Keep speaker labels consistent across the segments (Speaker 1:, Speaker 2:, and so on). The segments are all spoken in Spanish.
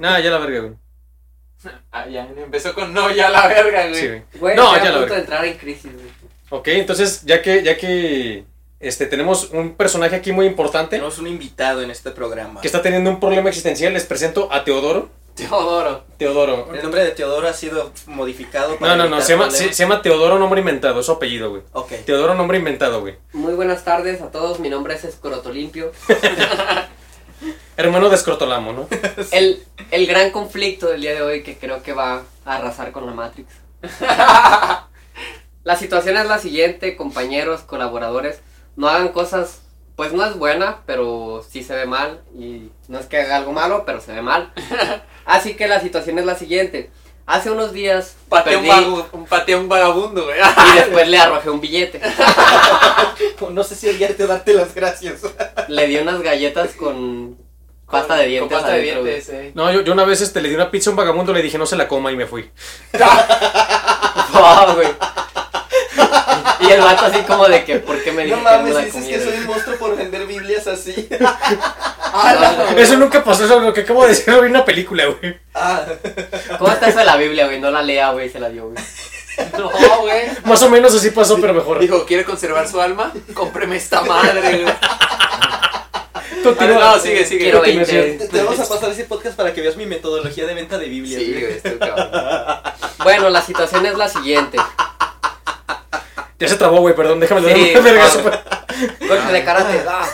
Speaker 1: Nada, ya la verga, güey.
Speaker 2: Ah, ya, empezó con no, ya la verga, güey.
Speaker 1: Sí, güey.
Speaker 3: Güey,
Speaker 1: No,
Speaker 3: estoy
Speaker 1: ya
Speaker 3: a
Speaker 1: lo vi.
Speaker 3: punto de entrar en crisis, güey.
Speaker 1: Ok, entonces, ya que, ya que este, tenemos un personaje aquí muy importante
Speaker 4: Tenemos un invitado en este programa.
Speaker 1: que está teniendo un problema existencial, les presento a Teodoro.
Speaker 2: Teodoro.
Speaker 1: Teodoro.
Speaker 4: El nombre de Teodoro ha sido modificado para
Speaker 1: No, no, no,
Speaker 4: evitar
Speaker 1: se llama, se,
Speaker 4: problemas.
Speaker 1: se llama Teodoro, nombre inventado, es su apellido, güey.
Speaker 4: Ok.
Speaker 1: Teodoro, nombre inventado, güey.
Speaker 3: Muy buenas tardes a todos, mi nombre es Escroto Limpio.
Speaker 1: Hermano de Escrotolamo, ¿no?
Speaker 3: El, el gran conflicto del día de hoy que creo que va a arrasar con la Matrix. la situación es la siguiente, compañeros, colaboradores, no hagan cosas, pues no es buena, pero sí se ve mal y no es que haga algo malo, pero se ve mal. Así que la situación es la siguiente. Hace unos días
Speaker 2: Patea un,
Speaker 3: perdí
Speaker 2: vago- un- patea un vagabundo, güey. Ah,
Speaker 3: y después le arrojé un billete.
Speaker 4: No sé si odiarte o darte las gracias.
Speaker 3: Le di unas galletas con pasta de dientes.
Speaker 2: Con pasta de
Speaker 3: adentro, güey.
Speaker 2: dientes, eh.
Speaker 1: No, yo, yo una vez este, le di una pizza a un vagabundo, le dije no se la coma y me fui.
Speaker 2: Ah,
Speaker 3: No, Ah, güey. Y el vato así como de que, ¿por qué me dijo
Speaker 4: No
Speaker 3: que no
Speaker 4: mames,
Speaker 3: la
Speaker 4: dices
Speaker 3: comida?
Speaker 4: que soy un monstruo por vender Biblias así.
Speaker 2: ah,
Speaker 3: No, güey.
Speaker 1: Eso nunca pasó, eso lo que acabo de decir, lo vi en una película, güey.
Speaker 4: Ah,
Speaker 3: ¿Cómo está eso de la Biblia, güey? No la lea, güey, se la dio, güey.
Speaker 2: No, güey.
Speaker 1: Más o menos así pasó, pero mejor.
Speaker 2: Dijo, ¿quiere conservar su alma? Cómpreme esta madre, güey.
Speaker 1: Continúa.
Speaker 2: No, sigue, sigue.
Speaker 3: Quiero
Speaker 1: Continúa,
Speaker 3: 20.
Speaker 1: sigue.
Speaker 4: te, te vamos a pasar ese podcast para que veas mi metodología de venta de Biblias.
Speaker 3: Pues- Sí,
Speaker 4: güey.
Speaker 3: güey,
Speaker 2: este
Speaker 3: estoy cabrón. Bueno, la situación es la siguiente.
Speaker 1: Ya se trabó, güey, perdón, déjame le
Speaker 3: Sí,
Speaker 1: dar un vergazo,
Speaker 3: claro.
Speaker 1: pa-
Speaker 3: Golpe de karate. ah.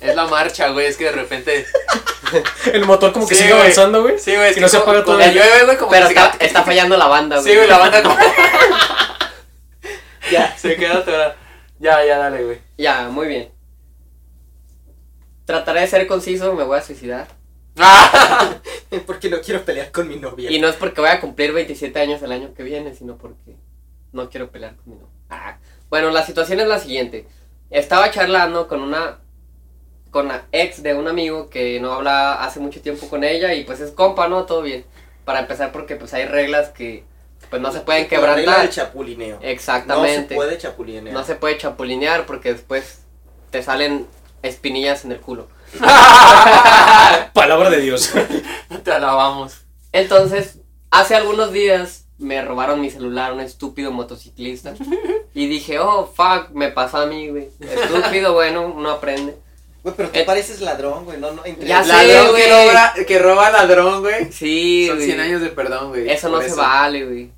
Speaker 2: Es la marcha, güey. Es que de repente.
Speaker 1: El motor como que
Speaker 2: Sí,
Speaker 1: sigue
Speaker 2: güey.
Speaker 1: avanzando, güey.
Speaker 2: Sí, güey. Es
Speaker 1: Y no se apaga todo.
Speaker 2: con, con la llueve, güey. Como
Speaker 3: Pero
Speaker 2: que
Speaker 3: está,
Speaker 2: se queda-
Speaker 3: está fallando la banda, güey.
Speaker 2: Sí, güey, la banda como.
Speaker 4: Ya.
Speaker 2: se queda atorada. Ya, ya, dale, güey.
Speaker 3: Ya, muy bien. Trataré de ser conciso, me voy a suicidar.
Speaker 2: Ah,
Speaker 4: Porque no quiero pelear con mi novia.
Speaker 3: Y no es porque voy a cumplir 27 años el año que viene, sino porque no quiero pelear con mi novia. Ah. Bueno, la situación es la siguiente. Estaba charlando con una con la ex de un amigo que no habla hace mucho tiempo con ella y pues es compa, ¿no? Todo bien. Para empezar porque pues hay reglas que pues no se pueden
Speaker 4: La regla
Speaker 3: quebrantar.
Speaker 4: del chapulineo. No se
Speaker 3: Exactamente.
Speaker 4: puede chapulinear.
Speaker 3: No se puede chapulinear porque después te salen espinillas en el culo.
Speaker 1: Palabra de Dios.
Speaker 2: te alabamos.
Speaker 3: Entonces, hace algunos días me robaron mi celular un estúpido motociclista. Y dije, oh, fuck, me pasó a mí, güey. Estúpido, bueno, uno aprende.
Speaker 4: Güey, pero tú
Speaker 3: Eh.
Speaker 4: pareces ladrón, güey. No, no, entre-
Speaker 3: Ya sé,
Speaker 2: Ladrón que
Speaker 3: güey.
Speaker 2: roba, que roba ladrón, güey.
Speaker 3: Sí,
Speaker 2: Son
Speaker 3: güey.
Speaker 2: 100 años de perdón, güey.
Speaker 3: Eso no
Speaker 2: Por
Speaker 3: se vale, güey.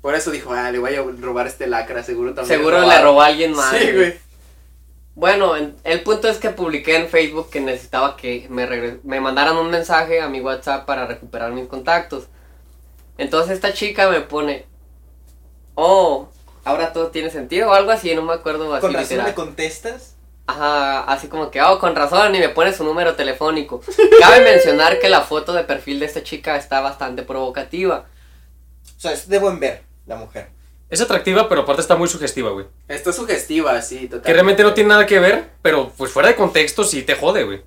Speaker 2: Por eso dijo, ah, le voy a robar este lacra, seguro también.
Speaker 3: Seguro le robó a alguien más.
Speaker 2: Sí, güey.
Speaker 3: Bueno, en- el punto es que publiqué en Facebook que necesitaba que me, regre- me mandaran un mensaje a mi WhatsApp para recuperar mis contactos. Entonces esta chica me pone, oh, ahora todo tiene sentido o algo así, no me acuerdo así
Speaker 4: Con razón
Speaker 3: literal.
Speaker 4: le contestas.
Speaker 3: Ajá, así como que, oh, con razón, y me pone su número telefónico. Cabe mencionar que la foto de perfil de esta chica está bastante provocativa.
Speaker 4: O sea, es de buen ver la mujer.
Speaker 1: Es atractiva, pero aparte está muy sugestiva, güey.
Speaker 2: Está sugestiva, sí, totalmente.
Speaker 1: Que realmente no tiene nada que ver, pero pues fuera de contexto sí te jode, güey.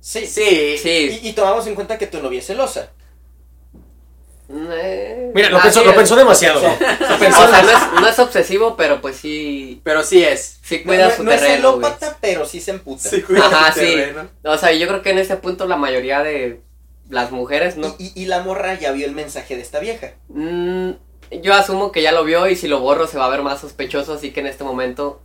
Speaker 4: Sí.
Speaker 2: Sí.
Speaker 3: Sí.
Speaker 4: Y, y tomamos en cuenta que tu novia es celosa.
Speaker 3: eh,
Speaker 1: Mira, lo
Speaker 3: así
Speaker 1: pensó, lo
Speaker 3: es.
Speaker 1: pensó demasiado. güey. Lo pensó
Speaker 3: O sea, no
Speaker 1: demasiado.
Speaker 3: es, no es obsesivo, pero pues sí,
Speaker 2: Pero sí es.
Speaker 3: sí
Speaker 4: No,
Speaker 3: cuida
Speaker 4: no-
Speaker 3: su
Speaker 4: no es
Speaker 3: terreno, güey.
Speaker 4: celópata, pero sí se emputa.
Speaker 2: Sí, cuida
Speaker 3: Ajá,
Speaker 2: su
Speaker 3: sí.
Speaker 2: terreno.
Speaker 3: O sea, yo creo que en este punto la mayoría de las mujeres no...
Speaker 4: Y, y- y la morra ya vio el mensaje de esta vieja.
Speaker 3: Mm, yo asumo que ya lo vio y si lo borro se va a ver más sospechoso, así que en este momento...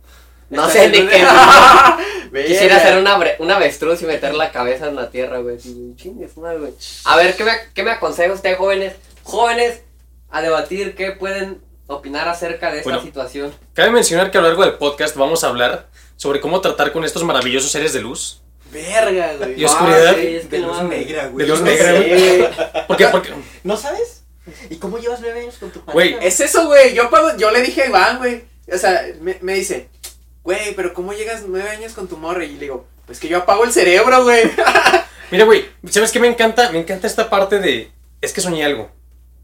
Speaker 3: No
Speaker 2: Está
Speaker 3: sé ni
Speaker 2: haciendo
Speaker 3: qué...
Speaker 2: Verga.
Speaker 3: Quisiera hacer una, bre- una avestruz y meter la cabeza en la tierra, güey. así, chingue su madre, güey. A ver, ¿qué me, ¿qué me aconseja usted, jóvenes? Jóvenes, a debatir qué pueden opinar acerca de esta
Speaker 1: Bueno.
Speaker 3: situación.
Speaker 1: Cabe mencionar que a lo largo del podcast vamos a hablar sobre cómo tratar con estos maravillosos seres de luz.
Speaker 2: Verga, güey.
Speaker 1: Y oscuridad.
Speaker 3: sí, es que
Speaker 4: de
Speaker 3: no
Speaker 4: luz
Speaker 3: mames.
Speaker 4: negra, güey.
Speaker 1: De luz
Speaker 4: No
Speaker 1: negra,
Speaker 4: sé.
Speaker 2: Sí.
Speaker 1: Porque, porque,
Speaker 4: ¿No sabes? ¿Y cómo llevas nueve años con tu pareja?
Speaker 1: Güey,
Speaker 2: Es eso, güey. Yo cuando yo le dije a Iván, güey. O sea, me, me dice, güey, pero ¿cómo llegas nueve años con tu morra? Y le digo, pues que yo apago el cerebro, güey.
Speaker 1: mira, güey, ¿sabes qué me encanta? Me encanta esta parte de, es que soñé algo.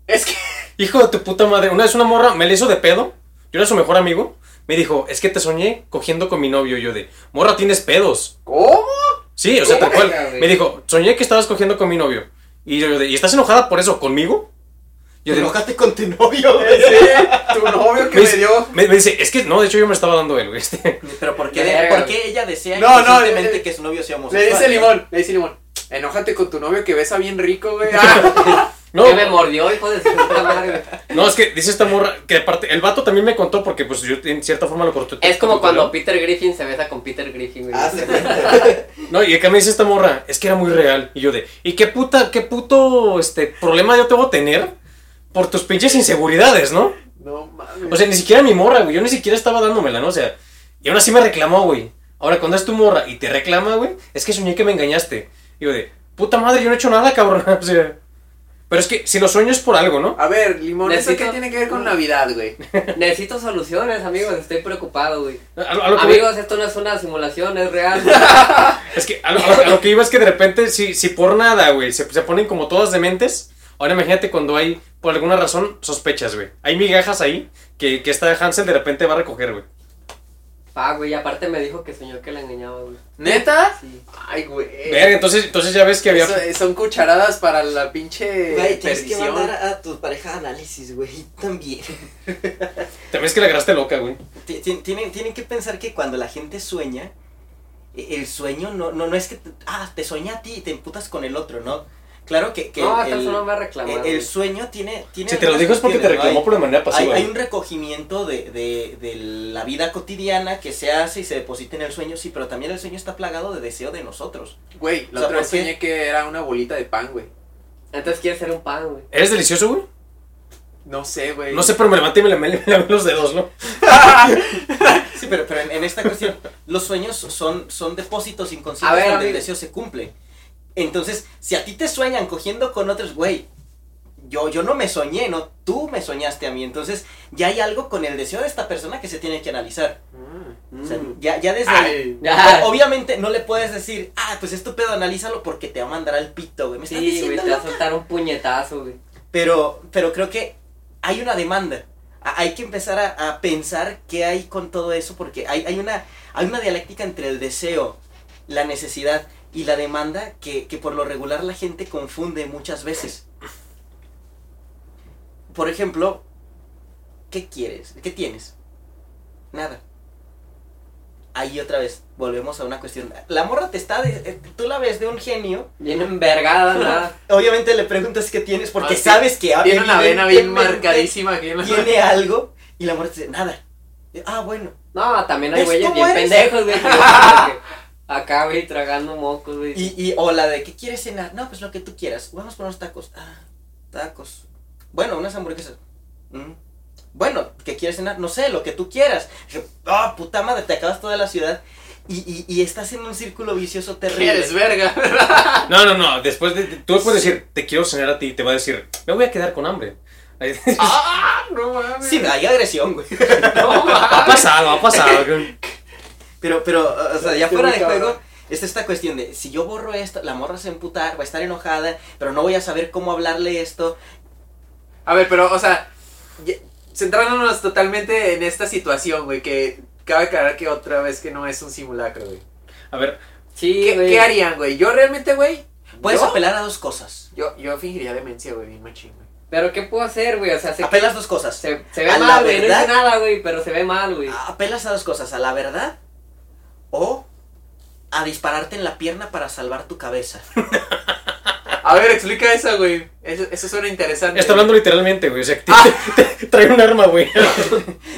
Speaker 2: es que.
Speaker 1: Hijo de tu puta madre, una vez una morra me le hizo de pedo, yo era su mejor amigo, me dijo, es que te soñé cogiendo con mi novio, y yo de, morra, tienes pedos.
Speaker 2: ¿Cómo?
Speaker 1: Sí, o sea, tal cual.
Speaker 3: Verga, güey.
Speaker 1: Me dijo, soñé que estabas cogiendo con mi novio. Y yo de, ¿y estás enojada por eso conmigo?
Speaker 4: Te
Speaker 1: Yo de,
Speaker 4: enojaste con tu novio, güey.
Speaker 2: tu novio que
Speaker 1: Me
Speaker 2: me
Speaker 1: dice-
Speaker 2: dio.
Speaker 1: me, me dice, es que no, de hecho yo me estaba dando él, güey. este".
Speaker 4: Pero ¿por qué,
Speaker 3: Verga,
Speaker 4: por qué ella desea
Speaker 2: No, no,
Speaker 4: inconscientemente
Speaker 2: le-
Speaker 4: que su novio sea
Speaker 2: Le
Speaker 4: homosexual?
Speaker 2: dice limón, le dice limón. Enójate con tu novio que besa bien rico, güey. Ah,
Speaker 1: No,
Speaker 3: Que me mordió, hijo de su puta madre.
Speaker 1: no, es que dice esta morra que aparte, el vato también me contó porque pues yo en cierta forma lo corté.
Speaker 3: Es como cuando Peter Griffin se besa con Peter Griffin, güey.
Speaker 5: Ah, se cuenta.
Speaker 1: No, y acá me dice esta morra, es que era muy real. Y yo de, ¿y qué puta, qué puto este problema yo te voy a tener? Por tus pinches inseguridades, ¿no?
Speaker 2: no mames.
Speaker 1: O sea, ni siquiera mi morra, güey. Yo ni siquiera estaba dándomela, ¿no? O sea, y aún así me reclamó, güey. Ahora, cuando es tu morra y te reclama, güey, es que soñé que me engañaste. Y yo de, puta madre, yo no he hecho nada, cabrón. O sea, pero es que si lo sueño es por algo, ¿no?
Speaker 2: A ver, limón, ¿eso
Speaker 3: Necesito-
Speaker 2: qué tiene que ver con Navidad, güey?
Speaker 3: Necesito soluciones, amigos. Estoy preocupado, güey.
Speaker 1: A, a lo- a lo que voy-
Speaker 3: Amigos, esto no es una simulación, es real.
Speaker 1: es que a lo, a lo- a lo que iba es que de repente, si, si por nada, güey, se, se ponen como todas dementes. Ahora imagínate cuando hay, por alguna razón, sospechas, güey. Hay migajas ahí que, que esta Hansel de repente va a recoger, güey.
Speaker 3: Pa, güey, aparte me dijo que soñó que la engañaba, güey.
Speaker 2: ¿Neta?
Speaker 3: Sí.
Speaker 2: Ay,
Speaker 5: Eh,
Speaker 2: güey.
Speaker 1: Verga, entonces, entonces ya ves que había...
Speaker 2: Eso- eh, son cucharadas para la pinche
Speaker 5: Güey, tienes que
Speaker 2: perdición.
Speaker 5: mandar a tu pareja a análisis, güey. También.
Speaker 1: También es que la agarraste loca, güey.
Speaker 5: Ti- ti- Tienen, tienen que pensar que cuando la gente sueña, e- el sueño no, no, no es que te, ah, te sueña a ti y te emputas con el otro, ¿no? Claro que, que
Speaker 3: No, esta
Speaker 5: el,
Speaker 3: persona me va a
Speaker 5: el-
Speaker 3: reclamar.
Speaker 5: Eh, el
Speaker 3: güey.
Speaker 5: sueño tiene, tiene.
Speaker 1: Si te lo
Speaker 5: algunas
Speaker 1: dijo es porque te
Speaker 5: cuestiones, ¿no?
Speaker 1: reclamó por eh. de manera
Speaker 5: Hay,
Speaker 1: pasiva.
Speaker 5: hay
Speaker 1: güey.
Speaker 5: un recogimiento de, de- de la vida cotidiana que se hace y se deposita en el sueño, sí, pero también el sueño está plagado de deseo de nosotros.
Speaker 2: Güey,
Speaker 5: O
Speaker 2: la
Speaker 5: sea,
Speaker 2: otra vez
Speaker 5: ¿por qué?
Speaker 2: soñé que era una bolita de pan, güey.
Speaker 3: Entonces quiere ser un pan, güey.
Speaker 1: ¿Eres delicioso, güey?
Speaker 2: No sé, güey.
Speaker 1: No sé, pero me levanté y me lavé me lavé los dedos, ¿no?
Speaker 5: Sí, pero, pero en, en esta cuestión, los sueños son, son depósitos
Speaker 3: A
Speaker 5: inconscientes
Speaker 3: ver,
Speaker 5: donde el
Speaker 3: amigo.
Speaker 5: deseo se cumple. Entonces, si a ti te sueñan cogiendo con otros, güey, yo, yo no me soñé, no, tú me soñaste a mí. Entonces, ya hay algo con el deseo de esta persona que se tiene que analizar.
Speaker 2: Mm.
Speaker 5: O sea,
Speaker 3: Mm.
Speaker 5: ya, ya desde ahí.
Speaker 2: Ay,
Speaker 3: Ya.
Speaker 5: O- Obviamente no le puedes decir, ah, pues esto pedo, analízalo porque te va a mandar al pito, güey. Me estás
Speaker 3: Sí, güey,
Speaker 5: diciendo
Speaker 3: te va a
Speaker 5: loca.
Speaker 3: soltar un puñetazo, güey.
Speaker 5: Pero, pero creo que hay una demanda. A- Hay que empezar a, a pensar qué hay con todo eso, porque hay, hay, una, hay una dialéctica entre el deseo, la necesidad y la demanda que, que por lo regular la gente confunde muchas veces. Por ejemplo, ¿qué quieres? ¿Qué tienes? Nada. Ahí otra vez, volvemos a una cuestión. La morra te está, de- eh, tú la ves de un genio
Speaker 3: Bien envergada, nada.
Speaker 5: Obviamente le preguntas qué tienes porque
Speaker 2: Ah, sí.
Speaker 5: sabes que ah,
Speaker 2: Tiene una vena bien
Speaker 5: evidentemente
Speaker 2: marcadísima aquí en la
Speaker 5: Tiene algo y la mujer te dice nada. Y, Ah, bueno.
Speaker 3: No, también hay
Speaker 5: ¿Ves
Speaker 3: güeyes
Speaker 5: cómo
Speaker 3: bien
Speaker 5: eres?
Speaker 3: pendejos, güey. que no saben que- Acá, güey, tragando mocos, güey.
Speaker 5: Y, y o la de qué quieres cenar. No, pues lo que tú quieras. Vamos por unos tacos. Ah, tacos. Bueno, unas hamburguesas. Mm. Bueno, ¿qué quieres cenar? No sé, lo que tú quieras. Yo, Ah, puta madre, te acabas toda la ciudad y, y, y estás en un círculo vicioso terrible.
Speaker 2: Eres verga.
Speaker 1: No, no, no. Después de, tú le puedes decir, te quiero cenar a ti y te va a decir, me voy a quedar con hambre. ha
Speaker 2: ah, no mames.
Speaker 5: Sí, hay agresión, güey.
Speaker 2: no mames.
Speaker 1: pasado, ha pasado.
Speaker 5: Pero, pero, o o sea, ya
Speaker 2: Estoy
Speaker 5: fuera
Speaker 2: muy
Speaker 5: de
Speaker 2: cabrón.
Speaker 5: juego, es esta cuestión de, si yo borro esto, la morra se va a emputar, va a estar enojada, pero no voy a saber cómo hablarle esto.
Speaker 2: A ver, pero, o sea, ya- centrándonos totalmente en esta situación, güey, que cabe aclarar que otra vez que no es un simulacro, güey.
Speaker 1: A ver,
Speaker 3: sí,
Speaker 2: ¿Qué,
Speaker 3: güey.
Speaker 2: qué harían, güey? Yo realmente, güey,
Speaker 5: Puedes
Speaker 2: ¿Yo?
Speaker 5: apelar a dos cosas.
Speaker 2: yo, yo fingiría demencia, güey, bien machín, güey.
Speaker 3: Pero ¿qué puedo hacer, güey? O sea, se,
Speaker 5: Apelas dos cosas.
Speaker 3: se, se ve
Speaker 5: a la
Speaker 3: mal, güey. No
Speaker 5: verdad. Ah,
Speaker 3: hice nada, güey, pero se ve mal, güey.
Speaker 5: A- Apelas a dos cosas, a la verdad o a dispararte en la pierna para salvar tu cabeza.
Speaker 2: A ver, explica eso, güey. Eso, eso suena interesante.
Speaker 1: está hablando literalmente, güey. O sea, te- te- trae un arma, güey.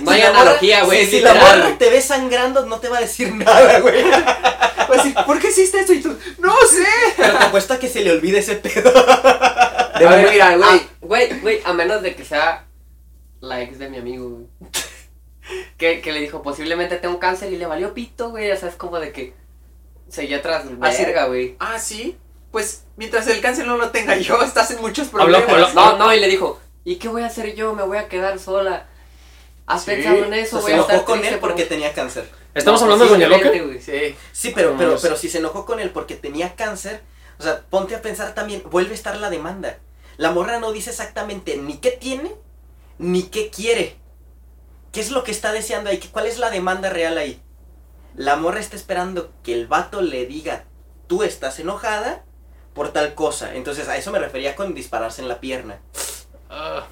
Speaker 3: No hay
Speaker 5: Si la morra-
Speaker 3: analogía, güey.
Speaker 5: Si, si la
Speaker 3: literal.
Speaker 5: morra te ve sangrando, no te va a decir nada, güey.
Speaker 2: Va a decir, Pues ¿por qué hiciste esto? Y tú, ¡no sé!
Speaker 5: Pero te apuesto a que se le olvide ese pedo.
Speaker 2: De
Speaker 3: A ver,
Speaker 2: mira,
Speaker 3: ah,
Speaker 2: güey.
Speaker 3: Güey, güey, a menos de que sea la ex de mi amigo, güey. que, que le dijo, posiblemente tengo cáncer y le valió pito, güey. O sea, es como de que seguía tras
Speaker 2: Así-
Speaker 3: verga, güey.
Speaker 2: Ah, sí. Pues mientras el cáncer no lo tenga yo, estás en muchos
Speaker 1: Habla-
Speaker 2: problemas.
Speaker 1: habla-
Speaker 3: No, no, y le dijo, ¿y qué voy a hacer yo? Me voy a quedar sola. ¿Has
Speaker 2: Sí,
Speaker 3: pensado en eso?
Speaker 5: O sea,
Speaker 3: Voy
Speaker 5: se
Speaker 3: a estar
Speaker 5: enojó con
Speaker 3: triste
Speaker 5: él
Speaker 3: por-
Speaker 5: porque tenía cáncer.
Speaker 1: Estamos
Speaker 3: No,
Speaker 1: hablando de Doña Loca.
Speaker 3: posiblemente, güey.
Speaker 2: Sí.
Speaker 5: Sí, pero,
Speaker 1: No,
Speaker 5: pero,
Speaker 1: no sé.
Speaker 5: pero si se enojó con él porque tenía cáncer, o sea, ponte a pensar también, vuelve a estar la demanda. La morra no dice exactamente ni qué tiene, ni qué quiere. ¿Qué es lo que está deseando ahí? ¿Qué- ¿Cuál es la demanda real ahí? La morra está esperando que el vato le diga, tú estás enojada por tal cosa. Entonces, a eso me refería con dispararse en la pierna.
Speaker 1: Ah,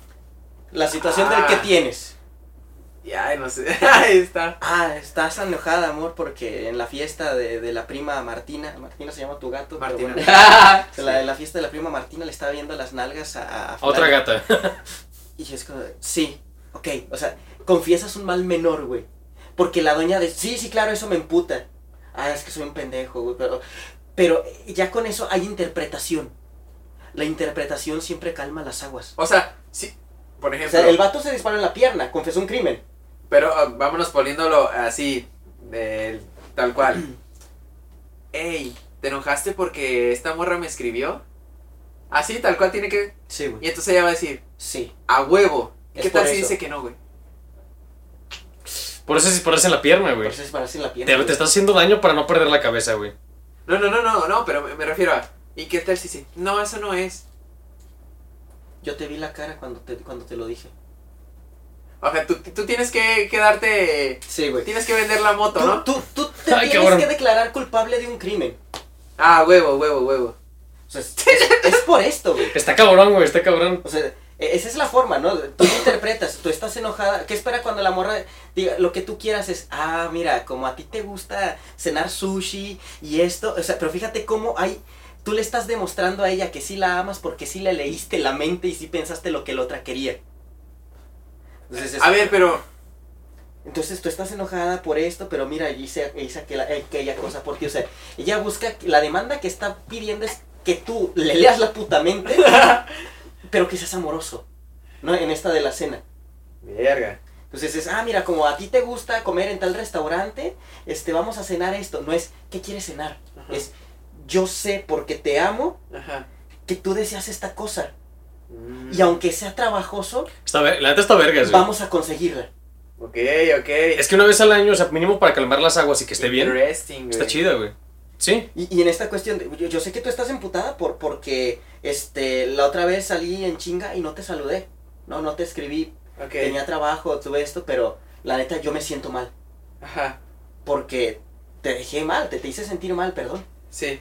Speaker 5: La situación del
Speaker 2: Ah.
Speaker 5: que tienes.
Speaker 2: Y ay, no sé. Ahí está.
Speaker 5: Ah, estás enojada, amor, porque en la fiesta de, de la prima Martina, Martina se llama tu gato, pero
Speaker 2: Martina.
Speaker 5: bueno, en la, en la fiesta de la prima Martina le estaba viendo las nalgas a, a- a
Speaker 1: A otra
Speaker 5: fulano.
Speaker 1: gata.
Speaker 5: Y yo es como, sí, ok, o sea, confiesas un mal menor, güey. Porque la doña de, sí, sí, claro, eso me emputa. Ah, es que soy un pendejo, güey, pero, pero ya con eso hay interpretación. La interpretación siempre calma las aguas.
Speaker 2: O sea, sí. Por
Speaker 5: O
Speaker 2: ejemplo.
Speaker 5: sea, el vato se disparó en la pierna, confesó un crimen.
Speaker 2: Pero ah, vámonos poniéndolo así, del- tal cual. Ey, ¿te enojaste porque esta morra me escribió? Así, tal cual tiene que...
Speaker 5: Sí,
Speaker 2: Y
Speaker 5: güey.
Speaker 2: entonces ella va a decir,
Speaker 5: Sí.
Speaker 2: a huevo. ¿Y
Speaker 5: Es
Speaker 2: ¿Qué tal
Speaker 5: por
Speaker 2: si
Speaker 5: eso.
Speaker 2: dice que no, güey?
Speaker 1: Por eso es por eso en la pierna, güey.
Speaker 5: Por eso dispararse en la pierna.
Speaker 1: Te, te
Speaker 5: güey.
Speaker 1: estás haciendo daño para no perder la cabeza, güey.
Speaker 2: No, no, no, no, no, pero me, me refiero a... ¿Y qué tal si dice, no, eso no es?
Speaker 5: Yo te vi la cara cuando te, cuando te lo dije.
Speaker 2: O sea, tú, tú tienes que quedarte...
Speaker 5: Sí, güey.
Speaker 2: Tienes que vender la moto,
Speaker 5: Tú,
Speaker 2: ¿no?
Speaker 5: tú, tú te
Speaker 1: Ay,
Speaker 5: tienes
Speaker 1: cabrón.
Speaker 5: que declarar culpable de un crimen.
Speaker 2: Ah, huevo, huevo, huevo.
Speaker 5: O sea, es, es- es por esto, güey.
Speaker 1: Está cabrón, güey, está cabrón.
Speaker 5: O sea, e- esa es la forma, ¿no? Tú lo interpretas, tú estás enojada. ¿Qué espera cuando la morra diga lo que tú quieras es, ah, mira, como a ti te gusta cenar sushi y esto? O sea, pero fíjate cómo hay. Tú le estás demostrando a ella que sí la amas porque sí le leíste la mente y sí pensaste lo que la otra quería. Entonces, es-
Speaker 2: A ver, pero...
Speaker 5: entonces tú estás enojada por esto, pero mira, hice, hice aquella, aquella cosa porque, o sea, ella busca, la demanda que está pidiendo es que tú le leas la puta mente, pero que seas amoroso, ¿no? En esta de la cena.
Speaker 2: Verga.
Speaker 5: Entonces es, ah, mira, como a ti te gusta comer en tal restaurante, este, vamos a cenar esto. No es, ¿qué quieres cenar?
Speaker 2: Ajá.
Speaker 5: Es, yo sé porque te amo
Speaker 2: Ajá.
Speaker 5: que tú deseas esta cosa.
Speaker 2: Mm.
Speaker 5: Y aunque sea trabajoso,
Speaker 1: Está ver- la neta está vergas, güey.
Speaker 5: vamos a conseguirla.
Speaker 2: Ok, ok.
Speaker 1: Es que una vez al año, o sea, mínimo para calmar las aguas y que esté ¿Este bien.
Speaker 2: Interesting,
Speaker 1: Está
Speaker 2: güey.
Speaker 1: chida, güey. Sí.
Speaker 5: Y, y en esta cuestión, de- yo, yo sé que tú estás emputada por, porque este, la otra vez salí en chinga y no te saludé. No, no te escribí.
Speaker 2: Ok.
Speaker 5: Tenía trabajo, tuve esto, pero la neta yo me siento mal.
Speaker 2: Ajá.
Speaker 5: Porque te dejé mal, te, te hice sentir mal, perdón.
Speaker 2: Sí.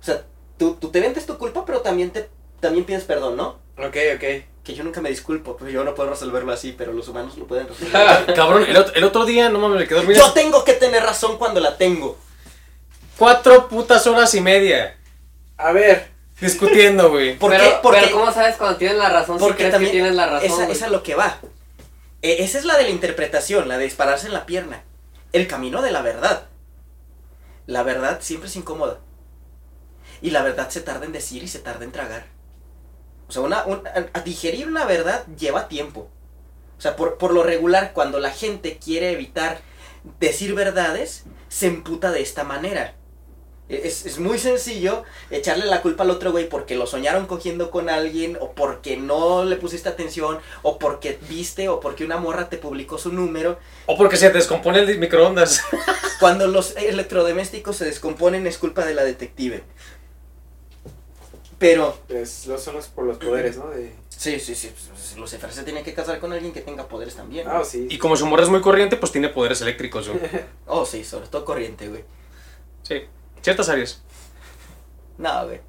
Speaker 5: O sea, tú, tú te vendes tu culpa, pero también, te, también pides perdón, ¿no?
Speaker 2: Ok, ok.
Speaker 5: Que yo nunca me disculpo, pues yo no puedo resolverlo así, pero los humanos lo pueden resolver.
Speaker 1: Cabrón, el, ot- el otro día, no mames, me quedé dormido.
Speaker 5: Yo tengo que tener razón cuando la tengo.
Speaker 1: Cuatro putas horas y media
Speaker 2: A ver.
Speaker 1: discutiendo, güey.
Speaker 5: ¿Por
Speaker 3: pero,
Speaker 5: qué? Porque-
Speaker 3: pero ¿cómo sabes cuando tienen la razón si
Speaker 5: Porque
Speaker 3: crees que
Speaker 5: también
Speaker 3: tienen la razón?
Speaker 5: esa,
Speaker 3: güey?
Speaker 5: esa es lo que va. E- esa es la de la interpretación, la de dispararse en la pierna. El camino de la verdad. La verdad siempre es incómoda. Y la verdad se tarda en decir y se tarda en tragar. O sea, una, un- a- a digerir una verdad lleva tiempo. O sea, por, por lo regular, cuando la gente quiere evitar decir verdades, se emputa de esta manera. E, Es, es muy sencillo echarle la culpa al otro güey porque lo soñaron cogiendo con alguien, o porque no le pusiste atención, o porque viste, o porque una morra te publicó su número.
Speaker 1: O porque se descompone el microondas.
Speaker 5: Cuando los electrodomésticos se descomponen es culpa de la detective. Pero...
Speaker 2: Pues los son los por los poderes, ¿no? De...
Speaker 5: Sí, sí, sí. pues, Lucifer se tiene que casar con alguien que tenga poderes también.
Speaker 2: Ah, sí.
Speaker 1: Y como su morra es muy corriente, pues tiene poderes eléctricos, güey.
Speaker 5: Oh, sí, sobre todo corriente, güey.
Speaker 1: Sí. Ciertas áreas.
Speaker 5: No, güey.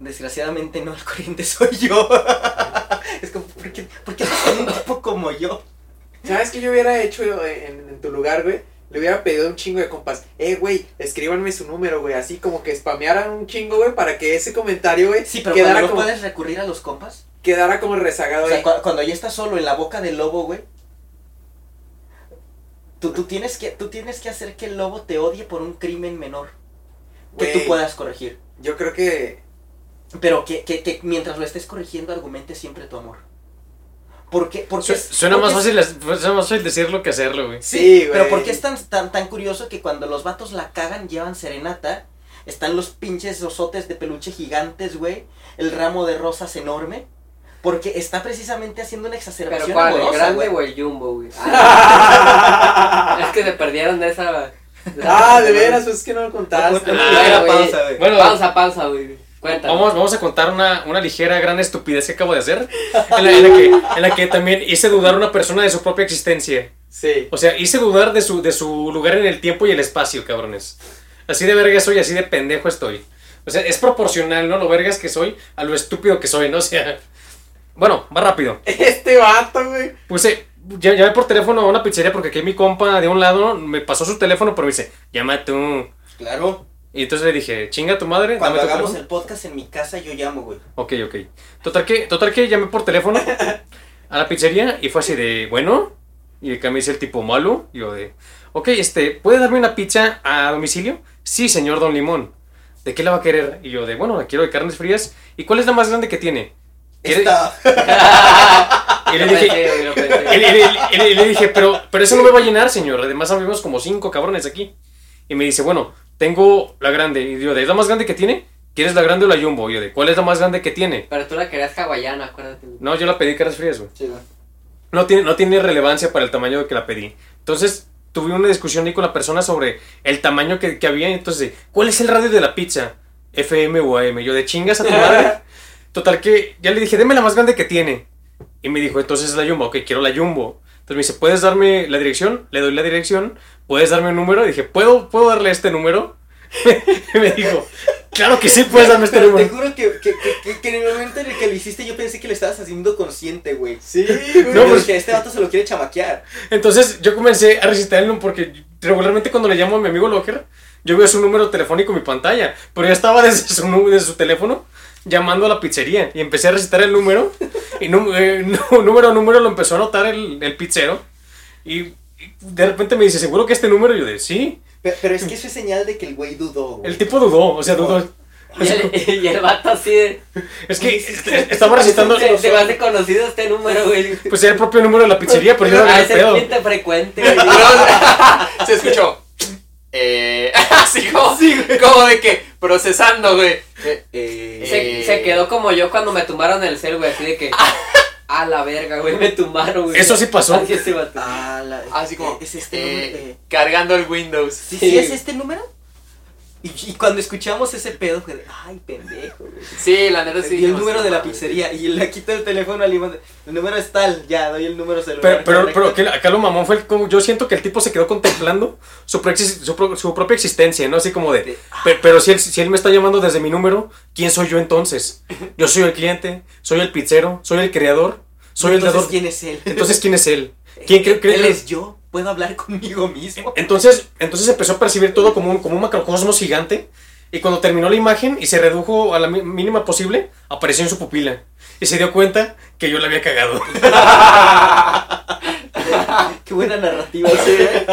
Speaker 5: Desgraciadamente no, el corriente soy yo. es como, ¿por qué, ¿por qué haces un tipo como yo?
Speaker 2: ¿Sabes qué yo hubiera hecho en, en tu lugar, güey? Le hubiera pedido un chingo de compas. Eh, güey, escríbanme su número, güey. Así como que spamearan un chingo, güey, para que ese comentario, güey,
Speaker 5: Sí, pero cuando
Speaker 2: quedara,
Speaker 5: no
Speaker 2: como,
Speaker 5: puedes recurrir a los compas.
Speaker 2: quedara como rezagado
Speaker 5: O sea,
Speaker 2: ahí.
Speaker 5: cua- cuando ya estás solo en la boca del lobo, güey. Tú, tú, tienes que, tú tienes que hacer que el lobo te odie por un crimen menor que
Speaker 2: Güey,
Speaker 5: tú puedas corregir.
Speaker 2: Yo creo que.
Speaker 5: Pero que, que, que mientras lo estés corrigiendo argumente siempre tu amor. ¿Por qué? Porque
Speaker 1: Su-
Speaker 5: es-
Speaker 1: Suena más
Speaker 5: porque es-
Speaker 1: fácil, suena más fácil decirlo que hacerlo, güey.
Speaker 5: Sí,
Speaker 2: Sí, güey.
Speaker 5: pero porque es tan, tan, tan curioso que cuando los vatos la cagan llevan serenata? Están los pinches osotes de peluche gigantes, güey. El ramo de rosas enorme. Porque está precisamente haciendo una
Speaker 3: Pero
Speaker 5: exacerbación
Speaker 3: ¿cuál? ¿El
Speaker 5: amorosa,
Speaker 3: grande
Speaker 5: güey.
Speaker 3: o el jumbo, güey? Ah, es que se perdieron de esa...
Speaker 2: Ah, de veras, pues es que no lo contaste.
Speaker 5: Una
Speaker 3: Ah,
Speaker 5: primera
Speaker 3: güey.
Speaker 5: pausa, güey.
Speaker 1: Bueno,
Speaker 3: Pausa, pausa, güey. Cuéntame.
Speaker 1: Vamos, vamos a contar una, una ligera, gran estupidez que acabo de hacer. En la, en la que, en la que también hice dudar a una persona de su propia existencia.
Speaker 2: Sí.
Speaker 1: O sea, hice dudar de su, de su lugar en el tiempo y el espacio, cabrones. Así de verga soy, así de pendejo estoy. O sea, es proporcional, ¿no? Lo vergas que soy a lo estúpido que soy, ¿no? O sea. Bueno, va rápido.
Speaker 2: Este vato, güey.
Speaker 1: Puse ll- llamé por teléfono a una pizzería porque aquí mi compa de un lado me pasó su teléfono, pero me dice, llama tú.
Speaker 5: Claro.
Speaker 1: Y entonces le dije, chinga tu madre,
Speaker 5: Cuando
Speaker 1: dame tu
Speaker 5: hagamos
Speaker 1: teléfono".
Speaker 5: el podcast en mi casa, yo llamo, güey.
Speaker 1: Ok, ok. Total que, total que llamé por teléfono a la pizzería y fue así de, bueno, y acá me dice el tipo malo, y yo de, ok, este, ¿puede darme una pizza a domicilio? Sí, señor Don Limón. ¿De qué la va a querer? Y yo de, bueno, la quiero de carnes frías. ¿Y cuál es la más grande que tiene? ¿Quiere-
Speaker 5: Está.
Speaker 1: Y
Speaker 3: Lo
Speaker 1: le dije,
Speaker 3: pensé, güey, lo pensé.
Speaker 1: y le- y le- y le- y le dije, pero, pero eso no me va a llenar, señor. Además, habíamos como cinco cabrones aquí. Y me dice, bueno, tengo la grande. Y yo de, ¿es la más grande que tiene? ¿Quieres la grande o la jumbo? Y yo de, ¿cuál es la más grande que tiene?
Speaker 3: Pero tú la querías hawaiana, acuérdate. güey.
Speaker 1: No, yo la pedí caras frías, güey.
Speaker 5: Chido.
Speaker 1: No tiene, no tiene relevancia para el tamaño de que la pedí. Entonces, tuve una discusión ahí con la persona sobre el tamaño que, que había. Entonces, ¿cuál es el radio de la pizza? FM o AM. Yo, de chingas a tu madre. Total que ya le dije, deme la más grande que tiene. Y me dijo, entonces la Jumbo. Ok, quiero la Jumbo. Entonces me dice, ¿puedes darme la dirección? Le doy la dirección. ¿Puedes darme un número? Y dije, ¿puedo, ¿puedo darle este número? y me dijo, claro que sí, puedes darme este
Speaker 5: Pero te
Speaker 1: número.
Speaker 5: juro que, que, que, que- que en el momento en el que lo hiciste, yo pensé que lo estabas haciendo consciente, güey.
Speaker 2: Sí, güey.
Speaker 1: No,
Speaker 5: No,
Speaker 1: pues-
Speaker 5: porque este vato se lo quiere chamaquear.
Speaker 1: Entonces yo comencé a recitarlo porque regularmente cuando le llamo a mi amigo Locker, yo veo su número telefónico en mi pantalla, pero ya estaba desde su, nu- desde su teléfono llamando a la pizzería y empecé a recitar el número y nu- eh, nu- número a número lo empezó a anotar el, el pizzero y, y de repente me dice, ¿seguro que este número? Y yo de, sí.
Speaker 5: Pero, pero es que eso es señal de que el güey dudó, güey.
Speaker 1: El tipo dudó, o sea, dudó.
Speaker 3: Y el, y el vato así de.
Speaker 1: Es que eh, estaba recitando,
Speaker 3: Se, se me hace conocido este número, güey.
Speaker 1: pues era el propio número de la pizzería, pero yo no
Speaker 3: Ah,
Speaker 1: había
Speaker 3: es el
Speaker 1: pedo.
Speaker 3: cliente frecuente. güey.
Speaker 2: Pero- se escuchó. Eh, así como, como de que procesando, güey. Eh,
Speaker 5: Eh,
Speaker 3: Se, se quedó como yo cuando me tumbaron el cel, güey, así de que. A la verga, güey, me tumbaron, güey.
Speaker 1: Eso sí pasó.
Speaker 3: Así ese vato.
Speaker 5: ah, la-
Speaker 2: así como
Speaker 5: Es este
Speaker 2: eh,
Speaker 5: número. eh,
Speaker 2: cargando el Windows.
Speaker 5: ¿sí,
Speaker 3: sí.
Speaker 5: sí es este número? Y, y cuando escuchamos ese pedo, fue de, ay, pendejo, güey.
Speaker 2: Sí, la neta sí.
Speaker 5: este. y el
Speaker 2: no
Speaker 5: número
Speaker 2: sé,
Speaker 5: de la
Speaker 2: mames.
Speaker 5: pizzería. Y le quito el teléfono al imán. El número es tal, ya, doy el número
Speaker 1: Pero,
Speaker 5: celular.
Speaker 1: pero,
Speaker 5: correcto.
Speaker 1: pero aquí- acá lo mamón fue el- como yo siento que el tipo se quedó contemplando su, pro- su, pro- su propia existencia, ¿no? Así como de,
Speaker 5: ah.
Speaker 1: "Pe- pero si él, si él me está llamando desde mi número, ¿quién soy yo entonces? Yo soy el cliente, soy el pizzero, soy el creador, soy el
Speaker 5: Entonces,
Speaker 1: dador.
Speaker 5: ¿quién es él?
Speaker 1: Entonces, ¿quién es él? ¿Quién cree cree-
Speaker 5: Él es yo. Puedo hablar conmigo mismo.
Speaker 1: Entonces, entonces empezó a percibir todo como un, como un macrocosmos gigante y cuando terminó la imagen y se redujo a la mi- mínima posible, apareció en su pupila y se dio cuenta que yo la había cagado.
Speaker 5: Qué buena narrativa.
Speaker 2: Sí, ¿eh?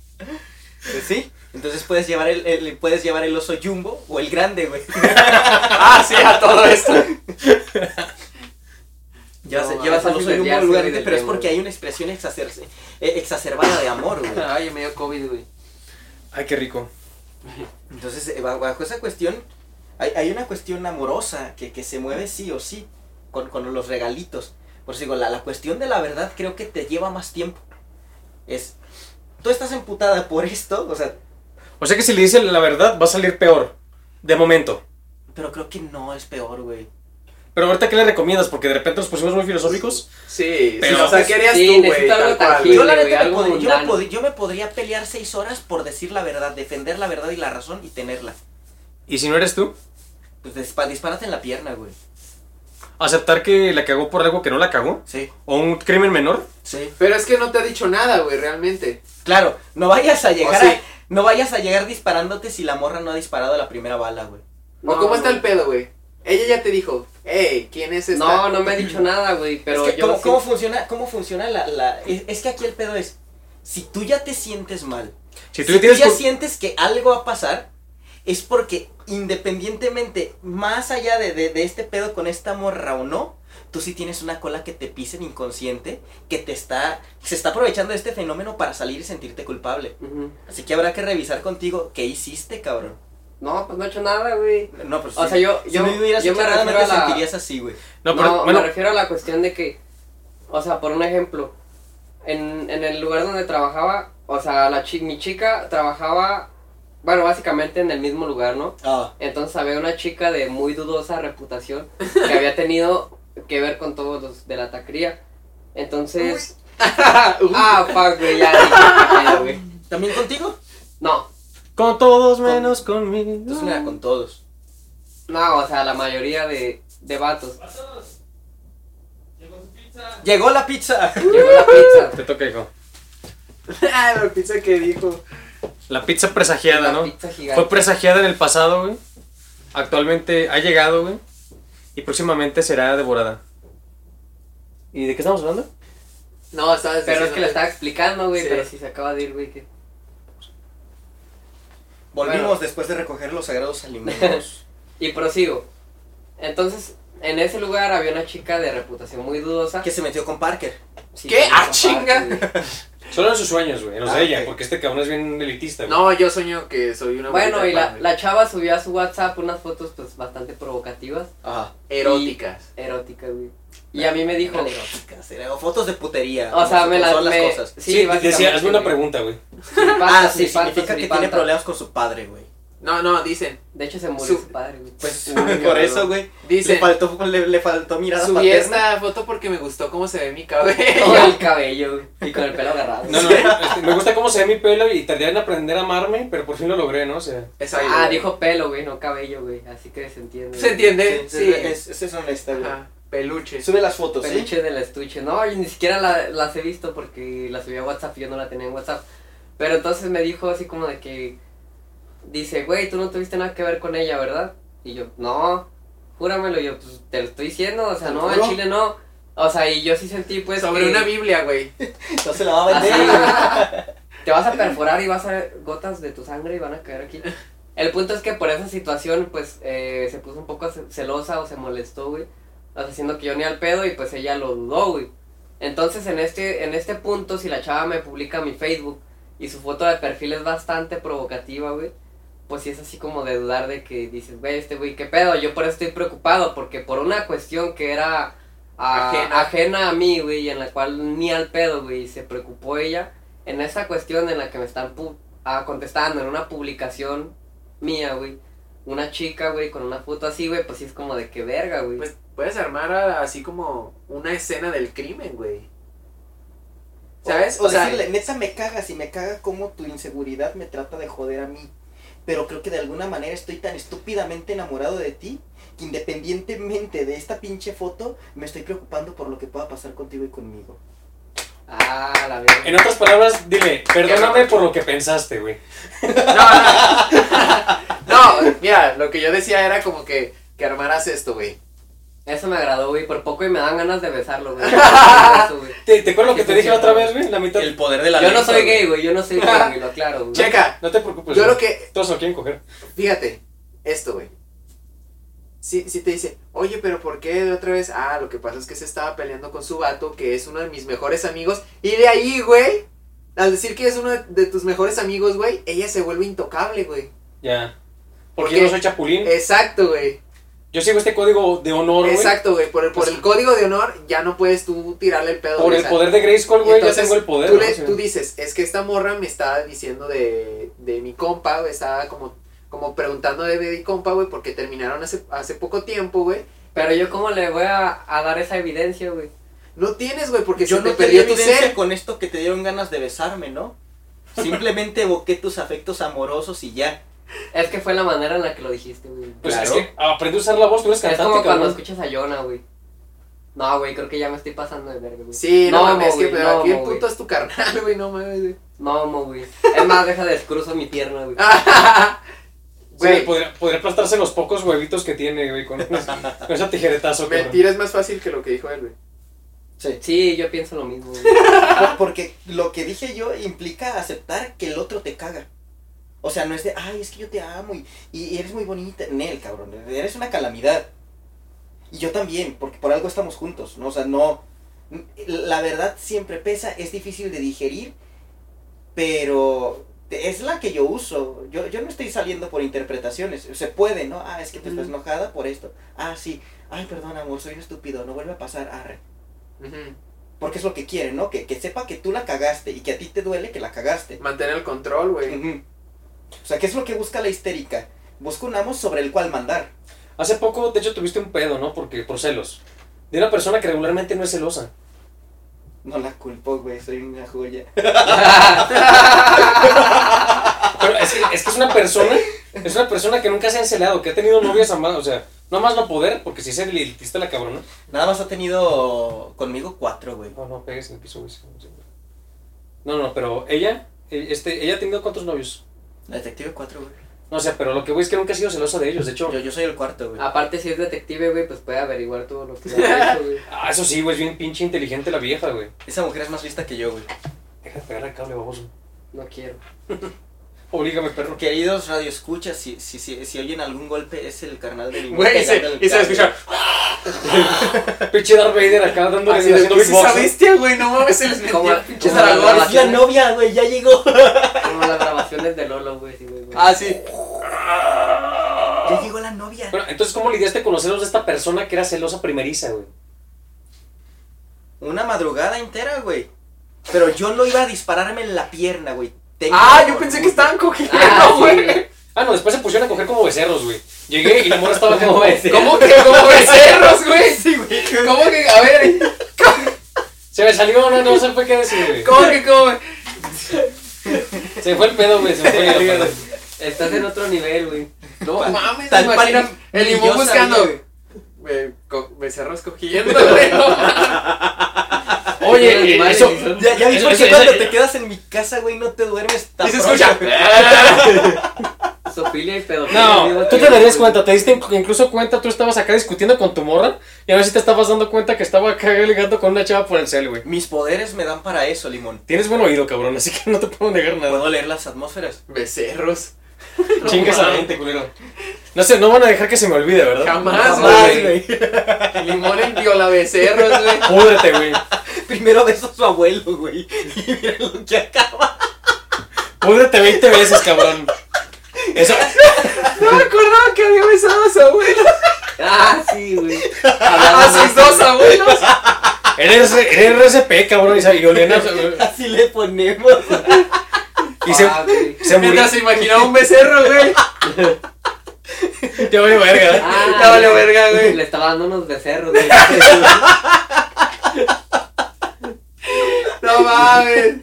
Speaker 5: Pues sí. Entonces puedes llevar el, el- puedes llevar el oso jumbo o el grande, güey.
Speaker 2: Ah, sí, a todo esto.
Speaker 5: Llevas,
Speaker 3: No,
Speaker 5: llevas
Speaker 3: eso
Speaker 5: al
Speaker 3: sí
Speaker 5: oso
Speaker 3: me
Speaker 5: jumbo
Speaker 3: hace
Speaker 5: al lugar,
Speaker 3: del
Speaker 5: pero es
Speaker 3: demo.
Speaker 5: porque hay una expresión exacerce- eh, exacerbada de amor, güey.
Speaker 2: Ay, me dio COVID, güey.
Speaker 1: Ay, qué rico.
Speaker 5: Entonces, eh, ba- bajo esa cuestión, hay, hay una cuestión amorosa que, que se mueve sí o sí, con, con los regalitos. Por eso digo, la, la cuestión de la verdad creo que te lleva más tiempo. Es, tú estás emputada por esto, o sea,
Speaker 1: O sea que si le dice la verdad va a salir peor, de momento.
Speaker 5: pero creo que no es peor, güey.
Speaker 1: Pero ahorita, ¿qué le recomiendas? Porque de repente nos pusimos muy filosóficos.
Speaker 2: Sí,
Speaker 1: Pero-
Speaker 2: sí, o sea,
Speaker 4: pues,
Speaker 2: querías
Speaker 3: Sí,
Speaker 2: tú, güey.
Speaker 3: necesito algo
Speaker 2: tal cual, güey.
Speaker 3: tangible.
Speaker 5: Yo, la
Speaker 3: güey,
Speaker 5: neta, me
Speaker 3: algo
Speaker 5: pod- yo, me
Speaker 3: mundano.
Speaker 5: pod- yo me podría pelear seis horas por decir la verdad, defender la verdad y la razón y tenerla.
Speaker 1: Y si no eres tú,
Speaker 5: Pues dispa- dispárate en la pierna, güey.
Speaker 1: aceptar que la cagó por algo que no la cagó.
Speaker 5: Sí,
Speaker 1: O un crimen menor.
Speaker 5: sí.
Speaker 2: Pero es que no te ha dicho nada, güey, realmente.
Speaker 5: Claro, no vayas a llegar
Speaker 2: sí.
Speaker 5: a- no vayas a llegar disparándote si la morra no ha disparado la primera bala, güey.
Speaker 2: ¿O
Speaker 3: No,
Speaker 2: cómo está el
Speaker 3: güey.
Speaker 2: pedo, güey? Ella ya te dijo, hey, ¿quién es esta?
Speaker 3: No, no me ha dicho nada, güey, pero
Speaker 5: es que
Speaker 3: yo.
Speaker 5: ¿cómo,
Speaker 3: sí-
Speaker 5: cómo funciona, cómo funciona la, la- es, es que aquí el pedo es si tú ya te sientes mal,
Speaker 1: Si tú ya tienes.
Speaker 5: ya
Speaker 1: cul-
Speaker 5: sientes que algo va a pasar, es porque independientemente, más allá de, de- de este pedo con esta morra o no, tú sí tienes una cola que te pisen inconsciente, que te está, se está aprovechando de este fenómeno para salir y sentirte culpable.
Speaker 3: Ujú.
Speaker 5: Así que habrá que revisar contigo qué hiciste, cabrón.
Speaker 3: No, pues no he hecho nada, güey.
Speaker 5: No, pero
Speaker 3: O
Speaker 5: sí.
Speaker 3: sea, yo-
Speaker 5: si
Speaker 3: yo-
Speaker 5: no hubieras
Speaker 3: yo
Speaker 5: hecho
Speaker 3: me
Speaker 5: nada, no te
Speaker 3: refiero a la-
Speaker 5: sentirías así, güey.
Speaker 1: No, pero
Speaker 3: No,
Speaker 1: bueno.
Speaker 3: me refiero a la cuestión de que, o sea, por un ejemplo, en, en el lugar donde trabajaba, o sea, la chi- mi chica trabajaba, bueno, básicamente en el mismo lugar, ¿no?
Speaker 5: Ah,
Speaker 3: Entonces había una chica de muy dudosa reputación que había tenido que ver con todos los de la taquería. Entonces, ah, fuck, güey, ya dije, qué pedo, güey.
Speaker 5: ¿También contigo?
Speaker 3: No,
Speaker 1: Con todos menos conmigo.
Speaker 5: Entonces no era con todos.
Speaker 3: no, o sea, la mayoría de, de vatos. pizza.
Speaker 4: Llegó la pizza.
Speaker 2: Llegó la pizza.
Speaker 1: Te toca, hijo.
Speaker 2: ah, la pizza que dijo.
Speaker 1: La pizza presagiada,
Speaker 3: Una
Speaker 1: ¿no?
Speaker 3: pizza gigante.
Speaker 1: Fue presagiada en el pasado, güey. Actualmente ha llegado, güey. Y próximamente será devorada. ¿Y de qué estamos hablando?
Speaker 2: No, estabas
Speaker 3: Pero es
Speaker 2: diciendo-
Speaker 3: que la estaba explicando, güey,
Speaker 2: Sí.
Speaker 3: pero si se acaba de ir, güey, que...
Speaker 4: Volvimos
Speaker 3: Bueno.
Speaker 4: después de recoger los sagrados alimentos.
Speaker 3: Y prosigo. Entonces, en ese lugar había una chica de reputación muy dudosa.
Speaker 4: que se metió con Parker.
Speaker 3: Sí,
Speaker 2: ¿Qué?
Speaker 3: sí,
Speaker 2: ¡Ah,
Speaker 3: con
Speaker 2: chinga!
Speaker 3: parte, güey.
Speaker 1: Solo en sus sueños, güey. No sé
Speaker 4: Ah,
Speaker 1: ella,
Speaker 4: ok.
Speaker 1: porque este cabrón es bien elitista, güey.
Speaker 2: No, yo sueño que soy una
Speaker 3: Bueno,
Speaker 2: bonita
Speaker 3: y la,
Speaker 2: pan,
Speaker 3: la chava subió a su WhatsApp unas fotos, pues, bastante provocativas,
Speaker 4: Ajá.
Speaker 2: Eróticas.
Speaker 3: eróticas, güey. Y a mí me dijo...
Speaker 4: Fotos de putería.
Speaker 3: O sea,
Speaker 4: como
Speaker 3: me
Speaker 4: son
Speaker 3: las... me-
Speaker 4: cosas.
Speaker 3: Sí,
Speaker 1: Sí, decía,
Speaker 3: básicamente,
Speaker 1: hazme una
Speaker 3: güey.
Speaker 1: pregunta, güey.
Speaker 3: Suripanta,
Speaker 4: Ah, sí,
Speaker 3: suripanta,
Speaker 4: significa que tiene
Speaker 3: suripanta.
Speaker 4: problemas con su padre, güey.
Speaker 2: No, no, dicen.
Speaker 3: De hecho, se murió
Speaker 2: Su-
Speaker 3: su padre, güey.
Speaker 4: Pues
Speaker 3: Uy,
Speaker 4: por
Speaker 3: cabrón.
Speaker 4: eso, güey. Le
Speaker 2: Dicen.
Speaker 4: faltó, le, le faltó mirada
Speaker 2: Subí
Speaker 4: paterna.
Speaker 2: esta foto porque me gustó cómo se ve mi
Speaker 3: Todo
Speaker 2: cabello.
Speaker 3: el cabello, güey. Y con el pelo agarrado.
Speaker 1: No, no, este, me gusta cómo se ve mi pelo y tardé en aprender a amarme, pero por fin lo logré, ¿no? O sea,
Speaker 2: Esa
Speaker 3: Ah, dijo pelo, güey, no cabello, güey. Así que se entiende.
Speaker 2: ¿Se entiende? Sí.
Speaker 4: es, es honesta, güey.
Speaker 2: Ajá, Peluche.
Speaker 4: Sube las fotos, ¿sí?
Speaker 3: Peluche del estuche. No, yo ni siquiera la- las he visto porque la subí a WhatsApp y yo no la tenía en WhatsApp. Pero entonces me dijo así como de que. Dice, güey, tú no tuviste nada que ver con ella, ¿verdad? Y yo, no, júramelo. Y yo, pues te lo estoy diciendo, o sea,
Speaker 4: ¿Te lo
Speaker 3: no, en
Speaker 4: juro?
Speaker 3: Chile no. O sea, y yo sí sentí, pues.
Speaker 2: Sobre
Speaker 3: que-
Speaker 2: una Biblia, güey.
Speaker 4: No se la va a
Speaker 3: Así,
Speaker 4: vender.
Speaker 3: güey. Te vas a perforar y vas a ver gotas de tu sangre y van a caer aquí. El punto es que por esa situación, pues, eh, se puso un poco ce- celosa o se molestó, güey. O sea, siendo que yo ni al pedo y pues ella lo dudó, güey. Entonces, en este, en este punto, si la chava me publica mi Facebook y su foto de perfil es bastante provocativa, güey. Pues sí es así como de dudar de que dices, güey, este güey, ¿qué pedo? Yo por eso estoy preocupado, porque por una cuestión que era a-
Speaker 2: Ajena.
Speaker 3: ajena. a mí, güey, y en la cual ni al pedo, güey, se preocupó ella, en esa cuestión en la que me están pu- ah, contestando en una publicación mía, güey, una chica, güey, con una foto así, güey, pues sí es como de que verga, güey.
Speaker 2: Pues puedes armar a- así como una escena del crimen, güey. ¿Sabes?
Speaker 5: O,
Speaker 2: O sea,
Speaker 5: decirle, neta me cagas y me caga cómo tu inseguridad me trata de joder a mí. Pero creo que de alguna manera estoy tan estúpidamente enamorado de ti que independientemente de esta pinche foto, me estoy preocupando por lo que pueda pasar contigo y conmigo.
Speaker 3: ah, la verga.
Speaker 1: en otras palabras, dile, perdóname por lo que pensaste, güey.
Speaker 2: No, no. No, mira, lo que yo decía era como que, que armaras esto, güey.
Speaker 3: Eso me agradó, güey, por poco y me dan ganas de besarlo, güey. Eso, güey.
Speaker 1: ¿Te, te acuerdas lo
Speaker 3: Sí,
Speaker 1: que te dije la otra
Speaker 3: funciona.
Speaker 1: vez, güey? La mitad.
Speaker 4: El poder de la
Speaker 3: Yo no
Speaker 4: lengua,
Speaker 3: soy gay, güey, yo no soy gay, güey, lo aclaro, güey.
Speaker 2: Checa,
Speaker 1: No te
Speaker 4: Pues
Speaker 1: preocupes.
Speaker 2: yo
Speaker 1: güey.
Speaker 2: lo que.
Speaker 1: Todos lo quieren coger.
Speaker 2: Fíjate, esto, güey. Si, si te dice, oye, pero ¿por qué de otra vez? Ah, lo que pasa es que se estaba peleando con su vato, que es uno de mis mejores amigos. Y de ahí, güey, al decir que es uno de, de tus mejores amigos, güey, ella se vuelve intocable, güey.
Speaker 1: Ya.
Speaker 2: ¿Por
Speaker 1: Porque
Speaker 2: qué?
Speaker 1: yo no soy
Speaker 2: eh,
Speaker 1: chapulín.
Speaker 2: Exacto, güey.
Speaker 1: Yo sigo este código de honor, güey.
Speaker 2: Exacto, güey. Por, el- por
Speaker 1: Pues-
Speaker 2: el código de honor ya no puedes tú tirarle el pedo.
Speaker 1: Por
Speaker 2: güey,
Speaker 1: el
Speaker 2: o sea,
Speaker 1: poder de Grayskull,
Speaker 2: y
Speaker 1: güey, ya
Speaker 2: entonces
Speaker 1: tengo el poder.
Speaker 2: Tú,
Speaker 1: ¿no?
Speaker 2: le-
Speaker 1: O sea,
Speaker 2: tú dices, es que esta morra me está diciendo de, de mi compa, güey, estaba como, como preguntando de mi compa, güey, porque terminaron hace, hace poco tiempo, güey.
Speaker 3: Pero yo cómo le voy a, a dar esa evidencia, güey.
Speaker 2: No tienes, güey, porque
Speaker 4: Yo
Speaker 2: se
Speaker 4: no
Speaker 2: te perdió tu
Speaker 4: evidencia
Speaker 2: ser.
Speaker 4: con esto que te dieron ganas de besarme, ¿no? Simplemente evoqué tus afectos amorosos y ya.
Speaker 3: Es que fue la manera en la que lo dijiste, güey.
Speaker 1: pues
Speaker 4: claro.
Speaker 1: es que aprendí a usar la voz, tú eres
Speaker 3: Es
Speaker 1: cantante,
Speaker 3: como cuando
Speaker 1: cabrón.
Speaker 3: escuchas a Jonah, güey. No, güey, creo que ya me estoy pasando de verga, güey.
Speaker 2: Sí, no, mames,
Speaker 3: güey,
Speaker 2: que, pero
Speaker 3: no,
Speaker 2: aquí el
Speaker 3: güey.
Speaker 2: puto es tu carnal, güey, no mames, güey.
Speaker 3: No, mo, güey. Es más, deja de descruzo mi pierna, güey.
Speaker 2: Ah.
Speaker 1: Sí, pues,
Speaker 2: Güey,
Speaker 1: podría, podría aplastarse los pocos huevitos que tiene, güey, con, con ese tijeretazo, cabrón.
Speaker 2: mentira es más fácil que lo que dijo él, güey.
Speaker 5: Sí.
Speaker 3: Sí, yo pienso lo mismo, güey.
Speaker 5: Pues Porque lo que dije yo implica aceptar que el otro te caga. O sea, no es de, ay, es que yo te amo y, y eres muy bonita. Nel, cabrón, eres una calamidad. Y yo también, porque por algo estamos juntos, ¿no? O sea, no... La verdad siempre pesa, es difícil de digerir, pero es la que yo uso. Yo, yo no estoy saliendo por interpretaciones. Se puede, ¿no? Ah, es que te estás
Speaker 2: Ujú.
Speaker 5: enojada por esto. Ah, sí. Ay, perdón, amor, soy un estúpido, no vuelve a pasar, arre.
Speaker 2: Ujú.
Speaker 5: Porque es lo que quieren, ¿no? Que, que sepa que tú la cagaste y que a ti te duele que la cagaste.
Speaker 2: Mantener el control, güey.
Speaker 5: Ujú. O sea, ¿qué es lo que busca la histérica? Busca un amo sobre el cual mandar.
Speaker 1: Hace poco, de hecho, tuviste un pedo, ¿no? Porque por celos. De una persona que regularmente no es celosa.
Speaker 5: No la culpo, güey, soy una joya.
Speaker 1: Pero es que es, que es una persona, es una persona que nunca se ha encelado, que ha tenido novias amadas, o sea, No más no poder, porque si se elitista la cabrona.
Speaker 5: Nada más ha tenido conmigo cuatro, güey.
Speaker 1: No, no, pegues en el piso, güey. sí, sí. No, no, pero ella, eh, este, ella ha tenido cuántos novios.
Speaker 5: La detective cuatro, güey.
Speaker 1: No, o sea, pero lo que voy es que nunca ha sido celosa de ellos. De hecho,
Speaker 5: Yo, yo soy el cuarto,
Speaker 2: Ah.
Speaker 5: güey.
Speaker 3: Aparte, si es detective, güey, pues puede averiguar todo lo que ha hecho, güey.
Speaker 1: ah, eso sí, güey, es bien pinche inteligente la vieja, güey.
Speaker 5: Esa mujer es más lista que yo, güey.
Speaker 1: Deja de pegar al cable, baboso.
Speaker 3: No quiero.
Speaker 1: Oblígame, perro.
Speaker 5: Queridos radioescuchas, si, si, si, si oyen algún golpe, es el carnal de mi
Speaker 2: Güey, y se, y se escucha.
Speaker 1: Pinche Darth Vader acá dándole
Speaker 2: Así Ah, de
Speaker 1: haciendo
Speaker 2: que es esa
Speaker 1: beatbox.
Speaker 2: bestia, güey, no mames, se les metió
Speaker 3: Como-
Speaker 2: el pinche
Speaker 3: como la
Speaker 2: Aragorn.
Speaker 3: grabación.
Speaker 5: Es la novia, güey, ya llegó.
Speaker 3: Como las grabaciones de Lolo, güey, sí, güey. güey.
Speaker 2: Ah, sí.
Speaker 5: Ya llegó la novia.
Speaker 1: Bueno, entonces, ¿cómo lidiaste con los celos de esta persona que era celosa primeriza, güey?
Speaker 5: Una madrugada entera, güey. Pero yo no iba a dispararme en la pierna, güey. Tengo
Speaker 2: Ah, yo
Speaker 5: orgullo.
Speaker 2: pensé que estaban cogiendo,
Speaker 3: Ah, sí,
Speaker 2: güey.
Speaker 3: güey.
Speaker 1: Ah, no, después se pusieron a coger como becerros, güey. Llegué y la morra estaba como becerros.
Speaker 2: ¿Cómo que como becerros, güey? ¿Cómo que, a ver,
Speaker 1: Se me salió una, no sé fue qué decir, güey.
Speaker 2: cómo que, cómo?
Speaker 1: Se fue el pedo, güey, se me fue el pedo.
Speaker 3: Estás en otro nivel, güey.
Speaker 2: No mames,
Speaker 5: Tal
Speaker 2: ¿te imaginas?
Speaker 5: cual, ni-
Speaker 2: el
Speaker 5: ni
Speaker 2: limón
Speaker 5: yo
Speaker 2: buscando,
Speaker 5: sabía.
Speaker 2: güey. Güey, co- Becerros cogiendo, güey.
Speaker 1: Oye,
Speaker 3: Animales,
Speaker 1: eso...
Speaker 3: sí, son-
Speaker 5: Ya, ya vi
Speaker 1: Eso-
Speaker 5: por qué
Speaker 1: eso-
Speaker 5: cuando
Speaker 1: eso-
Speaker 5: te quedas en mi casa, güey, no te duermes tan
Speaker 2: Y se
Speaker 5: pronto.
Speaker 2: escucha.
Speaker 3: Sofilia y pedofilia.
Speaker 1: No,
Speaker 3: digo,
Speaker 1: tú te
Speaker 3: tío,
Speaker 1: darías
Speaker 3: güey.
Speaker 1: cuenta, te diste inc- incluso cuenta, tú estabas acá discutiendo con tu morra y a ver si te estabas dando cuenta que estaba acá ligando con una chava por el cel, güey.
Speaker 5: Mis poderes me dan para eso, Limón.
Speaker 1: Tienes buen oído, cabrón, así que no te puedo negar nada.
Speaker 5: Puedo leer las atmósferas.
Speaker 2: Becerros.
Speaker 1: Chingas a la
Speaker 2: mames.
Speaker 1: gente, culero. No sé, no van a dejar que se me olvide, ¿verdad?
Speaker 2: Jamás,
Speaker 5: Jamás,
Speaker 2: güey. Limón en viola becerros, güey.
Speaker 1: Púdrete, güey.
Speaker 5: Primero beso a su abuelo, güey. Y mira lo que acaba.
Speaker 1: Púdrete 20 veces, cabrón. Eso,
Speaker 2: No me acordaba que había besado a su abuelo.
Speaker 3: Ah, sí, güey. Ah,
Speaker 2: A sus dos abuelos.
Speaker 1: eres, eres RCP, cabrón, y se- y olían a-
Speaker 5: Así le ponemos.
Speaker 1: Y se,
Speaker 3: Ah, güey.
Speaker 1: se murió.
Speaker 2: Mientras se imaginaba un becerro, güey.
Speaker 1: Ya vale verga. ¿eh?
Speaker 3: Ah,
Speaker 2: Ya valió verga, güey.
Speaker 3: Le estaba dando unos becerros, güey.
Speaker 2: No mames.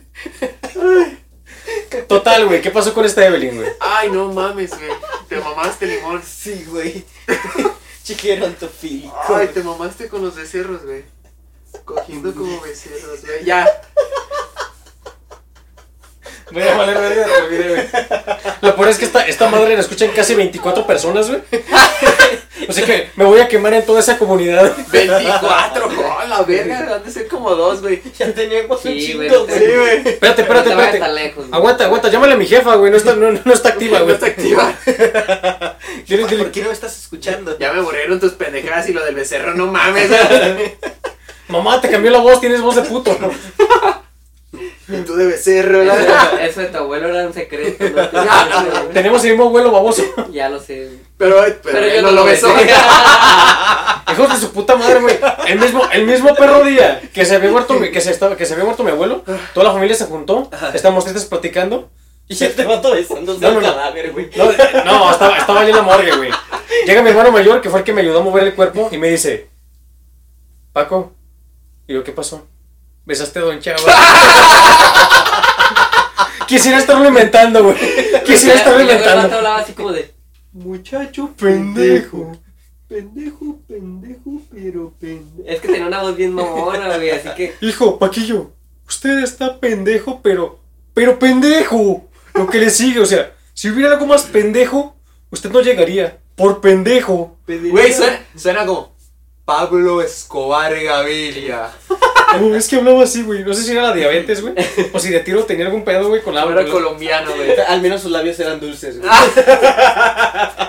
Speaker 1: Total, güey, ¿qué pasó con esta Evelyn, güey?
Speaker 2: Ay, no mames, güey. Te mamaste, Limón.
Speaker 5: Sí, güey. Chiquerontofílico.
Speaker 2: Ay, te mamaste con los becerros, güey. Cogiendo como becerros, güey. Ya.
Speaker 1: Voy a valer verga de por vida, güey. Lo peor es que esta, esta madre la escuchan casi 24 personas, güey. Así que me voy a quemar en toda esa comunidad.
Speaker 2: 24, oh, la verga. Han de ser como dos, güey.
Speaker 5: Ya teníamos un
Speaker 3: Sí, güey, no
Speaker 5: chingo,
Speaker 3: te-
Speaker 5: güey.
Speaker 2: güey.
Speaker 1: Espérate, espérate,
Speaker 3: No te vayas tan
Speaker 1: espérate.
Speaker 3: lejos, güey.
Speaker 1: Aguanta, aguanta, llámale a mi jefa, güey. No está, no, no está activa,
Speaker 2: No
Speaker 1: güey.
Speaker 2: está activa.
Speaker 1: Dile,
Speaker 5: ¿Por
Speaker 1: dile.
Speaker 5: qué no me estás escuchando?
Speaker 2: Ya me aburrieron tus pendejadas y lo del becerro, no mames. güey.
Speaker 1: Mamá, te cambió la voz, tienes voz de puto.
Speaker 2: Y tú de becerro, ¿verdad?
Speaker 3: Eso- Eso de tu abuelo era un secreto, ¿no? Ya,
Speaker 1: Ah, Tenemos el mismo vuelo baboso.
Speaker 3: Ya lo sé. güey.
Speaker 2: Pero, pero, él no lo besó.
Speaker 3: besé.
Speaker 1: Hijos de su puta madre, güey. El mismo, el mismo perro día que se había muerto mi, que se estaba, que se había muerto mi abuelo, toda la familia se juntó, estamos tristes platicando.
Speaker 5: Y ya te mato besándose
Speaker 1: No,
Speaker 5: al
Speaker 1: no, no.
Speaker 5: cadáver, güey.
Speaker 1: No, no, estaba, estaba allí en la morgue, güey. Llega mi hermano mayor, que fue el que me ayudó a mover el cuerpo, y me dice, Paco, y yo, ¿qué pasó? Besaste a Don Chava. Quisiera estarlo inventando, güey. Quisiera estarlo
Speaker 3: Y luego el vato
Speaker 1: inventando.
Speaker 3: hablaba así como de.
Speaker 6: Muchacho
Speaker 1: Pendejo.
Speaker 6: Pendejo, pendejo, pero pendejo.
Speaker 3: Es que tenía una voz bien mamona, güey, así que.
Speaker 1: Hijo, Paquillo, usted está pendejo, pero. ¡Pero pendejo! Lo que le sigue, o sea, si hubiera algo más pendejo, usted no llegaría. Por pendejo.
Speaker 6: Güey, suena.
Speaker 2: suena como Pablo Escobar Gaviria.
Speaker 1: Oh, es que hablaba así, güey. No sé si era la diabetes, güey. O si de tiro tenía algún pedo, güey, con la
Speaker 2: Ahora colombiano, güey.
Speaker 5: Al menos sus labios eran dulces, güey.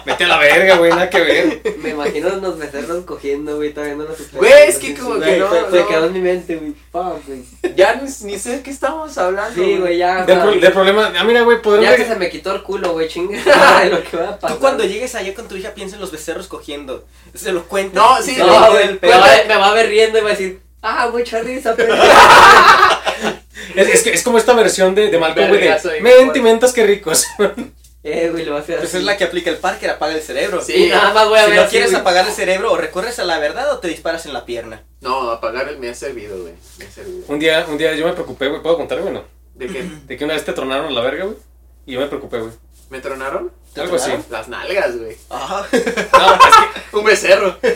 Speaker 1: Vete a la verga, güey, nada que ver.
Speaker 3: Me imagino los becerros cogiendo, güey, todavía no nos
Speaker 2: Güey, es que como
Speaker 5: Güey,
Speaker 2: que no,
Speaker 5: fue-
Speaker 2: no.
Speaker 3: Se quedó en mi mente, güey. Pam, güey.
Speaker 2: Ya ni, ni sé de qué estábamos hablando.
Speaker 3: Sí, güey, ya. o
Speaker 1: Del,
Speaker 3: sea,
Speaker 1: pro- del problema. Ah, mira, güey, podremos.
Speaker 3: Ya que se me quitó el culo, güey, chingue. su madre, lo que va a pasar.
Speaker 5: Tú cuando llegues allá con tu hija piensa en los becerros cogiendo. Se lo cuentas.
Speaker 2: No,
Speaker 5: y
Speaker 2: sí,
Speaker 5: se
Speaker 3: No,
Speaker 5: le queda
Speaker 3: güey,
Speaker 5: el
Speaker 3: me,
Speaker 5: pelo.
Speaker 3: va, me va a ver riendo y va a decir, ah, mucha risa, pero.
Speaker 1: Es, es que- es como esta versión de, de Malcolm, güey.
Speaker 2: Vergazo
Speaker 1: de
Speaker 2: de
Speaker 1: Mente y mentas, qué ricos.
Speaker 3: eh, güey, lo va a hacer así.
Speaker 5: Pues es la que aplica el Parker, apaga el cerebro.
Speaker 2: Sí.
Speaker 3: Y nada más voy a
Speaker 5: si
Speaker 3: ver.
Speaker 5: no
Speaker 3: así,
Speaker 5: quieres
Speaker 3: güey.
Speaker 5: apagar el cerebro, o recorres a la verdad o te disparas en la pierna.
Speaker 2: No, apagar el me ha servido, güey. Me ha servido.
Speaker 1: Un día, un día yo me preocupé, güey. ¿Puedo contar, güey? No.
Speaker 2: ¿De qué?
Speaker 1: De que una vez te tronaron a la verga, güey. Y yo me preocupé, güey.
Speaker 2: ¿Me tronaron?
Speaker 5: ¿Te
Speaker 1: Algo así.
Speaker 5: tronaron?
Speaker 2: Las nalgas, güey.
Speaker 5: Ah,
Speaker 1: No, es que-
Speaker 2: Un becerro.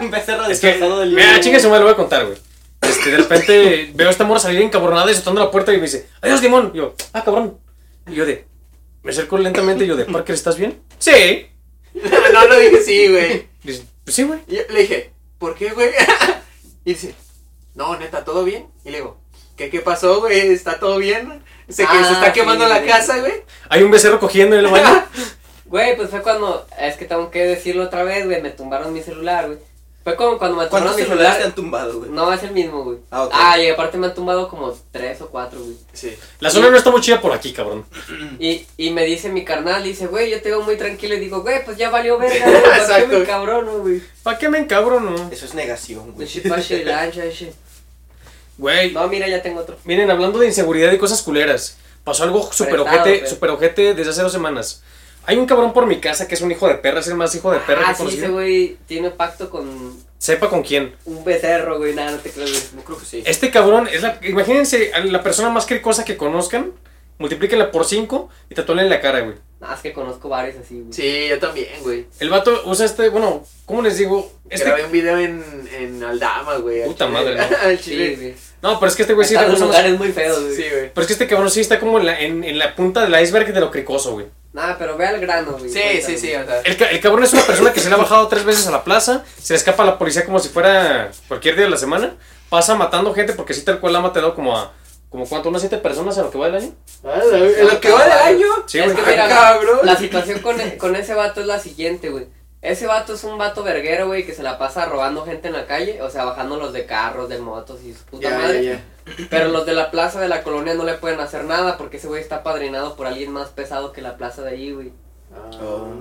Speaker 4: Un becerro
Speaker 1: Es que,
Speaker 4: disfrazado del
Speaker 1: mira, chingue su madre, lo voy a contar, güey. Este, de repente veo a esta morra salir encabronada y soltando la puerta y me dice, adiós, Dimón. Y yo, ah, cabrón. Y yo de, me acerco lentamente y yo de, Parker, ¿estás bien? Sí.
Speaker 2: no, no dije sí, güey.
Speaker 1: Dice, pues sí, güey.
Speaker 2: Y yo le dije, ¿por qué, güey? y dice, no, neta, ¿todo bien? Y le digo, ¿qué, qué pasó, güey? ¿Está todo bien? Se, que-
Speaker 3: Ah,
Speaker 2: se está quemando
Speaker 3: sí,
Speaker 2: la
Speaker 3: sí.
Speaker 2: casa, güey.
Speaker 1: Hay un becerro cogiendo en el baño.
Speaker 3: Güey, pues fue cuando. Es que tengo que decirlo otra vez, güey. Me tumbaron mi celular, güey. Fue como cuando me tumbaron
Speaker 5: ¿Cuántos
Speaker 3: mi
Speaker 5: celulares te
Speaker 3: celular.
Speaker 5: han tumbado, güey?
Speaker 3: No, es el mismo, güey.
Speaker 5: Ah, ok.
Speaker 3: Ah, y aparte me han tumbado como tres o cuatro, güey.
Speaker 2: Sí.
Speaker 1: La zona no está muy chida por aquí, cabrón.
Speaker 3: Y, y me dice mi carnal, dice, güey, yo te veo muy tranquilo. Y digo, güey, pues ya valió verga, güey. ¿Para qué
Speaker 2: Exacto.
Speaker 3: me cabrón, güey?
Speaker 1: ¿Para qué me encabrono?
Speaker 5: Eso es negación,
Speaker 3: Me
Speaker 5: güey.
Speaker 3: chipache de lancha, ese.
Speaker 1: Güey,
Speaker 3: No, mira, ya tengo otro.
Speaker 1: miren, hablando de inseguridad y cosas culeras, pasó algo super
Speaker 3: Prestado,
Speaker 1: ojete,
Speaker 3: pero.
Speaker 1: super ojete desde hace dos semanas. Hay un cabrón por mi casa que es un hijo de perra, es el más hijo de perra que
Speaker 3: Ah,
Speaker 1: he
Speaker 3: sí, ese
Speaker 1: conocido.
Speaker 3: güey tiene pacto con
Speaker 1: Sepa con quién.
Speaker 3: un becerro, güey. Nada, no te creo, güey.
Speaker 2: Yo creo que sí.
Speaker 1: Este cabrón es la. Imagínense a la persona más cricosa que conozcan. Multiplíquenla por 5 y tatúenle en la cara, güey.
Speaker 3: Nada, es que conozco varios así, güey.
Speaker 2: Sí, yo también, güey.
Speaker 1: El vato usa este. Bueno, ¿cómo les digo? Este.
Speaker 2: Grabé un video en, en Aldama, güey. al
Speaker 1: Puta
Speaker 2: chile.
Speaker 1: madre, ¿no?
Speaker 2: Al
Speaker 3: Sí,
Speaker 2: chile.
Speaker 3: güey.
Speaker 1: No, pero es que este güey sí.
Speaker 3: Están en
Speaker 1: usa-
Speaker 3: lugares muy feos, güey.
Speaker 2: Sí, güey.
Speaker 1: Pero es que este cabrón sí está como en la, en, en la punta del iceberg de lo cricoso, güey.
Speaker 3: Nada, pero ve al grano, güey.
Speaker 2: Sí,
Speaker 3: cuéntame.
Speaker 2: sí, sí, o sea.
Speaker 1: El, ca- el cabrón es una persona que se le ha bajado tres veces a la plaza, se le escapa a la policía como si fuera cualquier día de la semana, pasa matando gente porque sí tal cual ha matado como a. como cuánto? ¿Unas siete personas a lo que va el año?
Speaker 2: Ah, la- Lo que va el año.
Speaker 1: Sí,
Speaker 3: es
Speaker 1: güey.
Speaker 3: que
Speaker 2: Ah,
Speaker 3: mira,
Speaker 2: cabrón.
Speaker 3: la situación con, e- con ese vato es la siguiente, güey. Ese vato es un vato verguero, güey, que se la pasa robando gente en la calle, o sea, bajándolos de carros, de motos y su puta
Speaker 2: Ya, ya,
Speaker 3: madre.
Speaker 2: ya.
Speaker 3: Pero los de la plaza de la colonia no le pueden hacer nada porque ese güey está padrinado por alguien más pesado que la plaza de ahí, güey.
Speaker 2: Ah,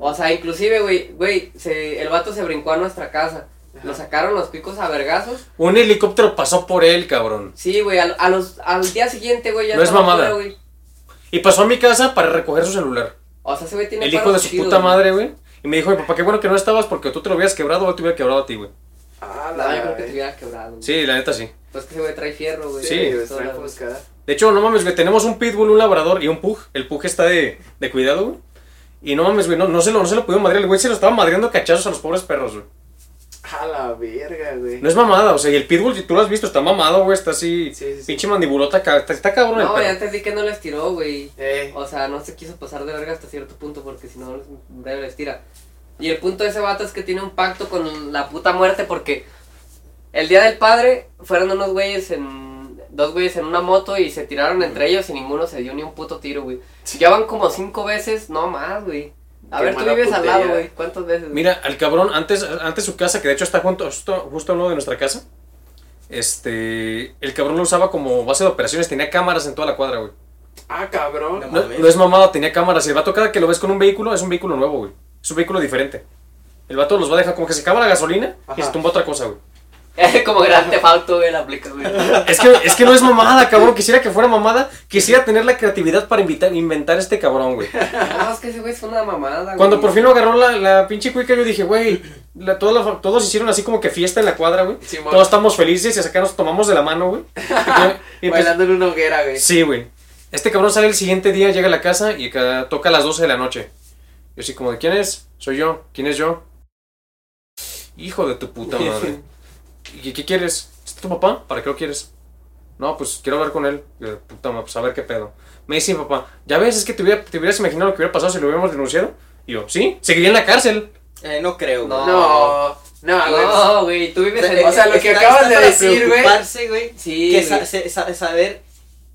Speaker 3: O sea, inclusive, güey, güey, se- el vato se brincó a nuestra casa. Lo sacaron los picos a vergazos.
Speaker 1: Un helicóptero pasó por él, cabrón.
Speaker 3: Sí, güey, al, a los, al día siguiente, güey, ya
Speaker 1: No es
Speaker 3: estaba
Speaker 1: mamada.
Speaker 3: fuera, güey.
Speaker 1: Y pasó a mi casa para recoger su celular.
Speaker 3: O sea, ese güey tiene
Speaker 1: El hijo
Speaker 3: paros
Speaker 1: de su
Speaker 3: chidos,
Speaker 1: puta
Speaker 3: güey.
Speaker 1: madre, güey. Y me dijo, mi papá, qué bueno que no estabas porque tú te lo hubieras quebrado o él te hubiera quebrado a ti, güey.
Speaker 2: Ah,
Speaker 3: No, yo
Speaker 2: la
Speaker 3: creo que te
Speaker 2: verdad.
Speaker 3: hubiera quebrado. güey.
Speaker 1: Sí, la neta sí.
Speaker 3: Pues que ese güey trae fierro, güey.
Speaker 1: Sí,
Speaker 3: Sola,
Speaker 2: está
Speaker 3: güey.
Speaker 2: enfoscada.
Speaker 1: De hecho, no mames, güey, tenemos un pitbull, un labrador y un pug. El pug está de, de cuidado, güey. Y no mames, güey, no, no se lo, no se lo pudieron madrear. El güey se lo estaba madreando a cachazos a los pobres perros, güey.
Speaker 2: A la verga, güey.
Speaker 1: No es mamada, o sea, y el pitbull, si tú lo has visto, está mamado, güey, está así,
Speaker 2: Sí, sí, sí.
Speaker 1: pinche mandibulota, ca- está, está cabrón el
Speaker 3: No,
Speaker 1: perro.
Speaker 3: güey, antes di que no les tiró, güey.
Speaker 2: Eh,
Speaker 3: O sea, no se quiso pasar de verga hasta cierto punto porque si no, en breve les tira. Y el punto de ese vato es que tiene un pacto con la puta muerte porque el día del padre fueron unos güeyes en. Dos güeyes en una moto y se tiraron entre ellos y ninguno se dio ni un puto tiro, güey. Ya van como cinco veces, no más, güey. A
Speaker 2: Qué
Speaker 3: ver, tú
Speaker 2: mala
Speaker 3: vives al lado,
Speaker 2: puntería.
Speaker 3: güey. ¿Cuántas veces?
Speaker 1: Mira, al cabrón, antes, antes su casa, que de hecho está junto, justo, justo a uno de nuestra casa, este, el cabrón lo usaba como base de operaciones, tenía cámaras en toda la cuadra, güey.
Speaker 2: ah, cabrón.
Speaker 1: No, no es mamada, tenía cámaras. Y el vato, cada que lo ves con un vehículo, es un vehículo nuevo, güey. Es un vehículo diferente. El vato los va a dejar como que se acaba la gasolina y
Speaker 2: Ajá.
Speaker 1: se tumba otra cosa, güey.
Speaker 3: como gran tefauto, güey, la aplica, güey.
Speaker 1: Es que, es que no es mamada, cabrón. Quisiera que fuera mamada. Quisiera tener la creatividad para invitar, inventar este cabrón, güey.
Speaker 3: No, es que ese güey fue una mamada, güey.
Speaker 1: Cuando por fin lo agarró la, la pinche cuica, yo dije, güey, la- todas las- todos hicieron así como que fiesta en la cuadra, güey.
Speaker 2: Simón.
Speaker 1: Todos estamos felices y acá nos tomamos de la mano, güey. Y- y pues-
Speaker 2: Bailando en una hoguera, güey.
Speaker 1: Sí, güey. Este cabrón sale el siguiente día, llega a la casa y acá toca a las 12 de la noche. Yo así como, de, ¿quién es? Soy yo. ¿Quién es yo? Hijo de tu puta madre. ¿Y qué quieres? ¿Está tu papá? ¿Para qué lo quieres? No, pues quiero hablar con él. Yo, puta madre, pues a ver qué pedo. Me dice mi papá, ¿ya ves? Es que te, hubiera- te hubieras imaginado lo que hubiera pasado si lo hubiéramos denunciado. Y yo, ¿sí? Seguiría en la cárcel.
Speaker 5: Eh, no creo, güey.
Speaker 3: No.
Speaker 2: No, no, Ah, güey.
Speaker 3: No, güey, tú vives en...
Speaker 2: O sea, lo que
Speaker 5: Pues, Está-
Speaker 2: acabas
Speaker 5: está
Speaker 2: de
Speaker 5: para
Speaker 2: decir, güey.
Speaker 5: preocuparse, güey.
Speaker 3: Sí,
Speaker 5: que
Speaker 3: güey.
Speaker 5: sa- se- sa- saber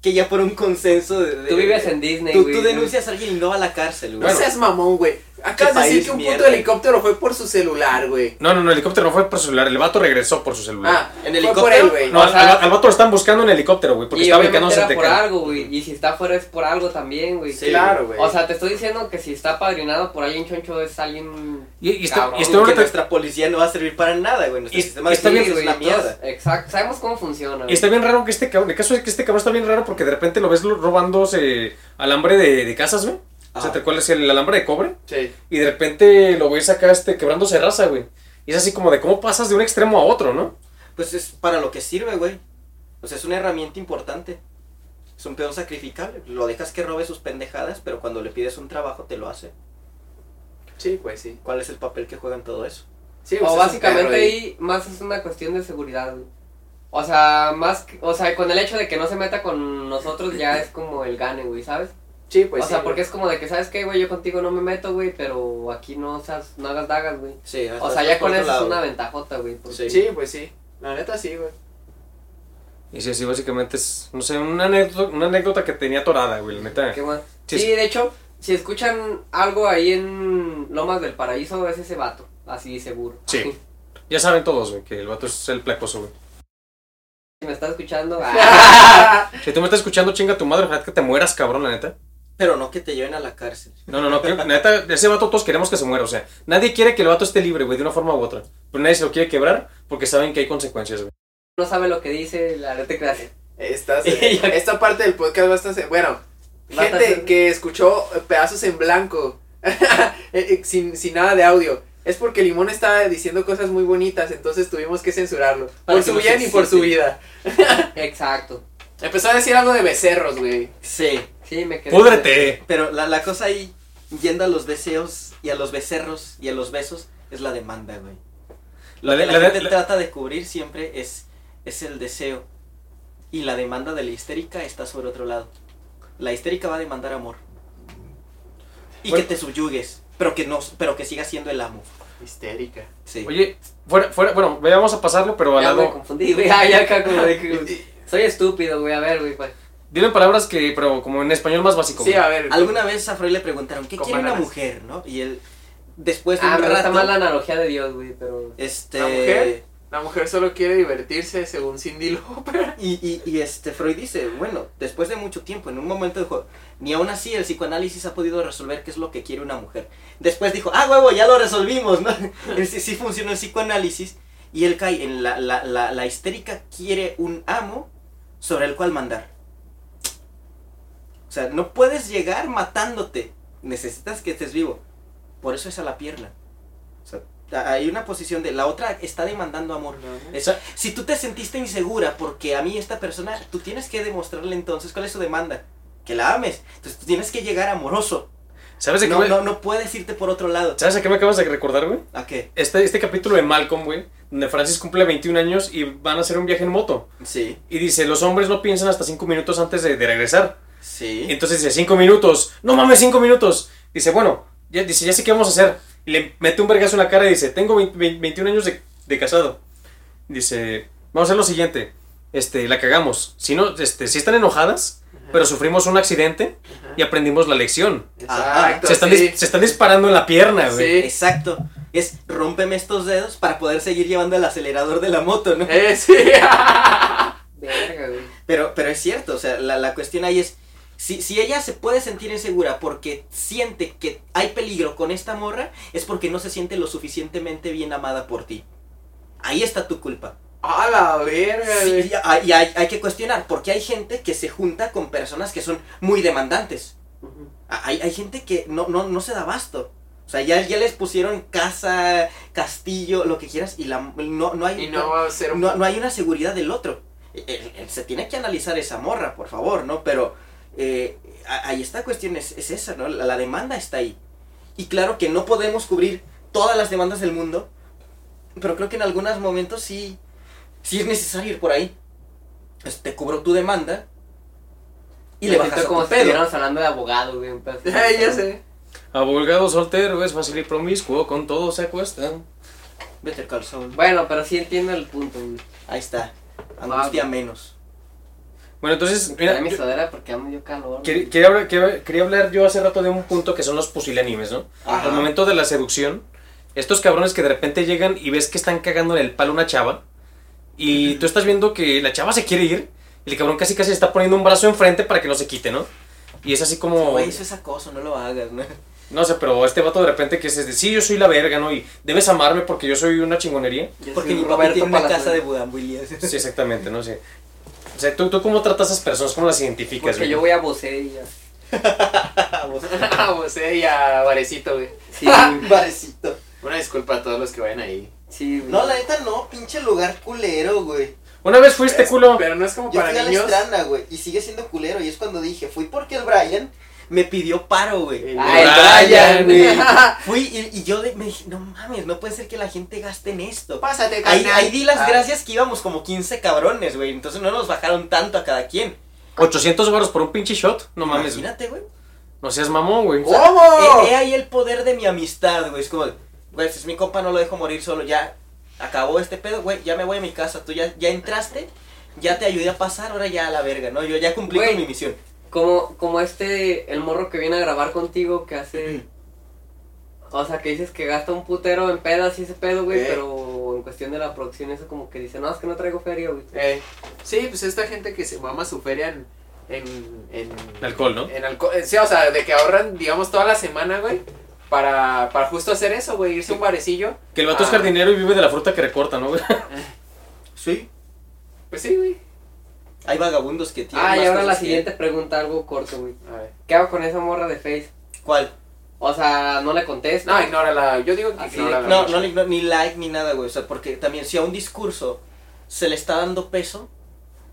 Speaker 5: que ya por un consenso de, de-
Speaker 3: Tú vives en Disney,
Speaker 5: tú,
Speaker 3: güey.
Speaker 5: tú denuncias a alguien y no va a la cárcel,
Speaker 2: No
Speaker 5: güey.
Speaker 1: Bueno.
Speaker 2: seas mamón, güey. Acabas de
Speaker 5: Qué
Speaker 2: decir
Speaker 5: país
Speaker 2: que un
Speaker 5: mierda.
Speaker 2: puto helicóptero fue por su celular, güey.
Speaker 1: No, no, no, el helicóptero no fue por su celular. El vato regresó por su celular.
Speaker 2: Ah, fue
Speaker 5: ¿En
Speaker 2: por
Speaker 5: helicóptero?
Speaker 2: él, güey.
Speaker 1: no, al-
Speaker 3: o sea-
Speaker 1: al, al vato lo están buscando en helicóptero, güey, porque
Speaker 3: y
Speaker 1: estaba
Speaker 3: obviamente
Speaker 1: brincándose
Speaker 3: era
Speaker 1: en
Speaker 3: por
Speaker 1: Tecán.
Speaker 3: algo, güey. Y si está fuera es por algo también, güey.
Speaker 5: Sí.
Speaker 2: Claro, güey.
Speaker 3: O sea, te estoy diciendo que si está padrinado por alguien choncho es alguien...
Speaker 1: Y, y está-
Speaker 3: Cabrón,
Speaker 1: y está
Speaker 5: Porque
Speaker 1: en una-
Speaker 5: nuestra policía no va a servir para nada, güey. Nuestro
Speaker 1: Y-
Speaker 5: sistema de
Speaker 1: está bien,
Speaker 5: justicia es una
Speaker 3: todos-
Speaker 5: mierda.
Speaker 3: Exacto, sabemos cómo funciona,
Speaker 1: Y está bien raro que este cabrón, el caso es que este cabrón está bien raro porque de repente lo ves lo- robándose alambre de, de casas, güey. O sea,
Speaker 5: Ah.
Speaker 1: ¿te acuerdas el alambre de cobre?
Speaker 2: Sí.
Speaker 1: Y de repente lo ves acá este, quebrándose raza, güey. Y es así como de cómo pasas de un extremo a otro, ¿no?
Speaker 5: Pues es para lo que sirve, güey. O sea, es una herramienta importante. Es un peón sacrificable. Lo dejas que robe sus pendejadas, pero cuando le pides un trabajo te lo hace.
Speaker 2: Sí, pues sí.
Speaker 5: ¿Cuál es el papel que juega en todo eso?
Speaker 2: Sí, pues, es
Speaker 3: O
Speaker 2: un
Speaker 3: básicamente
Speaker 2: perro y-
Speaker 3: ahí más es una cuestión de seguridad, güey. O sea, más, que- o sea, con el hecho de que no se meta con nosotros ya es como el gane, güey, ¿sabes?
Speaker 2: Sí, pues
Speaker 3: o
Speaker 2: sí,
Speaker 3: sea,
Speaker 2: güey.
Speaker 3: porque es como de que, ¿sabes qué, güey? Yo contigo no me meto, güey, pero aquí no, seas, no hagas dagas, güey.
Speaker 5: Sí,
Speaker 3: O sea, ya con eso es una ventajota, güey. porque-
Speaker 5: Sí.
Speaker 2: Sí, pues sí. La neta sí, güey.
Speaker 1: Y sí, así básicamente es, no sé, una anécdota, una anécdota que tenía torada, güey, la neta.
Speaker 3: Qué bueno.
Speaker 1: Sí,
Speaker 3: Sí,
Speaker 1: es-
Speaker 3: de hecho, si escuchan algo ahí en Lomas del Paraíso, es ese vato, así seguro.
Speaker 1: Sí. Ya saben todos, güey, que el vato es el placoso, güey.
Speaker 3: Si me está escuchando, ah,
Speaker 1: Si tú me estás escuchando, chinga tu madre, ojalá que te mueras, cabrón, la neta.
Speaker 5: Pero no que te lleven a la cárcel.
Speaker 1: No, no, no, que- neta, ese vato todos queremos que se muera, o sea, nadie quiere que el vato esté libre, güey, de una forma u otra. Pero nadie se lo quiere quebrar porque saben que hay consecuencias, güey.
Speaker 3: no sabe lo que dice, la neta gracias.
Speaker 2: Estás, esta parte del podcast va a estar... Bueno, gente
Speaker 3: Bastante.
Speaker 2: que escuchó pedazos en blanco, eh, eh, sin, sin nada de audio, es porque Limón estaba diciendo cosas muy bonitas, entonces tuvimos que censurarlo. Por
Speaker 3: Para que
Speaker 2: su
Speaker 3: no se
Speaker 2: bien y por su
Speaker 3: excite.
Speaker 2: vida.
Speaker 3: Exacto.
Speaker 2: Empezó a decir algo de becerros, güey.
Speaker 5: Sí,
Speaker 3: Sí, me quedé.
Speaker 1: ¡Púdrete!
Speaker 5: pero la, la cosa ahí, yendo a los deseos y a los becerros y a los besos, es la demanda, güey.
Speaker 1: La, de-
Speaker 5: La,
Speaker 1: la de-
Speaker 5: gente
Speaker 1: la-
Speaker 5: trata de cubrir siempre es, es el deseo. Y la demanda de la histérica está sobre otro lado. La histérica va a demandar amor. Y
Speaker 1: Bueno.
Speaker 5: que te subyugues, pero que no, pero que sigas siendo el amo.
Speaker 2: Histérica.
Speaker 5: Sí.
Speaker 1: Oye, fuera, fuera, bueno, ya vamos a pasarlo, pero al
Speaker 3: Ya me
Speaker 1: lado.
Speaker 3: confundí, güey. Ah, ya acá como de que. Soy estúpido, güey. A ver, güey, pues.
Speaker 1: Dile palabras que, pero como en español más básico.
Speaker 2: Sí,
Speaker 5: ah,
Speaker 1: güey.
Speaker 2: a ver.
Speaker 5: Alguna vez a Freud le preguntaron, ¿qué
Speaker 3: Con
Speaker 5: quiere una
Speaker 3: bananas.
Speaker 5: mujer, no? Y él, después de
Speaker 3: Ah,
Speaker 5: un
Speaker 3: me gusta
Speaker 5: rato,
Speaker 3: más la analogía de Dios, güey, pero.
Speaker 5: este...
Speaker 2: ¿La mujer? La mujer solo quiere divertirse, según Cindy Lauper.
Speaker 5: Y, y, y, este Freud dice, bueno, después de mucho tiempo, en un momento dijo, ni aún así el psicoanálisis ha podido resolver qué es lo que quiere una mujer. Después dijo, ah, huevo, ya lo resolvimos, ¿no? El- sí, sí funcionó el psicoanálisis. Y él cae en la, la, la, la histérica quiere un amo sobre el cual mandar. O sea, no puedes llegar matándote. Necesitas que estés vivo. Por eso es a la pierna. O sea, hay una posición de la otra está demandando amor. Es-
Speaker 1: O sea-
Speaker 5: si tú te sentiste insegura porque a mí esta persona, tú tienes que demostrarle entonces cuál es su demanda. Que la ames. Entonces tú tienes que llegar amoroso.
Speaker 1: ¿Sabes, de qué
Speaker 5: No,
Speaker 1: me,
Speaker 5: no, no puedes irte por otro lado.
Speaker 1: ¿Sabes a qué me acabas de recordar, güey?
Speaker 5: ¿A qué?
Speaker 1: Este, este capítulo de Malcolm, güey, donde Francis cumple 21 años y van a hacer un viaje en moto.
Speaker 5: Sí,
Speaker 1: Y dice, los hombres no piensan hasta 5 minutos antes de, de regresar.
Speaker 5: sí.
Speaker 1: Entonces dice, 5 minutos. No mames, 5 minutos. Dice, bueno, ya, dice, ya sé qué vamos a hacer. Y le mete un vergazo en la cara y dice, tengo 20 20 21 años de, de casado. Dice, vamos a hacer lo siguiente. Este, la cagamos. Si no, este, si están enojadas, pero sufrimos un accidente y aprendimos la lección.
Speaker 2: Exacto,
Speaker 1: ah, Se están,
Speaker 2: Ah, sí.
Speaker 1: dis- se están disparando en la pierna, güey.
Speaker 2: Sí.
Speaker 5: Exacto. Es rómpeme estos dedos para poder seguir llevando el acelerador de la moto, ¿no?
Speaker 2: Eh, sí.
Speaker 3: Verga, güey.
Speaker 5: Pero, pero es cierto, o sea, la, la cuestión ahí es, si, si ella se puede sentir insegura porque siente que hay peligro con esta morra, es porque no se siente lo suficientemente bien amada por ti. Ahí está tu culpa.
Speaker 2: A la verga,
Speaker 5: Sí,
Speaker 2: güey.
Speaker 5: y hay, y hay- hay que cuestionar, porque hay gente que se junta con personas que son muy demandantes. Ah,
Speaker 3: Ujú.
Speaker 5: Hay, hay gente que no, no, no se da abasto. O sea, ya, ya les pusieron casa, castillo, lo que quieras, y la, no, no hay...
Speaker 2: Y no va a ser un...
Speaker 5: No, no hay una seguridad del otro. Eh, eh, se tiene que analizar esa morra, por favor, ¿no? Pero eh, a- ahí está cuestión, es, es esa, ¿no? La, la demanda está ahí. Y claro que no podemos cubrir todas las demandas del mundo, pero creo que en algunos momentos sí, sí es necesario ir por ahí. Pues, te cubro tu demanda y le
Speaker 3: Me
Speaker 5: bajas
Speaker 3: siento
Speaker 5: a
Speaker 3: como
Speaker 5: tu
Speaker 3: si
Speaker 5: pedo.
Speaker 3: estuviéramos hablando de abogado, güey. Un pedo así.
Speaker 2: Eh, ya sé.
Speaker 1: Abogado soltero es fácil y promiscuo, con todo se acuestan.
Speaker 5: Better Call Saul.
Speaker 3: Bueno, pero sí entiendo el punto, güey.
Speaker 5: Ahí está. Angustia
Speaker 3: Vamos.
Speaker 5: menos.
Speaker 1: Bueno, entonces, mira,
Speaker 3: Trae mi
Speaker 1: yo-
Speaker 3: sudadera porque ya me dio calor.
Speaker 1: quer-
Speaker 3: güey.
Speaker 1: quería, hablar, quería- quería hablar yo hace rato de un punto que son los pusilánimes, ¿no?
Speaker 5: Ajá.
Speaker 1: Al momento de la seducción, estos cabrones que de repente llegan y ves que están cagando en el palo una chava, y tú estás viendo que la chava se quiere ir, y el cabrón casi casi le está poniendo un brazo enfrente para que no se quite, ¿no? Y es así como...
Speaker 5: Güey, eso es acoso, no lo hagas, ¿no?
Speaker 1: No sé, pero este vato de repente que se dice, sí, yo soy la verga, ¿no? Y debes amarme porque yo soy una chingonería.
Speaker 3: Yo
Speaker 5: Porque
Speaker 3: soy
Speaker 5: mi papá
Speaker 3: Roberto
Speaker 5: tiene una
Speaker 3: Palazuelos.
Speaker 5: casa de budambuilías.
Speaker 1: Sí, exactamente, no sé. O sea, ¿tú, tú cómo tratas a esas personas? ¿Cómo las identificas?
Speaker 3: Porque
Speaker 1: güey?
Speaker 3: yo voy a vocear y ya.
Speaker 2: A José y a Varecito, güey.
Speaker 3: Sí, güey.
Speaker 5: Barecito.
Speaker 2: Una disculpa a todos los que vayan ahí.
Speaker 3: sí, güey.
Speaker 5: No, la neta no, pinche lugar culero, güey.
Speaker 1: Una vez fuiste, culo.
Speaker 2: Este Pero no es como
Speaker 5: Yo
Speaker 2: para
Speaker 5: fui a la
Speaker 2: niños.
Speaker 5: Estrana, güey, y sigue siendo culero. Y es cuando dije, fui porque el Brian me pidió paro,
Speaker 2: Eh,
Speaker 5: güey.
Speaker 3: Ah, el Brian, güey.
Speaker 5: Fui y, y yo de- me dije, no mames, no puede ser que la gente gaste en esto.
Speaker 2: Pásate,
Speaker 5: Ahí,
Speaker 2: carnal.
Speaker 5: ahí di las
Speaker 2: Ah,
Speaker 5: gracias que íbamos como 15 cabrones, güey. Entonces no nos bajaron tanto a cada quien.
Speaker 1: 800 baros por un pinche shot. No mames.
Speaker 5: Imagínate, güey.
Speaker 1: No seas mamón, güey.
Speaker 2: ¿Cómo?
Speaker 5: He, he ahí el poder de mi amistad, güey. Es como, de, güey, si es mi compa, no lo dejo morir solo. Ya acabó este pedo, güey. Ya me voy a mi casa. Tú ya, ya entraste, ya te ayudé a pasar, ahora ya a la verga, ¿no? Yo ya cumplí
Speaker 3: Güey.
Speaker 5: con mi misión.
Speaker 3: Como, como este, el morro que viene a grabar contigo, que hace. O sea, que dices que gasta un putero en pedas y ese pedo, güey,
Speaker 2: Eh.
Speaker 3: pero en cuestión de la producción, eso como que dice, no, es que no traigo feria, güey.
Speaker 2: Eh, sí, pues esta gente que se mama su feria en. En, en
Speaker 1: En alcohol, ¿no?
Speaker 2: En alcohol. Sí, o sea, de que ahorran, digamos, toda la semana, güey. Para, para justo hacer eso, güey. Irse a un barecillo.
Speaker 1: Que el vato es
Speaker 2: Ah.
Speaker 1: jardinero y vive de la fruta que recorta, ¿no, güey?
Speaker 5: Sí.
Speaker 2: Pues sí, güey.
Speaker 5: Hay vagabundos que tienen.
Speaker 3: Ah, y
Speaker 5: más
Speaker 3: ahora la
Speaker 5: cosas que-
Speaker 3: siguiente pregunta, algo corto, güey.
Speaker 2: A ver.
Speaker 3: ¿Qué hago con esa morra de Face?
Speaker 5: ¿Cuál?
Speaker 3: O sea, no le contesto. pues,
Speaker 2: No, ignórala. Yo digo que
Speaker 3: Así,
Speaker 2: ignórala.
Speaker 5: No, no, le ignoro- ni like ni nada, güey. O sea, porque también si a un discurso se le está dando peso,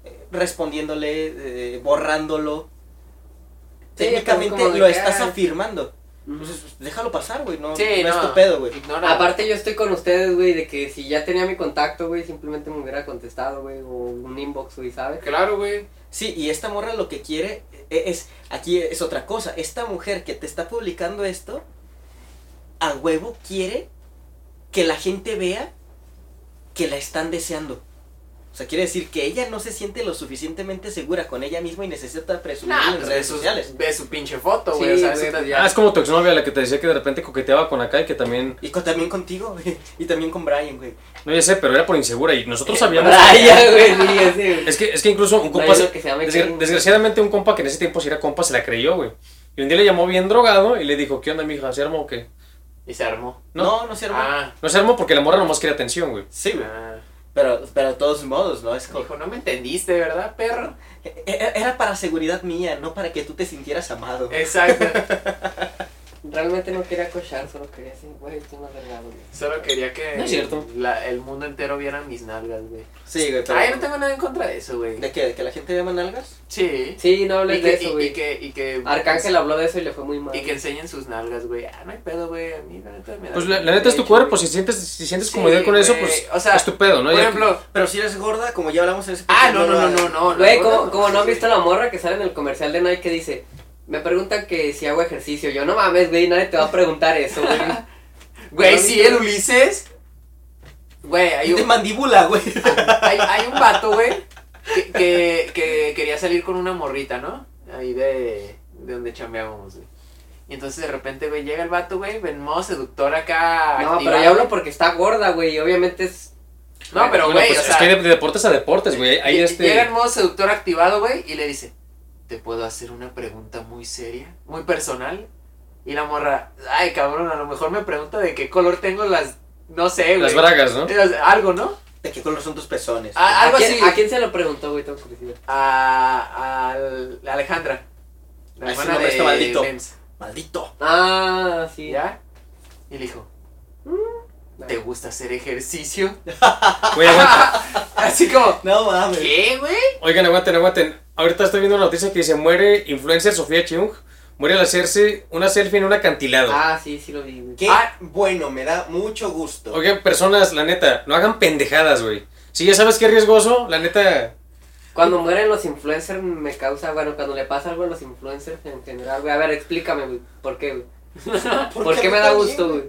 Speaker 5: eh, respondiéndole, eh, borrándolo,
Speaker 3: Sí,
Speaker 5: técnicamente
Speaker 3: como de
Speaker 5: lo
Speaker 3: que,
Speaker 5: estás
Speaker 3: ah. mm,
Speaker 5: afirmando.
Speaker 3: Ujú.
Speaker 5: Entonces, pues, déjalo pasar, güey. No,
Speaker 2: Sí,
Speaker 5: no es
Speaker 2: no.
Speaker 5: tu pedo, güey.
Speaker 2: Ignórala.
Speaker 3: Aparte yo estoy con ustedes, güey, de que si ya tenía mi contacto, güey, simplemente me hubiera contestado, güey, o un inbox, güey, ¿sabes?
Speaker 2: Claro, güey.
Speaker 5: Sí, y esta morra lo que quiere e- es, aquí es otra cosa, esta mujer que te está publicando esto, a huevo quiere que la gente vea que la están deseando. O sea, quiere decir que ella no se siente lo suficientemente segura con ella misma y necesita presumir
Speaker 2: Nah,
Speaker 5: en
Speaker 2: pues
Speaker 5: redes
Speaker 2: redes
Speaker 5: sociales.
Speaker 2: Ve su pinche foto, güey.
Speaker 3: Sí,
Speaker 2: o sea,
Speaker 3: güey,
Speaker 2: eso
Speaker 3: pues
Speaker 2: te-
Speaker 1: Ah, es como tu exnovia, la que te decía que de repente coqueteaba con acá y que también.
Speaker 5: Y con- también contigo, güey. Y también con Brian, güey.
Speaker 1: No, ya sé, pero era por insegura y nosotros
Speaker 2: Eh,
Speaker 1: sabíamos.
Speaker 3: Brian, güey, sí, ese, güey.
Speaker 1: Es que, es que incluso un
Speaker 3: No hay
Speaker 1: compa. se-
Speaker 3: uno que se llame
Speaker 1: desgra-
Speaker 3: Kevin.
Speaker 1: desgraciadamente, un compa que en ese tiempo si era compa se la creyó, güey. Y un día le llamó bien drogado y le dijo: ¿Qué onda, mija? ¿Se armó o qué?
Speaker 2: Y se armó.
Speaker 1: No.
Speaker 5: No, no, se armó.
Speaker 2: Ah,
Speaker 1: No se armó porque la morra nomás quería atención, güey.
Speaker 5: Sí, güey.
Speaker 2: ah.
Speaker 5: Pero, pero de todos modos, ¿no? Es como-
Speaker 2: Dijo, no me entendiste, ¿verdad, perro?
Speaker 5: e- e- Era para seguridad mía, no para que tú te sintieras amado.
Speaker 2: Eh, Exacto.
Speaker 3: Realmente no quería cochar, solo quería decir, güey, estoy más delgado, güey.
Speaker 2: Solo quería que
Speaker 1: No es cierto.
Speaker 2: la- el mundo entero viera mis nalgas, güey.
Speaker 5: Sí, güey, pero...
Speaker 2: Ay, no tengo nada en contra de eso, güey.
Speaker 5: ¿De qué? ¿De que la gente llama nalgas?
Speaker 2: Sí.
Speaker 3: Sí, no hables
Speaker 2: y,
Speaker 3: de
Speaker 2: que,
Speaker 3: eso,
Speaker 2: y- y
Speaker 3: güey.
Speaker 2: que, y que...
Speaker 3: Arcángel habló de eso y le fue muy mal.
Speaker 2: Y que enseñen sus nalgas, güey. Ah, no hay pedo, güey. A mí la neta me da...
Speaker 1: Pues la, la neta es tu
Speaker 2: hecho,
Speaker 1: cuerpo,
Speaker 2: güey.
Speaker 1: si sientes, si sientes
Speaker 2: Sí,
Speaker 1: comodidad con eso,
Speaker 2: güey,
Speaker 1: pues
Speaker 2: o sea,
Speaker 1: es tu pedo, ¿no?
Speaker 2: Por
Speaker 1: Ya que-
Speaker 2: ejemplo...
Speaker 5: Pero si eres gorda, como ya hablamos en ese
Speaker 2: Ah, no, no,
Speaker 5: podcast, lo
Speaker 2: no,
Speaker 5: hagas.
Speaker 2: no, no.
Speaker 3: Güey,
Speaker 2: no,
Speaker 3: como,
Speaker 2: no,
Speaker 3: como no han
Speaker 2: sí.
Speaker 3: visto la morra que sale en el comercial de Nike que dice, me preguntan que si hago ejercicio, yo no mames, güey, nadie te va a preguntar eso, güey.
Speaker 2: Güey,
Speaker 3: ¿No
Speaker 2: sí,
Speaker 3: viste?
Speaker 2: el Ulises... Güey, hay
Speaker 5: De
Speaker 2: un...
Speaker 5: mandíbula, güey.
Speaker 2: hay, hay un vato, güey, que, que, que quería salir con una morrita, ¿no? Ahí de, de donde chambeábamos, güey. Y entonces de repente, güey, llega el vato, güey, en modo seductor acá.
Speaker 3: No,
Speaker 2: activado.
Speaker 3: pero yo hablo porque está gorda, güey, y obviamente es...
Speaker 2: No, pero,
Speaker 1: bueno,
Speaker 2: güey,
Speaker 1: pues,
Speaker 2: o
Speaker 1: es
Speaker 2: sea,
Speaker 1: que hay de deportes a deportes, güey. Hay
Speaker 2: lle-
Speaker 1: este.
Speaker 2: Llega en modo seductor activado, güey, y le dice, ¿te puedo hacer una pregunta muy seria, muy personal? Y la morra, ay, cabrón, a lo mejor me pregunta de qué color tengo las, no sé, güey.
Speaker 1: Las bragas, ¿no?
Speaker 2: Eh, Algo, ¿no?
Speaker 5: ¿De qué color son tus pezones?
Speaker 2: A- algo
Speaker 3: ¿A quién,
Speaker 2: así.
Speaker 3: ¿A quién se lo preguntó, güey? Tengo curiosidad.
Speaker 2: a, al- a Alejandra. La
Speaker 5: A ese
Speaker 2: hermana
Speaker 5: nombre
Speaker 2: de
Speaker 5: está maldito.
Speaker 2: Mems,
Speaker 5: Maldito.
Speaker 3: Ah, sí.
Speaker 2: ¿Ya? Y le dijo, ¿te gusta hacer ejercicio?
Speaker 1: Güey, aguanta.
Speaker 2: Así como,
Speaker 5: No mames.
Speaker 2: ¿qué, güey?
Speaker 1: Oigan, aguanten, aguanten. Ahorita estoy viendo una noticia que dice: muere influencer Sofía Chung. Muere al hacerse una selfie en un acantilado.
Speaker 3: Ah, sí, sí lo vi, güey.
Speaker 5: Qué
Speaker 2: Ah.
Speaker 5: bueno, me da mucho gusto.
Speaker 1: Oigan, personas, la neta, no hagan pendejadas, güey. Si ya sabes que es riesgoso, la neta.
Speaker 3: Cuando mueren los influencers me causa, bueno, cuando le pasa algo a los influencers en general, güey. A ver, explícame, güey, ¿por qué, güey? ¿Por,
Speaker 5: Porque
Speaker 3: qué
Speaker 5: a mí
Speaker 3: me da
Speaker 5: también,
Speaker 3: gusto, güey?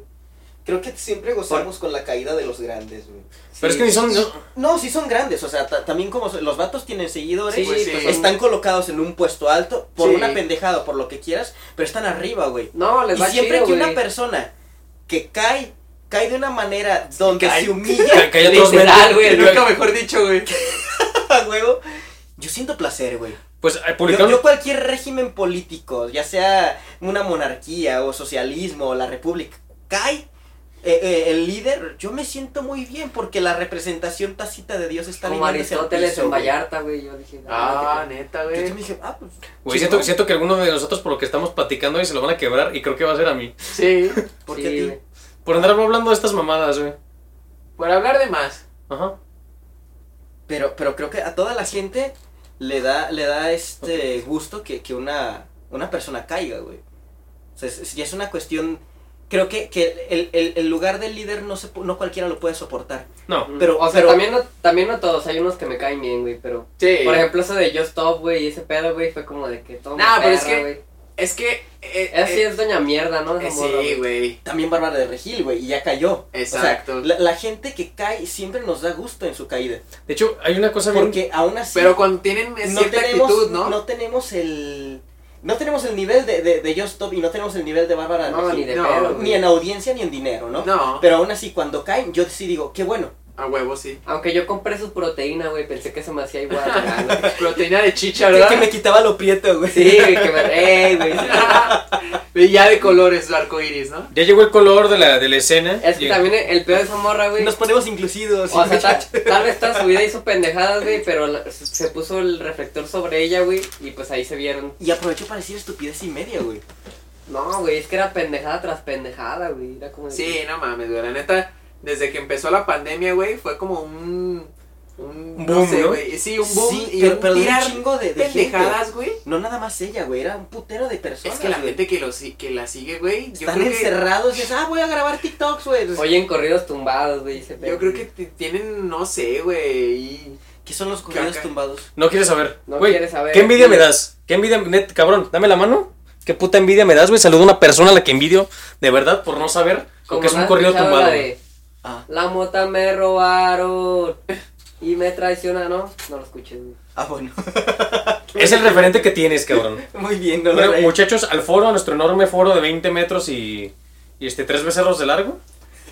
Speaker 5: Creo que siempre gozamos con la caída de los grandes, güey.
Speaker 1: Pero es que ni son. no-
Speaker 5: No, sí son grandes, o sea, ta- también como so- los vatos tienen seguidores,
Speaker 3: Sí,
Speaker 2: pues
Speaker 5: pues,
Speaker 2: sí.
Speaker 5: pues, están colocados en un puesto alto por
Speaker 2: Sí.
Speaker 5: una pendejada, por lo que quieras, pero están arriba, güey.
Speaker 3: No, les
Speaker 5: Y
Speaker 3: va
Speaker 5: siempre
Speaker 3: chido,
Speaker 5: que una
Speaker 3: güey.
Speaker 5: persona que cae, cae de una manera donde
Speaker 2: cae.
Speaker 5: se humilla
Speaker 1: que hay otros
Speaker 3: Literal,
Speaker 1: mendigos.
Speaker 3: güey,
Speaker 2: Nunca mejor dicho, güey.
Speaker 5: a huevo, yo siento placer, güey.
Speaker 1: Pues eh,
Speaker 5: Yo,
Speaker 1: publicaron.
Speaker 5: yo cualquier régimen político, ya sea una monarquía o socialismo o la república, cae eh, eh, el líder, yo me siento muy bien porque la representación tácita de Dios está
Speaker 3: Como
Speaker 5: viniéndose al
Speaker 3: Aristóteles
Speaker 5: piso,
Speaker 3: en
Speaker 5: güey.
Speaker 3: Vallarta, güey, yo dije...
Speaker 2: Ah,
Speaker 3: no te
Speaker 2: neta,
Speaker 5: Yo
Speaker 2: güey.
Speaker 5: también dije, ah, pues,
Speaker 1: Güey,
Speaker 5: chingón,
Speaker 1: siento, siento que alguno de nosotros, por lo que estamos platicando hoy, se lo van a quebrar y creo que va a ser a mí.
Speaker 2: Sí.
Speaker 5: ¿por
Speaker 3: Sí,
Speaker 5: qué a ti?
Speaker 3: güey.
Speaker 1: Por andar hablando de estas mamadas, güey.
Speaker 2: Por hablar de más.
Speaker 1: Ajá.
Speaker 5: Pero, pero pero creo que a toda la gente le da, le da este gusto que, que una, una persona caiga, güey. O sea, es, ya es una cuestión, creo que, que el, el- el lugar del líder no, se, pu- no cualquiera lo puede soportar.
Speaker 1: No.
Speaker 5: Pero-
Speaker 3: mm. o sea,
Speaker 5: pero-
Speaker 3: también, no, también no todos, hay unos que me caen bien, güey, pero...
Speaker 2: Sí.
Speaker 3: Por ejemplo, eso de Just Stop, güey, y ese pedo, güey, fue como de que todo
Speaker 2: Nah, pero es que-
Speaker 3: güey.
Speaker 2: es que. eh,
Speaker 3: Esa sí
Speaker 2: eh,
Speaker 3: es doña mierda, ¿no? Esa
Speaker 2: eh,
Speaker 3: morra,
Speaker 2: sí, güey.
Speaker 5: También Bárbara de Regil, güey, y ya cayó.
Speaker 2: Exacto.
Speaker 5: O sea, la, la gente que cae siempre nos da gusto en su caída.
Speaker 1: De hecho, hay una cosa bien.
Speaker 5: Porque aún así...
Speaker 2: Pero cuando tienen
Speaker 5: no
Speaker 2: cierta
Speaker 5: tenemos,
Speaker 2: actitud, ¿no?
Speaker 5: tenemos el. No tenemos el nivel de, de, de Just Stop y no tenemos el nivel de Bárbara de
Speaker 3: No,
Speaker 5: Regil.
Speaker 3: ni de
Speaker 2: no,
Speaker 3: pedo,
Speaker 5: Ni
Speaker 3: güey.
Speaker 5: en audiencia ni en dinero, ¿no?
Speaker 2: No,
Speaker 5: Pero aún así, cuando caen, yo sí digo, qué bueno.
Speaker 2: a huevo sí.
Speaker 3: Aunque yo compré su proteína, güey, pensé que se me hacía igual, ah, güey.
Speaker 2: Proteína de chicha,
Speaker 5: Que,
Speaker 2: ¿verdad?
Speaker 5: que me quitaba lo prieto, güey.
Speaker 3: Sí, güey, que me... ¡Ey, güey!
Speaker 2: Y ya de colores, arco iris, ¿no?
Speaker 1: Ya llegó el color de la, de la escena.
Speaker 3: Es que
Speaker 1: Llegó-
Speaker 3: también el pedo de esa morra, güey.
Speaker 5: Nos ponemos inclusivos.
Speaker 3: O sea, tal, tal vez toda su vida hizo pendejadas, güey, pero la- se- se puso el reflector sobre ella, güey, y pues ahí se vieron.
Speaker 5: y aprovecho para decir estupidez y media, güey.
Speaker 3: No, güey, es que era pendejada tras pendejada, güey. Era como... de-
Speaker 2: Sí, no mames, güey. La neta, desde que empezó la pandemia, güey, fue como un. Un
Speaker 1: Un
Speaker 2: no
Speaker 1: boom,
Speaker 2: sé,
Speaker 1: ¿no?
Speaker 2: güey. Sí, un boom.
Speaker 5: Sí,
Speaker 2: y
Speaker 5: pero,
Speaker 2: un
Speaker 5: pero de un
Speaker 2: tirar
Speaker 5: chingo de, de gente.
Speaker 2: pendejadas, güey.
Speaker 5: No nada más ella, güey. Era un putero de personas.
Speaker 2: Es que la
Speaker 5: güey.
Speaker 2: gente que, lo, si- que la sigue, güey, yo
Speaker 5: Están
Speaker 2: creo que.
Speaker 5: encerrados y es, ah, voy a grabar TikToks, güey. Pues,
Speaker 3: Oyen corridos tumbados, güey. ese pedo.
Speaker 2: Yo creo que t- tienen, no sé, güey. y-
Speaker 5: ¿Qué son los
Speaker 2: que
Speaker 5: corridos
Speaker 2: acá-
Speaker 5: tumbados?
Speaker 1: No quieres saber.
Speaker 3: No
Speaker 1: Güey,
Speaker 3: quieres saber.
Speaker 1: ¿Qué envidia me das? ¿Qué envidia, net, cabrón? Dame la mano. ¿Qué puta envidia me das, güey? Saludo a una persona a la que envidio de verdad por no saber lo
Speaker 3: Como
Speaker 1: que es un
Speaker 3: más
Speaker 1: corrido
Speaker 3: escuchaba
Speaker 1: tumbado.
Speaker 3: la
Speaker 1: güey.
Speaker 3: de,
Speaker 5: Ah.
Speaker 3: La mota me robaron y me traicionaron. No lo escuches, güey.
Speaker 5: Ah, bueno.
Speaker 1: Es el referente que tienes, cabrón.
Speaker 5: Muy bien, no lo
Speaker 1: Bueno,
Speaker 5: reí.
Speaker 1: muchachos, al foro, a nuestro enorme foro de 20 metros y, y este, tres becerros de largo.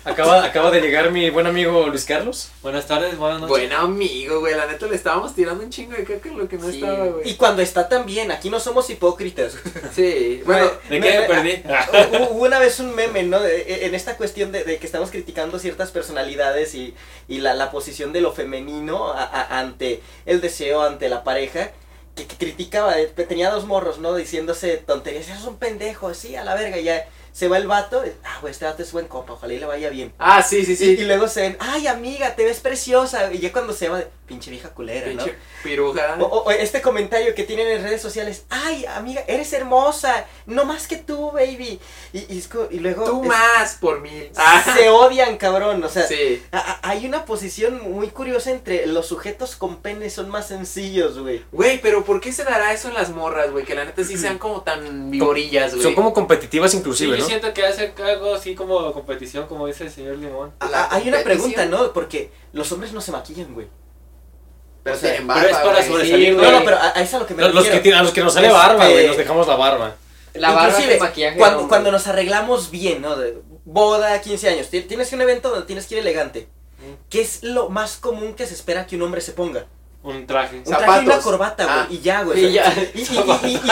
Speaker 1: Acaba, acaba de llegar mi buen amigo Luis Carlos.
Speaker 7: Buenas tardes, buenas noches.
Speaker 2: Buen amigo, güey. La neta le estábamos tirando un chingo de caca en lo que no
Speaker 3: Sí.
Speaker 2: estaba,
Speaker 5: Y
Speaker 2: güey.
Speaker 5: cuando está tan bien, aquí no somos hipócritas.
Speaker 2: Sí. Bueno,
Speaker 7: ¿De qué me perdí?
Speaker 5: Hubo ah, hubo una vez un meme, ¿no? De- e, en esta cuestión de, de que estamos criticando ciertas personalidades y, y la, la posición de lo femenino a- a- ante el deseo, ante la pareja, que, que criticaba, eh, que tenía dos morros, ¿no? Diciéndose tonterías, eres un pendejo, sí, a la verga, y ya se va el vato, y, ah, güey, este vato es buen compa, ojalá y le vaya bien.
Speaker 2: ah, sí, sí, sí.
Speaker 5: Y, y luego se ven, ay, amiga, te ves preciosa, y ya cuando se va, pinche vieja culera, ¿no?
Speaker 2: Pinche piruja.
Speaker 5: O, o- o este comentario que tienen en redes sociales, ay amiga, eres hermosa, no más que tú, baby. Y, y es co- y luego
Speaker 2: Tú
Speaker 5: es-
Speaker 2: más por mil. Ah,
Speaker 5: se odian, cabrón. O sea,
Speaker 2: sí.
Speaker 5: a- a- hay una posición muy curiosa entre los sujetos con pene son más sencillos, güey.
Speaker 2: Güey, pero ¿por qué se dará eso en las morras, güey? Que la neta sí sean como tan vigorillas, güey.
Speaker 1: Son como competitivas
Speaker 7: Sí,
Speaker 1: inclusive,
Speaker 7: yo
Speaker 1: ¿no?
Speaker 7: siento que hace algo así como competición, como dice el señor Limón.
Speaker 5: A-
Speaker 2: La
Speaker 5: a- hay una
Speaker 2: competición.
Speaker 5: pregunta, ¿no? Porque los hombres no se maquillan, güey.
Speaker 2: Pero
Speaker 5: o sea,
Speaker 2: tienen
Speaker 7: pero es
Speaker 2: barba,
Speaker 7: para
Speaker 2: güey.
Speaker 7: sobre-
Speaker 3: Sí,
Speaker 7: salir,
Speaker 3: güey.
Speaker 5: No, no, pero a, a eso es a lo que me
Speaker 1: Los, los que,
Speaker 5: refiero.
Speaker 1: tienen- a los que nos sale
Speaker 5: Este-
Speaker 1: barba, güey, nos dejamos la barba.
Speaker 3: La barba
Speaker 5: Inclusive,
Speaker 3: de maquillaje.
Speaker 5: Cuando,
Speaker 3: no,
Speaker 5: cuando
Speaker 3: güey.
Speaker 5: nos arreglamos bien, ¿no? De boda, 15 años. ti- Tienes un evento donde tienes que ir elegante. ¿Qué es lo más común que se espera que un hombre se ponga?
Speaker 7: Un traje.
Speaker 5: Un traje y una
Speaker 2: Zapatos.
Speaker 5: corbata, güey.
Speaker 2: Ah.
Speaker 5: Y ya, güey.
Speaker 3: Sí,
Speaker 5: O
Speaker 3: ya.
Speaker 5: sea, y- y- y- y- y-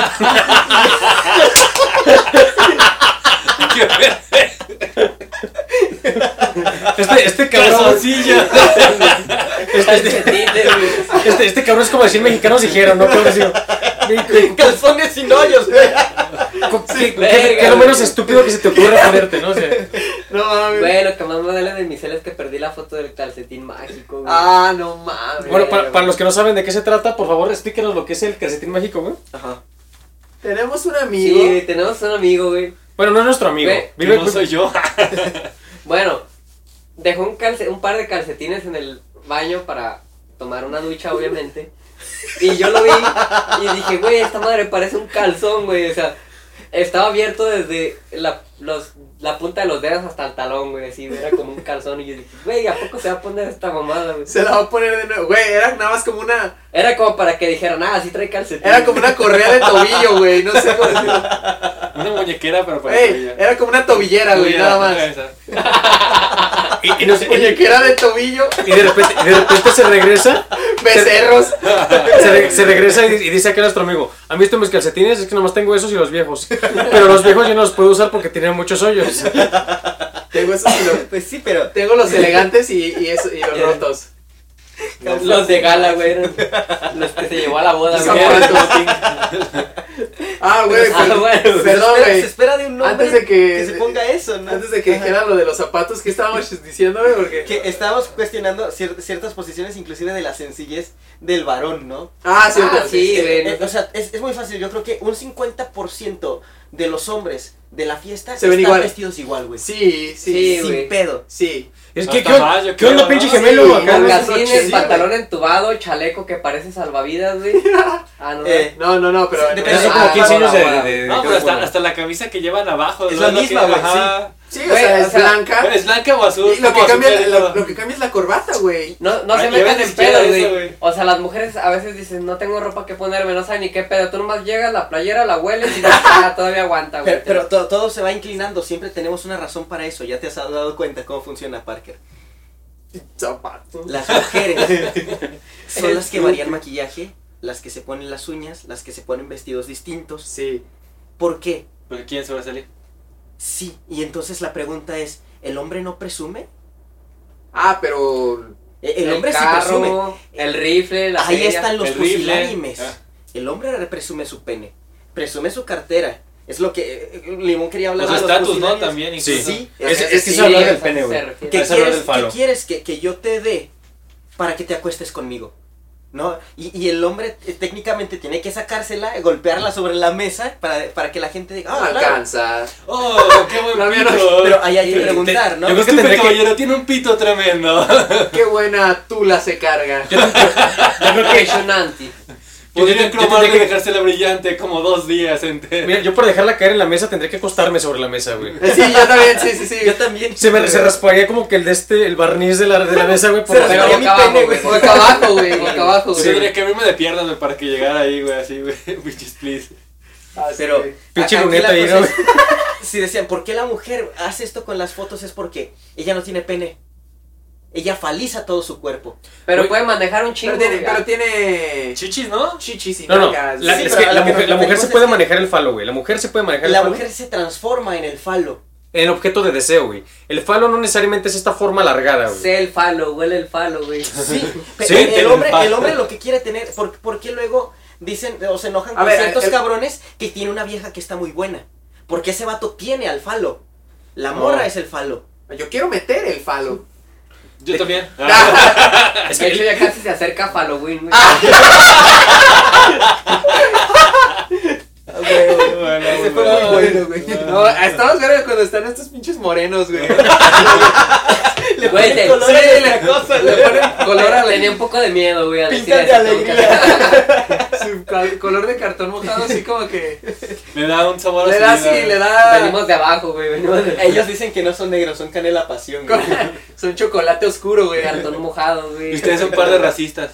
Speaker 1: Este, este cabrón. Este, este,
Speaker 3: Calcetines, güey.
Speaker 1: este- este cabrón es como decir mexicanos dijeron, ¿no? Cabrón,
Speaker 5: y- calzones sin hoyos, güey.
Speaker 1: ¿Qué,
Speaker 3: verga,
Speaker 1: qué es lo
Speaker 3: güey.
Speaker 1: menos estúpido que se te ocurre ponerte, ¿no? O sea,
Speaker 2: No mames.
Speaker 3: Güey, lo que más me duele de mi cel es que perdí la foto del calcetín mágico, güey.
Speaker 2: Ah, no mames.
Speaker 1: bueno, para, para los que no saben de qué se trata, por favor, explíquenos lo que es el calcetín mágico, güey.
Speaker 5: Ajá.
Speaker 2: Tenemos un
Speaker 3: Sí,
Speaker 2: amigo.
Speaker 3: güey, tenemos un amigo, güey.
Speaker 1: Bueno, no es nuestro amigo.
Speaker 3: Güey,
Speaker 7: Que
Speaker 1: Vive-
Speaker 7: no soy yo.
Speaker 3: Bueno, dejó un, calce- un par de calcetines en el baño para tomar una ducha, obviamente. Y yo lo vi y dije, güey, esta madre parece un calzón, güey. O sea, estaba abierto desde la, los, la punta de los dedos hasta el talón, güey. Así, era como un calzón. Y yo dije, güey, ¿a poco se va a poner esta mamada, güey?
Speaker 2: Se la va a poner de nuevo. Güey, era nada más como una.
Speaker 3: Era como para que dijeran, ah, sí trae calcetín.
Speaker 2: Era como una correa de tobillo, güey. No sé cómo decirlo.
Speaker 7: Una muñequera, pero pues, para
Speaker 2: Güey, era como una tobillera, güey, nada más.
Speaker 1: Y, y no sé,
Speaker 2: Oye, que era de tobillo,
Speaker 1: y de repente, y de repente se regresa,
Speaker 2: becerros.
Speaker 1: se, re- se regresa y, y dice aquí a nuestro amigo, ¿han visto mis calcetines? Es que nomás tengo esos y los viejos. Pero los viejos yo no los puedo usar porque tienen muchos hoyos.
Speaker 2: Tengo esos y los,
Speaker 5: Pues sí, pero.
Speaker 2: tengo los elegantes y, y, eso, y los rotos.
Speaker 3: Los de gala, güey. eran Los que se llevó a la boda,
Speaker 2: Los
Speaker 3: güey.
Speaker 2: Ah, güey,
Speaker 3: Ah,
Speaker 2: perdón, perdón,
Speaker 3: bueno.
Speaker 5: se, espera, se
Speaker 2: güey.
Speaker 5: espera de un hombre
Speaker 2: Antes de que-
Speaker 5: se ponga eso, ¿no?
Speaker 2: Antes de que
Speaker 5: Ajá.
Speaker 2: dijera lo de los zapatos, ¿qué estábamos diciendo, güey? Porque...
Speaker 5: Que estábamos cuestionando cier- ciertas posiciones, inclusive de la sencillez del varón, ¿no?
Speaker 2: Ah, cierto.
Speaker 3: Ah, sí. güey,
Speaker 5: Eh,
Speaker 3: no-
Speaker 5: o sea, es, es muy fácil. Yo creo que un 50% de los hombres de la fiesta
Speaker 2: Se ven
Speaker 5: están
Speaker 2: igual.
Speaker 5: vestidos igual, güey.
Speaker 2: Sí, sí,
Speaker 3: Sí,
Speaker 5: Sin
Speaker 3: güey.
Speaker 5: pedo.
Speaker 2: sí.
Speaker 1: Es que,
Speaker 7: Hasta
Speaker 1: ¿qué, on-
Speaker 7: más, yo
Speaker 1: qué onda,
Speaker 7: creo,
Speaker 1: pinche
Speaker 7: ¿no?
Speaker 1: gemelo?
Speaker 2: Sí,
Speaker 1: acá, güey?
Speaker 2: nalgas.
Speaker 3: Mocasines,
Speaker 2: Sí,
Speaker 3: pantalón entubado, chaleco que parece salvavidas, güey. Ah, no.
Speaker 5: Eh,
Speaker 2: No, no, no, pero...
Speaker 5: Sí,
Speaker 2: en-
Speaker 1: Pero
Speaker 5: depende-
Speaker 1: son como
Speaker 3: Ah,
Speaker 1: 15 años de.
Speaker 3: ahora,
Speaker 1: de- de-
Speaker 7: No,
Speaker 1: de-
Speaker 7: pero hasta,
Speaker 1: bueno.
Speaker 7: hasta la camisa que llevan abajo.
Speaker 5: Es
Speaker 7: ¿no?
Speaker 5: la
Speaker 7: que-
Speaker 5: misma, güey,
Speaker 7: ajá.
Speaker 2: Sí, o
Speaker 3: Güey,
Speaker 2: sea,
Speaker 3: o
Speaker 2: es
Speaker 3: sea,
Speaker 2: blanca.
Speaker 7: Pero ¿Es blanca o azul?
Speaker 2: Y lo
Speaker 7: como
Speaker 2: que, cambia,
Speaker 7: azul clarito.
Speaker 2: lo, lo que cambia es la corbata, güey.
Speaker 3: No, no se
Speaker 7: Aquí a
Speaker 3: metan
Speaker 7: veces
Speaker 3: en pedo,
Speaker 7: queda eso,
Speaker 3: güey.
Speaker 7: güey.
Speaker 3: O sea, las mujeres a veces dicen, no tengo ropa que ponerme, no saben ni qué pedo. Tú nomás llegas, la playera, la hueles y dices, ah, todavía aguanta, güey.
Speaker 5: Pero, pero to- todo se va inclinando. Siempre tenemos una razón para eso. Ya te has dado cuenta cómo funciona Parker.
Speaker 2: Zapato.
Speaker 5: Las mujeres son las que varían maquillaje, las que se ponen las uñas, las que se ponen vestidos distintos.
Speaker 2: Sí.
Speaker 5: ¿Por qué?
Speaker 7: ¿Pero quién se va a salir?
Speaker 5: Sí. Y entonces la pregunta es, ¿el hombre no presume?
Speaker 2: Ah, pero...
Speaker 5: Eh, El, hombre sí presume.
Speaker 3: el rifle, la
Speaker 5: Ahí
Speaker 3: feria.
Speaker 5: están los
Speaker 7: el rifle.
Speaker 5: pusilánimes.
Speaker 7: Ah.
Speaker 5: El hombre re- presume su pene, presume su cartera. Es lo que eh, eh, Limón quería hablar
Speaker 7: Los
Speaker 5: de los
Speaker 7: Pues estatus, ¿no?
Speaker 5: pusilánimes.
Speaker 7: También.
Speaker 1: Sí.
Speaker 7: incluso.
Speaker 5: Sí,
Speaker 1: Es,
Speaker 5: es-
Speaker 1: es que
Speaker 3: Sí,
Speaker 1: se habla
Speaker 3: a
Speaker 1: del
Speaker 3: eso
Speaker 1: pene,
Speaker 3: se
Speaker 1: güey.
Speaker 3: refiere.
Speaker 5: ¿Qué
Speaker 1: Esa es la
Speaker 5: quieres,
Speaker 1: del falo.
Speaker 5: qué quieres que, que yo te dé para que te acuestes conmigo? ¿No? Y, y el hombre eh, técnicamente tiene que sacársela, eh, golpearla sobre la mesa para, para que la gente diga,
Speaker 2: No
Speaker 5: ah, claro".
Speaker 2: alcanza.
Speaker 7: Oh, qué buen
Speaker 2: La mía
Speaker 7: pito.
Speaker 2: no-
Speaker 5: Pero ahí hay que
Speaker 1: Te-
Speaker 5: preguntar, ¿no?
Speaker 1: Yo creo que
Speaker 7: Este
Speaker 1: tendría que.
Speaker 7: caballero tiene un pito tremendo.
Speaker 2: Qué buena tula se carga.
Speaker 1: Yo creo que.
Speaker 3: Es un anti.
Speaker 7: Podría
Speaker 1: yo tendría
Speaker 7: cromarle y
Speaker 1: que-
Speaker 7: dejársela brillante como dos días enteros.
Speaker 1: Mira, yo por dejarla caer en la mesa tendría que acostarme sobre la mesa, güey.
Speaker 2: Eh, Sí, yo también, sí, sí, sí.
Speaker 5: Yo también.
Speaker 1: Se me se rasparía como que el de este, el barniz de la, de la mesa, güey, por
Speaker 5: Se
Speaker 1: la-
Speaker 5: rasparía
Speaker 3: Boca
Speaker 5: mi
Speaker 3: abajo,
Speaker 5: pene,
Speaker 3: güey.
Speaker 5: güey.
Speaker 3: Boca abajo, güey. Boca abajo,
Speaker 7: Sí,
Speaker 3: güey.
Speaker 7: tendría que abrirme de piernas güey, para que llegara ahí, güey, así, güey. Bitches, please.
Speaker 2: Ah, sí.
Speaker 5: Pero
Speaker 1: Pinche
Speaker 5: a- aquí
Speaker 1: luneta
Speaker 5: la
Speaker 1: ahí,
Speaker 5: cosa
Speaker 1: ¿no?
Speaker 5: es- Si decían, ¿por qué la mujer hace esto con las fotos? Es porque ella no tiene pene. Ella faliza todo su cuerpo.
Speaker 3: Pero
Speaker 1: Güey.
Speaker 3: puede manejar un chingo,
Speaker 2: Pero tiene,
Speaker 3: güey.
Speaker 2: pero tiene
Speaker 7: Chichis, ¿no?
Speaker 2: chichis y
Speaker 1: No, no.
Speaker 2: nalgas.
Speaker 1: la-
Speaker 5: Sí,
Speaker 1: es
Speaker 5: pero
Speaker 1: que
Speaker 5: a
Speaker 1: la
Speaker 5: lo que
Speaker 1: mujer, la
Speaker 5: nos
Speaker 1: mujer
Speaker 5: referimos
Speaker 1: se
Speaker 5: es
Speaker 1: puede
Speaker 5: que-
Speaker 1: manejar el falo, güey. La mujer se puede manejar
Speaker 5: La
Speaker 1: el falo.
Speaker 5: mujer se transforma en el falo.
Speaker 1: En objeto de deseo, güey. El falo no necesariamente es esta forma alargada, güey.
Speaker 3: Sé el falo, huele el falo, güey.
Speaker 5: Sí, pe-
Speaker 1: Sí,
Speaker 5: el,
Speaker 1: tiene
Speaker 5: hombre,
Speaker 7: impacto.
Speaker 5: el hombre lo que quiere tener, ¿por, por qué luego dicen o se enojan
Speaker 2: A
Speaker 5: con
Speaker 2: ver,
Speaker 5: ciertos
Speaker 2: eh,
Speaker 5: cabrones que tiene una vieja que está muy buena? Porque ese vato tiene al falo. La morra
Speaker 1: No.
Speaker 5: es el falo.
Speaker 2: Yo quiero meter el falo.
Speaker 7: Yo también. Ah,
Speaker 1: Es
Speaker 3: De
Speaker 1: que
Speaker 3: hecho, ya casi se acerca a Halloween, güey.
Speaker 7: Bueno,
Speaker 2: Ese fue
Speaker 7: bueno.
Speaker 2: muy bueno, güey. No, estamos viendo cuando están estos pinches morenos, güey.
Speaker 5: Le
Speaker 3: Güey,
Speaker 5: ponen
Speaker 3: te-
Speaker 5: color
Speaker 3: sí,
Speaker 5: a
Speaker 3: le-
Speaker 5: la cosa,
Speaker 3: Le
Speaker 5: güey.
Speaker 3: ponen color a- Tenía un poco de miedo, güey. al decir
Speaker 5: Pintan de
Speaker 3: eso, como
Speaker 5: alegría.
Speaker 3: que-
Speaker 2: Su cal- color de cartón mojado, así como que.
Speaker 7: Le da un sabor a
Speaker 2: Le
Speaker 7: su
Speaker 2: da así,
Speaker 7: vida, güey.
Speaker 2: le da.
Speaker 3: Venimos de abajo, güey. Venimos de
Speaker 5: Ellos dicen que no son negros, son canela pasión. güey.
Speaker 2: Son chocolate oscuro, güey.
Speaker 3: cartón mojado, güey.
Speaker 7: Y ustedes son un par de racistas.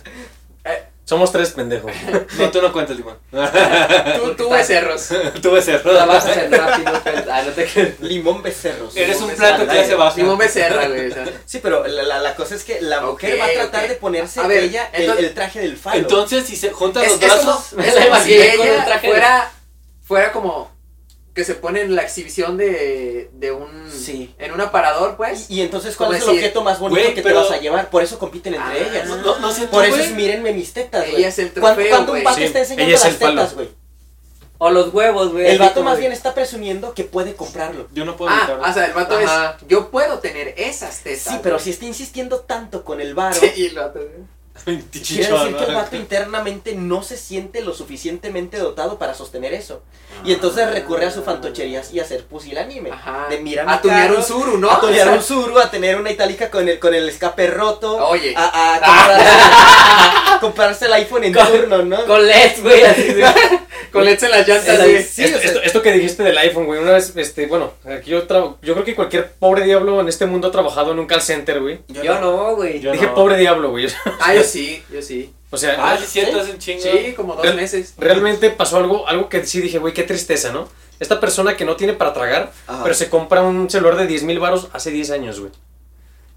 Speaker 1: Somos tres pendejos.
Speaker 7: No, tú no cuentas, Limón.
Speaker 2: Tú, tú, becerros.
Speaker 7: Tú ves el
Speaker 3: La vas a hacer rápido, pues. Ah, no te creas.
Speaker 5: Limón becerros.
Speaker 7: Eres
Speaker 5: Limón
Speaker 7: un plato
Speaker 5: becerros.
Speaker 7: que hace baja.
Speaker 2: Simón Becerra, güey. o sea.
Speaker 5: Sí, pero la, la- la cosa es que la
Speaker 2: Ok,
Speaker 5: mujer va a tratar
Speaker 2: ok.
Speaker 5: de ponerse
Speaker 2: A ver,
Speaker 5: ella el-
Speaker 2: entonces-
Speaker 5: el, traje del falo.
Speaker 7: Entonces, si se juntan
Speaker 2: Es,
Speaker 7: los
Speaker 2: es como,
Speaker 7: brazos.
Speaker 3: Me
Speaker 2: es
Speaker 3: la
Speaker 2: como si
Speaker 3: imaginé con un
Speaker 2: ella
Speaker 3: traje de-
Speaker 2: fuera, fuera como que se pone en la exhibición de, de un...
Speaker 5: Sí.
Speaker 2: En un aparador, pues.
Speaker 5: y, y entonces, ¿cuál
Speaker 2: Como
Speaker 5: es el
Speaker 2: decir,
Speaker 5: objeto más bonito
Speaker 7: güey,
Speaker 5: que
Speaker 7: pero-
Speaker 5: te vas a llevar? Por eso compiten entre
Speaker 2: Ah,
Speaker 5: ellas.
Speaker 7: No, no, no sé,
Speaker 5: Por
Speaker 7: tú,
Speaker 5: eso
Speaker 7: güey.
Speaker 5: es mírenme mis tetas, güey.
Speaker 2: Ella es el
Speaker 5: ¿Cuándo-
Speaker 2: trofeo,
Speaker 5: cuándo un
Speaker 2: güey.
Speaker 5: vato
Speaker 1: Sí,
Speaker 5: está enseñando
Speaker 1: ella es
Speaker 5: las
Speaker 1: el falo.
Speaker 5: tetas, güey?
Speaker 3: O los huevos, güey.
Speaker 5: El
Speaker 3: así
Speaker 5: vato
Speaker 3: como
Speaker 5: más
Speaker 3: de-
Speaker 5: bien está presumiendo que puede comprarlo.
Speaker 7: Yo no puedo
Speaker 2: Ah,
Speaker 7: evitarlo.
Speaker 2: o sea, el vato
Speaker 3: Ajá.
Speaker 2: es... Yo puedo tener esas tetas.
Speaker 5: Sí, pero
Speaker 2: güey.
Speaker 5: si está insistiendo tanto con el varo,
Speaker 2: Sí, y el vato, güey.
Speaker 5: quiere decir que el vato
Speaker 7: Chichón,
Speaker 5: internamente no se siente lo suficientemente dotado para sostener eso. Y entonces recurre a sus fantocherías y a ser pusilánime.
Speaker 2: Ah. Ajá.
Speaker 5: De mira mi
Speaker 2: A tunear
Speaker 5: carro,
Speaker 2: un Ah, suru, ¿no?
Speaker 5: A tolear un suru, a tener una itálica con el, con el escape roto.
Speaker 2: Oye.
Speaker 5: A, a comprarse, a comprarse el iPhone en
Speaker 3: Con-
Speaker 5: turno, ¿no?
Speaker 3: Con LEDs, güey. así, güey.
Speaker 2: Con leche en las llantas,
Speaker 3: Esa-
Speaker 2: güey.
Speaker 3: sí,
Speaker 1: esto,
Speaker 3: o sea-
Speaker 1: esto- esto que dijiste del iPhone, güey, una vez, este, bueno, aquí yo, tra- yo creo que cualquier pobre diablo en este mundo ha trabajado en un call center, güey.
Speaker 3: Yo no, güey.
Speaker 7: Yo
Speaker 1: Dije
Speaker 7: no.
Speaker 1: pobre diablo, güey.
Speaker 2: Ah, yo sí, yo sí.
Speaker 1: O sea,
Speaker 7: Ah, sí, cierto, es un chingo.
Speaker 2: Sí, como dos
Speaker 1: Real-
Speaker 2: meses.
Speaker 1: realmente pasó algo, algo que sí dije, güey, qué tristeza, ¿no? Esta persona que no tiene para tragar,
Speaker 5: Ajá.
Speaker 1: pero se compra un celular de 10 mil baros hace 10 años, güey.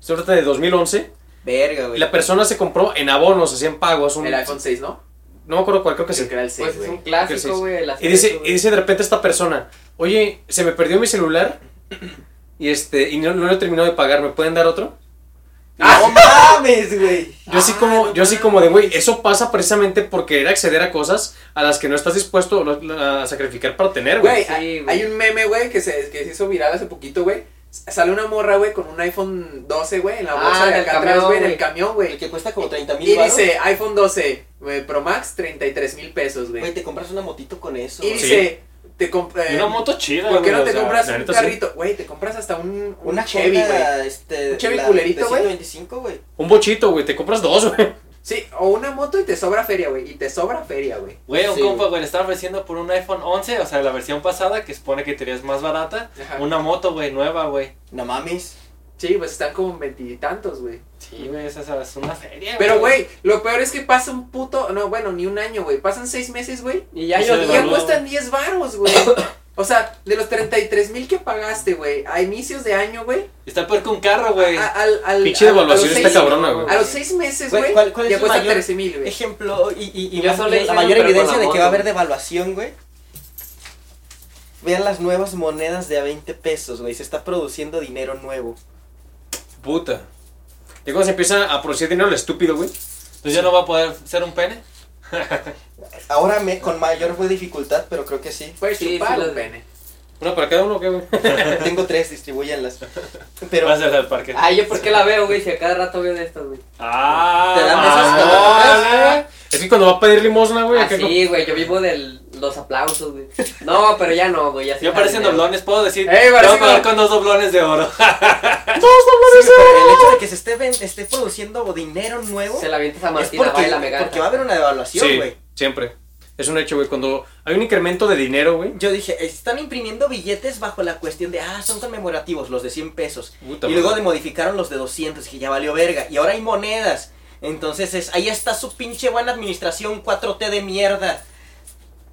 Speaker 1: Esto trata de 2011.
Speaker 5: Verga,
Speaker 1: Y
Speaker 5: güey.
Speaker 1: la persona se compró en abonos, hacían pagos. Un,
Speaker 2: El iPhone 6, ¿no?
Speaker 1: No me acuerdo cuál, creo que
Speaker 2: Creo
Speaker 1: sí.
Speaker 2: que era el 6,
Speaker 3: Pues es
Speaker 2: güey.
Speaker 3: un
Speaker 1: Que sí,
Speaker 3: clásico,
Speaker 1: sí.
Speaker 3: güey. el
Speaker 1: Y dice,
Speaker 3: acceso,
Speaker 1: y dice de repente esta persona, oye, se me perdió mi celular y este y no, no lo he terminado de pagar, ¿me pueden dar otro?
Speaker 5: No mames, güey.
Speaker 1: Yo
Speaker 2: Ah,
Speaker 1: sí como, yo sí como de, güey, eso pasa precisamente por querer acceder a cosas a las que no estás dispuesto a a sacrificar para tener, güey.
Speaker 2: Güey,
Speaker 3: Sí,
Speaker 2: hay,
Speaker 3: güey.
Speaker 2: hay un meme, güey, que se, que se hizo viral hace poquito, güey. S- Sale una morra, güey, con un iPhone 12, güey, en la
Speaker 3: Ah,
Speaker 2: bolsa
Speaker 3: en
Speaker 2: de
Speaker 3: el
Speaker 2: acá atrás,
Speaker 3: camión,
Speaker 2: güey, en
Speaker 3: güey.
Speaker 2: el camión,
Speaker 5: El
Speaker 2: güey.
Speaker 5: que cuesta como 30 mil
Speaker 2: Y dice iPhone 12 güey, Pro Max, 33 mil pesos,
Speaker 5: Güey,
Speaker 2: güey.
Speaker 5: te compras una motito con eso.
Speaker 2: Y
Speaker 1: Sí.
Speaker 2: dice, te comp- eh,
Speaker 7: Y una moto chida,
Speaker 2: ¿por qué no te
Speaker 7: güey, o sea,
Speaker 2: compras
Speaker 1: la
Speaker 2: un
Speaker 1: neta sí.
Speaker 2: carrito? Güey, te compras hasta un, un
Speaker 5: Una
Speaker 2: Chevy, güey.
Speaker 5: Este,
Speaker 2: Un Chevy
Speaker 5: la
Speaker 2: culerito,
Speaker 5: de
Speaker 2: güey.
Speaker 5: 125, güey.
Speaker 1: Un bochito, güey, te compras dos, güey.
Speaker 2: Sí, o una moto y te sobra feria, güey. Y te sobra feria, güey.
Speaker 7: Güey, un
Speaker 5: Sí,
Speaker 7: compa,
Speaker 5: güey.
Speaker 7: güey, le estaba ofreciendo por un iPhone 11, o sea, la versión pasada, que supone que tenías más barata,
Speaker 2: Ajá.
Speaker 7: una moto, güey, nueva, güey.
Speaker 5: No mames.
Speaker 2: Sí, pues están como en veintitantos, güey.
Speaker 7: Sí, güey, esa esa es una feria,
Speaker 2: Pero, güey, lo peor es que pasa un puto. No, bueno, ni un año, güey. Pasan seis meses, güey.
Speaker 3: Y ya
Speaker 7: Sí,
Speaker 3: yo
Speaker 7: se
Speaker 2: Y ya
Speaker 7: devaluó.
Speaker 2: cuestan 10 varos, güey. O sea, de los 33 mil que pagaste, güey, a inicios de año, güey.
Speaker 7: Está peor que un carro, güey.
Speaker 2: a- Al, al,
Speaker 1: Pinche
Speaker 2: al- a los
Speaker 1: devaluación está
Speaker 2: seis-
Speaker 1: cabrona, güey.
Speaker 2: A los 6 meses,
Speaker 5: ¿Cuál-
Speaker 2: güey,
Speaker 5: cuál- cuál es
Speaker 2: ya
Speaker 5: el
Speaker 2: cuesta
Speaker 5: mayor
Speaker 2: 13 mil, güey.
Speaker 5: Ejemplo, y, y, y
Speaker 3: Ya
Speaker 5: más-
Speaker 3: solo
Speaker 5: la
Speaker 3: hicieron,
Speaker 5: mayor
Speaker 3: pero con
Speaker 5: evidencia
Speaker 3: la
Speaker 5: de que va a
Speaker 3: moto.
Speaker 5: haber devaluación, güey. Vean las nuevas monedas de a 20 pesos, güey. Se está produciendo dinero nuevo.
Speaker 1: Puta. Ya cuando se empieza a producir dinero, lo estúpido, güey.
Speaker 7: Entonces yo no voy a poder ser un pene.
Speaker 5: Ahora me, con mayor fue dificultad, pero creo que sí.
Speaker 2: Puedes
Speaker 3: Sí,
Speaker 2: chupar
Speaker 3: sí,
Speaker 2: un
Speaker 3: lo-
Speaker 2: pene.
Speaker 1: Una para cada uno, ¿qué, güey?
Speaker 5: Tengo tres, distribuyanlas. Pero
Speaker 7: Vas a ir al parque.
Speaker 3: Ay, Ah, yo por qué la veo, güey, si a cada rato veo de estas, güey.
Speaker 7: Ah,
Speaker 5: Te dan de esas
Speaker 7: vale.
Speaker 5: colotas.
Speaker 1: Es que cuando va a pedir limosna, güey, acá como-
Speaker 3: Así, Ah, güey, yo vivo de los aplausos, güey. No, pero ya no, güey. Ya sí
Speaker 7: Yo parecen
Speaker 3: jardinero.
Speaker 7: doblones, puedo decir.
Speaker 2: Ey,
Speaker 7: te voy
Speaker 2: parece
Speaker 7: a pagar
Speaker 2: como-
Speaker 7: con dos doblones de oro.
Speaker 5: sí, pero el hecho de que se esté, ven- esté produciendo dinero nuevo
Speaker 3: Se la avientas a
Speaker 5: es
Speaker 3: Martina,
Speaker 5: porque,
Speaker 3: baila, me gana.
Speaker 5: porque va a haber una devaluación,
Speaker 1: Sí,
Speaker 5: güey.
Speaker 1: siempre. Es un hecho, güey. Cuando hay un incremento de dinero, güey.
Speaker 5: Yo dije, "Eh, están imprimiendo billetes bajo la cuestión de, ah, son conmemorativos, los de 100 pesos.
Speaker 1: Puta
Speaker 5: y luego
Speaker 1: madre.
Speaker 5: de modificaron los de 200, que ya valió verga. Y ahora hay monedas. Entonces, es, ahí está su pinche buena administración 4T de mierda.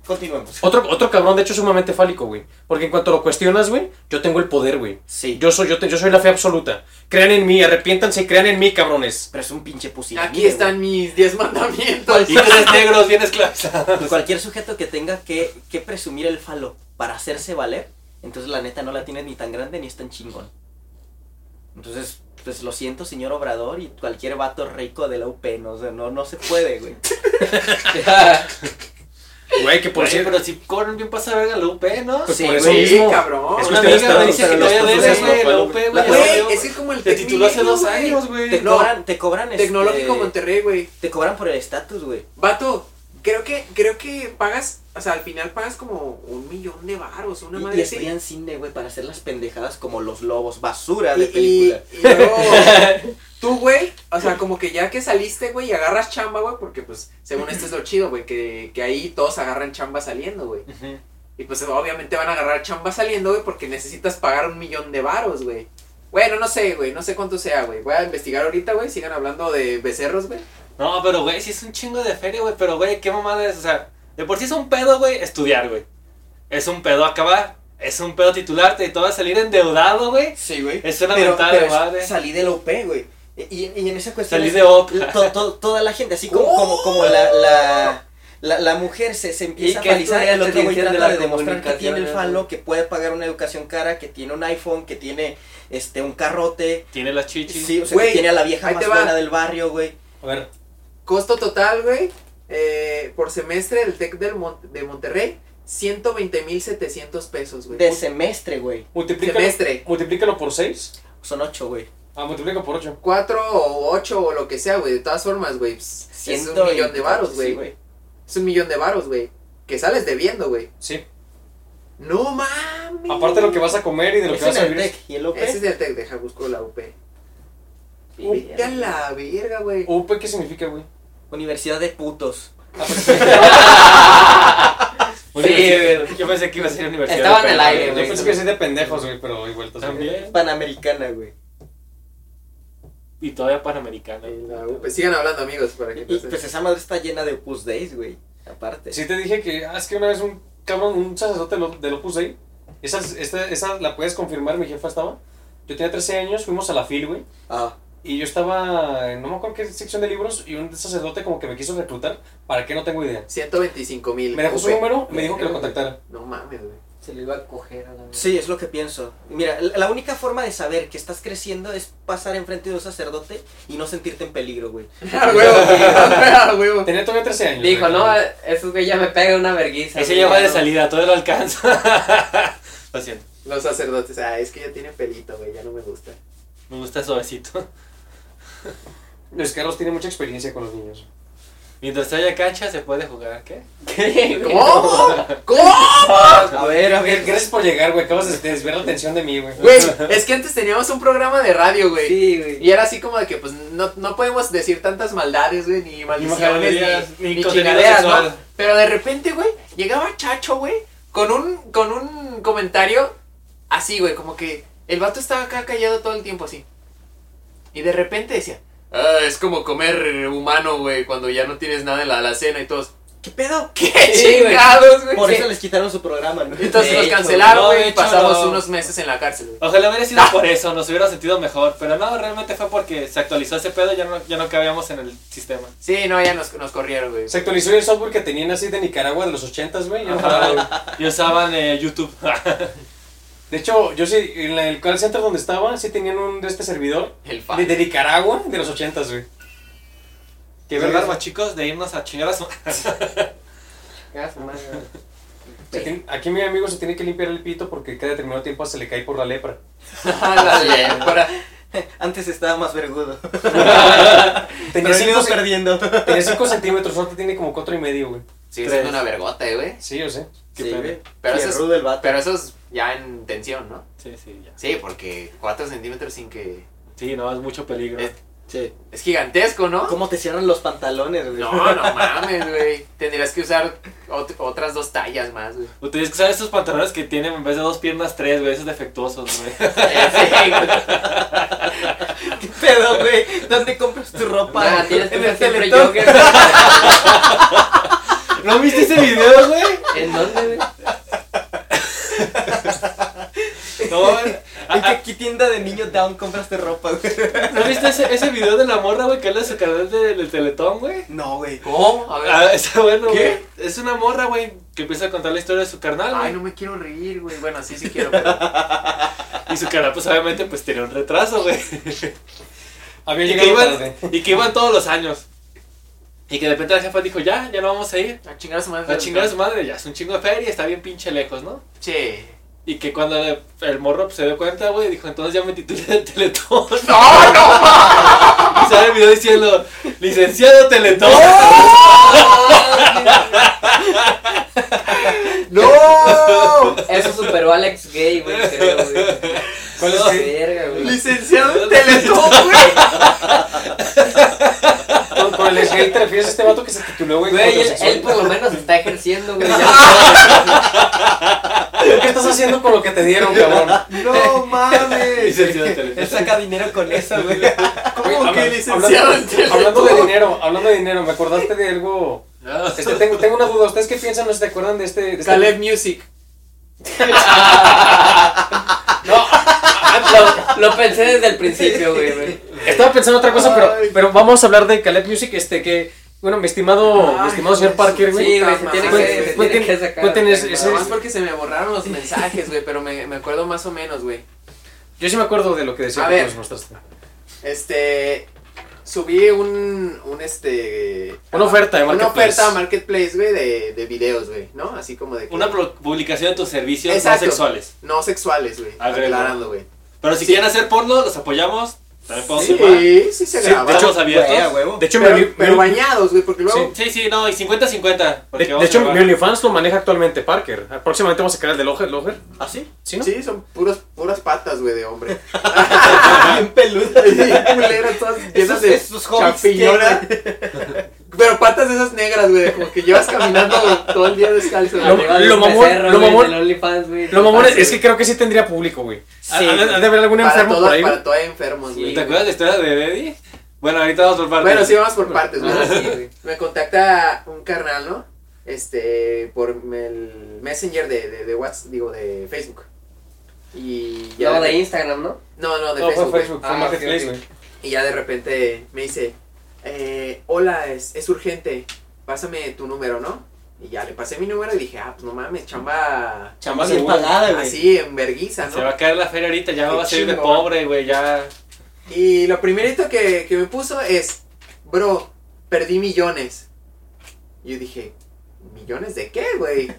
Speaker 5: Continuemos.
Speaker 1: Otro, otro cabrón, de hecho, sumamente fálico, güey. Porque en cuanto lo cuestionas, güey, yo tengo el poder, güey.
Speaker 5: Sí.
Speaker 1: Yo soy, yo, te- yo soy la fe absoluta. Crean en mí, arrepiéntanse y crean en mí, cabrones.
Speaker 5: Pero es un pinche pusilánime.
Speaker 2: Aquí están mis 10 mandamientos.
Speaker 7: Y tres negros bien esclavizados.
Speaker 5: güey. Cualquier sujeto que tenga que, que presumir el falo para hacerse valer, entonces la neta no la tienes ni tan grande ni es tan chingón. Entonces, pues lo siento, señor Obrador, y cualquier vato rico de la UP, no, o sea, no, no se puede, güey.
Speaker 1: Güey, que por
Speaker 7: Por
Speaker 1: cierto.
Speaker 7: pero si cobran bien pasa verga la UP, ¿no?
Speaker 1: Pues
Speaker 5: Sí,
Speaker 1: por eso
Speaker 2: Sí,
Speaker 1: mismo.
Speaker 2: cabrón.
Speaker 1: Es que
Speaker 7: Una
Speaker 1: ustedes
Speaker 7: amiga me
Speaker 1: están-
Speaker 7: dice
Speaker 1: pero
Speaker 7: que
Speaker 1: los
Speaker 7: todavía debe,
Speaker 1: procesos no
Speaker 7: güey, la
Speaker 1: fueron,
Speaker 7: UP, güey.
Speaker 1: güey.
Speaker 7: ya
Speaker 2: Güey,
Speaker 7: valió.
Speaker 2: es que es como el
Speaker 7: Te tituló hace dos
Speaker 2: Tecmilenio,
Speaker 7: años,
Speaker 2: güey.
Speaker 7: güey.
Speaker 5: Te
Speaker 2: No.
Speaker 5: cobran, te cobran este,
Speaker 2: Tecnológico Monterrey, güey.
Speaker 5: Te cobran por el estatus, güey.
Speaker 2: Vato, creo que, creo que pagas, o sea, al final pagas como un millón de varos, una
Speaker 5: Y, y
Speaker 2: madre así.
Speaker 5: estudian cine, güey, para hacer las pendejadas como los lobos, basura
Speaker 2: Y-
Speaker 5: de
Speaker 2: y,
Speaker 5: película.
Speaker 2: y luego, tú, güey, o sea, como que ya que saliste, güey, y agarras chamba, güey, porque, pues, según esto es lo chido, güey, que, que ahí todos agarran chamba saliendo, güey.
Speaker 7: Ujú.
Speaker 2: Y, pues, obviamente van a agarrar chamba saliendo, güey, porque necesitas pagar un millón de varos, güey. Bueno, no sé, güey, no sé cuánto sea, güey. Voy a investigar ahorita, güey, sigan hablando de becerros, güey.
Speaker 7: No, pero güey, si es un chingo de feria, güey. Pero güey, qué mamada es. O sea, de por sí es un pedo, güey, estudiar, güey. Es un pedo acabar. Es un pedo titularte y todo va a salir endeudado, güey.
Speaker 5: Sí, güey.
Speaker 7: Es una
Speaker 5: Pero,
Speaker 7: mentada
Speaker 5: pero
Speaker 7: de madre.
Speaker 5: es- salí de la UP, güey. Y, y en esa cuestión.
Speaker 7: Salí
Speaker 5: es-
Speaker 7: de OP.
Speaker 5: to- to- toda la gente, así como, como, como la, la, la, la mujer se, se empieza
Speaker 3: Y
Speaker 5: a
Speaker 3: que
Speaker 5: palizar y
Speaker 3: estudia
Speaker 5: el otro güey
Speaker 3: ciencias
Speaker 5: trata
Speaker 3: de
Speaker 5: de,
Speaker 3: la
Speaker 5: demostrar que tiene el
Speaker 3: comunicación,
Speaker 5: falo,
Speaker 3: güey.
Speaker 5: que puede pagar una educación cara, que tiene un iPhone, que tiene este un carrote.
Speaker 7: Tiene las chichis.
Speaker 5: Sí, o sea, que
Speaker 2: Güey,
Speaker 5: tiene a la vieja
Speaker 2: ahí
Speaker 5: más
Speaker 2: te va.
Speaker 5: buena del barrio, güey.
Speaker 1: A ver,
Speaker 2: Costo total, güey, eh, por semestre del TEC del Mon- de Monterrey, 120,700 pesos, güey. pues
Speaker 5: De
Speaker 2: Un
Speaker 5: semestre, güey.
Speaker 1: multiplícalo,
Speaker 2: semestre.
Speaker 1: multiplícalo por 6.
Speaker 5: Son ocho, güey.
Speaker 1: Ah, multiplica por 8.
Speaker 2: 4 o 8 o lo que sea, güey. De todas formas, güey. pues, Es un
Speaker 5: 120,
Speaker 2: millón de varos,
Speaker 5: sí,
Speaker 2: güey. es un millón de varos, güey. Que sales debiendo, güey.
Speaker 1: Sí.
Speaker 2: No mames.
Speaker 1: Aparte de lo que vas a comer y de lo que
Speaker 5: Es
Speaker 1: vas a
Speaker 5: en el
Speaker 1: vivir.
Speaker 5: TEC y el OP.
Speaker 2: Ese es del TEC, deja, busco la UP. Vete a la verga, güey.
Speaker 1: UP, ¿qué significa, güey? Ah, pues,
Speaker 5: Universidad de putos.
Speaker 7: Muy bien,
Speaker 3: Sí,
Speaker 7: sí, Yo pensé que iba a ser universidad.
Speaker 3: Estaba en
Speaker 7: pero-
Speaker 3: el aire,
Speaker 1: Yo
Speaker 3: güey.
Speaker 1: pensé que soy de pendejos, güey, pero doy vueltas.
Speaker 7: También.
Speaker 5: Panamericana, güey.
Speaker 7: Y todavía panamericana.
Speaker 2: En la UP. Sigan hablando, amigos, para que
Speaker 5: Y
Speaker 2: pasen.
Speaker 5: pues esa madre está llena de Opus Days, güey. Aparte.
Speaker 1: Sí te dije que, ah, es que una vez un cabrón, un sacerdote lo- del Opus Dei, esa, esta, esa la puedes confirmar, mi jefa estaba, yo tenía 13 años, fuimos a la FIL, güey,
Speaker 5: Ah,
Speaker 1: y yo estaba, en no me acuerdo qué sección de libros, y un sacerdote como que me quiso reclutar, ¿para qué? No tengo idea.
Speaker 2: 125 mil.
Speaker 1: Me dejó su número, me dijo que lo contactara.
Speaker 2: No mames, güey.
Speaker 3: se lo iba a coger a la vez.
Speaker 4: Sí, es lo que pienso. Mira, la la única forma de saber que estás creciendo es pasar enfrente de un sacerdote y no sentirte en peligro, güey.
Speaker 2: A huevo, a huevo.
Speaker 1: Tenía todavía 13 años.
Speaker 3: Dijo,
Speaker 1: güey.
Speaker 3: no, eh". esos güey ya me pega una verguiza.
Speaker 7: Ese
Speaker 3: güey,
Speaker 7: ya va de
Speaker 3: no".
Speaker 7: salida, todavía lo alcanza. lo siento,
Speaker 2: Los sacerdotes, ah, es que ya tiene pelito, güey, ya no me gusta.
Speaker 7: me gusta suavecito.
Speaker 1: Luis Carlos tiene mucha experiencia con los niños.
Speaker 7: Mientras haya cancha se puede jugar, ¿qué?
Speaker 3: ¿Qué, güey?
Speaker 2: ¿Cómo? ¿Cómo?
Speaker 1: A ver, a ver, gracias por llegar, güey. Acabas de desviar la atención de mí, güey.
Speaker 2: Güey, es que antes teníamos un programa de radio, güey.
Speaker 3: Sí, güey.
Speaker 2: Y era así como de que, pues, no, no podemos decir tantas maldades, güey, ni maldiciones,
Speaker 7: majaderías,
Speaker 2: ni,
Speaker 7: ni
Speaker 2: ni
Speaker 7: contenido
Speaker 2: chingaderas,
Speaker 7: sexual.
Speaker 2: ¿no? Pero de repente, güey, llegaba Chacho, güey, con un, con un comentario así, güey, como que el vato estaba acá callado todo el tiempo así. Y de repente decía, ah, es como comer humano, güey, cuando ya no tienes nada en la alacena y todos,
Speaker 4: ¿Qué pedo?
Speaker 2: ¡qué
Speaker 3: Sí, güey.
Speaker 2: chingados, güey!
Speaker 4: Por
Speaker 2: Sí.
Speaker 4: eso les quitaron su programa, ¿no?
Speaker 2: Y Entonces
Speaker 7: De
Speaker 2: nos
Speaker 7: hecho,
Speaker 2: cancelaron,
Speaker 7: no, de
Speaker 2: güey, y
Speaker 7: hecho,
Speaker 2: pasamos
Speaker 7: no.
Speaker 2: unos meses en la cárcel, güey.
Speaker 7: Ojalá hubiera sido por eso, nos hubiera sentido mejor, pero no, realmente fue porque se actualizó ese pedo y ya no, ya no cabíamos en el sistema.
Speaker 2: Sí, no, ya nos, nos corrieron, güey.
Speaker 1: Se actualizó el software que tenían así de Nicaragua de los 80s, güey. ya no jalaba, güey.
Speaker 7: Y usaban eh, YouTube.
Speaker 1: De hecho, yo sí, en la- el call center donde estaba, sí tenían un de este servidor
Speaker 2: El fan.
Speaker 1: de, de Nicaragua de los 80s, güey. Qué
Speaker 7: Qué verdad,
Speaker 1: vergas.
Speaker 7: chicos, de irnos a chingar a su...
Speaker 3: Chinga su madre, güey.
Speaker 1: Se tiene- Aquí mi amigo se tiene que limpiar el pito porque cada determinado tiempo se le cae por la lepra.
Speaker 2: La lepra.
Speaker 4: Antes estaba más vergudo.
Speaker 1: Tenía
Speaker 4: Pero
Speaker 1: cinco
Speaker 4: seguimos
Speaker 1: cen-
Speaker 4: perdiendo.
Speaker 1: tenía 5 centímetros, ahorita tiene como 4 y medio, güey.
Speaker 2: Sigue
Speaker 7: Tres.
Speaker 2: siendo una vergota, eh, güey.
Speaker 1: Sí, yo sé.
Speaker 7: Qué
Speaker 4: Sí,
Speaker 7: pedo.
Speaker 4: güey.
Speaker 2: Pero eso,
Speaker 4: Fierrudo
Speaker 2: es,
Speaker 4: el vato.
Speaker 2: pero eso es ya en tensión, ¿no?
Speaker 7: Sí, sí, ya.
Speaker 2: Sí, porque 4 centímetros sin que...
Speaker 7: Sí, no, es mucho peligro.
Speaker 2: Es,
Speaker 4: Sí.
Speaker 2: es gigantesco, ¿no?
Speaker 4: ¿Cómo te cierran los pantalones, güey?
Speaker 2: No, no mames, güey. Tendrías que usar ot- otras dos tallas más, güey.
Speaker 7: Ustedes que saben estos pantalones que tienen en vez de dos piernas, tres, güey, esos defectuosos, güey.
Speaker 2: Sí, güey.
Speaker 4: ¿Qué pedo, güey? ¿Dónde compras tu ropa?
Speaker 3: Nah, tienes que
Speaker 4: En el
Speaker 3: ser siempre
Speaker 4: Teletón.
Speaker 3: Joker.
Speaker 7: ¿No viste ese video, güey?
Speaker 3: ¿En dónde, güey?
Speaker 7: No,
Speaker 4: ¿En qué- qué tienda de niño down compras tu ropa, güey?
Speaker 7: ¿no viste ese, ese video de la morra, güey, que habla de su canal de- del Teletón, güey?
Speaker 4: No, güey.
Speaker 2: ¿Cómo? A ver.
Speaker 7: Ah, está bueno,
Speaker 2: ¿Qué?
Speaker 7: güey. Es una morra, güey, que empieza a contar la historia de su carnal,
Speaker 2: Ay,
Speaker 7: güey.
Speaker 2: no me quiero reír, güey. Bueno, sí, sí quiero, pero...
Speaker 7: Y su carnal, pues obviamente, pues tenía un retraso, güey.
Speaker 1: Había
Speaker 7: Y que,
Speaker 1: llegado
Speaker 7: iban,
Speaker 1: tarde.
Speaker 7: y que iban todos los años. Y que de repente la jefa dijo, ya, ya no vamos a ir.
Speaker 2: A chingar a su madre.
Speaker 7: La chingada de su madre, ya, es un chingo de feria, está bien pinche lejos, ¿no?
Speaker 2: Che.
Speaker 7: Y que cuando le- el morro pues, se dio cuenta, güey, dijo, entonces ya me titulé del Teletón.
Speaker 2: ¡No, no!
Speaker 7: Y sale el video diciendo, licenciado Teletón.
Speaker 2: ¡No!
Speaker 3: Eso superó a Alex Gay, güey, creo, güey.
Speaker 1: ¿Cuál es?
Speaker 3: Sí, verga, güey.
Speaker 2: Licenciado en Teletón, güey.
Speaker 1: Con, con el ex-gay te refieres a este vato que se tituló, güey.
Speaker 3: Güey, él,
Speaker 1: heterosexual.
Speaker 3: él por lo menos está ejerciendo, güey.
Speaker 1: ¿Qué estás haciendo con lo que te dieron, cabrón?
Speaker 4: No mames.
Speaker 7: Licenciado Teletón.
Speaker 4: Él saca dinero con eso, güey.
Speaker 1: Güey,
Speaker 2: ¿Cómo que
Speaker 1: habla-
Speaker 2: licenciado en
Speaker 1: hablando,
Speaker 2: Teletón?
Speaker 1: hablando de dinero, hablando de dinero, me acordaste de algo.
Speaker 7: No.
Speaker 1: Este, tengo, tengo una duda, ¿ustedes qué piensan? ¿No se te acuerdan de este? de este-
Speaker 2: Caleb Music.
Speaker 3: Lo, lo pensé desde el principio, güey, güey.
Speaker 1: Estaba pensando otra cosa, pero, pero vamos a hablar de Caleb Music, este que. Bueno, mi estimado, mi
Speaker 2: Ay,
Speaker 1: estimado
Speaker 2: hijo
Speaker 1: señor
Speaker 2: de
Speaker 1: Parker,
Speaker 2: su
Speaker 1: güey.
Speaker 3: Sí, güey, se tiene
Speaker 2: madre,
Speaker 3: que, se
Speaker 1: güey.
Speaker 3: tiene que
Speaker 1: Cuenten-
Speaker 3: sacar.
Speaker 1: cuenten ese-
Speaker 3: güey.
Speaker 1: ese-
Speaker 2: Nada más porque se me borraron los mensajes, güey, pero me, me acuerdo más o menos, güey.
Speaker 1: Yo sí me acuerdo de lo que decía
Speaker 2: A
Speaker 1: que
Speaker 2: ver.
Speaker 1: nos mostraste.
Speaker 2: Este. Subí un. Un este.
Speaker 1: Una oferta de
Speaker 2: Una
Speaker 1: Marketplace.
Speaker 2: oferta a Marketplace, güey, de, de videos, güey, ¿no? Así como de. que-
Speaker 7: Una pro- publicación de tus servicios no
Speaker 2: Exacto.
Speaker 7: sexuales.
Speaker 2: No sexuales, güey.
Speaker 7: Agrego.
Speaker 2: Aclarando, güey.
Speaker 7: Pero si
Speaker 2: Sí.
Speaker 7: quieren hacer porno, los apoyamos. También podemos
Speaker 2: Sí,
Speaker 7: firmar.
Speaker 2: sí se
Speaker 1: Sí,
Speaker 2: graba.
Speaker 1: de hecho,
Speaker 7: Estamos abiertos.
Speaker 4: Güey, a huevo.
Speaker 1: De hecho, mi
Speaker 2: pero,
Speaker 1: Oli-
Speaker 2: pero
Speaker 1: mi-
Speaker 2: bañados, güey, porque luego.
Speaker 7: Sí, sí, no, y 50-50. porque
Speaker 1: de, de
Speaker 7: vamos a
Speaker 1: hecho,
Speaker 7: grabar.
Speaker 1: mi OnlyFans lo maneja actualmente Parker. Próximamente vamos a sacar el de Loger. Loger.
Speaker 4: ¿Ah, sí?
Speaker 1: ¿Sí, no?
Speaker 2: Sí, son puros, puras patas, güey, de hombre.
Speaker 4: Ah, Bien peludo.
Speaker 2: Sí, culeras, todas llenas
Speaker 4: Esos,
Speaker 2: de
Speaker 4: esos hobbies que-
Speaker 2: champiñonas. Pero patas de esas negras, güey, como que llevas caminando todo el día descalzo. güey.
Speaker 1: Lo-
Speaker 3: Arriba de
Speaker 1: lo
Speaker 3: un
Speaker 1: mamón-
Speaker 3: becerro,
Speaker 1: lo
Speaker 3: güey,
Speaker 1: mamón-
Speaker 3: del OnlyFans, güey.
Speaker 1: Lo mamón es,
Speaker 3: Fácil,
Speaker 1: es que creo que sí tendría público, güey. Ha-
Speaker 4: Sí,
Speaker 1: ha- ha de haber algún
Speaker 2: para
Speaker 1: enfermo
Speaker 2: todos,
Speaker 1: por ahí.
Speaker 2: para todos enfermos,
Speaker 7: Ah, ¿Te
Speaker 2: güey.
Speaker 7: acuerdas de la historia de Deddy? Bueno, ahorita vamos por partes.
Speaker 2: Bueno, sí, vamos por partes, güey.
Speaker 3: Ah, sí, güey.
Speaker 2: Me contacta un carnal, ¿no? Este, por el Messenger de, de, de WhatsApp, digo, de Facebook. Y ya.
Speaker 3: No,
Speaker 2: de-
Speaker 3: de Instagram, ¿no?
Speaker 2: no, no, de
Speaker 1: No,
Speaker 2: Facebook.
Speaker 1: Oh, fue
Speaker 2: güey.
Speaker 1: Facebook, fue
Speaker 3: Ah,
Speaker 1: Marketplace,
Speaker 3: ok, ok.
Speaker 1: güey.
Speaker 2: Y ya de repente me dice, eh, hola, es, es urgente, pásame tu número, ¿no? Y ya le pasé mi número y dije, ah, pues no mames, chamba.
Speaker 1: Chamba
Speaker 5: bien
Speaker 1: segura.
Speaker 5: pagada, güey.
Speaker 2: Así, en verguiza,
Speaker 7: Se va
Speaker 2: ¿no?
Speaker 7: a caer la feria ahorita, ya
Speaker 2: Qué
Speaker 7: va a salir de
Speaker 2: chingo, ¿no?
Speaker 7: pobre, güey, ya.
Speaker 2: Y lo primerito que, que me puso es, bro, perdí millones. Y yo dije, ¿millones de qué, güey?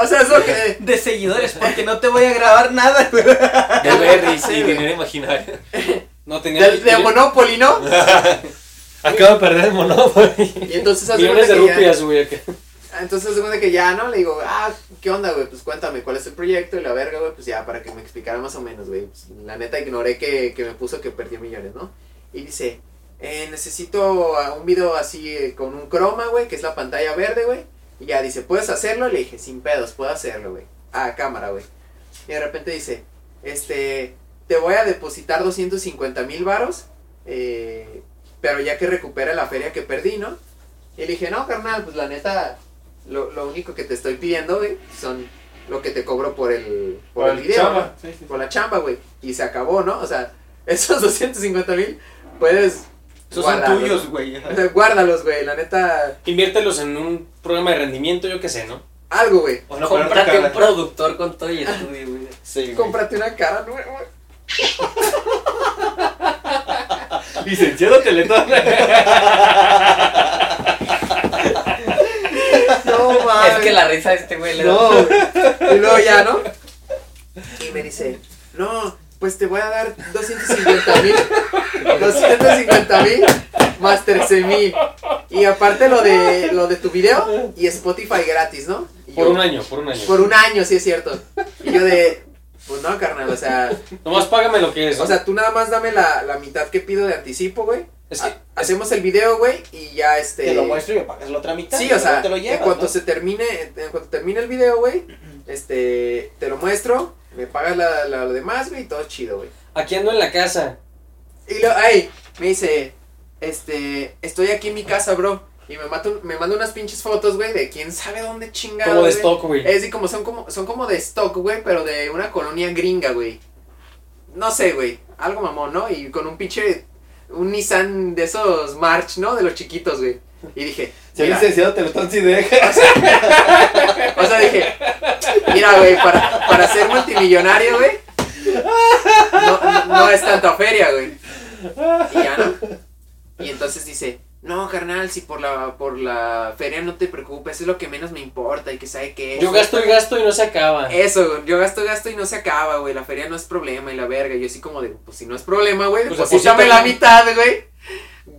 Speaker 2: O sea, es lo que.
Speaker 4: De seguidores, porque no te voy a grabar nada, güey.
Speaker 7: De berries
Speaker 2: Sí,
Speaker 7: y
Speaker 2: güey.
Speaker 7: dinero imaginario.
Speaker 1: No tenía.
Speaker 2: De, de Monopoly, ¿no?
Speaker 7: Acabo de perder el Monopoly.
Speaker 2: Y entonces hace
Speaker 1: Millones de
Speaker 2: cuenta que ya-
Speaker 1: rupias, güey. acá.
Speaker 2: Entonces hace cuenta que ya, ¿no? Le digo, ah, ¿qué onda, güey? Pues cuéntame, ¿cuál es el proyecto? Y la verga, güey, pues ya, para que me explicara más o menos, güey. Pues, la neta ignoré que, que me puso que perdí millones, ¿no? Y dice, eh, necesito a un video así eh, con un croma, güey, que es la pantalla verde, güey. Y ya dice, ¿puedes hacerlo? Le dije, sin pedos, puedo hacerlo, güey. A cámara, güey. Y de repente dice, este, te voy a depositar 250 mil varos, eh, pero ya que recupera la feria que perdí, ¿no? Y le dije, no, carnal, pues la neta, lo, lo único que te estoy pidiendo, güey, son lo que te cobro por el, por el video, ¿no?
Speaker 7: Sí, sí.
Speaker 2: por la chamba, güey. Y se acabó, ¿no? O sea, esos 250 mil, puedes...
Speaker 4: Esos son
Speaker 2: guardarlos,
Speaker 4: tuyos,
Speaker 2: ¿no?
Speaker 4: güey.
Speaker 2: O sea, guárdalos, güey, la neta,
Speaker 1: Inviértelos en un programa de rendimiento, yo qué sé, ¿no?
Speaker 2: algo, güey.
Speaker 1: O no, pero
Speaker 3: Cómprate un productor con todo y estudio, güey.
Speaker 5: Sí, güey.
Speaker 2: Cómprate una cara nueva.
Speaker 7: Licenciado Teletón.
Speaker 2: No, mames.
Speaker 3: Es que la risa de este güey le da.
Speaker 2: No. Y luego ya, ¿no? Y me dice, no, pues te voy a dar 250 mil. 250 mil más 13 mil. Y aparte lo de, lo de tu video y Spotify gratis, ¿no? Y
Speaker 1: por
Speaker 2: yo,
Speaker 1: un año, por un año.
Speaker 2: Por un año, sí es cierto. Y yo de, pues no, carnal, o sea,
Speaker 1: Nomás págame lo que es.
Speaker 2: o sea, tú nada más dame la, la mitad que pido de anticipo, güey.
Speaker 1: es que,
Speaker 2: Ha- hacemos el video, güey, y ya este...
Speaker 5: Te lo muestro y me pagas la otra mitad.
Speaker 2: Sí,
Speaker 5: y
Speaker 2: o sea,
Speaker 5: luego te lo llevas,
Speaker 2: en cuanto
Speaker 5: ¿no?
Speaker 2: se termine, en cuanto termine el video, güey, este, te lo muestro, me pagas la, la- lo demás, güey, y todo chido, güey.
Speaker 1: aquí ando en la casa.
Speaker 2: Y luego, ay, me dice, este, estoy aquí en mi casa, bro, y me, mato, me manda unas pinches fotos, güey, de quién sabe dónde chingados,
Speaker 1: Como de
Speaker 2: güey.
Speaker 1: stock, güey.
Speaker 2: Es decir, como son como, son como de stock, güey, pero de una colonia gringa, güey. No sé, güey, algo mamón, ¿no? Y con un pinche, un Nissan de esos March, ¿no? De los chiquitos, güey. Y dije,
Speaker 5: Si el
Speaker 2: mira,
Speaker 5: licenciado te lo están si deja.
Speaker 2: O sea, dije, mira, güey, para, para ser multimillonario, güey, no, no- no es tanta feria, güey. Y ya no. Y entonces dice, no, carnal, si por la, por la feria no te preocupes, es lo que menos me importa y que sabe qué.
Speaker 1: Yo gasto y gasto y no se acaba.
Speaker 2: Eso, güey, yo gasto, gasto y no se acaba, güey, la feria no es problema y la verga. Y Yo así como de, pues si no es problema, güey,
Speaker 1: Pues
Speaker 2: deposítame
Speaker 1: deposítame.
Speaker 2: la mitad, güey.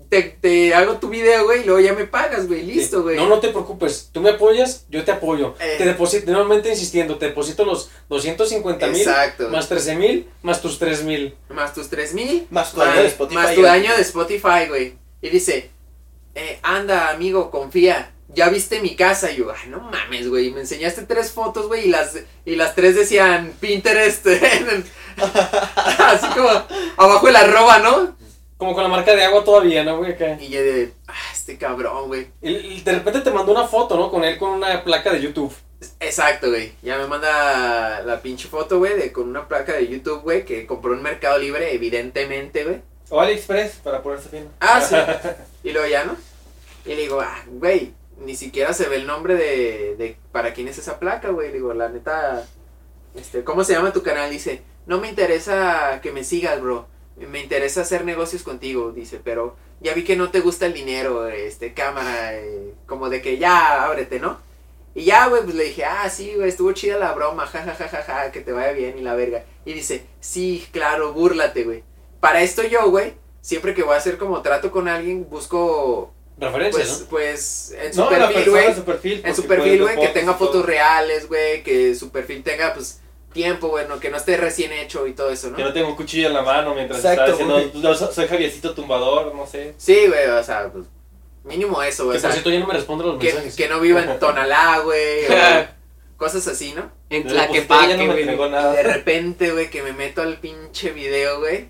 Speaker 2: Te, te hago tu video, güey, y luego ya me pagas, güey, listo, güey.
Speaker 1: No, no te preocupes. Tú me apoyas, yo te apoyo.
Speaker 2: Eh.
Speaker 1: Te deposito, nuevamente insistiendo, te deposito los 250 mil
Speaker 2: Exacto.
Speaker 1: más 13 mil más tus 3 mil.
Speaker 2: Más tus 3000.
Speaker 5: Más tu daño de Spotify.
Speaker 2: Más tu daño de Spotify, güey. Y dice, eh, anda, amigo, confía. Ya viste mi casa. Y yo, ay, no mames, güey. Me enseñaste tres fotos, güey, y las, y las tres decían Pinterest. en el- Así como abajo el arroba, ¿no?
Speaker 1: Como con la marca de agua todavía, ¿no, güey? Acá.
Speaker 2: Y yo de, ah, este cabrón, güey.
Speaker 1: Y- y de repente te mandó una foto, ¿no? Con él con una placa de YouTube.
Speaker 2: Exacto, güey. Ya me manda la pinche foto, güey, de con una placa de YouTube, güey, que compró en Mercado Libre, evidentemente, güey.
Speaker 7: O AliExpress, para ponerse fino.
Speaker 2: Ah, sí. Y luego ya, ¿no? Y le digo, ah, güey, ni siquiera se ve el nombre de, de para quién es esa placa, güey. Le digo, la neta, este, ¿cómo se llama tu canal? Dice, no me interesa que me sigas, bro. Me interesa hacer negocios contigo, dice, pero ya vi que no te gusta el dinero, este, cámara, eh, como de que ya, ábrete, ¿no? Y ya, güey, pues le dije, ah, sí, güey, estuvo chida la broma, ja, ja, ja, ja, ja, que te vaya bien y la verga. Y dice, sí, claro, búrlate, güey. Para esto yo, güey, siempre que voy a hacer como trato con alguien, busco,
Speaker 1: Referencias,
Speaker 2: pues,
Speaker 1: ¿no?
Speaker 2: pues, en su
Speaker 7: No, la
Speaker 2: perfil,
Speaker 7: persona
Speaker 2: güey,
Speaker 7: en su perfil.
Speaker 2: en su
Speaker 7: porque
Speaker 2: perfil,
Speaker 7: puede
Speaker 2: güey, que
Speaker 7: ver
Speaker 2: tenga
Speaker 7: y todo.
Speaker 2: fotos reales, güey, que su perfil tenga, pues, tiempo, güey, no, que no esté recién hecho y todo eso,
Speaker 7: Que
Speaker 2: ¿no?
Speaker 7: no tenga un cuchillo en la mano mientras
Speaker 5: Exacto,
Speaker 7: está diciendo, "Yo so- soy Javiercito Tumbador, no sé.
Speaker 2: Sí, güey, o sea, pues, mínimo eso,
Speaker 1: Que
Speaker 2: güey,
Speaker 1: por
Speaker 2: o sea,
Speaker 1: cierto ya no me responde los
Speaker 2: que,
Speaker 1: mensajes.
Speaker 2: que no viva en Tonalá, güey, o cosas así, ¿no?
Speaker 3: En
Speaker 7: Desde
Speaker 3: la que
Speaker 7: Postilla
Speaker 3: pague,
Speaker 7: pues, no me
Speaker 3: güey.
Speaker 7: entregó
Speaker 2: De
Speaker 7: nada.
Speaker 2: repente, güey, que me meto al pinche video, güey.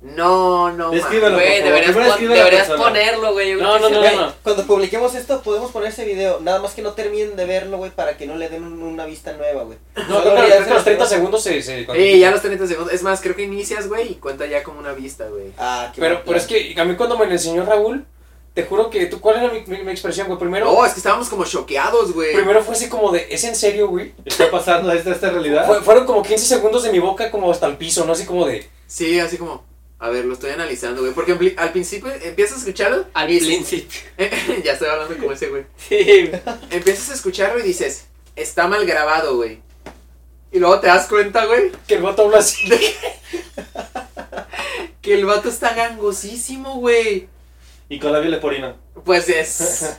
Speaker 2: No, no,
Speaker 7: Descríbelo,
Speaker 2: mames.
Speaker 3: Güey,
Speaker 7: por favor.
Speaker 3: deberías,
Speaker 7: Primero
Speaker 3: pon-
Speaker 7: escribe la
Speaker 3: deberías
Speaker 7: persona.
Speaker 3: ponerlo, güey. yo
Speaker 1: No,
Speaker 3: creo
Speaker 1: no,
Speaker 3: que
Speaker 1: no,
Speaker 3: sí.
Speaker 5: Güey,
Speaker 1: no.
Speaker 5: Cuando publiquemos esto, podemos poner ese video. Nada más que no terminen de verlo, güey, para que no le den un- una vista nueva, güey.
Speaker 1: No,
Speaker 5: Solo
Speaker 1: creo que, creo
Speaker 5: ya se
Speaker 1: que los 30
Speaker 5: tenemos-
Speaker 1: segundos se... se-
Speaker 2: Sí, ya los 30 segundos. Es más, creo que inicias, güey, y cuenta ya como una vista, güey.
Speaker 5: Ah, qué
Speaker 1: Pero,
Speaker 5: buen
Speaker 1: pero es
Speaker 5: plan.
Speaker 1: que a mí cuando me lo enseñó Raúl, te juro que tú, ¿cuál era mi, mi- mi expresión, güey? Primero,
Speaker 2: No, es que estábamos como choqueados, güey.
Speaker 1: primero fue así como de, ¿es en serio, güey?
Speaker 7: ¿Está pasando esta, esta realidad?
Speaker 1: Fue- fueron como 15 segundos de mi boca como hasta el piso, ¿no? Así como de,
Speaker 2: Sí, así como, a ver, lo estoy analizando, güey. Porque en pli- al principio empiezas a escucharlo.
Speaker 3: Al
Speaker 2: y dices-
Speaker 3: principio.
Speaker 2: ya estoy hablando como ese, güey.
Speaker 3: Sí,
Speaker 2: Empiezas a escucharlo y dices, está mal grabado, güey. Y luego te das cuenta, güey,
Speaker 1: que el vato habla así.
Speaker 2: que el vato está gangosísimo, güey.
Speaker 7: Y con la leporina.
Speaker 2: Pues es.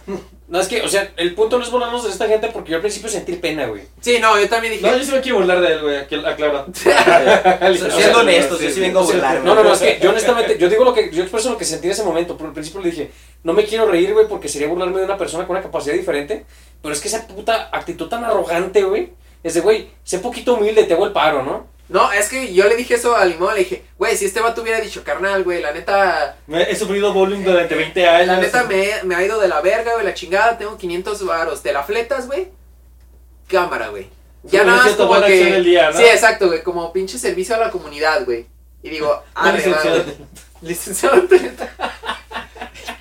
Speaker 1: No, es que, o sea, el punto no es burlarnos de esta gente porque yo al principio sentí pena, güey.
Speaker 2: Sí, no, yo también dije.
Speaker 7: No, yo sí me quiero burlar de él, güey, aquí aclara.
Speaker 4: Siendo honestos, yo sí vengo a burlarme.
Speaker 1: No, no, no, es que yo honestamente, yo digo lo que, yo expreso lo que sentí en ese momento, pero al principio le dije, no me quiero reír, güey, porque sería burlarme de una persona con una capacidad diferente, pero es que esa puta actitud tan arrogante, güey, es de, güey, sé poquito humilde, te hago el paro, ¿no?
Speaker 2: No, es que yo le dije eso a Limón, le dije, güey, si este vato hubiera dicho, carnal, güey, la neta,
Speaker 7: Me- he sufrido bullying durante 20 años.
Speaker 2: la neta me, me ha ido de la verga, güey, la chingada, tengo 500 varos, ¿te la fletas, güey? Cámara, güey. Ya
Speaker 7: Pero
Speaker 2: nada más
Speaker 7: siento
Speaker 2: como
Speaker 7: buena acción
Speaker 2: que...
Speaker 7: del día, ¿no?
Speaker 2: Sí, exacto, güey, como pinche servicio a la comunidad, güey. Y digo, ah,
Speaker 7: licenciado.
Speaker 2: Licenciado.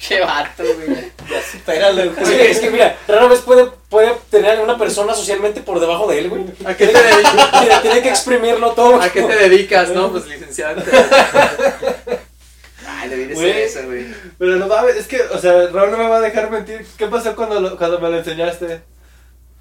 Speaker 3: qué vato, güey.
Speaker 4: Espéralo,
Speaker 1: Es que, es que mira, rara vez puede, puede tener a una persona socialmente por debajo de él, güey.
Speaker 2: ¿A qué te dedicas?
Speaker 1: Mira, tiene que exprimirlo todo.
Speaker 2: ¿A qué te dedicas, no? Pues licenciado. Ay, debería ser
Speaker 7: Güey.
Speaker 2: eso, güey.
Speaker 7: Pero no mames, es que, o sea, Raúl no me va a dejar mentir. ¿Qué pasó cuando, lo- cuando me lo enseñaste?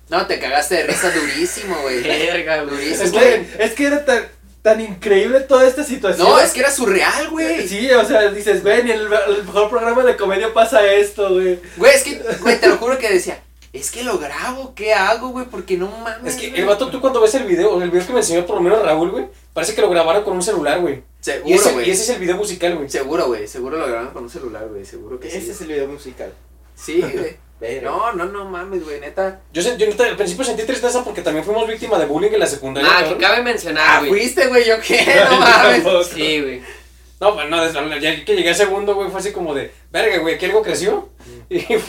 Speaker 2: No, te cagaste de risa durísimo, güey.
Speaker 3: Verga, güey.
Speaker 2: Durísimo.
Speaker 7: Es que, es que era tan, tan increíble toda esta situación.
Speaker 2: No, es que era surreal, güey.
Speaker 7: Sí, o sea, dices, güey, ni en el, el mejor programa de comedia pasa esto, güey.
Speaker 2: Güey, es que, güey, te lo juro que decía, es que lo grabo, ¿qué hago, güey? Porque no mames.
Speaker 1: Es que
Speaker 2: güey".
Speaker 1: el vato, tú cuando ves el video, el video que me enseñó por lo menos Raúl, güey, parece que lo grabaron con un celular, güey. Y
Speaker 2: Seguro,
Speaker 1: ese,
Speaker 2: güey.
Speaker 1: y ese es el video musical, güey.
Speaker 2: Seguro, güey. Seguro lo grabaron con un celular, güey. Seguro que sí.
Speaker 5: Ese es el video musical.
Speaker 2: Sí, güey. No,
Speaker 5: Pero.
Speaker 2: no, no mames, güey, neta.
Speaker 1: Yo, sen- yo neta, al principio sentí tristeza porque también fuimos víctima de bullying en la secundaria.
Speaker 3: Ah, que
Speaker 1: cabrón.
Speaker 3: cabe
Speaker 2: Ah,
Speaker 3: mencionar, güey.
Speaker 2: fuiste, güey, yo qué, no mames.
Speaker 3: Sí, güey.
Speaker 1: No, pues no, desde- ya que llegué a segundo, güey, fue así como de, verga, güey, aquí algo creció.
Speaker 2: Mm.
Speaker 1: Y pues,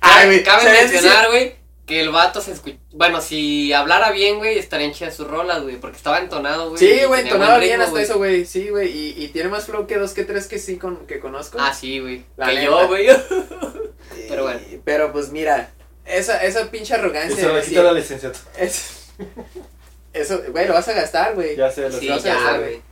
Speaker 2: Ay, Ah, güey,
Speaker 3: cabe
Speaker 2: ¿sabes
Speaker 3: mencionar, güey, que el vato se escucha. Bueno, si hablara bien, güey, estarían chidas sus rolas, güey, porque estaba entonado, güey.
Speaker 2: Sí,
Speaker 3: y
Speaker 2: güey,
Speaker 3: tenía buen
Speaker 2: entonaba bien
Speaker 3: ritmo,
Speaker 2: hasta
Speaker 3: güey.
Speaker 2: eso, güey. Sí, güey. Y, y tiene más flow que dos que tres que sí con, que conozco.
Speaker 3: Ah, sí, güey.
Speaker 2: La
Speaker 3: Que
Speaker 2: neta.
Speaker 3: yo, güey.
Speaker 2: Eh,
Speaker 3: pero bueno.
Speaker 2: Pero pues mira, esa, esa pinche arrogancia.
Speaker 7: Se lo
Speaker 2: güey,
Speaker 7: quita
Speaker 2: sí.
Speaker 7: la licenciatura.
Speaker 2: Es- Eso, güey, lo vas a gastar, güey.
Speaker 7: Ya sé, lo
Speaker 3: Sí,
Speaker 7: sé.
Speaker 2: vas a hacer,
Speaker 3: ya,
Speaker 2: güey.
Speaker 3: güey.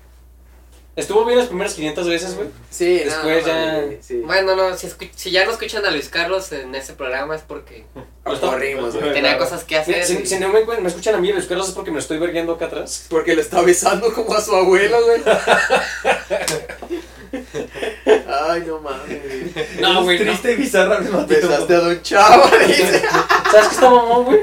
Speaker 1: estuvo bien las primeras 500 veces, güey.
Speaker 2: Sí, no,
Speaker 1: Después
Speaker 2: no,
Speaker 1: ya-
Speaker 2: güey, sí.
Speaker 3: Bueno, no, si, escu- si ya no escuchan a Luis Carlos en ese programa es porque
Speaker 2: Nos corrimos, güey.
Speaker 3: tenía
Speaker 7: claro.
Speaker 3: cosas que hacer.
Speaker 1: Mira, Si,
Speaker 3: güey.
Speaker 1: si no me, me escuchan a mí, los carlos es porque me lo estoy verguiando acá atrás.
Speaker 2: Porque lo está besando como a su abuelo, güey. Ay, no mames. güey.
Speaker 1: No, güey, no.
Speaker 7: Triste y bizarra al mismo tiempo.
Speaker 2: Besaste a Don Chavo, dice.
Speaker 1: ¿Sabes qué está mamón, güey?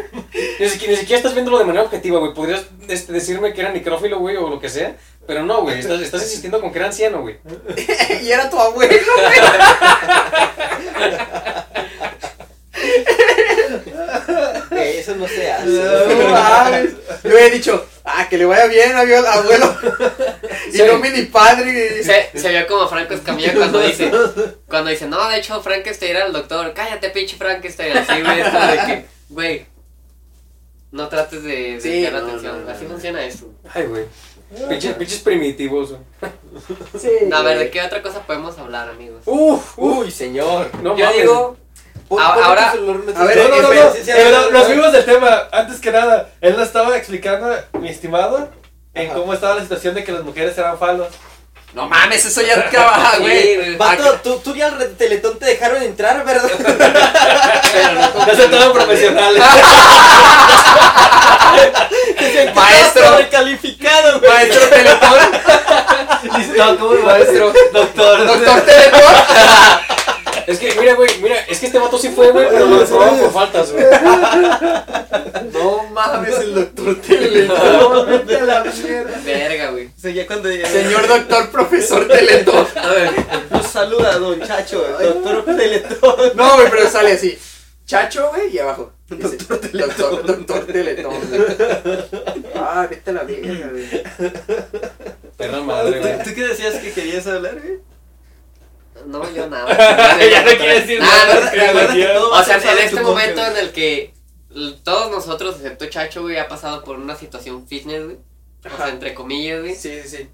Speaker 1: Ni siquiera, ni siquiera estás viéndolo de manera objetiva, güey. Podrías este, decirme que era necrófilo, güey, o lo que sea. Pero no, güey, estás, estás insistiendo con que era anciano, güey.
Speaker 2: Y era tu abuelo, güey.
Speaker 5: Güey, Eh, eso no se hace.
Speaker 2: No mames. Yo había dicho, ah, que le vaya bien, abuelo. abuelo. Y
Speaker 1: Sí.
Speaker 2: no mi ni padre. güey.
Speaker 3: Se, se vio como Franco Escamilla cuando dice, cuando dice, no, de hecho, Frankenstein era el doctor, cállate, pinche Frankenstein, así, güey, es como de que, güey, no trates de, de
Speaker 2: Sí,
Speaker 3: desviar la
Speaker 2: no, no,
Speaker 3: atención,
Speaker 2: no,
Speaker 3: así
Speaker 2: no.
Speaker 3: funciona eso.
Speaker 1: Ay, güey. Pinches, pinches primitivos, güey.
Speaker 2: Sí,
Speaker 3: No, a ver, ¿de
Speaker 2: güey.
Speaker 3: qué otra cosa podemos hablar, amigos?
Speaker 7: Uh,
Speaker 1: Uf, uf.
Speaker 5: Uy, señor.
Speaker 1: No
Speaker 3: Yo
Speaker 1: mames.
Speaker 3: digo, Ah, ahora-
Speaker 2: A ver,
Speaker 5: eh,
Speaker 7: No, no, no,
Speaker 2: espera,
Speaker 7: no,
Speaker 2: sí, sí,
Speaker 7: pero
Speaker 2: no, no,
Speaker 7: nos
Speaker 2: no.
Speaker 7: vimos del tema. Antes que nada, él nos estaba explicando, mi estimado, en
Speaker 5: Ajá.
Speaker 7: cómo estaba la situación de que las mujeres eran falos.
Speaker 2: No mames, eso ya trabaja,
Speaker 3: Sí,
Speaker 2: güey.
Speaker 3: güey.
Speaker 5: Vato, tú, tú y al re- teletón te dejaron entrar, ¿verdad?
Speaker 3: Pero no
Speaker 7: Ya se estaban profesionales.
Speaker 2: Maestro.
Speaker 5: Recalificado, güey.
Speaker 2: Maestro Teletón.
Speaker 7: no, ¿cómo maestro? Doctor.
Speaker 2: Doctor Teletón.
Speaker 1: Es que, mira, güey, mira, es que este vato sí fue, güey, pero lo desprobaron por faltas, güey.
Speaker 2: No mames, el doctor Teletón.
Speaker 7: No, vete a la mierda.
Speaker 3: Verga, güey.
Speaker 5: O sea, ya cuando ya-
Speaker 2: Señor doctor profesor Teletón.
Speaker 5: A ver, nos saluda, don Chacho, doctor Teletón.
Speaker 2: No, güey, pero sale así. Chacho, güey, y abajo. Dice, doctor, doctor Teletón. güey. Ah, vete a la verga, güey.
Speaker 1: Perra
Speaker 5: ¿Tú,
Speaker 1: madre, güey.
Speaker 5: tú qué decías que querías hablar, güey?
Speaker 3: No, yo nada.
Speaker 7: Ya no quiere decir
Speaker 3: Nada,
Speaker 7: nada,
Speaker 3: no,
Speaker 7: creo,
Speaker 5: recuerda
Speaker 7: güey.
Speaker 5: que todo-
Speaker 3: O sea,
Speaker 5: Vamos a
Speaker 3: en
Speaker 5: usar
Speaker 3: este
Speaker 5: tu
Speaker 3: momento
Speaker 5: boca,
Speaker 3: en el que l- todos nosotros, excepto Chacho, güey, ha pasado por una situación fitness, güey. O sea,
Speaker 2: Ajá.
Speaker 3: entre comillas, güey.
Speaker 2: Sí, sí, sí.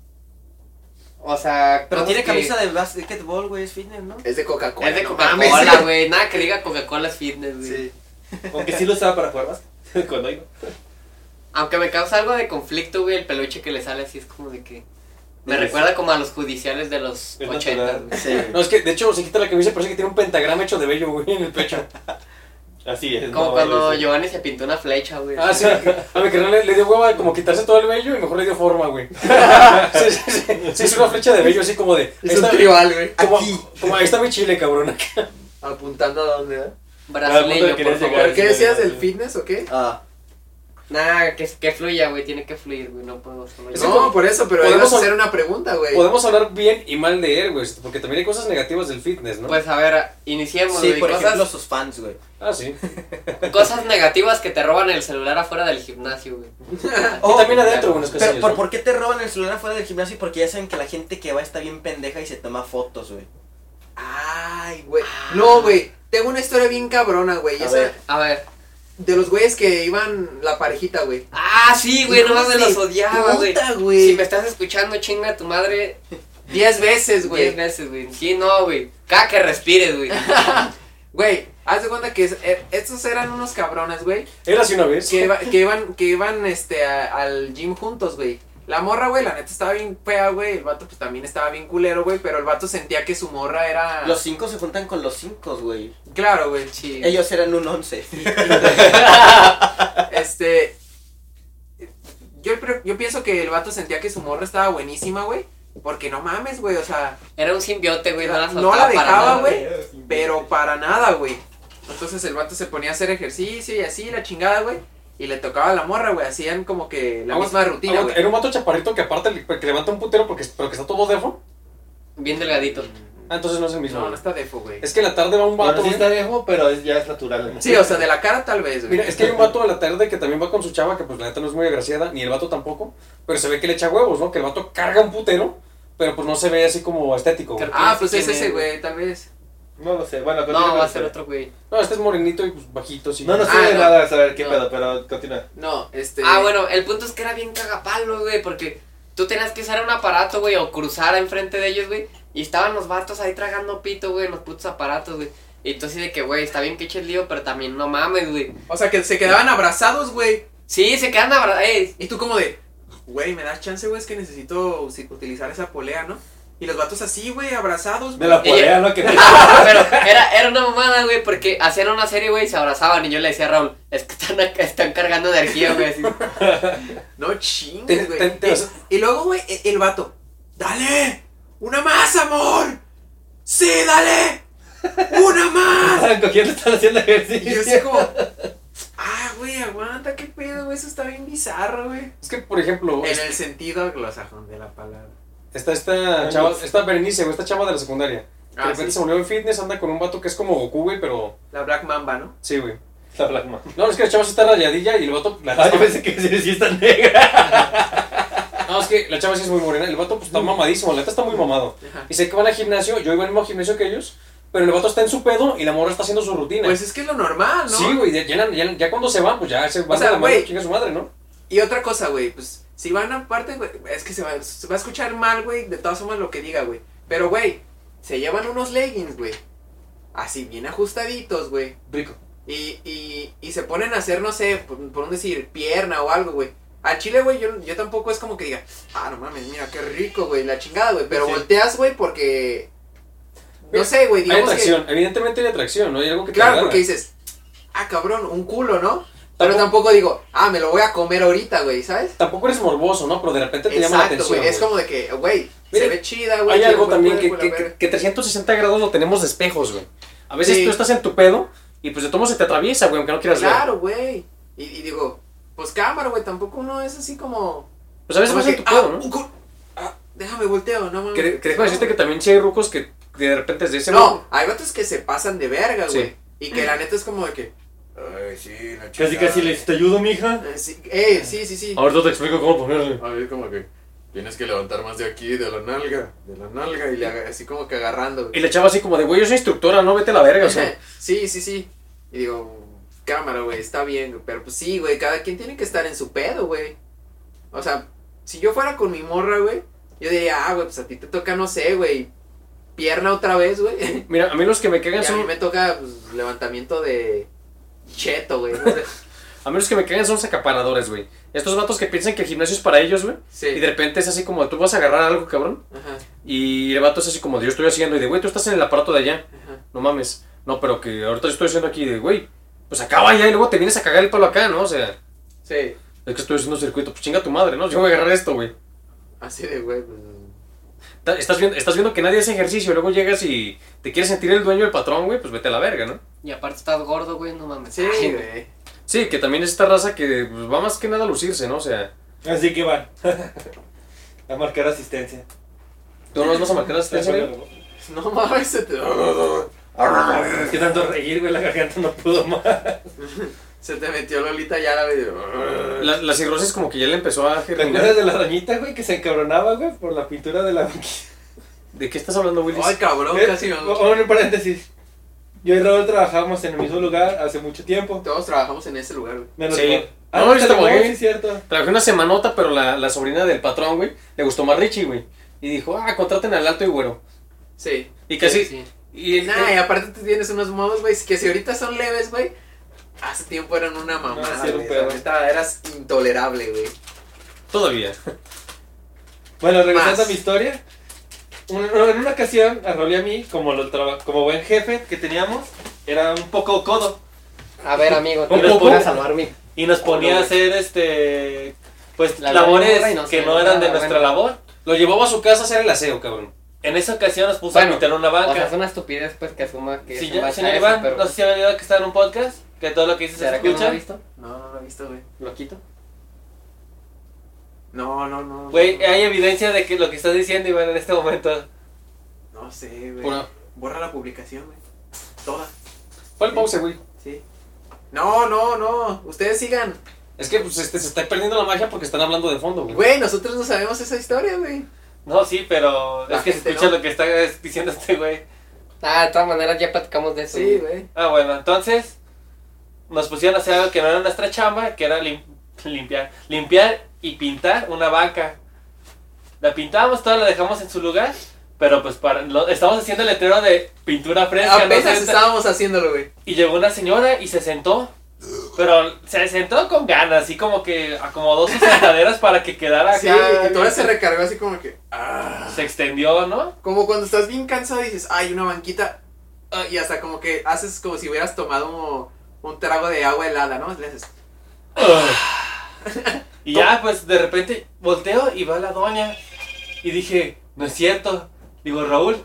Speaker 3: O sea,
Speaker 4: Pero
Speaker 3: cosas
Speaker 4: tiene
Speaker 3: que-
Speaker 4: camisa de basketball, güey, es fitness, ¿no?
Speaker 2: Es de Coca-Cola.
Speaker 3: Es de
Speaker 2: no
Speaker 3: Coca-Cola,
Speaker 2: mames.
Speaker 3: güey. Nada que diga Coca-Cola es fitness, güey.
Speaker 7: Aunque sí lo usaba para jugar más. Cuando iba.
Speaker 3: Aunque me causa algo de conflicto, güey, el peluche que le sale así es como de que. Me
Speaker 7: Es-
Speaker 3: recuerda como a los judiciales de los
Speaker 7: Es
Speaker 3: 80,
Speaker 7: natural.
Speaker 3: güey.
Speaker 1: No, es que de hecho se quita la camisa y parece que tiene un pentagrama hecho de vello, güey, en el pecho.
Speaker 7: Así es.
Speaker 3: Como
Speaker 7: no,
Speaker 3: cuando
Speaker 7: es-
Speaker 3: Giovanni se pintó una flecha, güey.
Speaker 1: Ah, sí. A mi carnal le, le dio hueva de como quitarse todo el vello y mejor le dio forma, güey. Sí, sí, sí. Sí, es una flecha de vello así como de. ahí
Speaker 2: Es un
Speaker 1: está-
Speaker 2: tribal, güey.
Speaker 1: como,
Speaker 2: Aquí.
Speaker 1: como ahí está mi chile, cabrón.
Speaker 2: Apuntando a dónde, ¿eh?
Speaker 7: Al punto
Speaker 3: Brasileño,
Speaker 7: que
Speaker 3: por
Speaker 7: querías
Speaker 3: favor.
Speaker 7: llegar.
Speaker 2: ¿Pero qué decías del fitness o qué?
Speaker 4: Ah,
Speaker 3: Nada, que, que fluya, güey. Tiene que fluir, güey. No puedo solo
Speaker 1: Es
Speaker 3: yo.
Speaker 1: como-
Speaker 2: No, por eso, pero ahí
Speaker 1: podemos
Speaker 2: vas a
Speaker 1: hab-
Speaker 2: hacer una pregunta, güey.
Speaker 1: Podemos hablar bien y mal de él, güey, porque también hay cosas negativas del fitness, ¿no?
Speaker 3: Pues a ver, iniciemos,
Speaker 4: sí,
Speaker 3: güey.
Speaker 4: por
Speaker 3: Cosas,
Speaker 4: ejemplo, sus fans, güey.
Speaker 1: ah, sí.
Speaker 3: cosas negativas que te roban el celular afuera del gimnasio, güey.
Speaker 5: oh,
Speaker 1: y también adentro, unos
Speaker 4: Pero,
Speaker 1: casillos.
Speaker 4: ¿por, por qué te roban el celular afuera del gimnasio? Porque ya saben que la gente que va está bien pendeja y se toma fotos, güey.
Speaker 2: Ay, güey. No, güey. Tengo una historia bien cabrona, güey.
Speaker 4: A
Speaker 2: Esa
Speaker 4: ver.
Speaker 3: A ver.
Speaker 2: de los güeyes que iban la parejita, güey.
Speaker 3: Ah, sí, güey. No
Speaker 2: Hijos
Speaker 3: mames,
Speaker 2: de
Speaker 3: los odiaba, güey.
Speaker 2: Puta,
Speaker 3: Si
Speaker 2: güey.
Speaker 3: me estás escuchando, chinga a tu madre
Speaker 2: Diez veces,
Speaker 3: Diez
Speaker 2: güey.
Speaker 3: veces, güey. Sí, no, güey. Cada que respires, güey.
Speaker 2: Güey, haz de cuenta que es- eh, estos eran unos cabrones, güey.
Speaker 1: Era así una vez.
Speaker 2: que, iba- que iban, que iban este, a- al gym juntos, güey. La morra, güey, la neta estaba bien fea, güey. El vato, pues también estaba bien culero, güey. Pero el vato sentía que su morra
Speaker 5: Ah.
Speaker 2: era.
Speaker 4: Los cinco se juntan con los cinco, güey.
Speaker 2: Claro, güey.
Speaker 3: Sí.
Speaker 4: Ellos eran un once.
Speaker 2: Este. Yo, pre- yo pienso que el vato sentía que su morra estaba buenísima, güey. Porque no mames, güey. O sea,
Speaker 3: Era un simbiote, güey. No la,
Speaker 2: no la
Speaker 3: soltaba para
Speaker 2: dejaba,
Speaker 3: nada,
Speaker 2: güey. Pero para nada, güey. Entonces el vato se ponía a hacer ejercicio y así, la chingada, güey. Y le tocaba a la morra, güey. Hacían como que la
Speaker 1: Aguanta,
Speaker 2: misma rutina,
Speaker 1: Aguanta,
Speaker 2: güey.
Speaker 1: Era un vato chaparrito que aparte le- que levanta un putero porque, pero que está todo defo.
Speaker 3: Bien delgadito.
Speaker 1: Ah, entonces no es el mismo.
Speaker 2: No, no
Speaker 1: güey.
Speaker 2: está defo, güey.
Speaker 1: Es que en la tarde va un
Speaker 5: Bueno,
Speaker 1: vato. ¿eh?
Speaker 5: sí
Speaker 1: güey.
Speaker 5: está viejo, pero es- ya es natural. güey.
Speaker 2: Sí, o sea, de la cara tal vez, güey. Ah,
Speaker 1: Mira, es que hay un vato a la tarde que también va con su chava, que pues la neta no es muy agraciada, ni el vato tampoco, pero se ve que le echa huevos, ¿no? Que el vato carga un putero, pero pues no se ve así como estético. güey.
Speaker 3: Claro.
Speaker 2: Ah, pues es
Speaker 3: ¿Quién es,
Speaker 2: ese,
Speaker 3: güey?
Speaker 2: güey, tal vez.
Speaker 5: No lo sé, bueno, continúa.
Speaker 3: No,
Speaker 5: con
Speaker 3: va a
Speaker 5: la
Speaker 3: ser
Speaker 5: historia.
Speaker 3: otro, güey.
Speaker 1: No, este es morenito y pues bajito, sí.
Speaker 5: No, no sé
Speaker 2: Ah, no.
Speaker 5: nada de saber qué
Speaker 2: No.
Speaker 5: pedo, pero continúa.
Speaker 2: No, este.
Speaker 3: Ah, bueno, el punto es que era bien cagapalo, güey, porque tú tenías que usar un aparato, güey, o cruzar enfrente de ellos, güey, y estaban los vatos ahí tragando pito, güey, en los putos aparatos, güey. Y tú así de que, güey, está bien que eches lío, pero también no mames, güey.
Speaker 2: O sea, que se quedaban abrazados, güey.
Speaker 3: Sí, se quedan abra- eh,
Speaker 2: Y tú, como de, güey, me das chance, güey, es que necesito si- utilizar esa polea, ¿no? Y los vatos así, güey, abrazados,
Speaker 5: De
Speaker 2: güey.
Speaker 5: la polea, ¿no? Que
Speaker 3: Pero era, era una mamada, güey, porque hacían una serie, güey, y se abrazaban, y yo le decía a Raúl, es que están, acá- están cargando energía, güey, así.
Speaker 2: No
Speaker 1: Te-
Speaker 2: chingues,
Speaker 1: te-
Speaker 2: güey.
Speaker 1: te- o sea,
Speaker 2: Y luego, güey, e- el vato, dale, una más, amor. Sí, dale, una más.
Speaker 5: ¿Con quién están haciendo
Speaker 2: Y yo así
Speaker 5: ejercicio?
Speaker 2: como, ah, güey, aguanta, qué pedo, güey, eso está bien bizarro, güey.
Speaker 1: es que, Ah, por ejemplo,
Speaker 2: En
Speaker 1: es-
Speaker 2: el sentido anglosajón de la palabra.
Speaker 1: está esta chava, esta Berenice, güey, esta chava de la secundaria. Que de
Speaker 2: Ah,
Speaker 1: repente se
Speaker 2: sí.
Speaker 1: volvió en fitness, anda con un vato que es como Goku, güey, pero...
Speaker 2: La Black Mamba, ¿no?
Speaker 1: Sí, güey.
Speaker 5: La Black Man.
Speaker 1: No, es que la chava sí está rayadilla y el vato... La
Speaker 5: Ah, yo pensé que sí está negra. pues.
Speaker 1: No, es que la chava sí es muy morena. El vato pues
Speaker 5: Mm.
Speaker 1: está mamadísimo, la neta está muy mamado. Y sé que van al gimnasio, yo iba al mismo gimnasio que ellos, pero el vato está en su pedo y la morra está haciendo su rutina.
Speaker 2: Pues es que es lo normal, ¿no?
Speaker 1: Sí, güey, ya, ya- ya- ya cuando se van, pues ya se van
Speaker 2: sea,
Speaker 1: a la mano,
Speaker 2: güey.
Speaker 1: chinga su madre, ¿no?
Speaker 2: Y otra cosa, güey, pues si van aparte, güey, es que se va, se va a escuchar mal, güey, de todas formas lo que diga, güey. Pero, güey, se llevan unos leggings, güey. Así, bien ajustaditos, güey.
Speaker 1: Rico.
Speaker 2: Y, y, y se ponen a hacer, no sé, por, por un decir, pierna o algo, güey. Al chile, güey, yo, yo tampoco es como que diga, ah, no mames, mira, qué rico, güey, la chingada, güey. Pero
Speaker 5: Sí.
Speaker 2: volteas, güey, porque... No
Speaker 1: Mira,
Speaker 2: sé, güey,
Speaker 1: Hay
Speaker 2: digamos que...
Speaker 1: atracción, evidentemente hay atracción, ¿no? Hay algo que te
Speaker 2: Claro,
Speaker 1: agrada.
Speaker 2: porque dices, ah, cabrón, un culo, ¿no? Pero
Speaker 1: Tampoco-
Speaker 2: tampoco digo, ah, me lo voy a comer ahorita, güey, ¿sabes?
Speaker 1: Tampoco eres morboso, ¿no? Pero de repente te llama la
Speaker 2: Exacto,
Speaker 1: atención.
Speaker 2: güey. Es
Speaker 1: güey.
Speaker 2: como de que, güey,
Speaker 1: Mira,
Speaker 2: se ve chida, güey.
Speaker 1: Hay
Speaker 2: quiero
Speaker 1: algo
Speaker 2: ver,
Speaker 1: también
Speaker 2: güey,
Speaker 1: que,
Speaker 2: güey,
Speaker 1: que,
Speaker 2: a ver.
Speaker 1: que- que 360 grados lo tenemos de espejos, güey. A veces
Speaker 2: Sí.
Speaker 1: tú estás en tu pedo y pues de tomo se te atraviesa, güey, aunque no quieras ver.
Speaker 2: Claro, güey. Y, y digo, pues cámara, güey. Tampoco uno es así como.
Speaker 1: Pues a veces
Speaker 2: como
Speaker 1: vas en
Speaker 2: que,
Speaker 1: tu pedo,
Speaker 2: ah,
Speaker 1: ¿no?
Speaker 2: un cu- ah, déjame volteo, no mames.
Speaker 1: Que, que déjame decirte que también sí hay rucos que que de repente se dicen...
Speaker 2: No, hay vatos que se pasan de verga,
Speaker 1: Sí.
Speaker 2: güey. Y que la neta es como de que. Ay, sí, la chingada.
Speaker 5: te ayudo, mija.
Speaker 2: Eh, sí, eh, sí, sí, sí.
Speaker 1: Ahorita te explico cómo ponerle.
Speaker 2: A ver, Ah, como que. Tienes que levantar más de aquí, de la nalga, de la nalga, y le haga- así como que agarrando,
Speaker 1: Y la chava así como de, güey, yo soy instructora, no vete a la verga, o sea.
Speaker 2: sí, sí, sí. Y digo, cámara, güey, está bien, güey, pero pues sí, güey, cada quien tiene que estar en su pedo, güey. O sea, si yo fuera con mi morra, güey, Yo diría, ah, güey, pues a ti te toca, no sé, güey, pierna otra vez, güey.
Speaker 1: Mira, a mí los que me
Speaker 2: Y
Speaker 1: cagan
Speaker 2: a mí
Speaker 1: son.
Speaker 2: me toca pues, levantamiento de cheto, güey. no sé.
Speaker 1: A mí los que me cagan son los acaparadores, güey. Estos vatos que piensan que el gimnasio es para ellos, güey.
Speaker 2: Sí.
Speaker 1: Y de repente es así como, tú vas a agarrar algo, cabrón.
Speaker 2: Ajá,
Speaker 1: Y el vato es así como, de, yo estoy haciendo. Y de, güey, tú estás en el aparato de allá.
Speaker 2: ajá.
Speaker 1: No mames. No, pero que ahorita yo estoy haciendo aquí. De, güey, pues acaba allá y luego te vienes a cagar el palo acá, ¿no? O sea,
Speaker 2: Sí.
Speaker 1: es que estoy haciendo circuito. Pues chinga tu madre, ¿no? Yo voy a agarrar esto, güey.
Speaker 2: Así de, güey, pues...
Speaker 1: Ta- Estás viendo, estás viendo que nadie hace ejercicio y luego llegas y te quieres sentir el dueño del patrón, güey, pues vete a la verga, ¿no?
Speaker 3: Y aparte estás gordo, güey, no mames.
Speaker 2: Sí,
Speaker 3: Ay,
Speaker 2: güey.
Speaker 1: Sí, que también es esta raza que pues, va más que nada a lucirse, ¿no? O sea,
Speaker 7: Así que van. A marcar asistencia.
Speaker 1: tú no las vas a marcar asistencia, güey.
Speaker 7: Es
Speaker 2: No mames, se te...
Speaker 7: Ah, que tanto reír, güey, la garganta no pudo más.
Speaker 2: Se te metió Lolita ya la video.
Speaker 1: La, la cirrosis como que ya le empezó a
Speaker 7: ¿Te acuerdas
Speaker 1: germinar.
Speaker 7: de la doñita, güey, que se encabronaba, güey, por la pintura de la
Speaker 1: ¿De qué estás hablando, Willis?
Speaker 2: Ay, cabrón,
Speaker 7: Eh,
Speaker 2: casi me...
Speaker 7: o- o en paréntesis. Yo y Raúl trabajábamos en el mismo lugar hace mucho tiempo.
Speaker 2: Todos trabajamos en ese lugar, güey.
Speaker 7: Menos
Speaker 1: Sí.
Speaker 7: vos. Ah,
Speaker 1: No,
Speaker 7: no,
Speaker 1: ahorita
Speaker 7: pero vos,
Speaker 1: voy.
Speaker 7: sí, es cierto.
Speaker 1: Trabajé una semanota, pero la, la sobrina del patrón, güey, le gustó más Richie, güey. Y dijo, ah, contraten al alto y güero.
Speaker 2: Sí.
Speaker 1: Y casi...
Speaker 3: sí.
Speaker 1: Y,
Speaker 2: Nah, y aparte tú tienes unos modos, güey, que si ahorita son leves, güey, hace tiempo eran una mamada,
Speaker 7: Ah, sí, era un
Speaker 2: güey.
Speaker 7: pedo.
Speaker 2: Ahorita eras intolerable, güey.
Speaker 1: Todavía.
Speaker 7: Bueno, regresando
Speaker 2: Más.
Speaker 7: a mi historia. un- en una ocasión, a Raúl y a mí, como, lo traba- como buen jefe que teníamos, era un poco codo.
Speaker 3: A ver, amigo, tú
Speaker 7: Un
Speaker 3: no
Speaker 7: poco.
Speaker 3: puedes salvar mi
Speaker 7: Y nos ponía
Speaker 3: Culo,
Speaker 7: a
Speaker 3: güey.
Speaker 7: hacer este. Pues
Speaker 3: La labor y
Speaker 7: labores
Speaker 3: no
Speaker 7: que
Speaker 3: sé,
Speaker 7: no eran de
Speaker 3: nada,
Speaker 7: nuestra
Speaker 3: bueno.
Speaker 7: labor.
Speaker 1: Lo llevaba a su casa a hacer el aseo, cabrón.
Speaker 7: En esa ocasión nos puso
Speaker 3: Bueno,
Speaker 7: a pintar una
Speaker 3: O sea,
Speaker 7: banca.
Speaker 3: es una estupidez, pues, que asuma que
Speaker 7: Si
Speaker 3: se
Speaker 7: ya-
Speaker 3: basa
Speaker 7: señor
Speaker 3: eso,
Speaker 7: Iván,
Speaker 3: pero-
Speaker 7: no sé si había oído que está en un podcast, que todo lo que dices se
Speaker 3: ¿Será que no lo
Speaker 7: escucha.
Speaker 3: ha visto?
Speaker 2: No, no lo he visto, güey.
Speaker 3: ¿Lo quito?
Speaker 2: No, no, no.
Speaker 7: Güey, eh.
Speaker 2: no,
Speaker 7: hay evidencia de que lo que estás diciendo, Iván, en este momento.
Speaker 2: no sé, güey.
Speaker 1: Bueno,
Speaker 2: Borra la publicación, güey. Toda,
Speaker 1: ¿cuál pausa, güey?
Speaker 2: sí. No, no, no. Ustedes sigan.
Speaker 1: Es que pues, este, se está perdiendo la magia porque están hablando de fondo, güey.
Speaker 2: Güey, nosotros no sabemos esa historia, güey.
Speaker 7: No, sí, pero
Speaker 2: La
Speaker 7: es que se
Speaker 2: gente
Speaker 7: escucha
Speaker 2: no.
Speaker 7: lo que está es- diciendo este güey.
Speaker 3: Ah, de todas maneras ya platicamos de eso.
Speaker 2: Sí, güey.
Speaker 7: Ah, bueno, entonces nos pusieron a hacer algo que no era nuestra chamba, que era lim- limpiar. Limpiar y pintar una banca. La pintábamos toda, la dejamos en su lugar, pero pues para lo- estamos haciendo el letrero de pintura fresca. ¿no?
Speaker 2: Apenas
Speaker 7: Entonces,
Speaker 2: estábamos haciéndolo, güey.
Speaker 7: Y llegó una señora y se sentó, pero se sentó con ganas, así como que acomodó sus sentaderas para que quedara acá.
Speaker 2: Sí, y todo se recargó así como que. ah.
Speaker 7: se extendió, ¿no?
Speaker 2: Como cuando estás bien cansado y dices, ay, una banquita. ah, y hasta como que haces como si hubieras tomado un trago de agua helada, ¿no? Le haces.
Speaker 7: Y ya, pues de repente volteo y va la doña. Y dije, no es cierto. Digo, Raúl.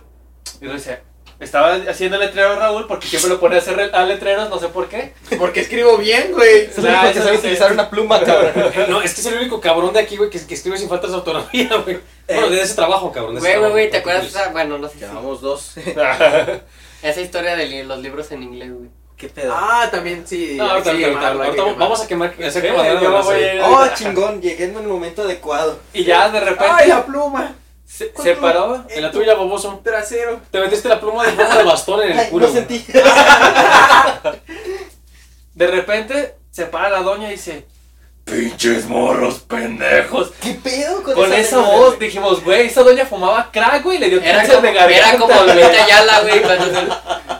Speaker 7: Y luego dice, estaba haciendo el letrero Raúl porque siempre lo pone a hacer re- a letreros, no sé por qué.
Speaker 2: Porque escribo bien, güey.
Speaker 7: O
Speaker 5: Ah,
Speaker 7: sea, eso dice-
Speaker 5: una pluma, cabrón.
Speaker 1: No, es que es el único cabrón de aquí, güey, que, que escribe sin faltas de autonomía, güey. Bueno, de ese trabajo, cabrón. de ese
Speaker 3: Güey, güey,
Speaker 1: trabajo,
Speaker 3: güey, ¿te
Speaker 1: tampoco
Speaker 3: acuerdas?
Speaker 7: Pues,
Speaker 1: es-
Speaker 3: esa- Bueno, no sé si...
Speaker 5: Llevamos dos.
Speaker 3: Esa historia de li- los libros en inglés, güey.
Speaker 5: ¿Qué pedo?
Speaker 2: Ah, también, sí.
Speaker 1: No, ahorita,
Speaker 2: hay que
Speaker 1: ahorita, ahorita,
Speaker 2: quemarlo, hay que
Speaker 1: ahorita
Speaker 2: quemarlo.
Speaker 1: vamos a quemar, hacer
Speaker 7: Eh,
Speaker 1: que bandera de
Speaker 7: yo
Speaker 1: raza,
Speaker 7: voy
Speaker 1: güey.
Speaker 7: a-
Speaker 5: Oh, chingón, llegué en el momento adecuado.
Speaker 7: y ya de repente
Speaker 2: ¡Ay, la pluma!
Speaker 7: se, se paró.
Speaker 1: En la tuya, baboso.
Speaker 2: Trasero.
Speaker 1: Te metiste la pluma de forma de bastón en el
Speaker 5: Ay,
Speaker 1: culo.
Speaker 5: no
Speaker 1: güey.
Speaker 5: sentí.
Speaker 7: De repente se para la doña y dice, pinches morros pendejos.
Speaker 5: ¿Qué pedo con,
Speaker 7: Con esa voz dijimos, güey, esa doña fumaba crack, güey, y le dio
Speaker 3: Era
Speaker 7: cáncer
Speaker 3: como,
Speaker 7: de garganta.
Speaker 3: era como Lolita Ayala, güey, cuando...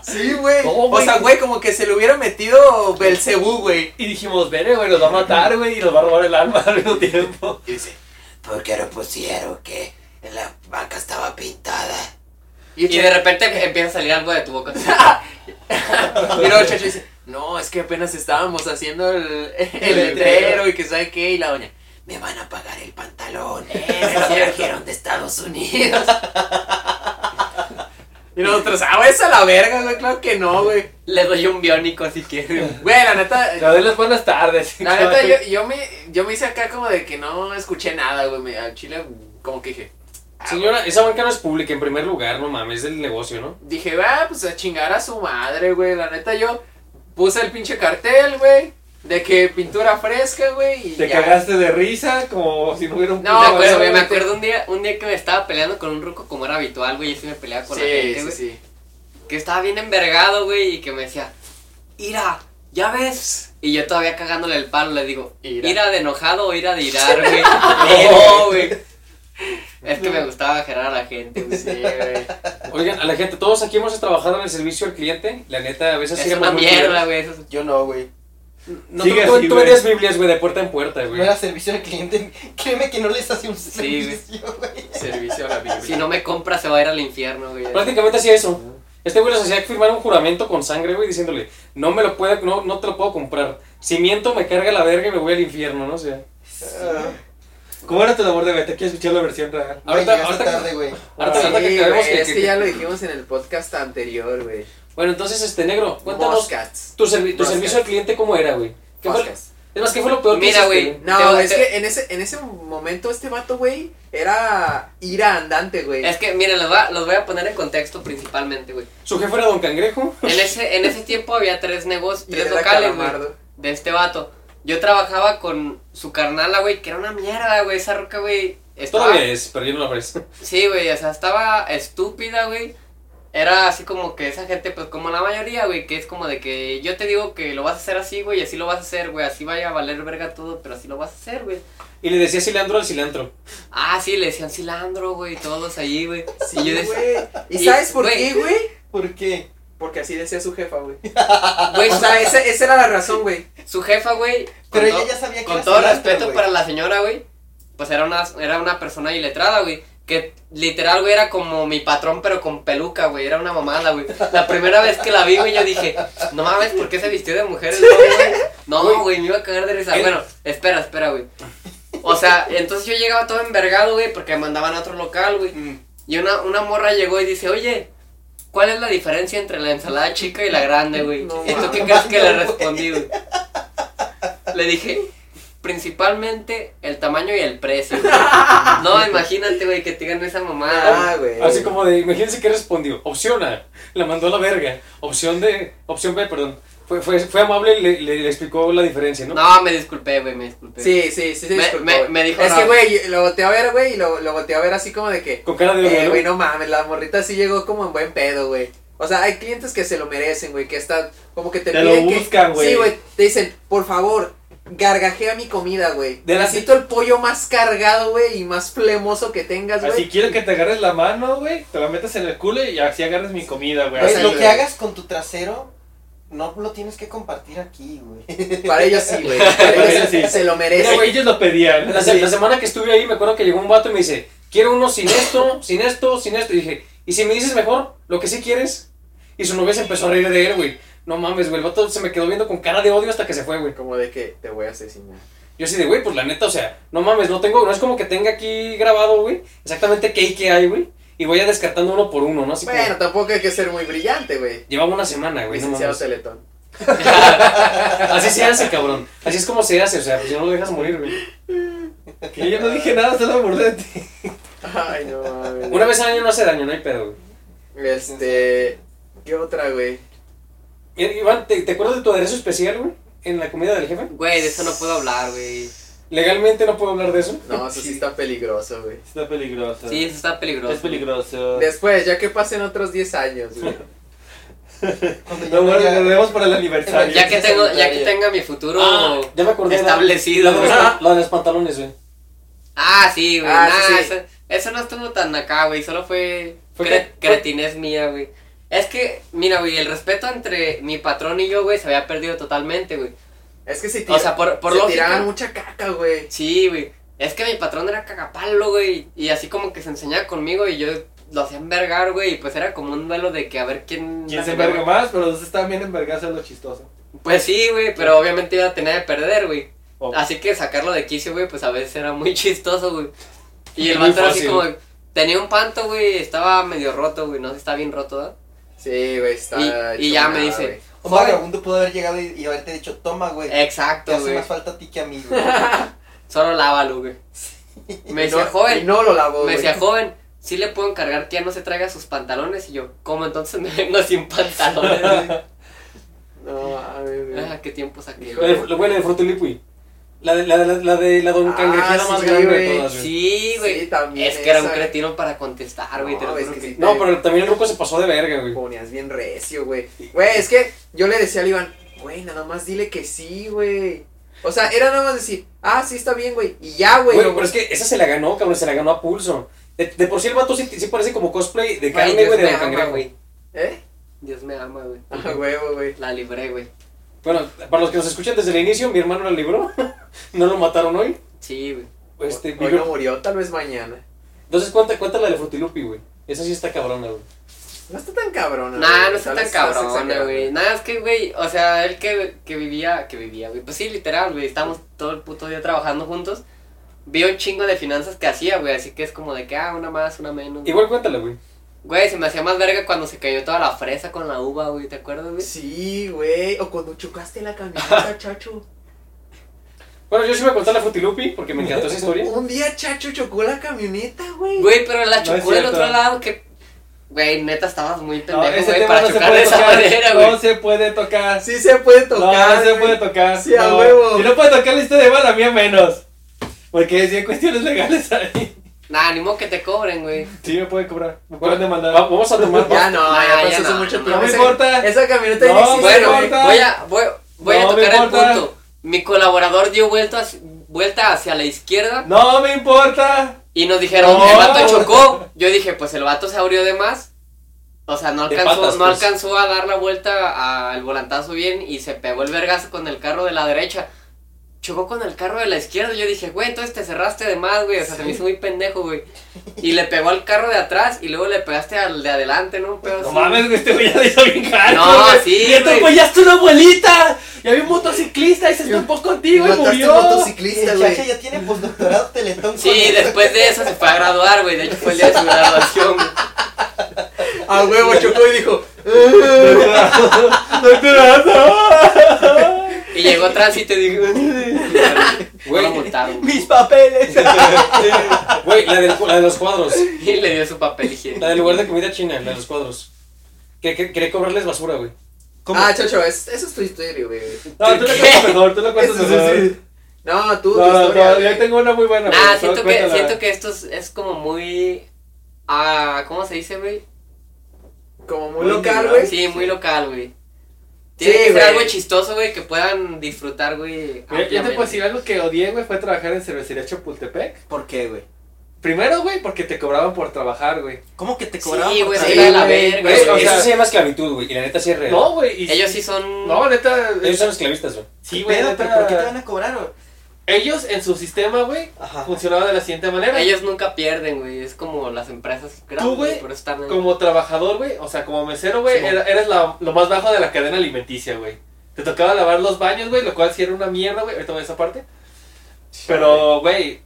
Speaker 2: Sí, güey.
Speaker 7: No,
Speaker 2: o
Speaker 7: güey.
Speaker 2: sea, güey, como que se le hubiera metido Belcebú, güey.
Speaker 7: Y dijimos, vere, güey, nos va a matar, güey, y nos va a robar el alma al mismo tiempo.
Speaker 2: Y dice,
Speaker 5: Porque lo pusieron que la vaca estaba pintada.
Speaker 3: Y de repente empieza a salir algo de tu boca.
Speaker 2: Y luego el chacho dice, no, es que apenas estábamos haciendo el, el letrero y que sabe qué, y la doña, me van a pagar el pantalón, eh, me trajeron de Estados Unidos. Y nosotros, ah, güey, es a la verga, güey, claro que no, güey.
Speaker 3: Le doy un biónico si quiere.
Speaker 2: Güey, la neta,
Speaker 7: Le doy las buenas tardes.
Speaker 2: la neta, yo, yo me, yo me hice acá como de que no escuché nada, güey, me- al chile, como que dije,
Speaker 1: Señora, esa banca no es pública en primer lugar, no mames, es del negocio, ¿no?
Speaker 2: dije, va, pues a chingar a su madre, güey, la neta, yo puse el pinche cartel, güey, de que pintura fresca, güey, y
Speaker 7: Te
Speaker 2: ya.
Speaker 7: cagaste de risa, como si no hubiera un
Speaker 3: No,
Speaker 7: puto
Speaker 3: pues,
Speaker 7: mañana,
Speaker 3: güey, me
Speaker 7: güey.
Speaker 3: acuerdo un día, un día que me estaba peleando con un ruco como era habitual, güey, y así me peleaba con
Speaker 2: Sí,
Speaker 3: la gente,
Speaker 2: sí,
Speaker 3: güey.
Speaker 2: sí.
Speaker 3: Que estaba bien envergado, güey, y que me decía, ira, ya ves. Y yo todavía cagándole el palo le digo,
Speaker 2: Ira.
Speaker 3: ira, de enojado o ira de irar, güey. no, güey. Es que me gustaba generar a la gente, güey.
Speaker 2: Sí, güey.
Speaker 1: Oigan, a la gente, todos aquí hemos trabajado en el servicio al cliente. La neta, a veces
Speaker 3: Es
Speaker 1: éramos
Speaker 3: una
Speaker 1: muy
Speaker 3: mierda, güey. eso es-
Speaker 5: Yo no, güey.
Speaker 1: No,
Speaker 7: Sigue
Speaker 1: tú, tú-
Speaker 7: así,
Speaker 1: tú
Speaker 7: güey.
Speaker 1: vendías Biblias, güey, de puerta en puerta,
Speaker 5: No
Speaker 1: güey.
Speaker 5: era servicio al cliente. Créeme que no les hacía un
Speaker 3: Sí, güey.
Speaker 5: servicio, güey.
Speaker 1: Servicio a la Biblia.
Speaker 3: Si no me compra, se va a ir al infierno, güey.
Speaker 2: Pues,
Speaker 1: Prácticamente hacía eso. Este güey les hacía firmar un juramento con sangre, güey, diciéndole, no me lo puedo, no, no te lo puedo comprar. Si miento, me carga la verga y me voy al infierno, ¿no? O sea,
Speaker 7: ¿Cómo era tu amor de Beta? Quiero escuchar la versión real.
Speaker 5: Güey,
Speaker 1: ahorita,
Speaker 5: llegaste
Speaker 1: ahorita,
Speaker 5: tarde, güey.
Speaker 1: ahorita- ahorita
Speaker 2: Ah, Sí,
Speaker 1: que acabemos
Speaker 2: güey,
Speaker 1: que-
Speaker 2: es
Speaker 1: que-
Speaker 2: que ya
Speaker 1: que-
Speaker 2: lo dijimos en el podcast anterior, güey.
Speaker 1: Bueno, entonces, este, negro, cuéntanos
Speaker 2: Moscats.
Speaker 1: tu, servi- tu
Speaker 2: Moscas.
Speaker 1: servicio al cliente, ¿cómo era, güey? ¿Qué fue,
Speaker 2: Moscas.
Speaker 1: es más, ¿qué fue lo peor que
Speaker 3: Mira,
Speaker 1: hiciste,
Speaker 3: güey. Te
Speaker 2: No,
Speaker 3: voy-
Speaker 2: es
Speaker 3: te-
Speaker 2: que en ese, en ese momento este vato, güey, era ira andante, güey.
Speaker 3: Es que, miren, los voy, a, los voy a poner en contexto principalmente, güey.
Speaker 1: Su jefe era Don Cangrejo.
Speaker 3: En ese, en ese tiempo había tres negocios,
Speaker 2: Y
Speaker 3: tres
Speaker 2: era
Speaker 3: locales, güey.
Speaker 2: Calamardo.
Speaker 3: de este vato. Yo trabajaba con su carnala, güey, que era una mierda, güey. Esa roca, güey. Estaba,
Speaker 1: Todavía es, pero yo no lo aparezco.
Speaker 3: Sí, güey, o sea, estaba estúpida, güey. Era así como que esa gente, pues como la mayoría, güey, que es como de que yo te digo que lo vas a hacer así, güey, y así lo vas a hacer, güey, así vaya a valer verga todo, pero así lo vas a hacer, güey.
Speaker 1: Y le decía cilantro al cilantro.
Speaker 3: Ah, sí, le decían cilantro, güey, todos ahí, güey.
Speaker 2: Sí,
Speaker 3: y yo decía,
Speaker 2: güey. ¿Y
Speaker 3: y-
Speaker 2: sabes por
Speaker 3: güey.
Speaker 2: qué, güey?
Speaker 5: ¿Por qué?
Speaker 2: Porque así decía su jefa, güey.
Speaker 3: güey,
Speaker 2: O sea, esa, esa era la razón, güey.
Speaker 3: su jefa, güey.
Speaker 5: Pero
Speaker 3: con
Speaker 5: ella
Speaker 3: to-
Speaker 5: ya sabía que
Speaker 3: Con
Speaker 5: era
Speaker 3: todo
Speaker 5: cilantro,
Speaker 3: respeto
Speaker 5: güey.
Speaker 3: para la señora, güey, pues era una, era una persona iletrada, güey. Que literal, güey, era como mi patrón, pero con peluca, güey. Era una mamada, güey. La primera vez que la vi, güey, yo dije, no mames, ¿por qué se vistió de mujer el hombre, güey? No, güey, me iba a cagar de risa.
Speaker 1: ¿Qué?
Speaker 3: Bueno, espera, espera, güey. O sea, entonces yo llegaba todo envergado, güey, porque me mandaban a otro local, güey.
Speaker 5: Mm.
Speaker 3: Y una, una morra llegó y dice, oye, ¿cuál es la diferencia entre la ensalada chica y la grande, güey?
Speaker 2: No
Speaker 3: ¿Y tú qué
Speaker 2: mames,
Speaker 3: crees que le
Speaker 5: güey.
Speaker 3: respondí, güey? Le dije, principalmente el tamaño y el precio. güey". No, imagínate, güey, que te digan esa mamada.
Speaker 2: Ah, güey.
Speaker 1: Así como de, imagínense que respondió. Opción A, la mandó a la verga. Opción D, opción B, perdón. Fue, fue, fue amable y le, le- le explicó la diferencia, ¿no?
Speaker 3: No, me disculpé, güey, me disculpé.
Speaker 2: Sí, sí, sí, sí.
Speaker 3: Me-
Speaker 2: disculpó,
Speaker 3: me-
Speaker 2: güey.
Speaker 3: me dijo
Speaker 2: Es que,
Speaker 3: no.
Speaker 2: güey, lo volteé a ver, güey, y lo, lo volteé a ver así como de que.
Speaker 1: Con cara de odio,
Speaker 2: Eh,
Speaker 1: ¿no?
Speaker 2: güey, no mames, la morrita sí llegó como en buen pedo, güey. O sea, hay clientes que se lo merecen, güey, que están como que te,
Speaker 7: Te
Speaker 2: piden
Speaker 7: lo
Speaker 2: que-
Speaker 7: buscan, güey.
Speaker 2: Sí, güey, te dicen, por favor, gargajea mi comida, güey.
Speaker 7: De la-
Speaker 2: Necesito el pollo más cargado, güey, y más flemoso que
Speaker 3: pues,
Speaker 2: tengas, güey.
Speaker 7: Así quiero que te agarres la mano, güey. Te la metas en el culo y así agarres mi comida, güey.
Speaker 5: Güey,
Speaker 2: sea,
Speaker 5: lo
Speaker 2: güey.
Speaker 5: que hagas con tu trasero, no lo tienes que compartir aquí, güey.
Speaker 2: Para ellos sí, güey. Para ellos
Speaker 7: Sí.
Speaker 2: se lo
Speaker 7: Mira,
Speaker 2: merecen.
Speaker 7: güey, ellos lo pedían.
Speaker 1: La, se- la semana que estuve ahí, me acuerdo que llegó un vato y me dice, quiero uno sin esto, sin esto, sin esto. Y dije, ¿y si me dices mejor lo que sí quieres? Y su novia se empezó a reír de él, güey. No mames, güey, el vato se me quedó viendo con cara de odio hasta que se fue, güey.
Speaker 2: Como de que te voy a asesinar.
Speaker 1: Yo así de, güey, pues la neta, o sea, no mames, no tengo, no es como que tenga aquí grabado, güey, exactamente qué y qué hay, güey. Y voy a descartando uno por uno, ¿no? Así
Speaker 2: Bueno,
Speaker 1: como,
Speaker 2: tampoco hay que ser muy brillante, güey.
Speaker 1: llevaba una semana, güey, no
Speaker 2: Licenciado
Speaker 1: mames.
Speaker 2: Teletón.
Speaker 1: Así se hace, cabrón. Así es como se hace, o sea, pues ya no lo dejas morir, güey.
Speaker 7: Yo ya no dije nada, solo me burlé de ti.
Speaker 2: Ay, no mames.
Speaker 1: Una vez al año no hace daño, no hay pedo, güey.
Speaker 2: Este. ¿Qué otra, güey?
Speaker 1: I- Iván, ¿te, te acuerdas de tu aderezo especial, güey? En la comida del jefe.
Speaker 3: Güey, de eso no puedo hablar, güey.
Speaker 1: Legalmente no puedo hablar de eso.
Speaker 2: No, eso sí está peligroso, güey.
Speaker 7: Está peligroso.
Speaker 3: Sí, eso está peligroso.
Speaker 7: Es peligroso.
Speaker 2: Después, ya que pasen otros 10 años, güey.
Speaker 5: Cuando yo
Speaker 7: No, bueno,
Speaker 5: vaya-
Speaker 7: lo vemos para el aniversario.
Speaker 3: Ya que tengo, ya que tenga mi futuro.
Speaker 1: Ah, ya me acordé. la-
Speaker 3: Establecido.
Speaker 1: La, de los pa- la de los pantalones, güey.
Speaker 3: Ah, sí, güey.
Speaker 2: Ah,
Speaker 3: nah,
Speaker 2: sí.
Speaker 3: Eso, eso no estuvo tan acá, güey. Solo fue,
Speaker 1: Fue
Speaker 3: cre-
Speaker 1: que-
Speaker 3: cretinez mía, güey. Es que, mira, güey, el respeto entre mi patrón y yo, güey, se había perdido totalmente, güey.
Speaker 2: Es que si
Speaker 3: O sea, por, por
Speaker 2: se
Speaker 3: lógica-
Speaker 2: tiraban mucha caca, güey.
Speaker 3: Sí, güey. Es que mi patrón era cagapalo, güey. Y así como que se enseñaba conmigo y yo lo hacía envergar, güey. Y pues era como un duelo de que a ver quién.
Speaker 7: ¿Quién
Speaker 3: la
Speaker 7: se
Speaker 3: tenía-
Speaker 7: enverga más? Pero los están bien envergados es lo chistoso.
Speaker 3: Pues sí, güey, pero obviamente yo la tenía de perder, güey.
Speaker 7: Oh.
Speaker 3: Así que sacarlo de quicio, güey, pues a veces era muy chistoso, güey. Y el
Speaker 1: Muy
Speaker 3: vato era así
Speaker 1: fácil.
Speaker 3: como. Tenía un panto, güey, estaba medio roto, güey, no sé, está bien roto, ¿verdad?
Speaker 2: Sí, güey, está.
Speaker 3: Y- y
Speaker 2: hecho
Speaker 3: ya me
Speaker 2: nada,
Speaker 3: dice,
Speaker 2: güey.
Speaker 5: Un vagabundo pudo haber llegado y, y haberte dicho, toma, güey. Te
Speaker 3: Exacto,
Speaker 5: hace
Speaker 3: güey.
Speaker 5: más falta a ti que a mí, güey.
Speaker 3: Solo lávalo, güey. Me
Speaker 2: Y no-
Speaker 3: decía,
Speaker 2: y
Speaker 3: joven,
Speaker 2: no lo lavó,
Speaker 3: me
Speaker 2: güey.
Speaker 3: decía, joven, sí le puedo encargar que ya no se traiga sus pantalones. Y yo, ¿cómo entonces me vengo sin pantalones, güey?
Speaker 2: No, mames, güey.
Speaker 3: Ah, qué tiempo saqué,
Speaker 1: La
Speaker 3: güey.
Speaker 1: de, la, güey, la de Frutilipui. La de la, la, la de la don
Speaker 2: Ah,
Speaker 1: cangrejera
Speaker 2: sí,
Speaker 1: más grande de
Speaker 2: güey.
Speaker 1: todas, güey.
Speaker 3: Sí, güey.
Speaker 2: Sí, también
Speaker 3: es que era un
Speaker 2: esa, güey.
Speaker 3: cretino para contestar, güey, te
Speaker 2: No,
Speaker 3: lo
Speaker 2: es
Speaker 3: juro
Speaker 2: que
Speaker 3: que
Speaker 2: sí.
Speaker 1: No, pero también el ruco se pasó de verga, güey.
Speaker 2: Ponías bien recio, güey. Güey, es que yo le decía al Iván, güey, nada más dile que sí, güey. O sea, era nada más decir, ah, sí está bien, güey. Y ya, güey.
Speaker 1: Güey, pero es que esa se la ganó, cabrón, se la ganó a pulso. De, de por sí el vato sí, sí parece como cosplay de
Speaker 3: Güey,
Speaker 1: carne,
Speaker 3: Dios
Speaker 1: güey, de
Speaker 3: me
Speaker 1: Don
Speaker 3: ama,
Speaker 1: Cangrejo.
Speaker 3: güey.
Speaker 2: ¿Eh?
Speaker 3: Dios me ama, güey.
Speaker 2: Ah, huevo, güey.
Speaker 3: La libré, güey.
Speaker 1: Bueno, para los que nos escuchan desde el inicio, mi hermano la libró. no lo mataron hoy.
Speaker 3: Sí, güey.
Speaker 1: Este,
Speaker 2: Hoy
Speaker 1: vivió-
Speaker 2: no murió, tal vez mañana.
Speaker 1: Entonces, cuenta, cuenta la de Frutilupi, güey. Esa sí está cabrona, güey.
Speaker 2: No está tan cabrona.
Speaker 3: Nah,
Speaker 2: güey,
Speaker 3: no está
Speaker 2: tal
Speaker 3: tan
Speaker 2: vez estás
Speaker 3: cabrona,
Speaker 2: exagerando.
Speaker 3: güey. Nada, es que, güey, o sea, él que, que vivía, que vivía, güey. Pues sí, literal, güey, estábamos todo el puto día trabajando juntos. Vi un chingo de finanzas que hacía, güey, así que es como de que, ah, una más, una menos. güey.
Speaker 1: Igual cuéntala, güey.
Speaker 3: Güey, se me hacía más verga cuando se cayó toda la fresa con la uva, güey, ¿te acuerdas, güey?
Speaker 2: Sí, güey. O cuando chocaste la camioneta, Chacho.
Speaker 1: Bueno, yo sí voy a contar la Frutilupi porque me encantó esa historia.
Speaker 2: Un día Chacho chocó la camioneta, güey.
Speaker 3: Güey, pero la
Speaker 7: es
Speaker 3: chocó del
Speaker 7: cierto.
Speaker 3: otro lado, que. Güey, neta, estabas muy
Speaker 7: No,
Speaker 3: pendejo,
Speaker 7: ese
Speaker 3: güey,
Speaker 7: tema
Speaker 3: para
Speaker 7: no se
Speaker 3: chocar de
Speaker 7: puede
Speaker 3: esa
Speaker 7: tocar.
Speaker 3: manera,
Speaker 7: no
Speaker 3: güey.
Speaker 7: se puede tocar.
Speaker 2: Sí se puede tocar.
Speaker 7: no, no se
Speaker 2: güey.
Speaker 7: puede tocar.
Speaker 2: Sí, a
Speaker 7: no.
Speaker 2: huevo.
Speaker 7: Si no puede tocar la historia de Eva, la mía menos. Porque si hay cuestiones legales ahí.
Speaker 3: Nah, ni modo que te cobren, güey.
Speaker 7: Sí, me pueden cobrar.
Speaker 1: Bueno,
Speaker 7: Me pueden demandar.
Speaker 1: va- vamos a tomar.
Speaker 2: Ya no,
Speaker 3: Nah,
Speaker 2: ya
Speaker 3: ya
Speaker 2: pasó hace
Speaker 3: no,
Speaker 2: mucho
Speaker 3: no
Speaker 2: tiempo.
Speaker 7: me
Speaker 2: Esa-
Speaker 7: importa.
Speaker 2: Esa camioneta ya
Speaker 7: No,
Speaker 2: existe,
Speaker 7: bueno,
Speaker 2: güey.
Speaker 7: importa.
Speaker 3: Voy a, voy, voy a
Speaker 7: No me
Speaker 3: tocar el
Speaker 7: importa.
Speaker 3: punto. Mi colaborador dio vueltas, vuelta hacia la izquierda
Speaker 7: No me importa.
Speaker 3: y nos dijeron,
Speaker 7: No.
Speaker 3: el vato chocó. Yo dije, pues el vato se abrió de más. O sea, no
Speaker 1: De
Speaker 3: alcanzó,
Speaker 1: patas,
Speaker 3: no
Speaker 1: pues.
Speaker 3: alcanzó a dar la vuelta al volantazo bien y se pegó el vergazo con el carro de la derecha. Chocó con el carro de la izquierda. Yo dije, güey, entonces te cerraste de más, güey. O sea, se me hizo muy pendejo, güey. Y le pegó al carro de atrás y luego le pegaste al de adelante, ¿no? Un pedo
Speaker 7: No
Speaker 3: así.
Speaker 7: mames, güey, este güey ya lo hizo bien caro.
Speaker 3: No,
Speaker 7: güey.
Speaker 3: sí,
Speaker 7: Y tú
Speaker 3: güey.
Speaker 7: apoyaste una abuelita. Y había un motociclista y se estampó contigo y
Speaker 2: Mataste
Speaker 7: murió.
Speaker 2: a un motociclista,
Speaker 5: El chacha
Speaker 2: güey.
Speaker 5: ya tiene postdoctorado teletón. con
Speaker 3: Sí,
Speaker 5: eso.
Speaker 3: después de eso se fue a graduar, güey. De hecho, fue el día de su graduación, güey.
Speaker 2: A huevo chocó y dijo, "Eh,
Speaker 3: Y llegó tránsito y dijo. Güey, lo multaron.
Speaker 5: Mis papeles.
Speaker 1: Güey, la, del- la de los cuadros.
Speaker 3: Y le dio su papel higiénico.
Speaker 1: La del lugar de comida china, la de los cuadros. Que que- quería cobrarles basura, güey.
Speaker 2: ah, Chacho, es- eso es tu historia, güey.
Speaker 7: No, tú la
Speaker 3: ¿Qué?
Speaker 7: cuentas mejor, tú la cuentas
Speaker 2: Eso
Speaker 7: mejor.
Speaker 2: sí, sí. No, tú, tu
Speaker 7: No, no,
Speaker 2: historia.
Speaker 7: yo
Speaker 2: güey. Ah,
Speaker 7: tengo una muy buena.
Speaker 3: Nah,
Speaker 7: güey,
Speaker 3: Ah, siento
Speaker 7: solo
Speaker 3: que,
Speaker 7: cuéntala.
Speaker 3: siento que esto es, es como muy. Ah, ¿cómo se dice, güey?
Speaker 2: Como muy
Speaker 5: Muy
Speaker 2: local, güey.
Speaker 5: individual,
Speaker 3: Sí, muy local, güey. Tiene
Speaker 2: Sí,
Speaker 3: que ser
Speaker 2: güey.
Speaker 3: algo chistoso, güey, que puedan disfrutar, güey.
Speaker 7: Mira,
Speaker 2: ah,
Speaker 7: Yo te
Speaker 3: ampliamente.
Speaker 7: puedo decir algo que odié, güey, fue trabajar en cervecería Chapultepec.
Speaker 5: ¿Por qué, güey?
Speaker 7: Primero, güey, porque te cobraban por trabajar, güey.
Speaker 5: ¿Cómo que te
Speaker 3: Sí,
Speaker 5: cobraban por
Speaker 3: güey,
Speaker 5: traer?
Speaker 3: se iba a la
Speaker 7: güey,
Speaker 3: verga,
Speaker 7: güey,
Speaker 1: Eso,
Speaker 7: o
Speaker 3: güey.
Speaker 7: sea-
Speaker 1: eso se llama esclavitud, güey. Y la neta sí es real.
Speaker 7: No, güey. y-
Speaker 3: Ellos sí son.
Speaker 7: No, neta.
Speaker 1: Ellos son esclavistas, güey.
Speaker 7: Sí,
Speaker 5: ¿Qué
Speaker 7: güey.
Speaker 5: pedo?
Speaker 7: neta.
Speaker 5: ¿Pero por qué te van a cobrar? güey?
Speaker 7: Ellos en su sistema, güey,
Speaker 5: Ajá.
Speaker 7: funcionaba de la siguiente manera.
Speaker 3: Ellos nunca pierden, güey. Es como las empresas grandes,
Speaker 7: güey,
Speaker 3: por eso están ahí.
Speaker 7: Como trabajador, güey, o sea, como mesero, güey,
Speaker 3: Sí.
Speaker 7: era- eras la- lo más bajo de la cadena alimenticia, güey. Te tocaba lavar los baños, güey, lo cual sí era una mierda, güey. Ahorita voy a esa parte. Pero, güey,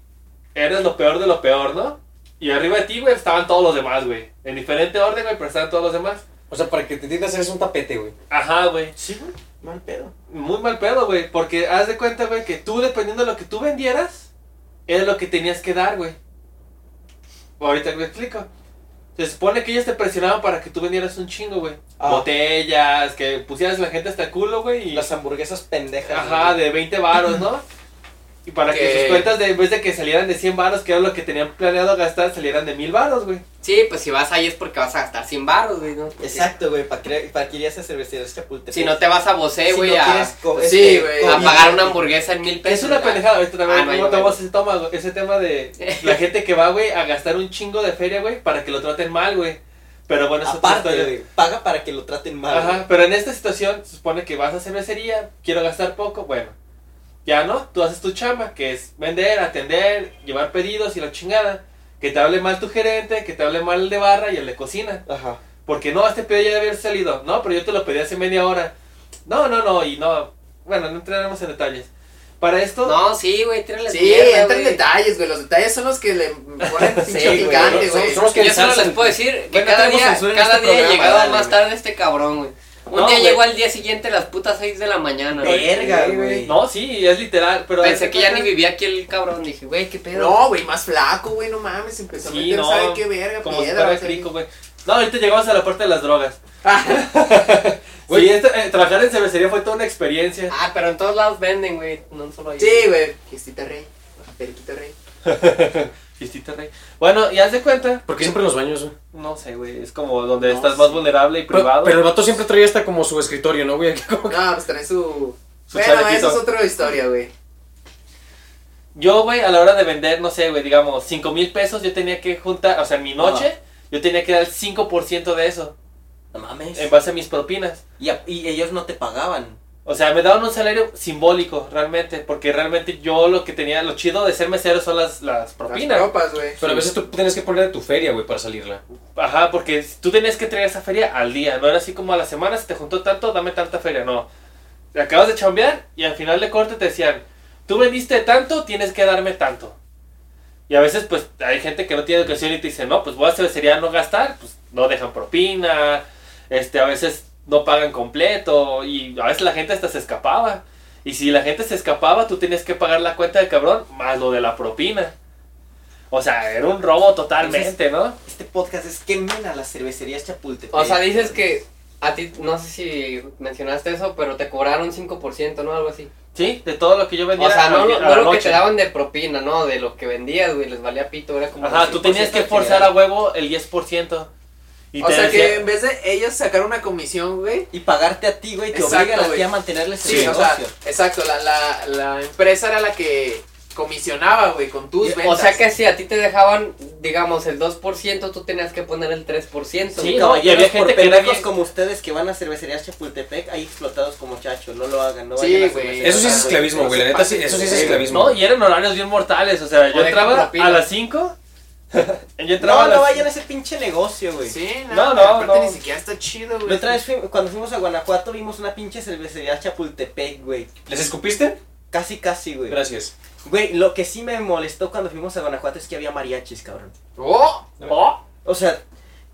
Speaker 7: eres lo peor de lo peor, ¿no? Y arriba de ti, güey, estaban todos los demás, güey. En diferente orden, güey, pero estaban todos los demás.
Speaker 1: O sea, para que te entiendas, eres un tapete, güey.
Speaker 7: Ajá, güey.
Speaker 5: Sí, güey. Mal pedo.
Speaker 7: Muy mal pedo, güey. Porque haz de cuenta, güey, que tú, dependiendo de lo que tú vendieras, era lo que tenías que dar, güey. Ahorita me explico. Se supone que ellos te presionaban para que tú vendieras un chingo, güey.
Speaker 5: Ah.
Speaker 7: Botellas, que pusieras a la gente hasta el culo, güey. Y...
Speaker 5: Las hamburguesas pendejas.
Speaker 7: Ajá,
Speaker 5: güey.
Speaker 7: de 20 varos, ¿no? Y para que
Speaker 3: Que-
Speaker 7: sus cuentas, de, en vez de que salieran de 100 varos, que era lo que tenían planeado gastar, salieran de 1000 varos, güey.
Speaker 3: Sí, pues si vas ahí es porque vas a gastar sin barros, güey, ¿no? Porque
Speaker 5: Exacto, güey. Para que, para que irías a cervecerías Chapultepec.
Speaker 3: Si no te vas a Bosé,
Speaker 5: Si
Speaker 3: güey,
Speaker 5: no
Speaker 3: a. pues
Speaker 5: quieres co-
Speaker 2: sí,
Speaker 5: este,
Speaker 2: güey,
Speaker 5: comida.
Speaker 3: a pagar una hamburguesa en mil pesos.
Speaker 7: Es una
Speaker 3: ¿verdad?
Speaker 7: pendejada, ahorita también
Speaker 3: Ah, no,
Speaker 7: cómo
Speaker 3: yo
Speaker 7: tomamos
Speaker 3: veo.
Speaker 7: ese, toma, güey, ese tema de la gente que va, güey, a gastar un chingo de feria, güey, para que lo traten mal, güey. Pero bueno, eso
Speaker 5: Aparte, güey. Paga para que lo traten mal.
Speaker 7: Ajá, pero en esta situación se supone que vas a cervecería, quiero gastar poco, bueno. Ya no, tú haces tu chamba, que es vender, atender, llevar pedidos y la chingada. Que te hable mal tu gerente, que te hable mal el de barra y el de cocina.
Speaker 5: güey. Ajá.
Speaker 7: Porque no, este pedido ya debe haber salido. No, pero yo te lo pedí hace media hora. No, no, no, y no. Bueno, no entraremos en detalles. Para esto.
Speaker 3: No, sí, güey, tírale
Speaker 2: Sí,
Speaker 3: mierda,
Speaker 2: entra en
Speaker 3: güey.
Speaker 2: detalles, güey. Los detalles son los que le ponen
Speaker 3: Sí,
Speaker 2: pinche
Speaker 3: güey,
Speaker 2: picante,
Speaker 1: son-
Speaker 2: güey.
Speaker 1: son- los que
Speaker 3: Yo solo
Speaker 1: ensalzan.
Speaker 3: les puedo decir que
Speaker 5: Bueno,
Speaker 3: cada
Speaker 5: tenemos
Speaker 3: día,
Speaker 5: censura en
Speaker 3: cada
Speaker 5: este
Speaker 3: día
Speaker 5: programa,
Speaker 3: llegaba
Speaker 5: dale,
Speaker 3: más
Speaker 5: güey.
Speaker 3: tarde este cabrón, güey. Un
Speaker 7: No,
Speaker 3: día
Speaker 7: güey.
Speaker 3: llegó al día siguiente a las putas 6 de la mañana, güey.
Speaker 5: Verga,
Speaker 2: Sí, güey.
Speaker 5: güey.
Speaker 7: No, sí, es literal, pero...
Speaker 3: Pensé que ya ni vivía aquí el cabrón. Dije, güey, qué pedo.
Speaker 2: No, güey, más flaco, güey, no mames. Empezó
Speaker 7: Sí,
Speaker 2: a meter,
Speaker 7: no,
Speaker 2: ¿sabe qué verga?
Speaker 7: Como si
Speaker 2: piedra.
Speaker 7: fuera
Speaker 2: o sea,
Speaker 7: crico, güey. No, ahorita llegamos a la parte de las drogas.
Speaker 2: Ah,
Speaker 7: Sí, este, eh, trabajar en cervecería fue toda una experiencia.
Speaker 3: Ah, pero en todos lados venden, güey. No solo ahí.
Speaker 2: sí, güey. Fiestita rey. Periquito rey.
Speaker 7: Fiestita rey. Bueno, y haz de cuenta...
Speaker 1: Porque siempre en los baños, güey.
Speaker 7: No sé, güey, es como donde
Speaker 2: No
Speaker 7: estás
Speaker 2: sé.
Speaker 7: más vulnerable y privado.
Speaker 1: Pero, pero el vato siempre traía hasta como su escritorio, ¿no, güey? Aquí como-
Speaker 2: No, pues trae su.
Speaker 7: Su
Speaker 2: Bueno,
Speaker 7: chalequito.
Speaker 2: eso es otra historia, güey.
Speaker 7: Yo, güey, a la hora de vender, no sé, güey, digamos, 5 mil pesos, yo tenía que juntar, o sea, en mi noche, yo tenía que dar el 5% de eso,
Speaker 5: No mames.
Speaker 7: en base a mis propinas.
Speaker 5: Y, a- y ellos no te pagaban.
Speaker 7: O sea, me daban un salario simbólico, realmente, porque realmente yo lo que tenía, lo chido de ser mesero son las, las propinas.
Speaker 2: Las tropas, güey.
Speaker 1: Pero a veces tú tienes que poner de tu feria, güey, para salirla.
Speaker 7: Ajá, porque tú tenías que traer esa feria al día, no era así como a la semana, se te juntó tanto, dame tanta feria, no. Te Acabas de chambear y al final de corte te decían, tú vendiste tanto, tienes que darme tanto. Y a veces pues hay gente que no tiene educación y te dice, no, pues voy a hacer sería no gastar, pues no dejan propina, este, a veces no pagan completo y a veces la gente hasta se escapaba. Y si la gente se escapaba, tú tenías que pagar la cuenta del cabrón más lo de la propina. O sea, era un robo totalmente, ¿no?
Speaker 8: Este podcast es que mena las cervecerías Chapultepec.
Speaker 3: O sea, dices que a ti, no sé si mencionaste eso, pero te cobraron 5%, ¿no? Algo así.
Speaker 7: Sí, de todo lo que yo vendía.
Speaker 3: O sea, no,
Speaker 7: Pues a
Speaker 3: no,
Speaker 7: la-
Speaker 3: no
Speaker 7: a la
Speaker 3: lo que
Speaker 7: noche.
Speaker 3: te daban de propina, ¿no? De lo que vendías, güey, les valía pito, era como...
Speaker 7: Ajá,
Speaker 3: el
Speaker 7: tú tenías
Speaker 3: 5%
Speaker 7: que
Speaker 3: de
Speaker 7: forzar
Speaker 3: actividad.
Speaker 7: a huevo el 10%. Y
Speaker 2: O
Speaker 7: te
Speaker 2: sea que
Speaker 7: decía,
Speaker 2: en vez de ellos sacar una comisión, güey.
Speaker 5: Y pagarte a ti, güey, te
Speaker 2: Exacto,
Speaker 5: obligan a ti
Speaker 2: güey.
Speaker 5: a mantenerles
Speaker 2: Sí,
Speaker 5: el
Speaker 2: o sea,
Speaker 5: negocio.
Speaker 2: exacto. La, la, la empresa era la que comisionaba, güey, con tus ventas.
Speaker 3: O sea que si a ti te dejaban, digamos, el 2%, tú tenías que poner el 3%.
Speaker 7: Sí,
Speaker 3: güey.
Speaker 7: no, y había gente
Speaker 5: por
Speaker 7: que era
Speaker 5: pendejos
Speaker 7: bien-
Speaker 5: como ustedes que van a cervecerías Chapultepec, ahí explotados como chacho, no lo hagan, no
Speaker 2: Sí,
Speaker 5: vayan a
Speaker 2: güey.
Speaker 5: cervecerías,
Speaker 1: Eso sí es esclavismo, güey. La neta, sí,
Speaker 3: pues,
Speaker 1: eso sí es esclavismo.
Speaker 7: No, y eran horarios bien mortales. O sea,
Speaker 3: O
Speaker 7: yo
Speaker 3: de
Speaker 7: entraba
Speaker 3: propina.
Speaker 7: a las 5. yo entraba
Speaker 5: No,
Speaker 7: a
Speaker 5: no
Speaker 7: las-
Speaker 5: vayan a ese pinche negocio, güey.
Speaker 2: Sí,
Speaker 7: No,
Speaker 2: no,
Speaker 7: no,
Speaker 2: no, aparte
Speaker 7: no.
Speaker 2: ni siquiera está chido, güey.
Speaker 5: La otra vez fui- cuando fuimos a Guanajuato vimos una pinche cervecería Chapultepec, güey.
Speaker 1: ¿Les escupiste?
Speaker 5: Casi, casi, güey.
Speaker 1: Gracias.
Speaker 5: Güey, lo que sí me molestó cuando fuimos a Guanajuato es que había mariachis, cabrón.
Speaker 2: ¡Oh!
Speaker 7: Oh,
Speaker 5: O sea,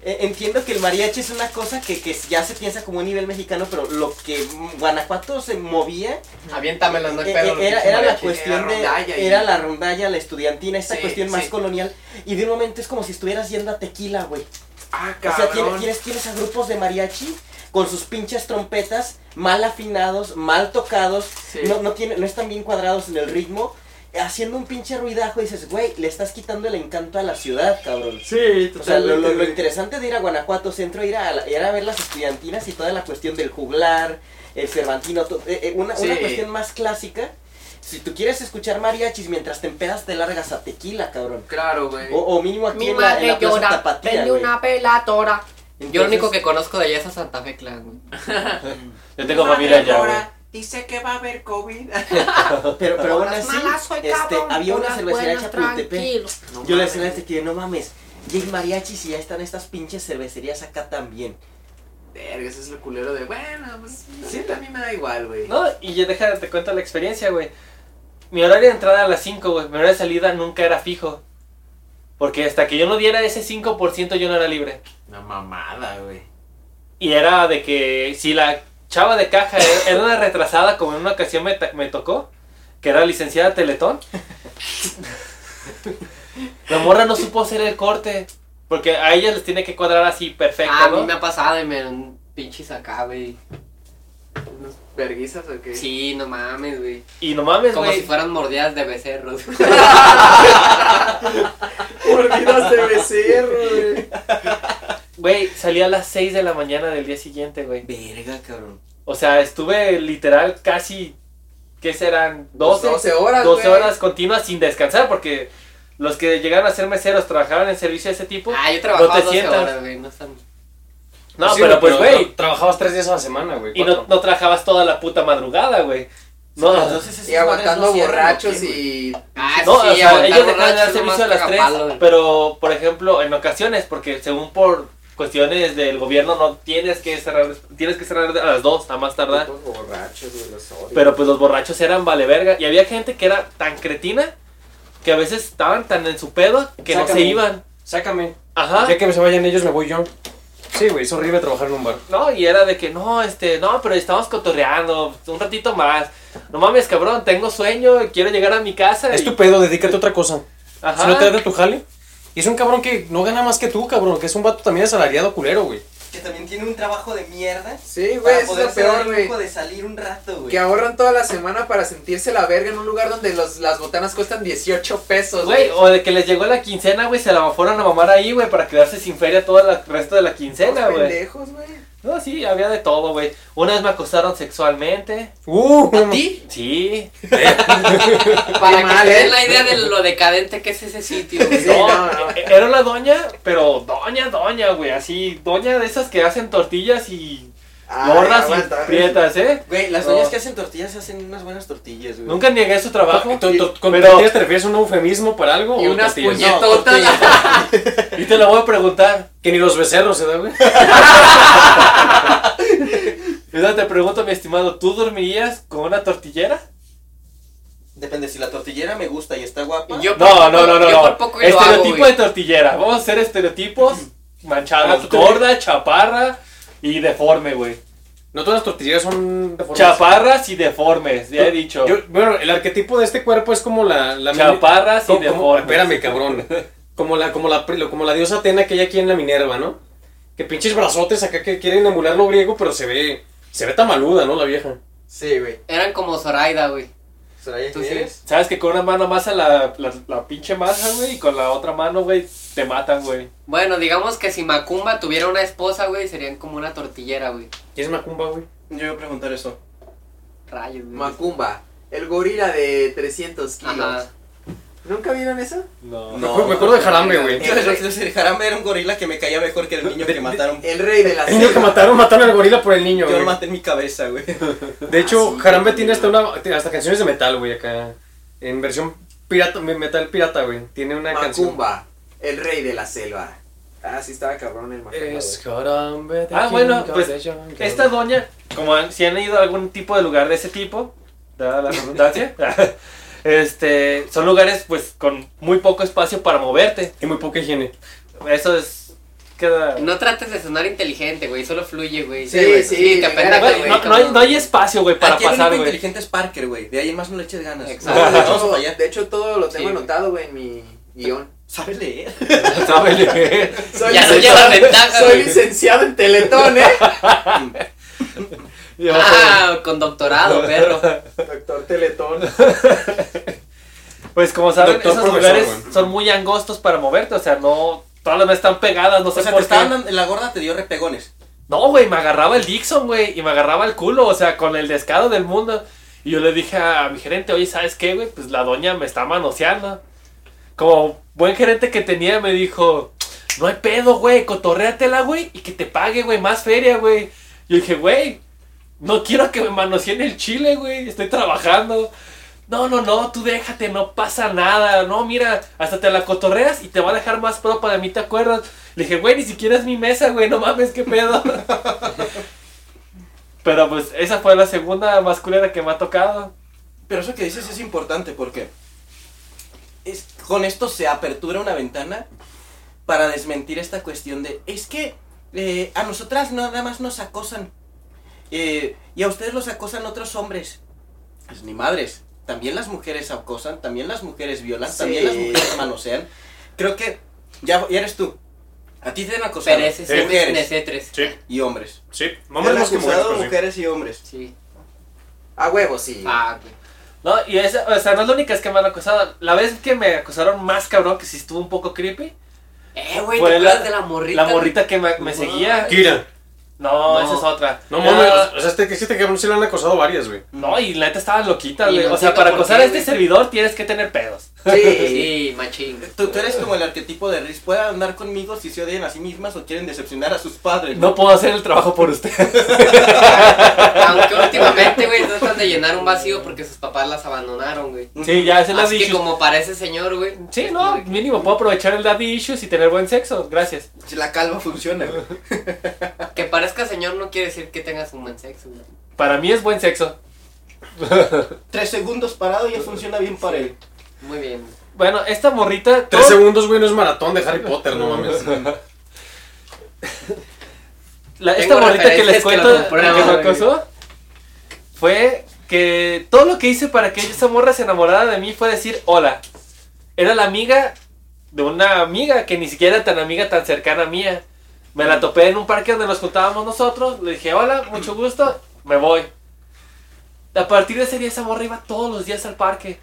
Speaker 5: e- entiendo que el mariachi es una cosa que, que ya se piensa como un nivel mexicano, pero lo que mm, Guanajuato se movía
Speaker 3: Aviéntamelo, no hay
Speaker 5: eh,
Speaker 3: pedo. pinche
Speaker 5: eh, era, era la
Speaker 3: mariachi.
Speaker 5: cuestión
Speaker 2: era
Speaker 5: de...
Speaker 2: rondalla y-
Speaker 5: Era la rondalla, la estudiantina, esta
Speaker 2: Sí,
Speaker 5: cuestión más
Speaker 2: sí.
Speaker 5: colonial. Y de un momento es como si estuvieras yendo a tequila, güey.
Speaker 2: ¡Ah,
Speaker 5: O
Speaker 2: cabrón!
Speaker 5: sea, tienes, tienes, tienes a grupos de mariachi con sus pinches trompetas mal afinados, mal tocados,
Speaker 2: Sí.
Speaker 5: no, no, tiene, no están bien cuadrados en el ritmo, haciendo un pinche ruidajo y dices, güey, le estás quitando el encanto a la ciudad, cabrón.
Speaker 9: Sí,
Speaker 5: O sea, lo, lo- lo
Speaker 9: totalmente, güey.
Speaker 5: interesante de ir a Guanajuato Centro era, a la- era ver las estudiantinas y toda la cuestión del juglar, el cervantino, to- eh, eh, una, una
Speaker 2: Sí.
Speaker 5: cuestión más clásica. Si tú quieres escuchar mariachis mientras te empedas, te largas a tequila, cabrón.
Speaker 2: Claro, güey.
Speaker 5: O, o mínimo aquí en la- en la, Plaza Tapatía, güey.
Speaker 3: pelatora. Yo
Speaker 5: Entonces-
Speaker 3: lo único que conozco de allá es a Santa Fe Clan, güey.
Speaker 7: yo tengo familia allá, güey.
Speaker 2: Ahora Dice que va a haber COVID.
Speaker 5: Pero, pero aún así, este, había una
Speaker 3: Unas
Speaker 5: cervecería en
Speaker 3: buenas,
Speaker 5: Chapultepec.
Speaker 3: tranquilo.
Speaker 2: No
Speaker 5: Yo le
Speaker 2: mames.
Speaker 5: decía a este tío, no mames, ya hay mariachis y ya están estas pinches cervecerías acá también.
Speaker 2: Verga, eso es lo culero de. Bueno, pues sí, a mí me da igual, güey.
Speaker 7: No, y ya deja, te cuento la experiencia, güey. Mi horario de entrada a las 5, güey. Mi horario de salida nunca era fijo. Porque hasta que yo no diera ese 5% yo no era libre.
Speaker 2: Una mamada, güey.
Speaker 7: Y era de que si la chava de caja era- era una retrasada, como en una ocasión me, ta- me tocó, que era licenciada Teletón, la morra no supo hacer el corte. Porque a ella les tiene que cuadrar así perfecto,
Speaker 3: Ah, a
Speaker 7: ¿no?
Speaker 3: mí me ha pasado y me dan pinches acá, güey.
Speaker 2: Unas verguizas o qué.
Speaker 3: Sí, no mames, güey.
Speaker 7: Y no mames,
Speaker 3: Como
Speaker 7: Pues, güey.
Speaker 3: si fueran mordidas de becerros.
Speaker 2: Mordidas de becerro, güey.
Speaker 7: Güey, salí a las 6 de la mañana del día siguiente, güey.
Speaker 5: Verga, cabrón.
Speaker 7: O sea, estuve literal casi, ¿qué serán? 12,
Speaker 2: 12 horas,
Speaker 7: 12
Speaker 2: güey.
Speaker 7: horas continuas sin descansar porque los que llegaron a ser meseros trabajaban en servicio de ese tipo.
Speaker 3: ah, yo trabajaba
Speaker 7: No te
Speaker 3: 12
Speaker 7: sientas.
Speaker 3: horas, güey. No están...
Speaker 7: No,
Speaker 1: Sí,
Speaker 7: pero pues, güey,
Speaker 1: tra- Trabajabas tres días a la semana, güey.
Speaker 7: Y no,
Speaker 1: cuatro.
Speaker 7: no trabajabas toda la puta madrugada, güey. No,
Speaker 5: Entonces esas
Speaker 2: Y aguantando
Speaker 5: madres no cierran, ¿o
Speaker 2: borrachos
Speaker 5: qué, güey?
Speaker 2: y.
Speaker 3: Ah,
Speaker 7: no, o
Speaker 3: sí,
Speaker 7: sea,
Speaker 3: aguantar
Speaker 7: ellos dejaban de dar
Speaker 3: borrachos
Speaker 7: servicio
Speaker 3: nomás
Speaker 7: a las
Speaker 3: caga
Speaker 7: 3,
Speaker 3: palo, güey.
Speaker 7: pero, por ejemplo, en ocasiones, porque según por cuestiones del gobierno no tienes que cerrar, tienes que cerrar a las 2 a más tardar.
Speaker 2: Putos borrachos, güey, los odio.
Speaker 7: Pero pues los borrachos eran vale verga. Y había gente que era tan cretina que a veces estaban tan en su pedo que no se
Speaker 1: Sácame.
Speaker 7: iban.
Speaker 1: Sácame.
Speaker 7: Ajá.
Speaker 1: Ya que se vayan ellos, me voy yo. Sí, güey, es horrible trabajar en un bar.
Speaker 7: No, y era de que no, este, no, pero estamos cotorreando un ratito más. No mames, cabrón, tengo sueño, quiero llegar a mi casa.
Speaker 1: Es
Speaker 7: y-
Speaker 1: tu pedo, dedícate a otra cosa.
Speaker 7: Ajá.
Speaker 1: Si no te das de tu jale. Y es un cabrón que no gana más que tú, cabrón. Que es un vato también asalariado culero, güey.
Speaker 5: que también tiene un trabajo de mierda.
Speaker 2: Sí, güey,
Speaker 5: para
Speaker 2: eso es lo
Speaker 5: poderse
Speaker 2: peor,
Speaker 5: dar el
Speaker 2: güey.
Speaker 5: lujo de salir un rato, güey.
Speaker 2: Que ahorran toda la semana para sentirse la verga en un lugar donde los, las botanas cuestan 18 pesos,
Speaker 7: Pues, Güey, o de que les llegó la quincena, güey, se la fueron a mamar ahí, güey, para quedarse sin feria todo el resto de la quincena,
Speaker 2: Unos
Speaker 7: güey.
Speaker 2: pendejos, güey.
Speaker 7: No, sí, había de todo, güey. Una vez me acosaron sexualmente.
Speaker 1: Uh,
Speaker 2: ¿A ti?
Speaker 7: Sí. Pues,
Speaker 3: Para que
Speaker 2: mal,
Speaker 3: se
Speaker 2: ¿eh?
Speaker 3: den la idea de lo decadente que es ese sitio, güey.
Speaker 2: Sí,
Speaker 7: No,
Speaker 2: no, no.
Speaker 7: e- era una doña, pero doña, doña, güey, así, doña de esas que hacen tortillas y
Speaker 2: Ay,
Speaker 7: gordas
Speaker 2: aguanta.
Speaker 7: y prietas, ¿eh?
Speaker 5: Güey, las
Speaker 7: No.
Speaker 5: doñas que hacen tortillas hacen unas buenas tortillas, güey.
Speaker 7: Nunca niegué su trabajo.
Speaker 1: ¿Con
Speaker 7: pero-
Speaker 1: tortillas te refieres a un eufemismo para algo?
Speaker 3: Y
Speaker 1: o
Speaker 3: unas
Speaker 1: tortillas?
Speaker 3: puñetotas.
Speaker 7: Y te lo voy a preguntar.
Speaker 1: Que ni los becerros se da, güey.
Speaker 7: Ahorita te pregunto, mi estimado, ¿tú dormirías con una tortillera?
Speaker 5: Depende, si la tortillera me gusta y está guapa.
Speaker 3: Yo por
Speaker 7: No,
Speaker 3: poco-
Speaker 7: no, no, no.
Speaker 3: Yo
Speaker 7: no.
Speaker 3: por poco y lo hago,
Speaker 7: Estereotipo
Speaker 3: güey.
Speaker 7: de tortillera. Vamos a hacer estereotipos manchadas.
Speaker 5: Ah, tú-
Speaker 7: Gorda, chaparra y deforme, güey.
Speaker 1: No todas las tortillas son de forma-
Speaker 7: Chaparras y deformes, ya he dicho.
Speaker 1: Yo- bueno, el arquetipo de este cuerpo es como la... la
Speaker 7: Chaparras y
Speaker 1: como- como-
Speaker 7: deformes.
Speaker 1: espérame, cabrón. Como la, como, la, pri- como la diosa Atena que hay aquí en la Minerva, ¿no? Que pinches brazotes acá que quieren emular lo griego, pero se ve... Se ve tamaluda, ¿no? La vieja.
Speaker 5: Sí, güey.
Speaker 3: Eran como Zoraida, güey.
Speaker 5: Soraya
Speaker 3: ¿Tú
Speaker 5: Jiménez.
Speaker 3: sí?
Speaker 7: Sabes que con una mano masa la, la, la pinche masa, güey, y con la otra mano, güey, te matan, güey.
Speaker 3: Bueno, digamos que si Macumba tuviera una esposa, güey, serían como una tortillera, güey.
Speaker 1: ¿Quién es Macumba, güey?
Speaker 5: Yo iba a preguntar eso.
Speaker 3: Rayos, güey.
Speaker 2: Macumba, el gorila de 300 kilos.
Speaker 3: Ajá.
Speaker 2: ¿Nunca vieron eso?
Speaker 7: No.
Speaker 1: me, acuerdo- me acuerdo de Jarambe, güey.
Speaker 5: Yo el Jarambe era un gorila que me caía mejor que el niño que mataron.
Speaker 2: El rey de la
Speaker 1: El niño que
Speaker 2: selva.
Speaker 1: mataron, mataron al gorila por el niño,
Speaker 5: Yo lo
Speaker 1: güey.
Speaker 5: maté en mi cabeza, güey.
Speaker 1: De hecho, Jarambe tiene hasta una hasta canciones de metal, güey, acá. En versión pirata, me- metal pirata, güey. Tiene una canción.
Speaker 2: Macumba, el rey de la selva. Ah, sí estaba cabrón el Macumba.
Speaker 1: Es
Speaker 2: güey.
Speaker 1: Jarambe de
Speaker 7: Ah,
Speaker 1: King
Speaker 7: bueno,
Speaker 1: of
Speaker 7: pues,
Speaker 1: the Jungle.
Speaker 7: Esta doña, como han- si han ido a algún tipo de lugar de ese tipo, dada la redundancia, este, son lugares, pues, con muy poco espacio para moverte.
Speaker 1: Y muy poca higiene.
Speaker 7: Eso es. Queda.
Speaker 3: No trates de sonar inteligente, güey. Solo fluye, güey.
Speaker 2: Sí, güey, sí,
Speaker 3: te
Speaker 2: güey.
Speaker 3: apendejas,
Speaker 7: Güey,
Speaker 3: güey.
Speaker 7: no, no hay,
Speaker 3: como-
Speaker 7: no hay espacio, güey, para
Speaker 5: Aquí el único
Speaker 7: pasar, güey.
Speaker 5: inteligente es Parker, güey. De ahí en más no le eches ganas.
Speaker 3: Exacto.
Speaker 5: Vamos, vamos para allá.
Speaker 2: Todo- De hecho, todo lo
Speaker 3: Sí,
Speaker 2: tengo
Speaker 3: güey.
Speaker 2: anotado, güey, en mi guión.
Speaker 5: ¿Sabe leer?
Speaker 7: ¿Sabes? güey?
Speaker 2: Soy
Speaker 3: Ya se lleva
Speaker 2: licenciado-
Speaker 3: ventaja,
Speaker 2: Soy
Speaker 3: güey.
Speaker 2: licenciado en Teletón, ¿eh?
Speaker 7: Yo,
Speaker 3: Ah, con doctorado, perro.
Speaker 2: Doctor Teletón.
Speaker 7: Pues como saben,
Speaker 1: Doctor
Speaker 7: esos
Speaker 1: profesor,
Speaker 7: lugares
Speaker 1: güey.
Speaker 7: son muy angostos para moverte, o sea, no. Todas las mesas están pegadas, no
Speaker 5: O
Speaker 7: sé
Speaker 5: sea, te
Speaker 7: por qué.
Speaker 5: estaban dando- la gorda te dio repegones.
Speaker 7: No, güey, me agarraba el Dixon, güey, y me agarraba el culo, o sea, con el descaro del mundo. Y yo le dije a mi gerente, oye, ¿sabes qué, güey? Pues la doña me está manoseando. Como buen gerente que tenía, me dijo, no hay pedo, güey, cotorréatela, güey, y que te pague, güey, más feria, güey. Yo dije, güey, no quiero que me manoseen el chile, güey, estoy trabajando. No, no, no, tú déjate, no pasa nada. No, mira, hasta te la cotorreas y te va a dejar más propa de mí, ¿te acuerdas? Le dije, güey, ni siquiera es mi mesa, güey, no mames, qué pedo. Pero pues esa fue la segunda masculina que me ha tocado.
Speaker 5: Pero eso que dices es importante porque es, con esto se apertura una ventana para desmentir esta cuestión de es que eh, a nosotras nada más nos acosan eh, y a ustedes los acosan otros hombres. Pues ni madres. También las mujeres acosan, también las mujeres violan,
Speaker 2: Sí.
Speaker 5: también las mujeres manosean. Creo que ya, ya eres tú. A ti te han acosado
Speaker 3: Pero ese es
Speaker 1: Sí.
Speaker 3: un
Speaker 5: mujeres
Speaker 3: nesetres.
Speaker 1: Sí,
Speaker 5: y hombres.
Speaker 1: sí.
Speaker 5: Te
Speaker 1: Mamá
Speaker 5: han
Speaker 1: más que mujeres,
Speaker 5: acosado
Speaker 1: pero sí.
Speaker 5: mujeres y hombres.
Speaker 3: Sí.
Speaker 2: A huevo, sí.
Speaker 3: Ah, güey.
Speaker 7: No, y esa, o sea, no es la única vez que me han acosado. La vez que me acosaron más cabrón, que sí estuvo un poco creepy,
Speaker 3: Eh, güey,
Speaker 7: Fue
Speaker 3: ¿te
Speaker 7: la-
Speaker 3: acuerdas de la morrita?
Speaker 7: la morrita que me, me seguía.
Speaker 1: Kira.
Speaker 7: Ah. No,
Speaker 3: No.
Speaker 7: esa es otra.
Speaker 1: No
Speaker 7: Era-
Speaker 1: mames, o sea, este que este cabrón sí le han acosado varias, güey.
Speaker 7: No, y la neta estaba loquita,
Speaker 3: Y
Speaker 7: güey.
Speaker 3: no
Speaker 7: O sea,
Speaker 3: entiendo
Speaker 7: para
Speaker 3: por qué,
Speaker 7: acosar a este
Speaker 3: güey.
Speaker 7: servidor tienes que tener pedos.
Speaker 2: Sí.
Speaker 3: Sí, machín.
Speaker 5: Tú, tú eres como el arquetipo de Riz. Pueden andar conmigo si se odian a sí mismas o quieren decepcionar a sus padres.
Speaker 7: No puedo hacer el trabajo por usted.
Speaker 3: Aunque últimamente, güey, tratan de llenar un vacío porque sus papás las abandonaron, güey.
Speaker 7: Sí, ya, se las
Speaker 3: Así que
Speaker 7: dije.
Speaker 3: como para ese señor, güey.
Speaker 7: Sí, no, mínimo puedo aprovechar el daddy issues y tener buen sexo. Gracias.
Speaker 5: Si La calva funciona. güey.
Speaker 3: Que parezca señor no quiere decir que tengas un buen sexo, güey.
Speaker 7: Para mí es buen sexo.
Speaker 5: Tres segundos parado ya funciona bien para él.
Speaker 3: Muy bien.
Speaker 7: Bueno, esta morrita.
Speaker 1: Tres
Speaker 7: todo-
Speaker 1: segundos, güey, no es maratón de Harry Potter, no mames.
Speaker 7: la-
Speaker 3: Tengo
Speaker 7: esta morrita que les
Speaker 3: referencias que lo
Speaker 7: cuento que,
Speaker 3: comprueban,
Speaker 7: me
Speaker 3: güey.
Speaker 7: acosó fue que todo lo que hice para que esa morra se enamorara de mí fue decir hola. Era la amiga de una amiga que ni siquiera era tan amiga tan cercana mía. Me la topé en un parque donde nos juntábamos nosotros. Le dije, hola, mucho gusto, me voy. A partir de ese día, esa morra iba todos los días al parque.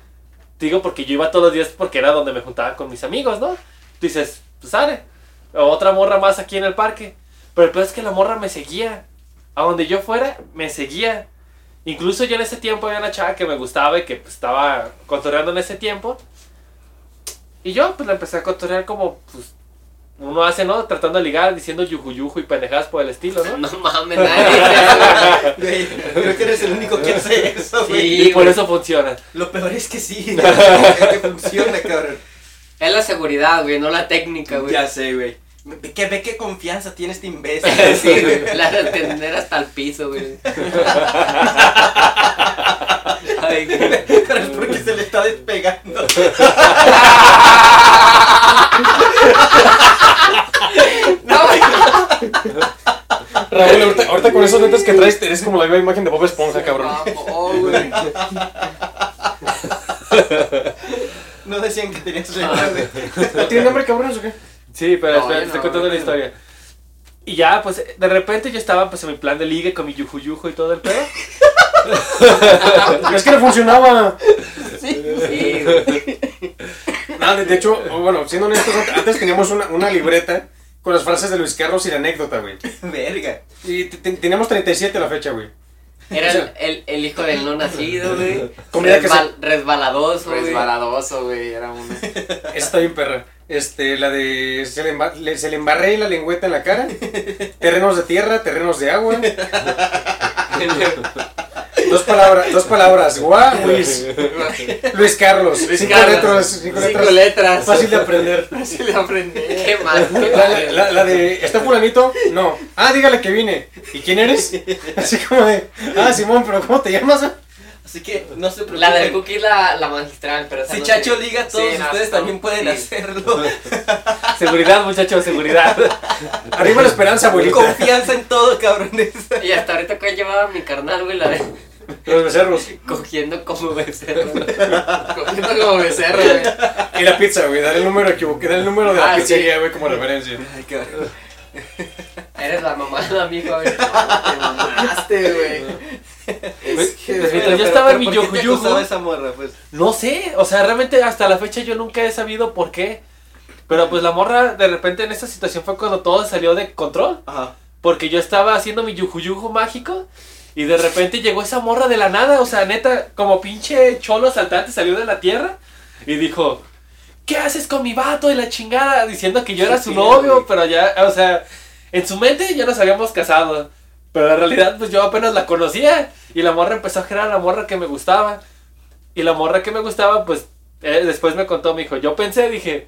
Speaker 7: Te digo porque yo iba todos los días porque era donde me juntaba con mis amigos, ¿no? Tú dices, pues sale. Otra morra más aquí en el parque. Pero el peor es que la morra me seguía. A donde yo fuera, me seguía. Incluso yo en ese tiempo había una chava que me gustaba y que pues, estaba cotorreando en ese tiempo. Y yo pues la empecé a cotorrear como pues uno hace, ¿no? Tratando de ligar, diciendo yuju yuju y pendejadas por el estilo, ¿no?
Speaker 3: No mames, nadie.
Speaker 4: Güey, creo que eres el único que hace eso, güey.
Speaker 7: y por eso funciona.
Speaker 4: Lo peor es que sí, es que funciona, cabrón.
Speaker 3: Es la seguridad, güey, no la técnica, güey.
Speaker 4: Ya sé, güey. Ve- Que ve qué confianza tiene este imbécil.
Speaker 3: Sí, güey. La de tender hasta el piso, güey. Ay, güey.
Speaker 4: Pero es porque se le está despegando.
Speaker 3: No, güey.
Speaker 1: Raúl, ahorita, ahorita con esos lentes que traes, eres como la misma imagen de Bob Esponja, cabrón.
Speaker 3: Oh, güey.
Speaker 4: No decían que tenías lentes, güey.
Speaker 1: ¿Tienen hambre, cabrones, o qué?
Speaker 7: Sí, pero
Speaker 3: No, yo
Speaker 7: espera, te estoy
Speaker 3: no,
Speaker 7: contando
Speaker 3: yo
Speaker 7: la
Speaker 3: no.
Speaker 7: historia. Y ya, pues de repente yo estaba pues en mi plan de ligue con mi yuju yuju y todo el pedo.
Speaker 1: Es que no funcionaba.
Speaker 3: Sí, güey.
Speaker 1: No, de, de hecho, oh, bueno, siendo honestos, an- antes teníamos una, una libreta con las frases de Luis Carlos y la anécdota, güey.
Speaker 4: Verga.
Speaker 1: Y te- te- teníamos 37 a la fecha, güey.
Speaker 3: Era el, el, el hijo del no nacido, güey.
Speaker 1: Comida que
Speaker 3: Resbal- Resbaladoso, güey.
Speaker 2: Resbaladoso, güey, era uno.
Speaker 1: Esa está bien perra. Este, la de se le, emba- le- se le embarré la lengüeta en la cara. Terrenos de tierra, terrenos de agua. Dos palabras, dos palabras. Guau, Luis. Luis Carlos. cinco
Speaker 3: Carlos.
Speaker 1: letras. Cinco
Speaker 3: Cinco
Speaker 1: letras.
Speaker 3: letras.
Speaker 1: Fácil de aprender.
Speaker 2: Sí, le aprendí.
Speaker 3: Qué mal. qué
Speaker 1: La, la-
Speaker 3: mal.
Speaker 1: la- la de ¿está fulanito? No. Ah, dígale que vine. ¿Y quién eres? Así como de, ah, Simón, pero ¿cómo te llamas?
Speaker 4: Así que no se preocupen.
Speaker 3: La del cookie es la, la magistral, pero esa
Speaker 4: si
Speaker 3: no
Speaker 4: Chacho
Speaker 3: sé.
Speaker 4: liga, todos
Speaker 3: Sí, no,
Speaker 4: ustedes
Speaker 3: no,
Speaker 4: también pueden
Speaker 3: sí.
Speaker 4: hacerlo.
Speaker 7: seguridad, muchachos, seguridad.
Speaker 1: Arriba la esperanza, abuelita.
Speaker 4: Confianza en todo, cabrones.
Speaker 3: Y hasta ahorita que llevaba mi carnal, güey, la de
Speaker 1: Los becerros.
Speaker 3: cogiendo como becerro.
Speaker 2: Cogiendo como becerro, güey.
Speaker 1: Y la pizza, güey. Dale el número equivocado. Dale el número de la
Speaker 3: Ah, sí.
Speaker 1: pizzería, güey, como referencia.
Speaker 4: Ay, cabrón.
Speaker 3: Eres la mamá de amigo, güey.
Speaker 2: Te mamaste, güey. Es que,
Speaker 7: Mientras
Speaker 2: güey,
Speaker 7: yo estaba en mi
Speaker 4: ¿por qué te
Speaker 7: yuju yuju,
Speaker 4: acusaba esa morra, pues?
Speaker 7: No sé, o sea, realmente hasta la fecha yo nunca he sabido por qué. Pero pues la morra de repente en esta situación fue cuando todo salió de control.
Speaker 4: Ajá.
Speaker 7: Porque yo estaba haciendo mi yujuyuju mágico y de repente llegó esa morra de la nada, o sea, neta, como pinche cholo saltante salió de la tierra y dijo, ¿qué haces con mi vato y la chingada? Diciendo que yo era su novio, pero ya, o sea, en su mente ya nos habíamos casado. Pero en realidad, pues yo apenas la conocía y la morra empezó a generar la morra que me gustaba. Y la morra que me gustaba, pues eh, después me contó, me dijo, yo pensé, dije,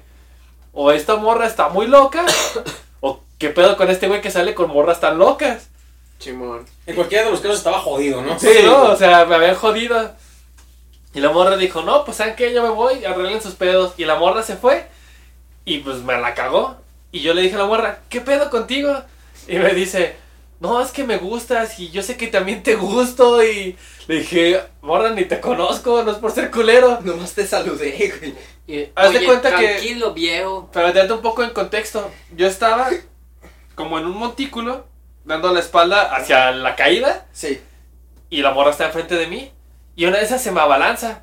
Speaker 7: o esta morra está muy loca, o qué pedo con este güey que sale con morras tan locas.
Speaker 2: Chimón.
Speaker 1: En cualquiera de los casos estaba jodido, ¿no?
Speaker 7: Sí, ¿no? O sea, me habían jodido. Y la morra dijo, no, pues ¿saben qué? Yo me voy, arreglen sus pedos. Y la morra se fue y pues me la cagó. Y yo le dije a la morra, ¿qué pedo contigo? Y me dice, no, es que me gustas y yo sé que también te gusto. Y le dije, morra, ni te conozco, no es por ser culero.
Speaker 4: Nomás te saludé, güey.
Speaker 3: Y,
Speaker 7: Haz de
Speaker 3: oye,
Speaker 7: cuenta que-
Speaker 3: tranquilo, viejo.
Speaker 7: Para darte un poco en contexto, yo estaba como en un montículo, dando la espalda hacia la caída.
Speaker 4: Sí.
Speaker 7: y la morra está enfrente de mí. Y una de esas se me abalanza.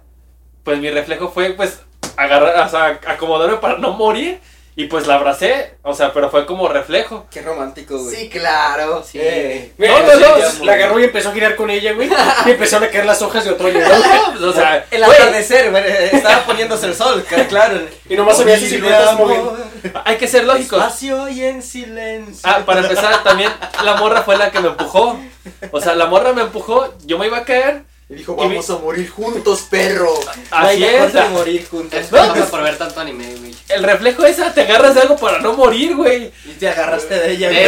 Speaker 7: Pues mi reflejo fue, pues, agarrar, o sea, acomodarme para no morir. Y pues la abracé, o sea, pero fue como reflejo.
Speaker 4: Qué romántico, güey.
Speaker 2: Sí, claro.
Speaker 3: Sí.
Speaker 4: Eh,
Speaker 1: Güey,
Speaker 7: No, no,
Speaker 1: entonces,
Speaker 7: no.
Speaker 1: La agarró y empezó a girar con ella, güey. Y empezaron a caer las hojas de otoño, ¿no?
Speaker 7: Pues, o sea,
Speaker 4: El atardecer, güey. Estaba poniéndose el sol, ca- claro.
Speaker 1: Y nomás había sus siluetas moviendo.
Speaker 7: hay que ser lógicos.
Speaker 4: Espacio y en silencio.
Speaker 7: Ah, para empezar, también la morra fue la que me empujó. O sea, la morra me empujó, yo me iba a caer.
Speaker 2: Y dijo,
Speaker 7: Y me-
Speaker 2: vamos a morir juntos, perro.
Speaker 7: Así
Speaker 4: Vaya,
Speaker 7: es.
Speaker 4: corte
Speaker 7: la-
Speaker 4: morir juntos.
Speaker 3: Es que pasa por ver tanto anime, güey.
Speaker 7: el reflejo esa, te agarras de algo para no morir, güey.
Speaker 4: Y te agarraste de ella, güey.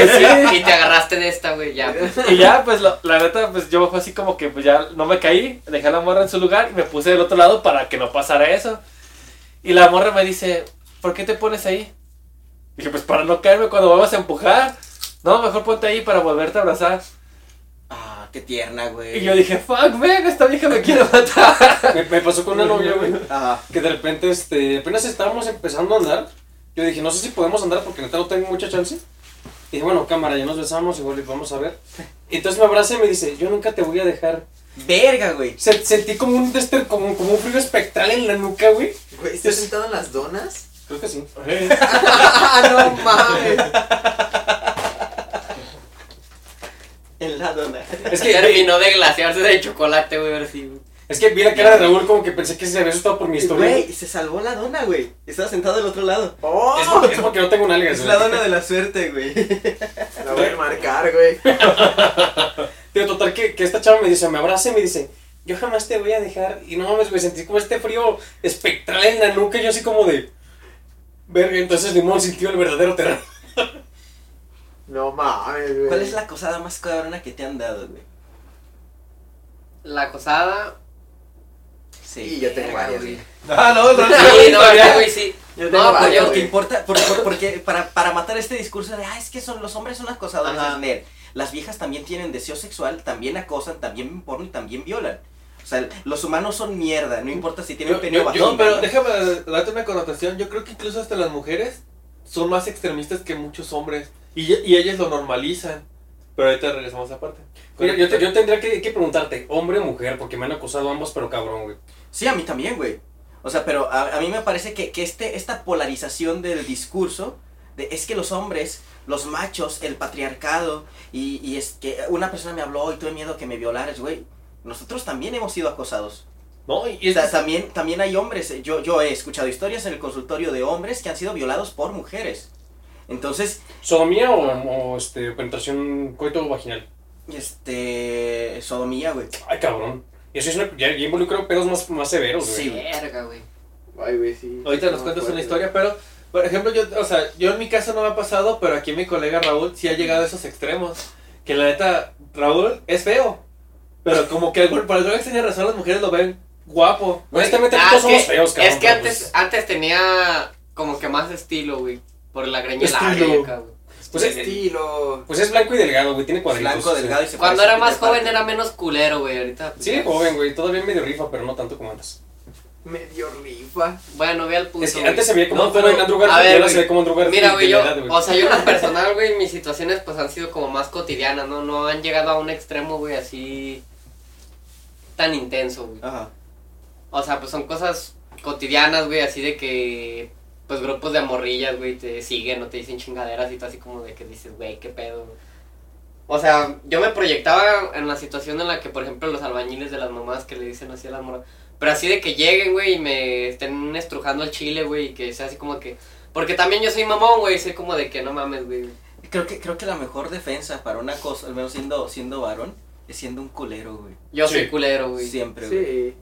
Speaker 3: Eh, Y te agarraste de esta, güey, ya. pues.
Speaker 7: Y ya, pues lo- la neta, pues yo fue así como que pues ya no me caí, dejé a la morra en su lugar y me puse del otro lado para que no pasara eso. Y la morra me dice, ¿por qué te pones ahí? Dije, pues para no caerme cuando vuelvas a empujar. No, mejor ponte ahí para volverte a abrazar.
Speaker 4: Ah, qué tierna, güey.
Speaker 7: Y yo dije, fuck, ven, esta vieja me quiere matar.
Speaker 1: Me, me pasó con una novia, güey.
Speaker 4: Ajá.
Speaker 1: Que de repente, este, apenas estábamos empezando a andar. Yo dije, no sé si podemos andar porque neta no tengo mucha chance. Dije, bueno, cámara, ya nos besamos y vamos a ver. Entonces me abraza y me dice, yo nunca te voy a dejar.
Speaker 5: Verga, güey.
Speaker 1: Se- sentí como un, dester, como, como un frío espectral en la nuca, güey.
Speaker 2: Güey, ¿estás sentado en las donas?
Speaker 1: Creo que sí.
Speaker 2: ¡Ah, no mames!
Speaker 5: En la dona.
Speaker 1: Es que,
Speaker 3: Terminó de glaciarse de chocolate, güey, ahora sí, güey.
Speaker 1: es que vi la cara de Raúl como que pensé que se había asustado por mi historia.
Speaker 5: Güey, se salvó la dona, güey. Estaba sentado del otro lado.
Speaker 2: ¡Oh!
Speaker 1: Es, porque- es porque no tengo nalgas,
Speaker 5: Es la
Speaker 1: güey.
Speaker 5: dona de la suerte, güey.
Speaker 2: La voy a marcar, güey.
Speaker 1: Pero total que, que esta chava me dice, me abraza y me dice, yo jamás te voy a dejar. Y no mames, güey, sentí como este frío espectral en la nuca y yo así como de... Verga, entonces Limón sintió el verdadero terror.
Speaker 2: No mames, güey.
Speaker 5: ¿Cuál es la cosada más cabrona que te han dado, güey?
Speaker 3: La acosada.
Speaker 5: Sí,
Speaker 2: Y yo tengo
Speaker 5: verga,
Speaker 2: varias,
Speaker 5: güey.
Speaker 2: güey.
Speaker 7: No, no, no.
Speaker 3: Sí, no, ya, güey, sí.
Speaker 2: Yo
Speaker 3: No,
Speaker 2: tengo
Speaker 3: pues
Speaker 2: varias,
Speaker 3: yo-
Speaker 5: ¿Te
Speaker 2: güey.
Speaker 5: importa? Por- por- porque para, para matar este discurso de, ah, es que son los hombres son acosadores.
Speaker 3: Ajá.
Speaker 5: es nerd. Las viejas también tienen deseo sexual, también acosan, también ven porno y también violan. O sea, los humanos son mierda, no importa si tienen
Speaker 10: Yo-
Speaker 5: pene o
Speaker 10: yo-
Speaker 5: vagina.
Speaker 10: yo- no, pero
Speaker 5: ¿no?
Speaker 10: déjame darte una connotación. Yo creo que incluso hasta las mujeres son más extremistas que muchos hombres. Y, y ellas lo normalizan. Pero ahorita regresamos a esa parte.
Speaker 1: Mira, yo, te- yo tendría que, que preguntarte, hombre o mujer, porque me han acusado ambos, pero cabrón, güey.
Speaker 5: Sí, a mí también, güey. O sea, pero a, a mí me parece que, que este, esta polarización del discurso de, es que los hombres, los machos, el patriarcado, y, y es que una persona me habló y tuve miedo que me violaras, güey. Nosotros también hemos sido acosados.
Speaker 10: No, y
Speaker 5: O
Speaker 10: es-
Speaker 5: sea, también, también hay hombres, eh, yo, yo he escuchado historias en el consultorio de hombres que han sido violados por mujeres. Entonces,
Speaker 1: ¿Sodomía o, o, este, penetración coito vaginal?
Speaker 5: este, sodomía, güey.
Speaker 1: Ay, cabrón. Y eso es una, ya, ya involucró pedos más, más severos, güey.
Speaker 5: Sí.
Speaker 3: Verga, güey.
Speaker 2: Ay, güey, sí.
Speaker 10: ahorita nos
Speaker 2: No, pues,
Speaker 10: cuentas
Speaker 2: fuerte.
Speaker 10: una historia, pero. Por ejemplo, yo, o sea, yo en mi caso no me ha pasado, pero aquí mi colega Raúl sí ha llegado a esos extremos. Que la neta, Raúl es feo. Pero como que algún- por alguna extraña razón las mujeres lo ven guapo.
Speaker 1: Honestamente,
Speaker 3: Ah,
Speaker 1: todos
Speaker 3: es que-
Speaker 1: somos feos, cabrón.
Speaker 3: Es que
Speaker 1: pero,
Speaker 3: antes,
Speaker 1: pues,
Speaker 3: antes tenía como que más estilo, güey. Por la greña larga,
Speaker 1: Estilo.
Speaker 3: y acá, güey.
Speaker 1: Pues, eh,
Speaker 2: Estilo.
Speaker 1: pues es blanco y delgado, güey, tiene cuadritos.
Speaker 5: Blanco,
Speaker 1: Pues, sí.
Speaker 5: delgado y se
Speaker 3: Cuando
Speaker 5: parece
Speaker 3: era
Speaker 5: a
Speaker 3: más
Speaker 5: Peter
Speaker 3: joven
Speaker 5: Parker.
Speaker 3: era menos culero, güey. Ahorita. pues,
Speaker 1: Sí,
Speaker 3: ya.
Speaker 1: joven, güey, todavía medio rifa, pero no tanto como antes.
Speaker 2: Medio rifa.
Speaker 3: Bueno, ve al punto.
Speaker 1: es que
Speaker 3: güey.
Speaker 1: antes se veía como
Speaker 3: No,
Speaker 1: un joven
Speaker 3: pero-
Speaker 1: Andrew Garfield,
Speaker 3: a ver,
Speaker 1: y ahora
Speaker 3: güey.
Speaker 1: se ve como Andrew Garfield
Speaker 3: Mira, güey,
Speaker 1: de
Speaker 3: yo,
Speaker 1: la edad, güey.
Speaker 3: o sea, yo en lo personal, güey, mis situaciones pues han sido como más cotidianas, ¿no? No han llegado a un extremo, güey, así tan intenso, güey.
Speaker 5: Ajá.
Speaker 3: O sea, pues son cosas cotidianas, güey, así de que, pues grupos de amorrillas, güey, te siguen o te dicen chingaderas y tú así como de que dices, güey, qué pedo. güey. O sea, yo me proyectaba en la situación en la que, por ejemplo, los albañiles de las mamás que le dicen así a la morra. Pero así de que lleguen, güey, y me estén estrujando el chile, güey, y que sea así como que... Porque también yo soy mamón, güey, soy como de que no mames, güey.
Speaker 5: Creo que, creo que la mejor defensa para una cosa, al menos siendo, siendo varón, es siendo un culero, güey.
Speaker 3: Yo
Speaker 1: Sí.
Speaker 3: soy culero, güey.
Speaker 5: Siempre, güey.
Speaker 2: Sí.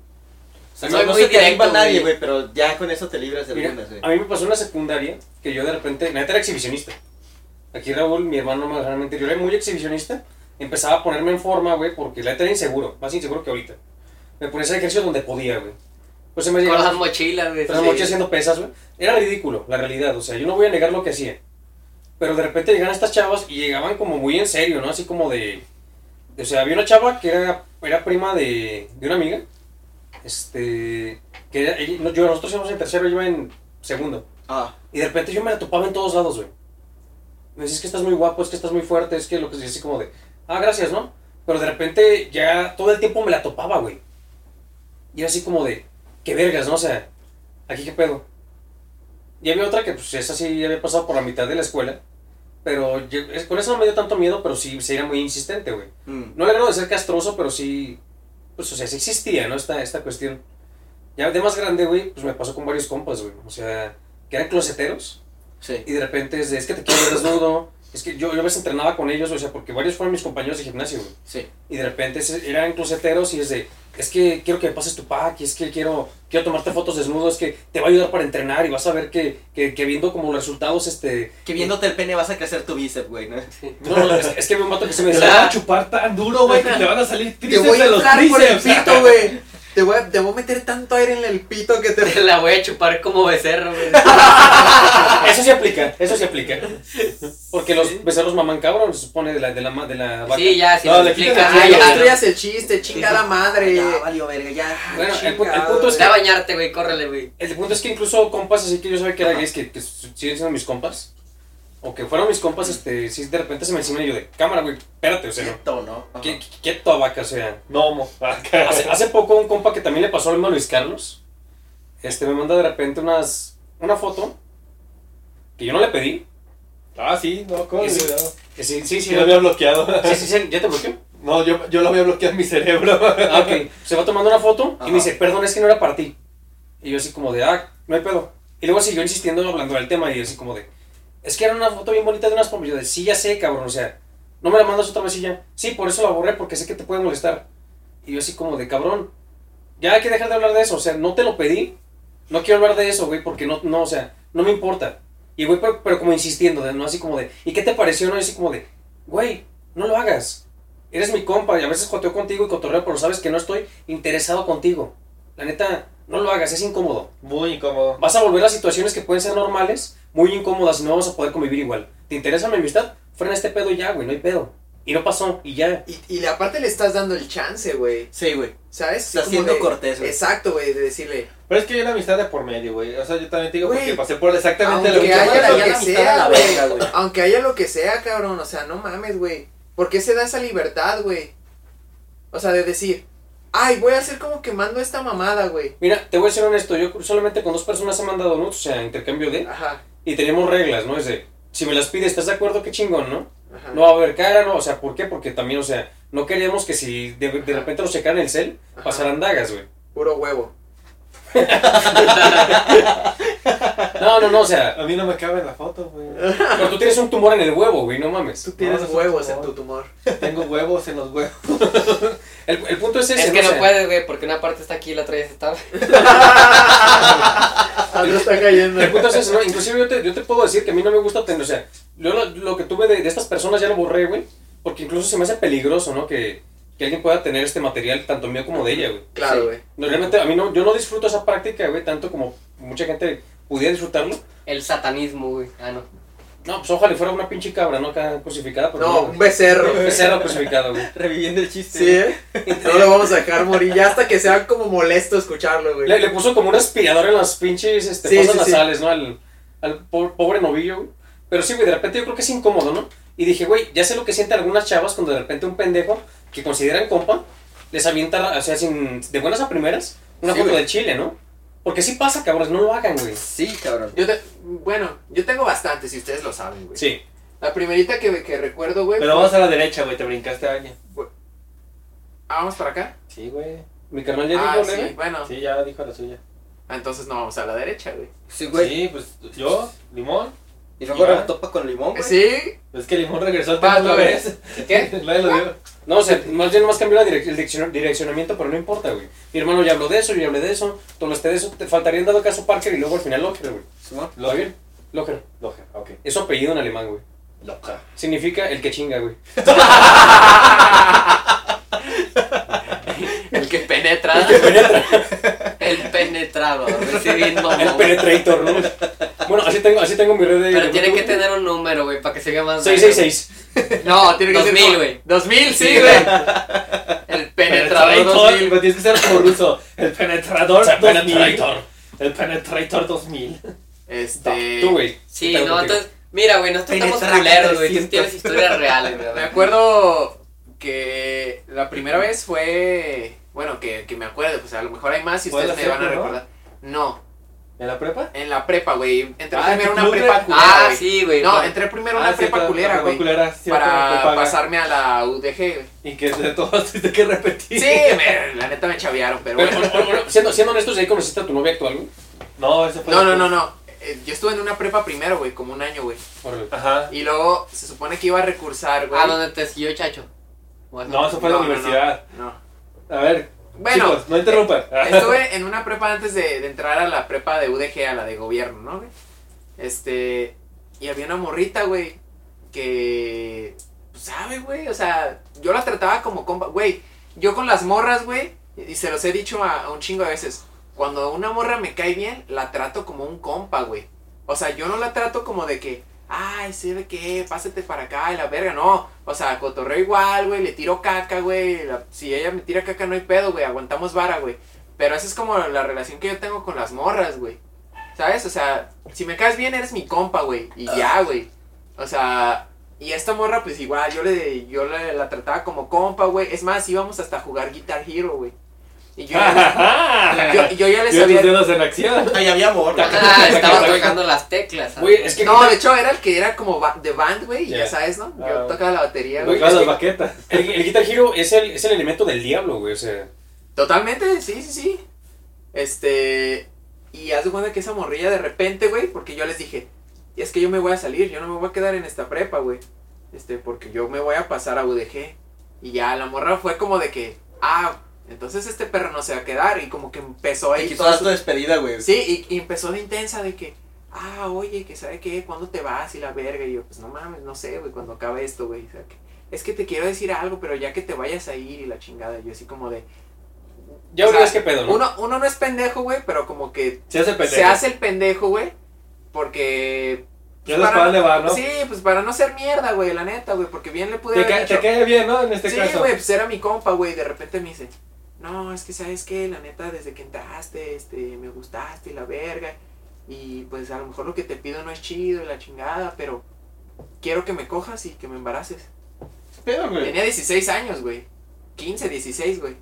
Speaker 5: O sea,
Speaker 3: Soy muy directo,
Speaker 5: arriba nadie,
Speaker 3: güey.
Speaker 5: güey, pero ya con eso te libras de
Speaker 1: Mira,
Speaker 5: algunas, güey.
Speaker 1: a mí me pasó en la secundaria que yo de repente, la neta era exhibicionista. Aquí Raúl, mi hermano más realmente, yo era muy exhibicionista. Empezaba a ponerme en forma, güey, porque la neta era inseguro, más inseguro que ahorita. Me ponía a hacer ejercicio donde podía, güey. Pues se me
Speaker 3: Con
Speaker 1: llegaba-
Speaker 3: las mochilas, güey.
Speaker 1: tras la
Speaker 3: sí.
Speaker 1: noche haciendo pesas, güey. Era ridículo, la realidad. O sea, yo no voy a negar lo que hacía. Pero de repente llegaban estas chavas y llegaban como muy en serio, ¿no? Así como de. de- o sea, había una chava que era, era prima de, de una amiga. Este. Que era- ella- no, yo, nosotros íbamos en tercero, yo iba en segundo.
Speaker 5: Ah,
Speaker 1: Y de repente yo me la topaba en todos lados, güey. Me decía, es que estás muy guapo, es que estás muy fuerte, es que lo que decía así como de, ah, gracias, ¿no? Pero de repente ya todo el tiempo me la topaba, güey. Y era así como de, qué vergas, ¿no? O sea, aquí qué pedo. Y había otra que, pues, esa sí había pasado por la mitad de la escuela. Pero yo- es- con eso no me dio tanto miedo, pero sí, sí era muy insistente, güey.
Speaker 5: mm.
Speaker 1: No le grado de ser castroso, pero sí. Pues, o sea, sí existía, ¿no? Esta, esta cuestión. Ya de más grande, güey, pues me pasó con varios compas, güey. O sea, que eran closeteros.
Speaker 5: sí.
Speaker 1: Y de repente es de, es que te quiero ver desnudo. Es que yo, yo a veces entrenaba con ellos, o sea, porque varios fueron mis compañeros de gimnasio, güey.
Speaker 5: Sí.
Speaker 1: Y de repente es- eran closeteros y es de, es que quiero que me pases tu pack, y es que quiero, quiero tomarte fotos desnudo, es que te va a ayudar para entrenar y vas a ver que, que, que viendo como los resultados, este...
Speaker 5: Que viéndote el pene vas a crecer tu bíceps, güey, ¿no?
Speaker 1: No, no, es, es que había un mato que se me
Speaker 10: Te
Speaker 1: decía,
Speaker 10: la van a chupar tan duro, güey, que te van a salir
Speaker 2: Te
Speaker 10: tristes
Speaker 2: voy a
Speaker 10: de los
Speaker 2: entrar por el
Speaker 10: tríceps.
Speaker 2: pito, güey. Te voy, a, te voy a meter tanto aire en el pito que te.
Speaker 3: La voy a chupar como becerro, güey.
Speaker 1: Eso sí aplica, eso sí aplica. Porque los becerros maman cabrón, se supone, de la, de la, ma- de la vaca.
Speaker 3: Sí, ya, si
Speaker 10: No,
Speaker 3: nos
Speaker 10: le
Speaker 3: explica.
Speaker 10: quitas el
Speaker 3: Ah,
Speaker 2: No
Speaker 3: ya,
Speaker 2: destruyas el chiste, chingada madre.
Speaker 5: Ya, valió verga, ya.
Speaker 1: Bueno, el, pu- el
Speaker 2: chingado,
Speaker 1: punto es
Speaker 3: Ve a Pues bañarte, güey, córrele, güey.
Speaker 1: El punto es que incluso compas así que yo sabía que eran gays, que, que siguen siendo mis compas. o que fueron mis compas, este, si de repente se me encima y yo de cámara, güey, espérate, o sea,
Speaker 5: Quieto, ¿no? Ajá.
Speaker 1: qué- qué- quieto abaca, o sea.
Speaker 10: Gnomo.
Speaker 1: Hace, hace poco un compa que también le pasó al mismo a Luis Carlos, este, me manda de repente unas, una foto que yo no le pedí.
Speaker 10: Ah, sí, no, ¿cómo?
Speaker 1: Ese-
Speaker 10: olvidado?
Speaker 1: que Sí, sí, sí,
Speaker 10: Sí, lo había bloqueado.
Speaker 1: sí, sí, sí, ya te bloqueó.
Speaker 10: No, yo, yo lo había bloqueado en mi cerebro.
Speaker 1: Ah, ok. Se va tomando una foto y
Speaker 5: Ajá.
Speaker 1: me dice, perdón, es que no era para ti. Y yo así como de, ah, no hay pedo. Y luego siguió insistiendo hablando del tema y yo así como de, es que era una foto bien bonita de unas pompas. Yo de, sí, ya sé, cabrón, o sea, no me la mandas otra vez y ya. Sí, por eso la borré, porque sé que te puede molestar. Y yo así como de, cabrón, ya hay que dejar de hablar de eso, o sea, no te lo pedí. No quiero hablar de eso, güey, porque no, no, o sea, no me importa. Y güey, pero, pero como insistiendo, de- no así como de, ¿y qué te pareció? No, y así como de, güey, no lo hagas eres mi compa y a veces joteo contigo y cotorreo, pero sabes que no estoy interesado contigo. La neta, no lo hagas, es incómodo.
Speaker 10: Muy incómodo.
Speaker 1: Vas a volver a situaciones que pueden ser normales, muy incómodas y no vamos a poder convivir igual. ¿Te interesa mi amistad? Frena este pedo y ya, güey, no hay pedo. Y no pasó, y ya.
Speaker 2: Y, y le- aparte le estás dando el chance, güey.
Speaker 5: Sí, güey.
Speaker 2: ¿Sabes?
Speaker 5: Estás
Speaker 2: Como
Speaker 5: siendo
Speaker 2: de-
Speaker 5: cortés, güey.
Speaker 2: Exacto, güey, de decirle,
Speaker 10: Pero es que hay una amistad de por medio, güey. O sea, yo también te digo porque
Speaker 2: Güey,
Speaker 10: pasé por exactamente lo
Speaker 2: aunque
Speaker 10: mismo.
Speaker 2: haya
Speaker 5: Yo
Speaker 2: lo
Speaker 5: la
Speaker 2: que
Speaker 5: amistad a
Speaker 2: sea,
Speaker 5: la
Speaker 2: güey.
Speaker 5: verga, güey.
Speaker 2: Aunque haya lo que sea, cabrón, o sea, no mames, güey. ¿Por qué se da esa libertad, güey? O sea, de decir, ay, voy a hacer como que mando esta mamada, güey.
Speaker 1: Mira, te voy a ser honesto, yo solamente con dos personas he mandado nudes, o sea, intercambio de...
Speaker 2: Ajá,
Speaker 1: Y tenemos reglas, ¿no? Es de, si me las pides, ¿estás de acuerdo? Qué chingón, ¿no?
Speaker 2: ajá.
Speaker 1: No va a haber cara, no, o sea, ¿por qué? Porque también, o sea, no queríamos que si de, de repente nos checaran el cel,
Speaker 2: Ajá.
Speaker 1: pasaran dagas, güey.
Speaker 2: Puro huevo.
Speaker 1: No, no, no, o sea,
Speaker 10: A mí no me cabe en la foto, güey.
Speaker 1: Pero tú tienes un tumor en el huevo, güey, no mames.
Speaker 2: Tú tienes
Speaker 10: no,
Speaker 2: huevos
Speaker 10: no.
Speaker 2: en tu tumor.
Speaker 10: Tengo huevos en los huevos.
Speaker 1: El, el punto es ese.
Speaker 3: Es que
Speaker 1: O
Speaker 3: no
Speaker 1: sea,
Speaker 3: puedes, güey, porque una parte está aquí y la otra ya está.
Speaker 2: Algo está cayendo.
Speaker 1: El punto es ese, ¿no? Inclusive yo te, yo te puedo decir que a mí no me gusta tener, o sea, yo lo, lo que tuve de, de estas personas ya lo borré, güey, porque incluso se me hace peligroso, ¿no? Que, que alguien pueda tener este material, tanto mío como de ella, güey.
Speaker 2: Claro,
Speaker 3: Sí.
Speaker 2: güey.
Speaker 1: No, realmente a mí no, yo no disfruto esa práctica, güey, tanto como mucha gente pudiera disfrutarlo.
Speaker 3: El satanismo, güey. Ah, no.
Speaker 1: No, pues ojalá y fuera una pinche cabra, ¿no? Acá crucificada, pero
Speaker 2: No, un becerro.
Speaker 1: Un becerro crucificado, güey.
Speaker 5: Reviviendo el chiste.
Speaker 2: Sí, ¿eh? No lo vamos a dejar morir ya hasta que sea como molesto escucharlo, güey.
Speaker 1: Le, le puso como un aspirador en las pinches este,
Speaker 2: Sí,
Speaker 1: fosas
Speaker 2: sí, sí.
Speaker 1: nasales, ¿no? Al, al po- pobre novillo, güey. Pero sí, güey, de repente yo creo que es incómodo, ¿no? Y dije, güey, ya sé lo que sienten algunas chavas cuando de repente un pendejo que consideran compa les avienta, o sea, sin, de buenas a primeras, una
Speaker 5: Sí,
Speaker 1: foto
Speaker 5: güey.
Speaker 1: de Chile, ¿no? Porque sí pasa, cabrones, no lo hagan, güey.
Speaker 5: Sí, cabrón.
Speaker 2: Yo te- bueno, yo tengo bastantes, si ustedes lo saben, güey.
Speaker 1: Sí.
Speaker 2: La primerita que, que recuerdo, güey.
Speaker 10: Pero
Speaker 2: fue-
Speaker 10: vamos a la derecha, güey. Te brincaste a alguien.
Speaker 2: Ah, vamos para acá.
Speaker 10: Sí, güey.
Speaker 1: Mi carnal ya
Speaker 2: Ah,
Speaker 1: dijo,
Speaker 2: sí,
Speaker 1: leve.
Speaker 2: bueno.
Speaker 10: Sí, ya dijo la suya.
Speaker 2: Ah, Entonces no vamos a la derecha, güey.
Speaker 5: Sí, güey.
Speaker 10: Sí, pues yo, Limón.
Speaker 5: Y luego
Speaker 10: Ya.
Speaker 5: la topa con limón, güey.
Speaker 2: Eh, Sí,
Speaker 10: Es que Limón regresó al
Speaker 2: Ah,
Speaker 10: tema otra
Speaker 2: no,
Speaker 10: vez.
Speaker 3: ¿Qué?
Speaker 10: Nadie lo vio.
Speaker 1: No, o sea, más bien nomás cambió la direc- el direccion- direccionamiento, pero no importa, güey. Mi hermano ya habló de eso, yo ya hablé de eso, tú hablaste de eso, te faltaría en dado caso Parker y luego al final Locker, güey.
Speaker 5: Simón.
Speaker 1: ¿Lo bien? Locker.
Speaker 10: Loja, ok.
Speaker 1: Es su apellido en alemán, güey.
Speaker 10: Loja.
Speaker 1: Significa el que chinga, güey.
Speaker 3: El que penetra. El penetrado. Ese bien mamón.
Speaker 1: El penetrator, ¿no? Bueno, así tengo, así tengo mi red de.
Speaker 3: Pero tiene que tener un número, güey, para que se vea más.
Speaker 1: 666.
Speaker 2: no, tiene que ser.
Speaker 3: 2000,
Speaker 2: como-
Speaker 3: güey.
Speaker 2: 2000, sí, güey.
Speaker 3: El
Speaker 10: Penetrador
Speaker 3: penetrador
Speaker 10: 2000,
Speaker 3: 2000.
Speaker 10: güey. Tienes que ser como ruso. El penetrador
Speaker 1: El
Speaker 10: 2000.
Speaker 1: penetrator.
Speaker 10: El penetrador 2000.
Speaker 2: Este.
Speaker 1: Tú, güey.
Speaker 3: Sí,
Speaker 1: Te hago
Speaker 3: no,
Speaker 1: contigo.
Speaker 3: entonces. Mira, güey, nosotros estamos
Speaker 5: Penetra
Speaker 3: culeros, güey. Tú
Speaker 5: 300.
Speaker 3: tienes historias reales, güey.
Speaker 2: Me acuerdo que la primera vez fue. Bueno, que, que me acuerdo, pues a lo mejor hay más y
Speaker 10: ¿Fue en
Speaker 2: ustedes me
Speaker 10: la
Speaker 2: van a
Speaker 10: prepa, no?
Speaker 2: recordar. No,
Speaker 10: ¿En la prepa?
Speaker 2: en la prepa, güey. Entré
Speaker 10: Ah,
Speaker 2: primero
Speaker 10: ¿en
Speaker 2: una
Speaker 10: tu club,
Speaker 2: prepa
Speaker 10: güey?
Speaker 2: culera.
Speaker 3: Ah,
Speaker 2: güey.
Speaker 3: sí, güey.
Speaker 2: No,
Speaker 3: No,
Speaker 2: entré primero
Speaker 10: Ah,
Speaker 2: una
Speaker 10: cierto,
Speaker 2: prepa culera,
Speaker 10: prepa
Speaker 2: güey.
Speaker 10: culera, cierto,
Speaker 2: para
Speaker 10: prepa.
Speaker 2: pasarme a la UDG, güey.
Speaker 10: Y que de todos tuviste que repetir.
Speaker 2: Sí, me- la neta me chavearon, pero
Speaker 1: Pero,
Speaker 2: bueno.
Speaker 1: bueno, bueno, bueno, siendo, siendo honestos, ahí conociste a tu novia actual, güey.
Speaker 10: No, ese fue.
Speaker 2: No, no, no,
Speaker 10: después.
Speaker 2: no. Eh, Yo estuve en una prepa primero, güey, como un año, güey.
Speaker 1: Órale.
Speaker 10: Ajá.
Speaker 2: Y luego se supone que iba a recursar, güey.
Speaker 3: Ah, donde te siguió, chacho. O eso.
Speaker 10: No, eso fue en la
Speaker 2: No, no, no.
Speaker 10: universidad.
Speaker 2: No.
Speaker 10: A ver,
Speaker 2: Bueno, eh,
Speaker 10: chicos, no interrumpan.
Speaker 2: estuve en una prepa antes de, de entrar a la prepa de UDG, a la de gobierno, ¿no, güey? Este. Y había una morrita, güey, que. pues, ¿Sabe, güey? O sea, yo la trataba como compa. Güey, yo con las morras, güey, y y se los he dicho a, a un chingo de veces. Cuando una morra me cae bien, la trato como un compa, güey. O sea, yo no la trato como de que, ay, ¿sí de qué? Pásate para acá y la verga, no. O sea, cotorreo igual, güey, le tiro caca, güey. la- si ella me tira caca, no hay pedo, güey, aguantamos vara, güey. Pero esa es como la relación que yo tengo con las morras, güey. ¿Sabes? O sea, si me caes bien, eres mi compa, güey. Y ya, güey. O sea, y esta morra, pues igual, yo le yo le- la trataba como compa, güey. Es más, íbamos hasta a jugar Guitar Hero, güey. Y yo, ya- yo, yo ya le
Speaker 7: Yo tus
Speaker 2: sabía.
Speaker 7: dedos en acción.
Speaker 4: Ahí había amor.
Speaker 3: Ah, estaba tocando las teclas.
Speaker 10: Güey, es que
Speaker 2: No,
Speaker 10: Guitar-
Speaker 2: de hecho era el que era como ba- de band, güey, y
Speaker 7: Ya.
Speaker 2: ya sabes, ¿no? Yo
Speaker 7: Ah.
Speaker 2: tocaba la batería, güey.
Speaker 7: Tocabas
Speaker 10: es
Speaker 7: las
Speaker 10: que-
Speaker 7: baquetas.
Speaker 10: el, el Guitar Hero es el, es el elemento del diablo, güey. O sea,
Speaker 2: Totalmente, sí, sí, sí. Este. Y haz de cuenta que esa morrilla de repente, güey, porque yo les dije, "Y es que yo me voy a salir, yo no me voy a quedar en esta prepa, güey. Este, porque yo me voy a pasar a UDG. Y ya la morra fue como de que, ah, entonces este perro no se va a quedar. Y como que empezó
Speaker 5: Te
Speaker 2: ahí.
Speaker 5: quitó
Speaker 2: toda
Speaker 5: haz
Speaker 2: su-
Speaker 5: tu despedida, güey.
Speaker 2: Sí, y, y empezó de intensa de que, ah, oye, que sabe qué, ¿cuándo te vas? Y la verga. Y yo, pues no mames, no sé, güey, cuando acabe esto, güey. O sea, que, es que te quiero decir algo, pero ya que te vayas a ir y la chingada. Yo así como de,
Speaker 10: ya
Speaker 2: O sea,
Speaker 10: olvidas qué pedo, ¿no?
Speaker 2: uno, uno no es pendejo, güey, pero como que
Speaker 7: Se hace pendejo.
Speaker 2: se hace el pendejo, güey, porque... pues,
Speaker 7: Ya las para dónde va, ¿no?
Speaker 2: Sí, pues para no ser mierda, güey, la neta, güey, porque bien le pude
Speaker 7: Te,
Speaker 2: haber
Speaker 7: ca-
Speaker 2: dicho-
Speaker 7: te cae bien, ¿no? En este
Speaker 2: sí,
Speaker 7: caso.
Speaker 2: güey, pues era mi compa, güey. De repente me dice, no, es que sabes que la neta, desde que entraste, este, me gustaste y la verga. Y pues a lo mejor lo que te pido no es chido y la chingada, pero quiero que me cojas y que me embaraces.
Speaker 5: Pero, güey.
Speaker 2: Tenía 16 años, güey. 15, 16, güey.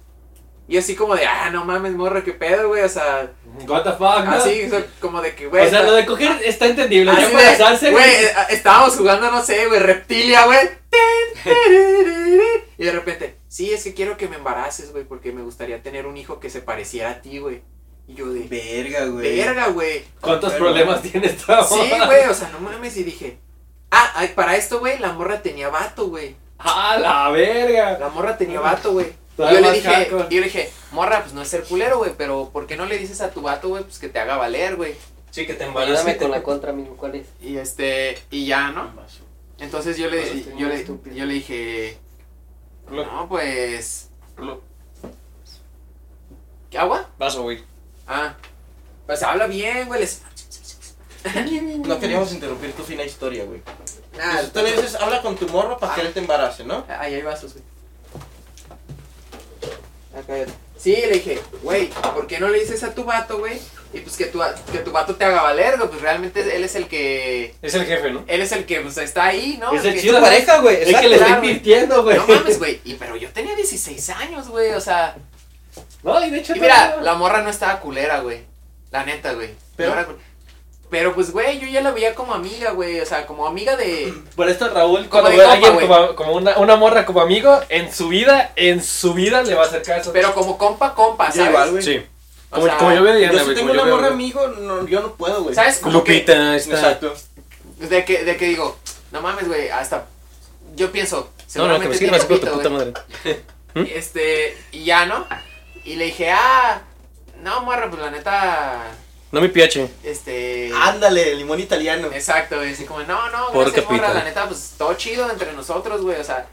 Speaker 2: Y así como de, ah, no mames, morra, qué pedo, güey. O sea,
Speaker 7: What the fuck, ¿no?
Speaker 2: así, o sea, Ah, como de que, güey.
Speaker 7: o sea,
Speaker 2: está-
Speaker 7: lo de coger está entendible.
Speaker 2: Así
Speaker 7: Ya
Speaker 2: de,
Speaker 7: embarazarse,
Speaker 2: güey,
Speaker 7: güey.
Speaker 2: eh, estábamos jugando, no sé, güey, reptilia, güey. Tin, tiririri. Y de repente, sí, es que quiero que me embaraces, güey, porque me gustaría tener un hijo que se pareciera a ti, güey. Y yo de,
Speaker 5: Verga, güey.
Speaker 2: verga, güey.
Speaker 7: ¿Cuántos
Speaker 5: Pero-
Speaker 7: problemas tiene esta
Speaker 2: Sí,
Speaker 7: morra?
Speaker 2: güey, o sea, no mames. Y dije, ah, ay, para esto, güey, la morra tenía vato, güey.
Speaker 7: ¡A la verga!
Speaker 2: La morra tenía vato, güey. Y
Speaker 7: Todavía
Speaker 2: Yo le
Speaker 7: más
Speaker 2: dije,
Speaker 7: hardcore.
Speaker 2: yo le dije, morra, pues no es ser culero, güey, pero ¿por qué no le dices a tu vato, güey, pues que te haga valer, güey?
Speaker 10: Sí, que te
Speaker 3: Ayúdame con la contra, amigo, ¿cuál es?
Speaker 2: Y este, y ya, ¿no? Entonces yo
Speaker 3: Pues,
Speaker 2: le,
Speaker 3: estoy
Speaker 2: yo
Speaker 3: muy
Speaker 2: le,
Speaker 3: estúpido.
Speaker 2: yo le dije,
Speaker 1: Lo-
Speaker 2: no, pues, ¿qué agua?
Speaker 1: Vas, güey.
Speaker 2: Ah, pues habla bien, güey, les...
Speaker 5: No queríamos interrumpir tu fina historia, güey.
Speaker 7: Pues
Speaker 2: Ah,
Speaker 5: Entonces, tú le dices, habla con tu morro para que él te embarace, ¿no?
Speaker 2: pues, ahí hay vasos, güey. Acá hay otro. Sí, le dije, güey, ¿por qué no le dices a tu vato, güey? Y pues que tu, que tu vato te haga valer, güey, pues realmente él es el que,
Speaker 1: Es el jefe, ¿no?
Speaker 2: él es el que, pues, está ahí, ¿no?
Speaker 7: Es
Speaker 2: El
Speaker 7: el
Speaker 2: que-
Speaker 7: chido.
Speaker 5: Pareja, güey.
Speaker 7: Es que le está
Speaker 2: claro, güey.
Speaker 7: invirtiendo, güey.
Speaker 2: No mames, güey, y pero yo tenía 16 años, güey, o sea...
Speaker 7: No, y de hecho...
Speaker 2: Y mira,
Speaker 7: no.
Speaker 2: la morra no estaba culera, güey. La neta, güey.
Speaker 5: Pero-
Speaker 2: No era cul- Pero pues, güey, yo ya la veía como amiga, güey. O sea, como amiga de.
Speaker 7: Por esto Raúl,
Speaker 2: Como
Speaker 7: cuando
Speaker 2: de
Speaker 7: ve a
Speaker 2: compa,
Speaker 7: alguien
Speaker 2: güey.
Speaker 7: como, como una, una morra como amigo, en su vida, en su vida le va a hacer caso.
Speaker 2: Pero como compa, compa,
Speaker 5: Yo
Speaker 2: ¿sabes?
Speaker 5: igual, güey.
Speaker 1: Sí.
Speaker 2: O
Speaker 1: Como,
Speaker 2: sea,
Speaker 7: Ah,
Speaker 1: como yo veo a Diana,
Speaker 5: Yo si
Speaker 1: güey,
Speaker 5: tengo
Speaker 1: como yo
Speaker 5: una
Speaker 1: veo,
Speaker 5: morra
Speaker 1: güey.
Speaker 5: amigo, no, yo no puedo, güey.
Speaker 2: ¿Sabes? Como que-
Speaker 1: Lupita, está.
Speaker 5: Exacto.
Speaker 2: de, que, de que digo, no mames, güey, hasta. Yo pienso,
Speaker 1: No, no, que me
Speaker 2: seguramente
Speaker 1: sigas con
Speaker 2: tiene
Speaker 1: tu
Speaker 2: pito,
Speaker 1: puta
Speaker 2: güey.
Speaker 1: madre. ¿Mm?
Speaker 2: Este, y ya, ¿no? Y le dije, ah, no, morra, pues la neta.
Speaker 1: No mi Ah, piache.
Speaker 2: Este.
Speaker 5: Ándale, limón italiano.
Speaker 2: Exacto, güey. Así como, no, no,
Speaker 1: Por
Speaker 2: gracias, morra,
Speaker 1: capital.
Speaker 2: la neta, pues todo chido entre nosotros, güey. O sea,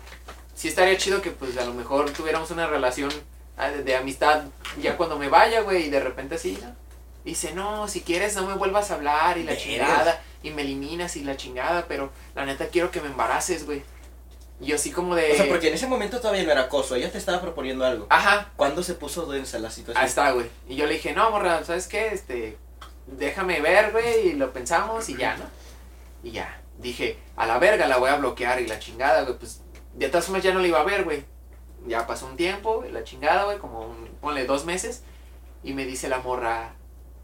Speaker 2: sí estaría chido que, pues, a lo mejor tuviéramos una relación ah, de, de amistad ya cuando me vaya, güey, y de repente así, ¿no? Dice, no, si quieres no me vuelvas a hablar y la
Speaker 5: Vergas.
Speaker 2: chingada, y me eliminas y la chingada, pero la neta quiero que me embaraces, güey. Y yo así como de...
Speaker 5: O sea, porque en ese momento todavía no era acoso, ella te estaba proponiendo algo.
Speaker 2: Ajá,
Speaker 5: ¿Cuándo se puso densa la
Speaker 2: Ahí
Speaker 5: situación?
Speaker 2: está, güey. Y yo le dije, no, morra, ¿sabes qué? Este, déjame ver, güey, y lo pensamos y ya, ¿no? Y ya. Dije, a la verga la voy a bloquear y la chingada, güey, pues de todas formas ya no la iba a ver, güey. Ya pasó un tiempo, güey, la chingada, güey, como un- ponle dos meses. Y me dice la morra,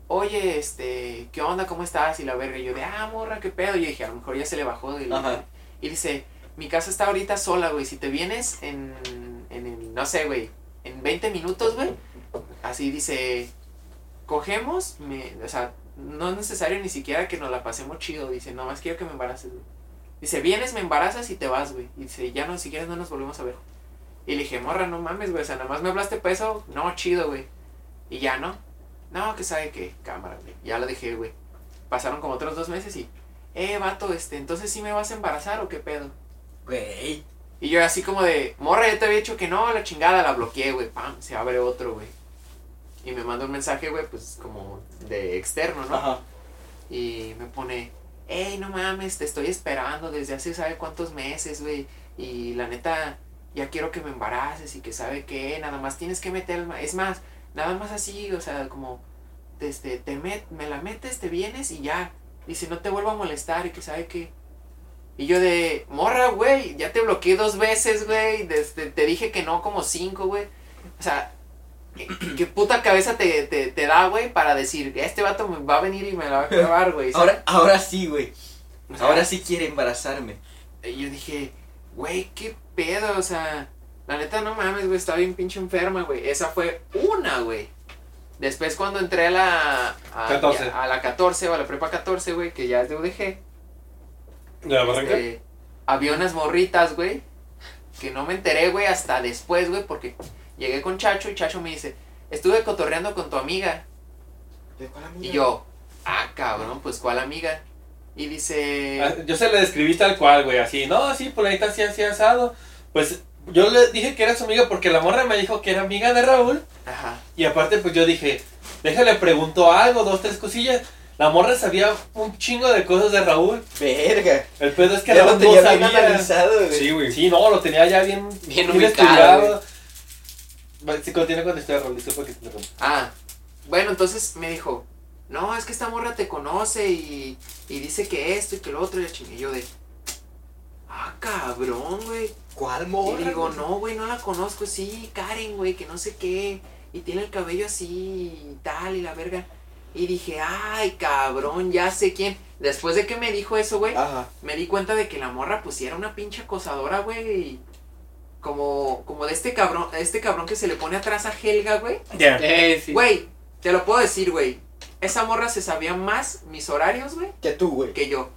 Speaker 2: oye, este, ¿qué onda? ¿Cómo estás? Y la verga, y yo de, ah, morra, qué pedo. Y yo dije, a lo mejor ya se le bajó. Y,
Speaker 5: Ajá.
Speaker 2: y dice, mi casa está ahorita sola, güey, si te vienes en, en el- no sé, güey, en 20 minutos, güey. Así dice, cogemos, me, o sea, no es necesario ni siquiera que nos la pasemos chido. Dice, nomás quiero que me embaraces, güey. Dice, vienes, me embarazas y te vas, güey. Y dice, ya no, si quieres no nos volvemos a ver. Y le dije, morra, no mames, güey. O sea, nada más me hablaste para eso. No, chido, güey. Y ya, ¿no? No, que sabe qué, cámara, güey. Ya lo dejé, güey. Pasaron como otros dos meses y, eh, vato, este, entonces sí me vas a embarazar o qué pedo.
Speaker 5: Güey.
Speaker 2: Y yo así como de, morra, yo te había dicho que no, la chingada, la bloqueé, güey, pam, se abre otro, güey. Y me manda un mensaje, güey, pues como de externo, ¿no?
Speaker 5: Ajá.
Speaker 2: Y me pone, hey, no mames, te estoy esperando desde hace sabe cuántos meses, güey. Y la neta, ya quiero que me embaraces y que sabe qué, nada más tienes que meter, el ma- es más, nada más así, o sea, como, este, te met- me la metes, te vienes y ya. Dice, no te vuelvo a molestar y que sabe qué. Y yo de, morra, güey, ya te bloqueé dos veces, güey, desde, te dije que no como cinco, güey. O sea, ¿qué, qué puta cabeza te, te, te da, güey, para decir, este vato me va a venir y me la va a acabar, güey? ¿sabes?
Speaker 4: Ahora, ahora sí, güey.
Speaker 2: O sea,
Speaker 4: Ahora sí quiere embarazarme.
Speaker 2: Y yo dije, güey, qué pedo, o sea, la neta no mames, güey, está bien pinche enferma, güey. Esa fue una, güey. Después cuando entré a la... A,
Speaker 7: 14.
Speaker 2: a la 14 o a la prepa 14, güey, que ya es de UDG.
Speaker 7: ¿De la barranca?
Speaker 2: este, había unas morritas, güey, que no me enteré, güey, hasta después, güey, porque llegué con Chacho y Chacho me dice, estuve cotorreando con tu amiga.
Speaker 5: ¿De cuál amiga?
Speaker 2: Y yo, ah, cabrón, pues, ¿cuál amiga? Y dice...
Speaker 7: Ah, Yo se la describí tal cual, güey, así, no, sí, por ahí está así, así asado. Pues yo le dije que era su amiga porque la morra me dijo que era amiga de Raúl.
Speaker 2: Ajá.
Speaker 7: Y aparte, pues yo dije, déjale pregunto algo, dos, tres cosillas. La morra sabía un chingo de cosas de Raúl.
Speaker 5: Verga.
Speaker 7: El pedo es que
Speaker 5: Ya lo
Speaker 7: Raúl
Speaker 5: tenía
Speaker 7: no
Speaker 5: bien
Speaker 7: sabía.
Speaker 5: analizado, güey.
Speaker 10: Sí, güey.
Speaker 7: Sí, no, lo tenía ya bien,
Speaker 3: Bien ubicado,
Speaker 7: estudiado. Va, Sí, continúa con la historia de Raúl, disculpa que te interrumpa.
Speaker 2: Ah, bueno, entonces me dijo, no, es que esta morra te conoce y, y dice que esto y que lo otro, y la chingue yo de, ah, cabrón, güey.
Speaker 5: ¿Cuál
Speaker 2: Y
Speaker 5: morra?
Speaker 2: digo,
Speaker 5: güey?
Speaker 2: no, güey, no la conozco, sí, Karen, güey, que no sé qué, y tiene el cabello así y tal, y la verga. Y dije, ay, cabrón, ya sé quién. Después de que me dijo eso, güey,
Speaker 5: Ajá.
Speaker 2: me di cuenta de que la morra pues sí era una pinche acosadora, güey. y Como, como de este cabrón, este cabrón que se le pone atrás a Helga, güey.
Speaker 1: Ya.
Speaker 3: Eh, sí.
Speaker 2: Güey, te lo puedo decir, güey. Esa morra se sabía más mis horarios, güey,
Speaker 5: Que tú, güey.
Speaker 2: que yo.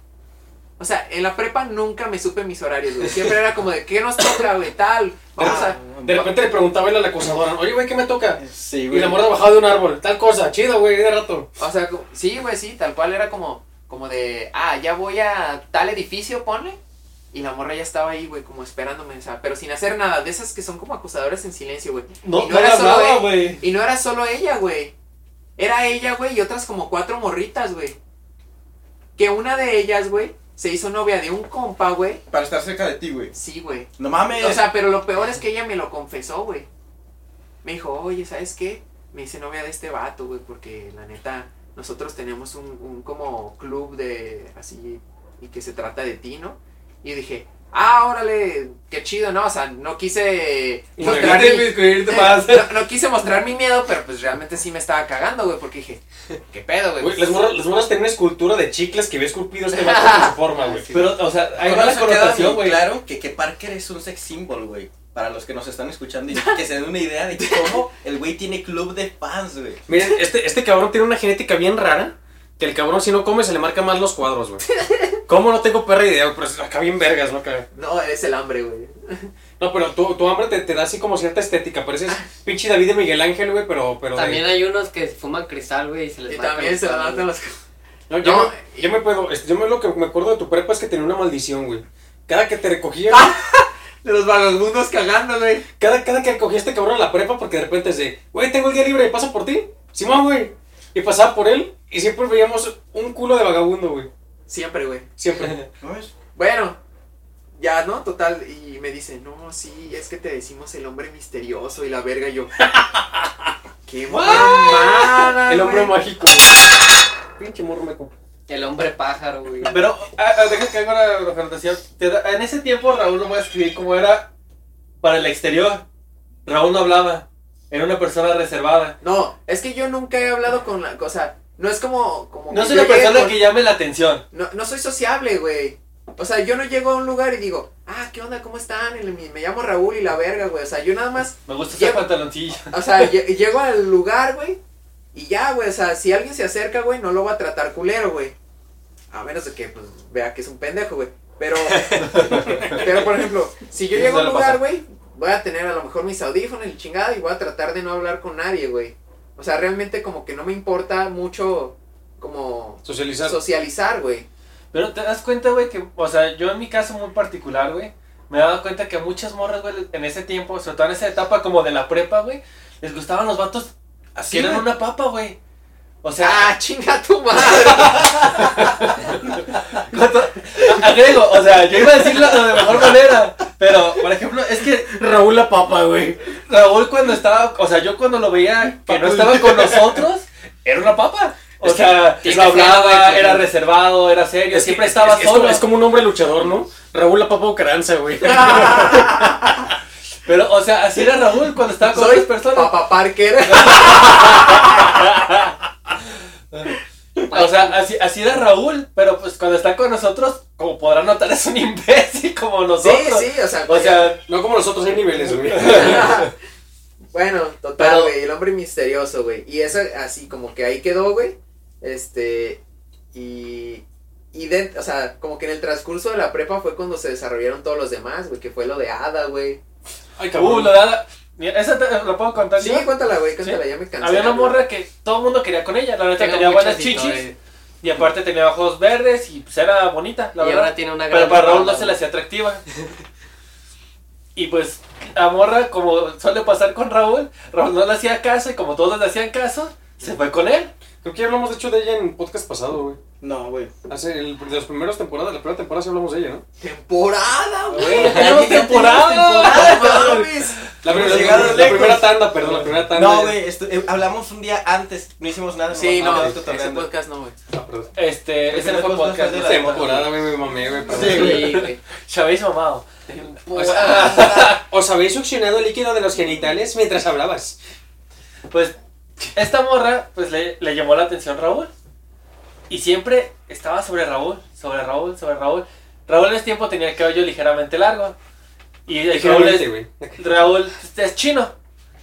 Speaker 2: O sea, en la prepa nunca me supe mis horarios, güey. Siempre era como de, ¿qué nos toca, güey? Tal. Vamos
Speaker 5: Ah,
Speaker 2: a...
Speaker 10: De repente le preguntaba él a la acosadora, oye, güey, ¿qué me toca?
Speaker 5: Sí,
Speaker 10: Y
Speaker 5: güey.
Speaker 10: la morra bajaba de un árbol, tal cosa, chido, güey, de rato.
Speaker 2: O sea, co- sí, güey, sí, tal cual era como, como de, ah, ya voy a tal edificio, ponle. Y la morra ya estaba ahí, güey, como esperándome, o sea, pero sin hacer nada. De esas que son como acosadoras en silencio, güey.
Speaker 7: No,
Speaker 2: Y
Speaker 7: no, le
Speaker 2: solo
Speaker 7: hablaba,
Speaker 2: e-
Speaker 7: güey.
Speaker 2: Y no era solo ella, güey. Era ella, güey, y otras como cuatro morritas, güey. Que una de ellas, güey, se hizo novia de un compa, güey.
Speaker 5: Para estar cerca de ti, güey.
Speaker 2: Sí, güey.
Speaker 5: No mames.
Speaker 2: O sea, pero lo peor es que ella me lo confesó, güey. Me dijo, oye, ¿sabes qué? Me hice novia de este vato, güey, porque la neta, nosotros tenemos un, un como club de así, y que se trata de ti, ¿no? Y dije, ah, órale, qué chido, ¿no? O sea, no quise... mostrar mi-
Speaker 7: Inmiscuirte
Speaker 2: eh,
Speaker 7: más.
Speaker 2: no, no quise mostrar mi miedo, pero pues realmente sí me estaba cagando, güey, porque dije, ¿qué pedo, güey?
Speaker 10: Güey, las morras, las morras tenían una escultura de chicles que había esculpido este vato con su forma, güey.
Speaker 7: Pero, o sea, hay
Speaker 4: Con
Speaker 7: mala
Speaker 4: eso queda
Speaker 7: connotación,
Speaker 4: bien
Speaker 7: güey.
Speaker 4: claro que, que Parker es un sex symbol, güey. Para los que nos están escuchando y que se den una idea de cómo el güey tiene club de fans, güey.
Speaker 1: Miren, este, este cabrón tiene una genética bien rara. Que el cabrón, si no come, se le marcan más los cuadros, güey. ¿Cómo no tengo perra idea? güey? Pero es
Speaker 10: Pues,
Speaker 1: acá bien vergas, ¿no? Acá.
Speaker 2: No, es el hambre, güey.
Speaker 10: No, pero tu, tu hambre te, te da así como cierta estética. Pareces pinche David de Miguel Ángel, güey, pero. pero de-
Speaker 3: También hay unos que fuman cristal, güey, y se les
Speaker 2: Y
Speaker 3: marcan
Speaker 2: también
Speaker 3: los
Speaker 2: se
Speaker 3: cuadros,
Speaker 2: levantan
Speaker 3: güey.
Speaker 2: los...
Speaker 10: No, yo,
Speaker 2: No,
Speaker 10: me, yo me puedo. este, Yo me, lo que me acuerdo de tu prepa es que tenía una maldición, güey. Cada que te recogía,
Speaker 2: De los vagabundos cagando, güey.
Speaker 10: cada, cada que recogía a este cabrón a la prepa, porque de repente es de, güey, tengo el día libre, paso por ti. Simón, güey. Y pasaba por él y siempre veíamos un culo de vagabundo, güey.
Speaker 2: Siempre, güey.
Speaker 10: Siempre.
Speaker 5: ¿No ves?
Speaker 2: Bueno, ya, ¿no? Total, y me dice, no, sí, es que te decimos el hombre misterioso y la verga, y yo. ¡Qué mamada,
Speaker 10: El hombre
Speaker 2: Ah, güey!
Speaker 10: mágico. Pinche morro meco.
Speaker 3: El hombre pájaro, güey.
Speaker 7: Pero, ah, ah, deja que haga la- la connotación. Te da- En ese tiempo Raúl lo voy a escribir como era para el exterior. Raúl no hablaba. Era una persona reservada.
Speaker 2: No, es que yo nunca he hablado con la cosa. No es como. como
Speaker 7: No
Speaker 2: que
Speaker 7: soy
Speaker 2: yo
Speaker 7: una
Speaker 2: llegue
Speaker 7: persona
Speaker 2: con-
Speaker 7: que llame la atención.
Speaker 2: No, no soy sociable, güey. O sea, yo no llego a un lugar y digo, ah, ¿qué onda? ¿Cómo están? Y me, me llamo Raúl y la verga, güey. O sea, yo nada más
Speaker 7: Me gusta ese
Speaker 2: Llevo-
Speaker 7: pantaloncillo.
Speaker 2: O sea, lle- llego al lugar, güey. Y ya, güey. O sea, si alguien se acerca, güey, no lo va a tratar culero, güey. A menos de que, pues, vea que es un pendejo, güey. Pero, pero por ejemplo, si yo
Speaker 7: Sí,
Speaker 2: llego a un
Speaker 7: suele
Speaker 2: lugar,
Speaker 7: pasar.
Speaker 2: güey, voy a tener a lo mejor mis audífonos y chingada y voy a tratar de no hablar con nadie, güey. O sea, realmente como que no me importa mucho como
Speaker 10: Socializar.
Speaker 2: socializar, güey.
Speaker 7: Pero te das cuenta, güey, que, o sea, yo en mi caso muy particular, güey, me he dado cuenta que a muchas morras, güey, en ese tiempo, sobre todo en esa etapa como de la prepa, güey, les gustaban los vatos
Speaker 10: Así,
Speaker 7: que eran
Speaker 10: güey.
Speaker 7: una papa, güey. O sea,
Speaker 2: ¡Ah, chinga tu madre!
Speaker 7: Agrego, Ah, o sea, yo iba a decirlo de mejor manera, pero, por ejemplo, es que
Speaker 1: Raúl la papa, güey.
Speaker 7: Raúl cuando estaba, o sea, yo cuando lo veía que no estaba con nosotros, era una papa. O sea,
Speaker 3: es
Speaker 7: lo
Speaker 3: que sea,
Speaker 7: hablaba,
Speaker 3: güey,
Speaker 7: era
Speaker 3: claro.
Speaker 7: reservado, era serio,
Speaker 1: Es que-
Speaker 7: siempre
Speaker 1: es-
Speaker 7: estaba
Speaker 1: es, es
Speaker 7: solo.
Speaker 1: como, es como un hombre luchador, ¿no? Raúl La Papa Caranza, güey.
Speaker 7: Pero, o sea, así era Raúl cuando estaba con
Speaker 2: Soy
Speaker 7: otras personas.
Speaker 2: Papá Parker.
Speaker 7: O sea, así, así era Raúl, pero pues cuando está con nosotros, como podrán notar, es un imbécil como
Speaker 2: Sí,
Speaker 7: nosotros.
Speaker 2: sí, o sea.
Speaker 7: O sea,
Speaker 10: No como nosotros hay niveles, güey.
Speaker 2: bueno, total,
Speaker 7: Pero-
Speaker 2: güey. El hombre misterioso, güey. Y eso, así como que ahí quedó, güey. Este. Y. Y de, o sea, como que en el transcurso de la prepa fue cuando se desarrollaron todos los demás, güey, que fue lo de Ada, güey.
Speaker 10: Ay, cabrón.
Speaker 7: uh, lo de Ada- Mira, esa te, la puedo contar
Speaker 2: Sí,
Speaker 7: yo?
Speaker 2: cuéntala, güey, cuéntala, ya me cansé.
Speaker 7: Había una morra que todo el mundo quería con ella, la neta
Speaker 3: Tengo
Speaker 7: tenía
Speaker 3: muchas
Speaker 7: buenas chichis
Speaker 3: historias.
Speaker 7: y aparte tenía ojos verdes y pues era bonita, la
Speaker 3: y
Speaker 7: verdad.
Speaker 3: ahora tiene una
Speaker 7: Pero
Speaker 3: gran
Speaker 7: para Raúl no
Speaker 3: espalda,
Speaker 7: se le hacía atractiva. Y pues la morra, como suele pasar con Raúl, Raúl no le hacía caso y como todos le hacían caso, se fue con él.
Speaker 10: Creo que ya hablamos de hecho de ella en podcast pasado, güey.
Speaker 5: No, güey.
Speaker 10: Hace el, de las primeras temporadas, la primera temporada sí hablamos de ella, ¿no?
Speaker 2: ¡Temporada, güey!
Speaker 7: ¡Tenemos temporada!
Speaker 2: ¡No mames!
Speaker 10: La,
Speaker 5: Hemos
Speaker 10: primera-
Speaker 5: llegado
Speaker 10: la
Speaker 5: lejos.
Speaker 10: primera tanda, perdón, la primera tanda.
Speaker 5: No, güey, estu- eh, hablamos un día antes, no hicimos nada.
Speaker 2: Sí,
Speaker 5: nomás
Speaker 2: no,
Speaker 5: andamos
Speaker 2: ese
Speaker 5: cotorreando.
Speaker 2: podcast no, güey.
Speaker 10: Ah, perdón.
Speaker 7: Este, ese no fue el podcast.
Speaker 5: de
Speaker 10: La temporada, güey, me mamé, güey. perdón.
Speaker 5: Sí, güey.
Speaker 2: Sí, güey.
Speaker 7: Chávez mamado.
Speaker 10: O sea, ¿Os habéis succionado el líquido de los genitales mientras hablabas?
Speaker 7: Pues esta morra, pues le, le llamó la atención Raúl. Y siempre estaba sobre Raúl, sobre Raúl, sobre Raúl. Raúl en ese tiempo tenía el cabello ligeramente largo. Y el Raúl es,
Speaker 10: Ligeramente, güey.
Speaker 7: Raúl es chino.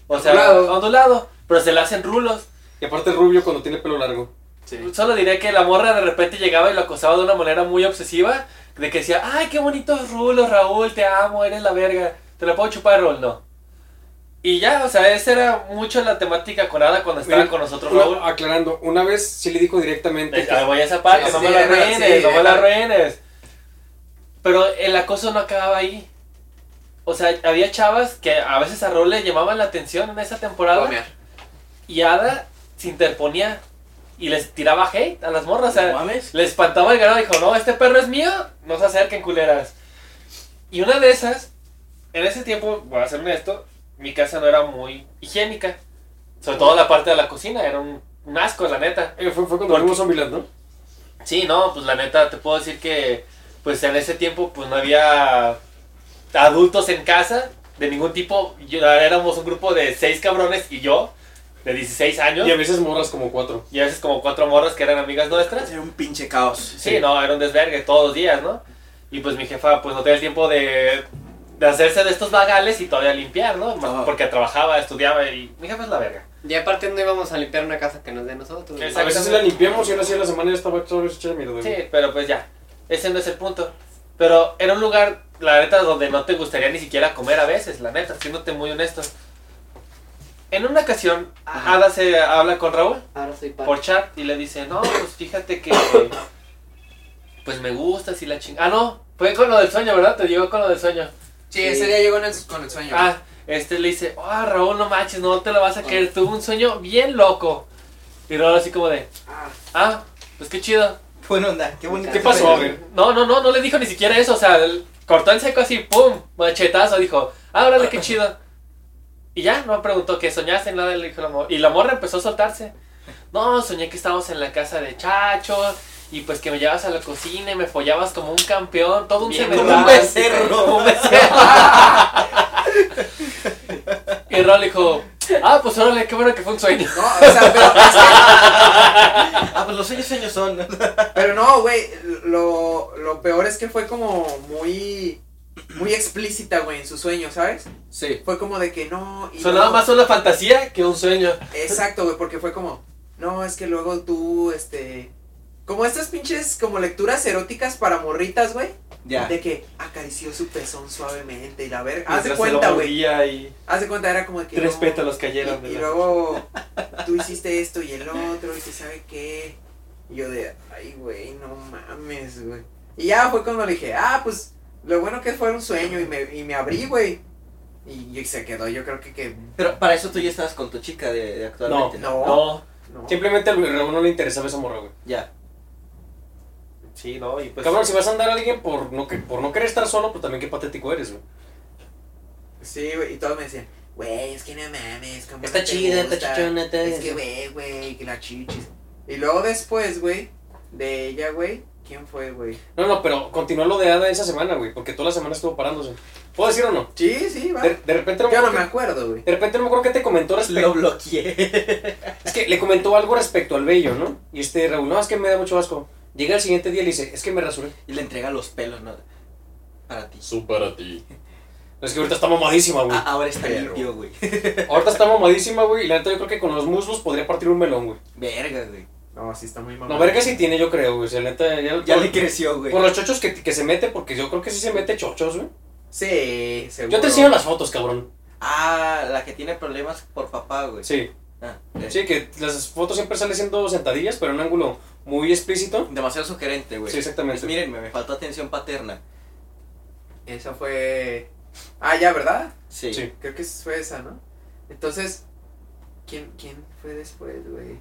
Speaker 7: O sea,
Speaker 2: Ondulado.
Speaker 7: ondulado. Pero se le hacen rulos.
Speaker 10: Y aparte rubio cuando tiene pelo largo.
Speaker 7: Solo diré que la morra de repente llegaba y lo acosaba de una manera muy obsesiva. De que decía, ay, qué bonitos rulos, Raúl, te amo, eres la verga. ¿Te la puedo chupar, Raúl? No. Y ya, o sea, esa era mucho la temática con Ada cuando estaba
Speaker 10: Mira,
Speaker 7: con nosotros,
Speaker 10: una-
Speaker 7: Raúl.
Speaker 10: aclarando, una vez sí le dijo directamente.
Speaker 7: Eh, ahí voy a esa parte,
Speaker 2: Sí,
Speaker 7: no me
Speaker 2: sí,
Speaker 7: la
Speaker 2: era,
Speaker 7: arruines,
Speaker 2: sí,
Speaker 7: no me la
Speaker 2: era.
Speaker 7: arruines. Pero el acoso no acababa ahí. O sea, había chavas que a veces a Raúl le llamaban la atención en esa temporada.
Speaker 2: Comer.
Speaker 7: Y Ada se interponía y les tiraba hate a las morras. O
Speaker 5: ¿No
Speaker 7: sea,
Speaker 5: mames?
Speaker 7: les espantaba el ganado. Dijo, no, este perro es mío, no se acerquen culeras. Y una de esas, en ese tiempo, voy a ser honesto, mi casa no era muy higiénica. Sobre todo la parte de la cocina, era un, un asco, la neta.
Speaker 10: Eh, fue, fue cuando
Speaker 7: ¿Por
Speaker 10: fuimos a Milán, ¿no?
Speaker 7: Sí, no, pues la neta, te puedo decir que pues en ese tiempo pues no había adultos en casa de ningún tipo. Yo, éramos un grupo de seis cabrones y yo, de 16 años.
Speaker 10: Y a veces morras como cuatro.
Speaker 7: Y a veces como cuatro morras que eran amigas nuestras.
Speaker 5: Era un pinche caos.
Speaker 7: Sí, no, era un desvergue todos los días, ¿no? Y pues mi jefa pues no tenía el tiempo de, de hacerse de estos vagales y todavía limpiar, ¿no? Más
Speaker 5: Ah.
Speaker 7: Porque trabajaba, estudiaba y mi jefa es la verga.
Speaker 3: güey. Y aparte no íbamos a limpiar una casa que no es de nosotros. güey.
Speaker 10: A veces sí la limpiamos y ahora sí a la semana ya estaba todo hecha de mierda. güey.
Speaker 7: Sí, pero pues ya, ese no es el punto. Pero era un lugar, la neta, donde no te gustaría ni siquiera comer a veces, la neta, siéndote muy honesto. En una ocasión, Ada se habla con Raúl
Speaker 3: Ahora soy padre.
Speaker 7: por chat y le dice, no, pues fíjate que... Pues me gustas y la chingada. Ah, no, fue con lo del sueño, ¿verdad? Te llegó con lo del sueño.
Speaker 2: Sí, ese día llegó en el- con el sueño.
Speaker 7: Ah, este le dice, ah, Raúl, no manches, no te la vas a creer, tuve un sueño bien loco. Y Raúl así como de, ah, pues qué chido.
Speaker 5: Buena onda, qué bonito.
Speaker 10: ¿Qué pasó, güey?
Speaker 7: No, no, no, no le dijo ni siquiera eso, o sea, el- cortó en seco así, pum, machetazo, dijo, ah, órale, qué chido. Y ya, no me preguntó que soñaste, nada, le dijo la morra. Y la morra empezó a soltarse. No, soñé que estábamos en la casa de Chacho, y pues que me llevabas a la cocina y me follabas como un campeón, todo un
Speaker 3: Bien,
Speaker 5: Como
Speaker 7: cemental.
Speaker 5: un becerro.
Speaker 7: Como un becerro. y Raúl dijo, ah, pues órale, qué bueno que fue un sueño.
Speaker 2: No, o sea, pero,
Speaker 5: Ah, pues los sueños sueños son.
Speaker 2: pero no, güey, lo, lo peor es que fue como muy, muy explícita, güey, en su sueño, ¿sabes?
Speaker 10: Sí.
Speaker 2: Fue como de que no... y
Speaker 7: Sonaba
Speaker 2: no.
Speaker 7: más una fantasía que un sueño.
Speaker 2: Exacto, güey, porque fue como, no, es que luego tú, este... Como estas pinches, como lecturas eróticas para morritas, güey.
Speaker 5: Ya.
Speaker 2: De que acarició su pezón suavemente y la verga. Haz de
Speaker 7: Hace
Speaker 2: cuenta, güey.
Speaker 7: Y
Speaker 2: Haz de cuenta, era como de que...
Speaker 7: tres
Speaker 2: no,
Speaker 7: pétalos
Speaker 2: Y,
Speaker 7: cayeron. de
Speaker 2: y
Speaker 7: la-
Speaker 2: luego tú hiciste esto y el otro y que sabe qué. Y yo de, ay, güey, no mames, güey. Y ya fue cuando le dije, ah, pues lo bueno que fue un sueño y me, y me abrí, güey. Y, y se quedó, yo creo que... que
Speaker 5: Pero para eso tú ya estabas con tu chica de, de actualmente.
Speaker 2: no, no,
Speaker 7: No,
Speaker 10: Simplemente a Raúl no le interesaba esa morra, güey.
Speaker 5: Ya.
Speaker 7: sí, no, y pues.
Speaker 10: Cabrón, si vas a andar a alguien por no, que- por no querer estar solo, pues también qué patético eres, güey.
Speaker 2: Sí, güey, y todos me decían, güey, es que no mames. ¿cómo
Speaker 5: Está
Speaker 2: no te
Speaker 5: chida,
Speaker 2: gusta?
Speaker 5: está chichona, está-
Speaker 2: Es que, güey, güey, que la chichis. Y luego después, güey, de ella, güey, ¿quién fue, güey?
Speaker 1: No, no, pero continuó lo de Ada esa semana, güey, porque toda la semana estuvo parándose. ¿Puedo decir o no?
Speaker 2: Sí, sí, va.
Speaker 1: De, de repente no me
Speaker 2: Yo no
Speaker 1: acuerdo
Speaker 2: me
Speaker 1: que-
Speaker 2: acuerdo, güey.
Speaker 1: de repente no me acuerdo qué te comentó
Speaker 5: Lo
Speaker 1: respecto.
Speaker 5: bloqueé.
Speaker 1: Es que le comentó algo respecto al vello, ¿no? Y este Raúl, no, es que me da mucho asco. Llega el siguiente día y le dice, es que me rasuré.
Speaker 5: Y le entrega los pelos, ¿no? Para ti.
Speaker 10: Su para ti.
Speaker 1: Es que ahorita está mamadísima, güey.
Speaker 5: Ah, ahora está
Speaker 11: Pero-
Speaker 5: limpio, güey.
Speaker 1: Ahorita está mamadísima, güey. Y la neta yo creo que con los muslos podría partir un melón, güey.
Speaker 5: Verga, güey.
Speaker 2: No, sí está muy mamá.
Speaker 1: No, verga sí tiene, yo creo, güey. O sea, la neta, ya,
Speaker 5: Ya
Speaker 1: por,
Speaker 5: le creció, güey.
Speaker 1: por los chochos que, que se mete, porque yo creo que sí se mete chochos, güey.
Speaker 2: Sí, seguro.
Speaker 1: Yo te enseño las fotos, cabrón.
Speaker 5: Ah, la que tiene problemas por papá, güey.
Speaker 1: Sí.
Speaker 5: Ah, eh.
Speaker 1: Sí, que las fotos siempre salen siendo sentadillas, pero en un ángulo muy explícito.
Speaker 5: Demasiado sugerente, güey.
Speaker 1: Sí, exactamente.
Speaker 5: Pues mírenme, me faltó atención paterna.
Speaker 2: Esa fue. Ah, ya, ¿verdad?
Speaker 5: Sí.
Speaker 1: Sí.
Speaker 2: Creo que fue esa, ¿no? Entonces, ¿quién, quién fue después, güey?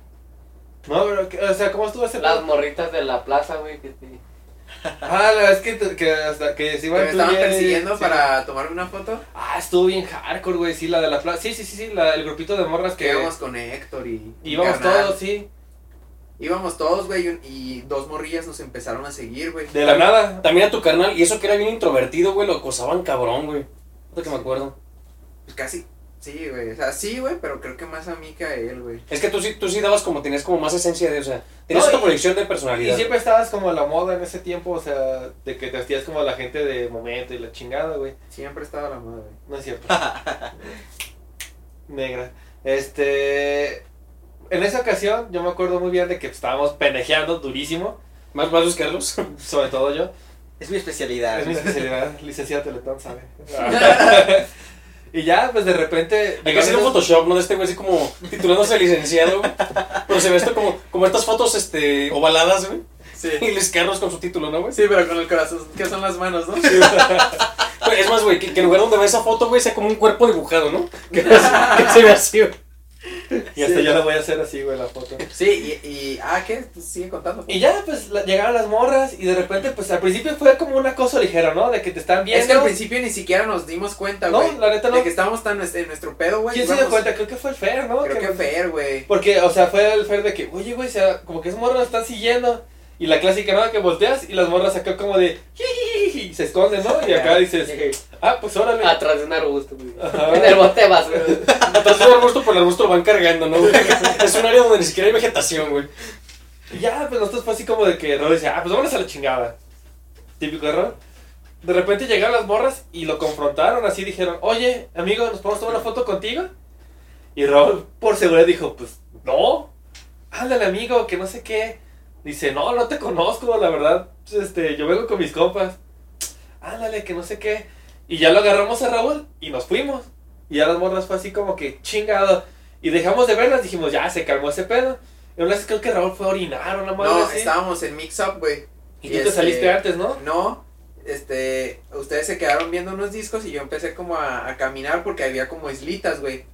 Speaker 10: No, pero, ¿qué- o sea, ¿cómo estuvo ese
Speaker 3: Las morritas de la plaza, güey, que te...
Speaker 10: Ah, la verdad es que, te- que hasta que se
Speaker 2: Que me
Speaker 10: iban
Speaker 2: estaban persiguiendo para tomarme una foto.
Speaker 10: Ah, estuvo bien hardcore, güey. Sí, la de la plaza. Sí, sí, sí, sí. La, el grupito de morras
Speaker 2: Que
Speaker 10: que.
Speaker 2: íbamos con Héctor y. y
Speaker 10: íbamos
Speaker 2: carnal.
Speaker 10: todos, sí.
Speaker 2: Íbamos todos, güey, y un- y dos morrillas nos empezaron a seguir, güey.
Speaker 10: De la nada.
Speaker 1: También a tu carnal, y eso que era bien introvertido, güey, lo acosaban cabrón, güey. Ahorita que me acuerdo.
Speaker 2: Pues Casi. Sí, güey. O sea, sí, güey, pero creo que más a mí que a él, güey.
Speaker 1: Es que tú sí, tú sí dabas como, tenías como más esencia de, o sea, tenías
Speaker 10: No,
Speaker 1: otra
Speaker 10: y-
Speaker 1: proyección de
Speaker 10: Y
Speaker 1: personalidad.
Speaker 10: siempre estabas como a la moda en ese tiempo, o sea, de que te hacías como la gente de momento y la chingada, güey.
Speaker 2: Siempre estaba la madre.
Speaker 10: No es cierto. Negra. Este. En esa ocasión, yo me acuerdo muy bien de que estábamos pendejeando durísimo,
Speaker 1: Más, más los Carlos.
Speaker 10: sobre todo yo.
Speaker 5: Es mi especialidad.
Speaker 10: Es mi especialidad, licenciada Teletón, sabe. y ya, pues de repente.
Speaker 1: Hay que hacer un Photoshop, ¿no? De este güey así como titulándose licenciado, güey. Pero se ve esto como, como estas fotos, este, ovaladas, güey.
Speaker 2: Sí.
Speaker 1: Y los Carlos con su título, ¿no, güey?
Speaker 2: Sí, pero con el corazón, que son las manos, ¿no?
Speaker 1: Güey, Es más, güey, que, que el lugar donde ve esa foto, güey, sea como un cuerpo dibujado, ¿no? Que, que se ve así, güey.
Speaker 10: Y hasta yo la voy a hacer así, güey, la foto.
Speaker 2: Sí, y, y ah, ¿qué? Pues sigue contando.
Speaker 10: Y ya, pues la- llegaron las morras y de repente, pues al principio fue como un acoso ligero, ¿no? De que te están viendo.
Speaker 2: Es que al principio ni siquiera nos dimos cuenta,
Speaker 10: No,
Speaker 2: güey.
Speaker 10: la neta no.
Speaker 2: De que estábamos tan este- en nuestro pedo, güey.
Speaker 10: ¿Quién se dio
Speaker 2: íbamos-
Speaker 10: cuenta? Creo que fue el Fer, ¿no?
Speaker 2: Creo que
Speaker 10: nos-
Speaker 2: Fer, güey.
Speaker 10: Porque, o sea, fue el Fer de que, oye, güey, o sea, como que esas morras nos están siguiendo. Y la clásica, ¿no? Que volteas y las morras acá como de, "Jijijiji", y se esconden, ¿no? Y acá dices, ah, pues órale.
Speaker 3: Atrás de un arbusto, güey.
Speaker 10: Ajá.
Speaker 3: En el bote vas, güey.
Speaker 1: Atrás del arbusto por el arbusto lo van cargando, ¿no? güey? Es un área donde ni siquiera hay vegetación, güey.
Speaker 10: Y ya, pues nosotros fue así como de que Rod dice, ah, pues vámonos a la chingada. Típico de Rod. De repente llegaron las morras y lo confrontaron así, dijeron, oye, amigo, ¿nos podemos tomar una foto contigo? Y Rod, por seguridad, dijo, pues no, ándale, amigo, que no sé qué. Dice, no, no te conozco, la verdad, pues, este, yo vengo con mis compas. Ándale, que no sé qué. Y ya lo agarramos a Raúl y nos fuimos. Y ya las morras fue así como que chingado. Y dejamos de verlas, dijimos, ya, se calmó ese pedo. Y una vez creo que Raúl fue a orinar una madre
Speaker 2: No,
Speaker 10: así.
Speaker 2: estábamos en Mix Up, güey.
Speaker 10: Y
Speaker 2: y
Speaker 10: tú te
Speaker 2: este-
Speaker 10: saliste antes, ¿no?
Speaker 2: No, este, ustedes se quedaron viendo unos discos y yo empecé como a, a caminar porque había como islitas, güey.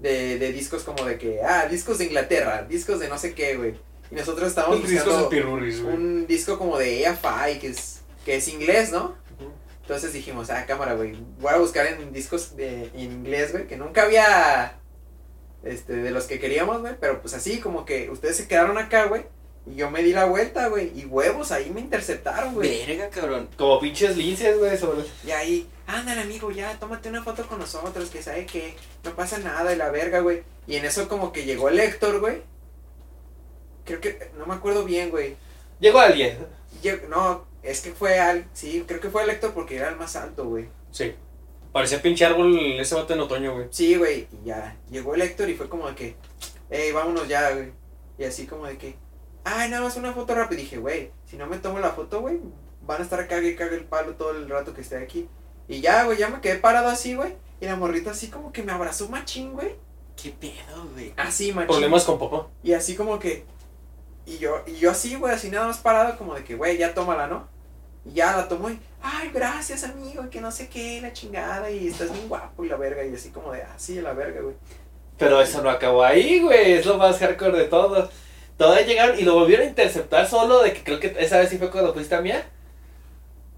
Speaker 2: De, de discos como de que, ah, discos de Inglaterra, discos de no sé qué, güey. Y nosotros estábamos
Speaker 1: Los discos de
Speaker 2: buscando
Speaker 1: pirurris, güey.
Speaker 2: un disco como de AFI, que es, que es inglés, ¿no?
Speaker 10: Ujú.
Speaker 2: Entonces dijimos, ah, cámara, güey, voy a buscar en discos de en inglés, güey, que nunca había, este, de los que queríamos, güey, pero pues así, como que ustedes se quedaron acá, güey, y yo me di la vuelta, güey, y huevos, ahí me interceptaron, güey.
Speaker 5: Verga, cabrón.
Speaker 10: Como pinches linces, güey, sobre...
Speaker 2: Y ahí, ándale amigo, ya, tómate una foto con nosotros, que sabe que no pasa nada y la verga, güey. Y en eso como que llegó el Héctor, güey. Creo que, no me acuerdo bien, güey.
Speaker 10: Llegó alguien.
Speaker 2: Lleg- no, es que fue al, sí, creo que fue el Héctor porque era el más alto, güey.
Speaker 1: Sí. Parecía pinche árbol ese vato en otoño, güey.
Speaker 2: Sí, güey, y ya, llegó el Héctor y fue como de que, hey, vámonos ya, güey. Y así como de que, ay, nada más una foto rápida. Y dije, güey, si no me tomo la foto, güey, van a estar cague y cague el palo todo el rato que esté aquí. Y ya, güey, ya me quedé parado así, güey. Y la morrita así como que me abrazó machín, güey.
Speaker 5: ¿Qué pedo, güey?
Speaker 2: Así, machín.
Speaker 1: Problemas con papá.
Speaker 2: Y así como que, y yo, y yo así, güey, así nada más parado, como de que, güey, ya tómala, ¿no? Y ya la tomó y, ay, gracias, amigo, y que no sé qué, la chingada, y estás bien guapo y la verga. Y así como de, así de la verga, güey.
Speaker 10: Pero eso no acabó ahí, güey. Es lo más hardcore de todo. Todavía llegaron y lo volvieron a interceptar solo de que creo que esa vez sí fue cuando fuiste a mía.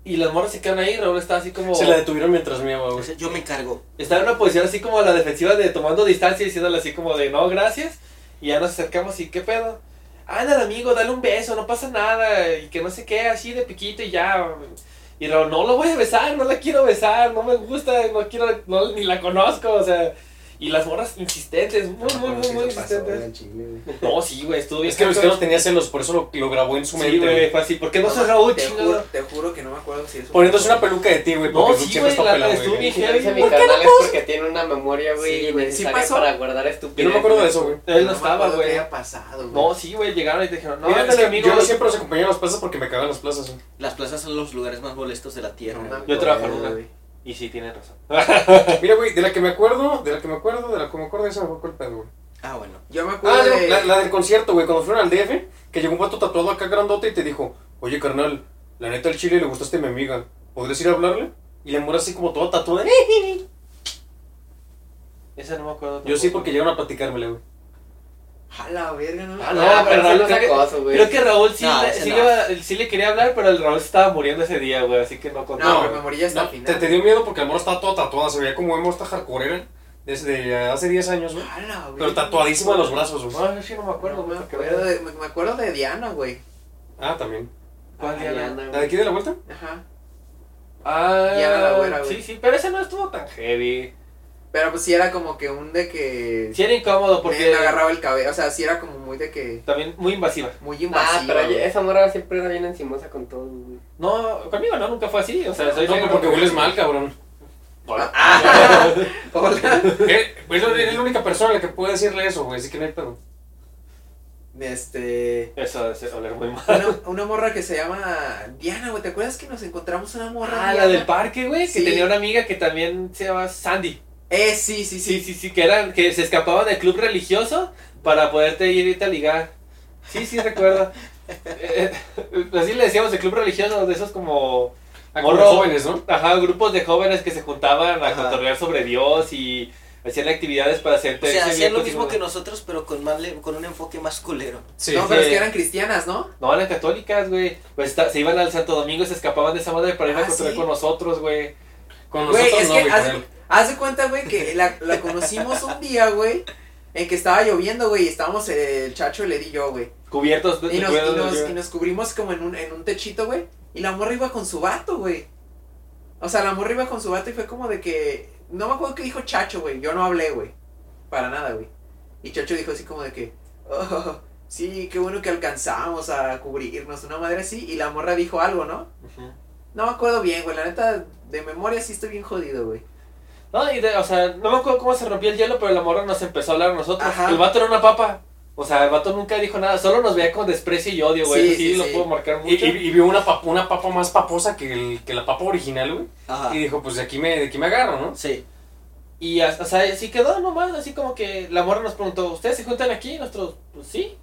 Speaker 10: Y las morras se quedan ahí. Raúl estaba así como.
Speaker 1: Se la detuvieron mientras meaba,
Speaker 5: O
Speaker 1: güey.
Speaker 5: sea, yo me encargo.
Speaker 10: Estaba en una posición así como a la defensiva de tomando distancia y diciéndole así como de no, gracias. Y ya nos acercamos y qué pedo.
Speaker 7: ándale amigo, dale un beso, no pasa nada, y que no sé qué, así de piquito y ya. Y no, no lo voy a besar, no la quiero besar, no me gusta, no quiero, no, ni la conozco, o sea. Y las morras insistentes, muy, muy, muy, muy insistentes. No, sí, güey, estuvo bien.
Speaker 1: Es que
Speaker 7: cabrón.
Speaker 1: Luisito tenía celos, por eso lo, lo grabó en su
Speaker 7: Sí,
Speaker 1: mente.
Speaker 7: güey,
Speaker 1: güey.
Speaker 7: fue así. ¿Por qué no se Raúl,
Speaker 2: te
Speaker 7: chingado?
Speaker 2: juro, te juro que no me acuerdo si es un-
Speaker 1: Poniéndose una peluca de ti, güey,
Speaker 7: No,
Speaker 1: porque no,
Speaker 7: sí,
Speaker 1: siempre
Speaker 7: güey,
Speaker 1: está
Speaker 7: la- la
Speaker 1: pelado,
Speaker 7: estuvo
Speaker 1: güey.
Speaker 7: bien
Speaker 3: Si lo dice mi
Speaker 7: ¿Por qué
Speaker 3: carnal es porque tiene una memoria,
Speaker 2: Sí,
Speaker 3: güey,
Speaker 2: güey, sí
Speaker 3: necesaria
Speaker 2: pasó.
Speaker 3: para guardar
Speaker 1: Yo
Speaker 3: estupidez.
Speaker 1: no me acuerdo de eso, güey.
Speaker 7: Él
Speaker 2: me
Speaker 7: no estaba,
Speaker 2: acuerdo qué
Speaker 7: güey.
Speaker 2: había pasado, güey.
Speaker 7: No, sí, güey, llegaron y te dijeron, no,
Speaker 1: Mira, es
Speaker 7: ándale,
Speaker 1: que
Speaker 7: amigo.
Speaker 1: yo siempre los acompañé a las plazas porque me cagaban las plazas. güey.
Speaker 4: Las plazas son los lugares más molestos de la
Speaker 2: No me
Speaker 4: tierra.
Speaker 2: acuerdo,
Speaker 7: Yo trabajo en
Speaker 2: güey.
Speaker 7: una. Y sí, tiene razón.
Speaker 1: Mira, güey, de la que me acuerdo, de la que me acuerdo, de la que me acuerdo, esa me fue el pedo, güey.
Speaker 4: Ah, bueno.
Speaker 2: Yo me acuerdo
Speaker 1: Ah, no,
Speaker 2: de...
Speaker 1: la, la del concierto, güey, cuando fueron al DF, que llegó un vato tatuado acá grandote y te dijo, oye, carnal, la neta al chile le gustaste a este mi amiga, ¿podrías ir a hablarle? Y la mora así como toda tatuada.
Speaker 7: Esa no me acuerdo.
Speaker 1: Yo sí,
Speaker 7: tampoco.
Speaker 1: porque llegaron a platicármela, güey.
Speaker 2: A la verga, no me
Speaker 7: Ah,
Speaker 2: acuerdo.
Speaker 7: no, pero
Speaker 3: sí
Speaker 7: Raúl
Speaker 3: lo
Speaker 7: creo que-
Speaker 3: sacó, güey.
Speaker 7: Creo que Raúl sí,
Speaker 4: No,
Speaker 7: le,
Speaker 4: ese
Speaker 7: sí,
Speaker 4: no.
Speaker 7: le iba- sí le quería hablar, pero el Raúl se estaba muriendo ese día, güey, así que no contó.
Speaker 2: No,
Speaker 1: No,
Speaker 2: me morí hasta
Speaker 1: No,
Speaker 2: el final.
Speaker 1: te, te dio miedo porque la mora estaba toda tatuada, se veía como hemos esta hardcoreera desde hace 10 años, güey.
Speaker 2: A la verga.
Speaker 1: Pero tatuadísima en los brazos, güey.
Speaker 7: No, yo sí no me acuerdo,
Speaker 2: No,
Speaker 7: güey.
Speaker 2: me acuerdo de, me, me acuerdo de Diana, güey.
Speaker 1: Ah, también.
Speaker 7: ¿Cuál
Speaker 3: Ay,
Speaker 7: Diana?
Speaker 3: anda,
Speaker 1: ¿La de
Speaker 3: güey.
Speaker 1: aquí de la vuelta?
Speaker 2: Ajá.
Speaker 7: Ah,
Speaker 2: Diana la güera, güey.
Speaker 7: sí, sí, pero ese no estuvo tan heavy.
Speaker 2: Pero pues sí era como que un de que...
Speaker 7: Sí era incómodo
Speaker 2: porque
Speaker 7: porque
Speaker 2: me agarraba el cabello, o sea, sí era como muy de que...
Speaker 7: también muy invasiva.
Speaker 2: Muy
Speaker 3: Ah,
Speaker 2: invasiva,
Speaker 3: pero
Speaker 2: güey.
Speaker 3: esa morra siempre era bien encimosa con todo, güey.
Speaker 7: No, conmigo no, nunca fue así, o sea, soy
Speaker 1: No,
Speaker 7: negro,
Speaker 1: porque
Speaker 7: güey.
Speaker 1: hueles mal, cabrón.
Speaker 2: Hola.
Speaker 1: Eh, pues, Eres la única persona a la que puede decirle eso, güey, así que no hay pedo.
Speaker 2: Este...
Speaker 7: Eso es oler muy mal.
Speaker 2: Una, una morra que se llama Diana, güey. ¿Te acuerdas que nos encontramos una morra?
Speaker 7: Ah, la
Speaker 2: Diana?
Speaker 7: del parque, güey,
Speaker 2: Sí.
Speaker 7: que tenía una amiga que también se llamaba Sandy.
Speaker 2: Eh, sí, sí,
Speaker 7: Sí,
Speaker 2: sí.
Speaker 7: sí, sí, que eran, que se escapaban del club religioso para poderte ir irte a ligar. Sí, sí, recuerdo. Eh, eh, así le decíamos el club religioso, de esos como...
Speaker 1: Ah, como
Speaker 7: Morro.
Speaker 1: jóvenes, ¿no?
Speaker 7: Ajá, grupos de jóvenes que se juntaban a
Speaker 4: Ajá.
Speaker 7: cotorrear sobre Dios y hacían actividades para hacerte...
Speaker 4: O sea,
Speaker 7: ese
Speaker 4: hacían lo
Speaker 7: bien
Speaker 4: mismo que
Speaker 7: contigo.
Speaker 4: nosotros, pero con, más le- con un enfoque más culero.
Speaker 1: Sí.
Speaker 2: no, pero
Speaker 7: sí.
Speaker 2: es que eran cristianas, ¿no?
Speaker 7: No, eran católicas, güey. Pues esta- se iban al Santo Domingo y se escapaban de esa madre para ir a
Speaker 2: Ah,
Speaker 7: cotorrear
Speaker 2: sí.
Speaker 7: con nosotros, güey.
Speaker 1: Con
Speaker 2: Güey,
Speaker 1: nosotros
Speaker 2: es
Speaker 1: no,
Speaker 2: que
Speaker 1: güey, con
Speaker 2: haz,
Speaker 1: él.
Speaker 2: haz de cuenta, güey, que la, la conocimos un día, güey, en que estaba lloviendo, güey, y estábamos eh, el chacho, le di yo, güey.
Speaker 7: Cubiertos de...
Speaker 2: Y nos, y,
Speaker 7: cubiertos de-
Speaker 2: nos, y nos cubrimos como en un, en un techito, güey, y la morra iba con su vato, güey. O sea, la morra iba con su vato y fue como de que, no me acuerdo qué dijo chacho, güey, yo no hablé, güey, para nada, güey. Y chacho dijo así como de que, "Oh, sí, qué bueno que alcanzamos a cubrirnos, una madre así, y la morra dijo algo, ¿no?
Speaker 7: Ujú.
Speaker 2: No me acuerdo bien, güey, la neta, de memoria sí estoy bien jodido, güey.
Speaker 7: No, y de- o sea, no me acuerdo cómo se rompió el hielo, pero la morra nos empezó a hablar a nosotros.
Speaker 2: Ajá.
Speaker 7: El vato era una papa. O sea, el vato nunca dijo nada, solo nos veía con desprecio y odio, güey.
Speaker 2: Sí,
Speaker 7: Sí,
Speaker 2: sí,
Speaker 7: lo
Speaker 2: sí.
Speaker 7: puedo marcar
Speaker 1: Y,
Speaker 7: mucho.
Speaker 1: y, y vio una, pap- una papa más paposa que, el, que la papa original, güey.
Speaker 4: Ajá.
Speaker 7: Ah.
Speaker 1: Y dijo, pues de aquí me, de aquí me agarro, ¿no?
Speaker 4: Sí.
Speaker 7: Y hasta, o sea, así quedó nomás, así como que la morra nos preguntó, ¿ustedes se juntan aquí? Y Nosotros, pues sí.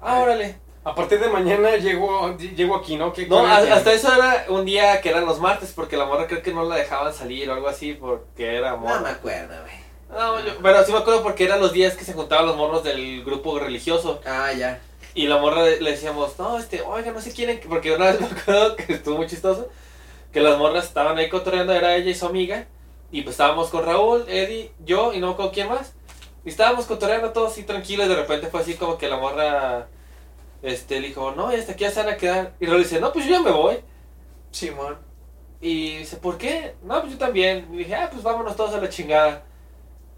Speaker 7: Ah, órale.
Speaker 1: A partir de mañana llego, llego aquí, ¿no? ¿Qué-
Speaker 7: No,
Speaker 1: cuál
Speaker 7: a-
Speaker 1: es el-
Speaker 7: hasta eso era un día que eran los martes, porque la morra creo que no la dejaban salir o algo así, porque era
Speaker 2: No me
Speaker 7: morra.
Speaker 2: acuerdo, güey.
Speaker 7: No, yo- pero sí me acuerdo porque eran los días que se juntaban los morros del grupo religioso.
Speaker 2: Ah, ya.
Speaker 7: Y la morra le le decíamos, no, este, oiga, no sé quién, porque una vez me acuerdo que estuvo muy chistoso, que las morras estaban ahí cotorreando, era ella y su amiga, y pues estábamos con Raúl, Eddie, yo y no me acuerdo quién más, y estábamos cotorreando todos así tranquilos, y de repente fue así como que la morra, este, le dijo, no, hasta aquí ya se van a quedar, y Raúl dice, no, pues yo ya me voy,
Speaker 2: Simón.
Speaker 7: y dice, ¿por qué? No, pues yo también, y dije, ah, pues vámonos todos a la chingada.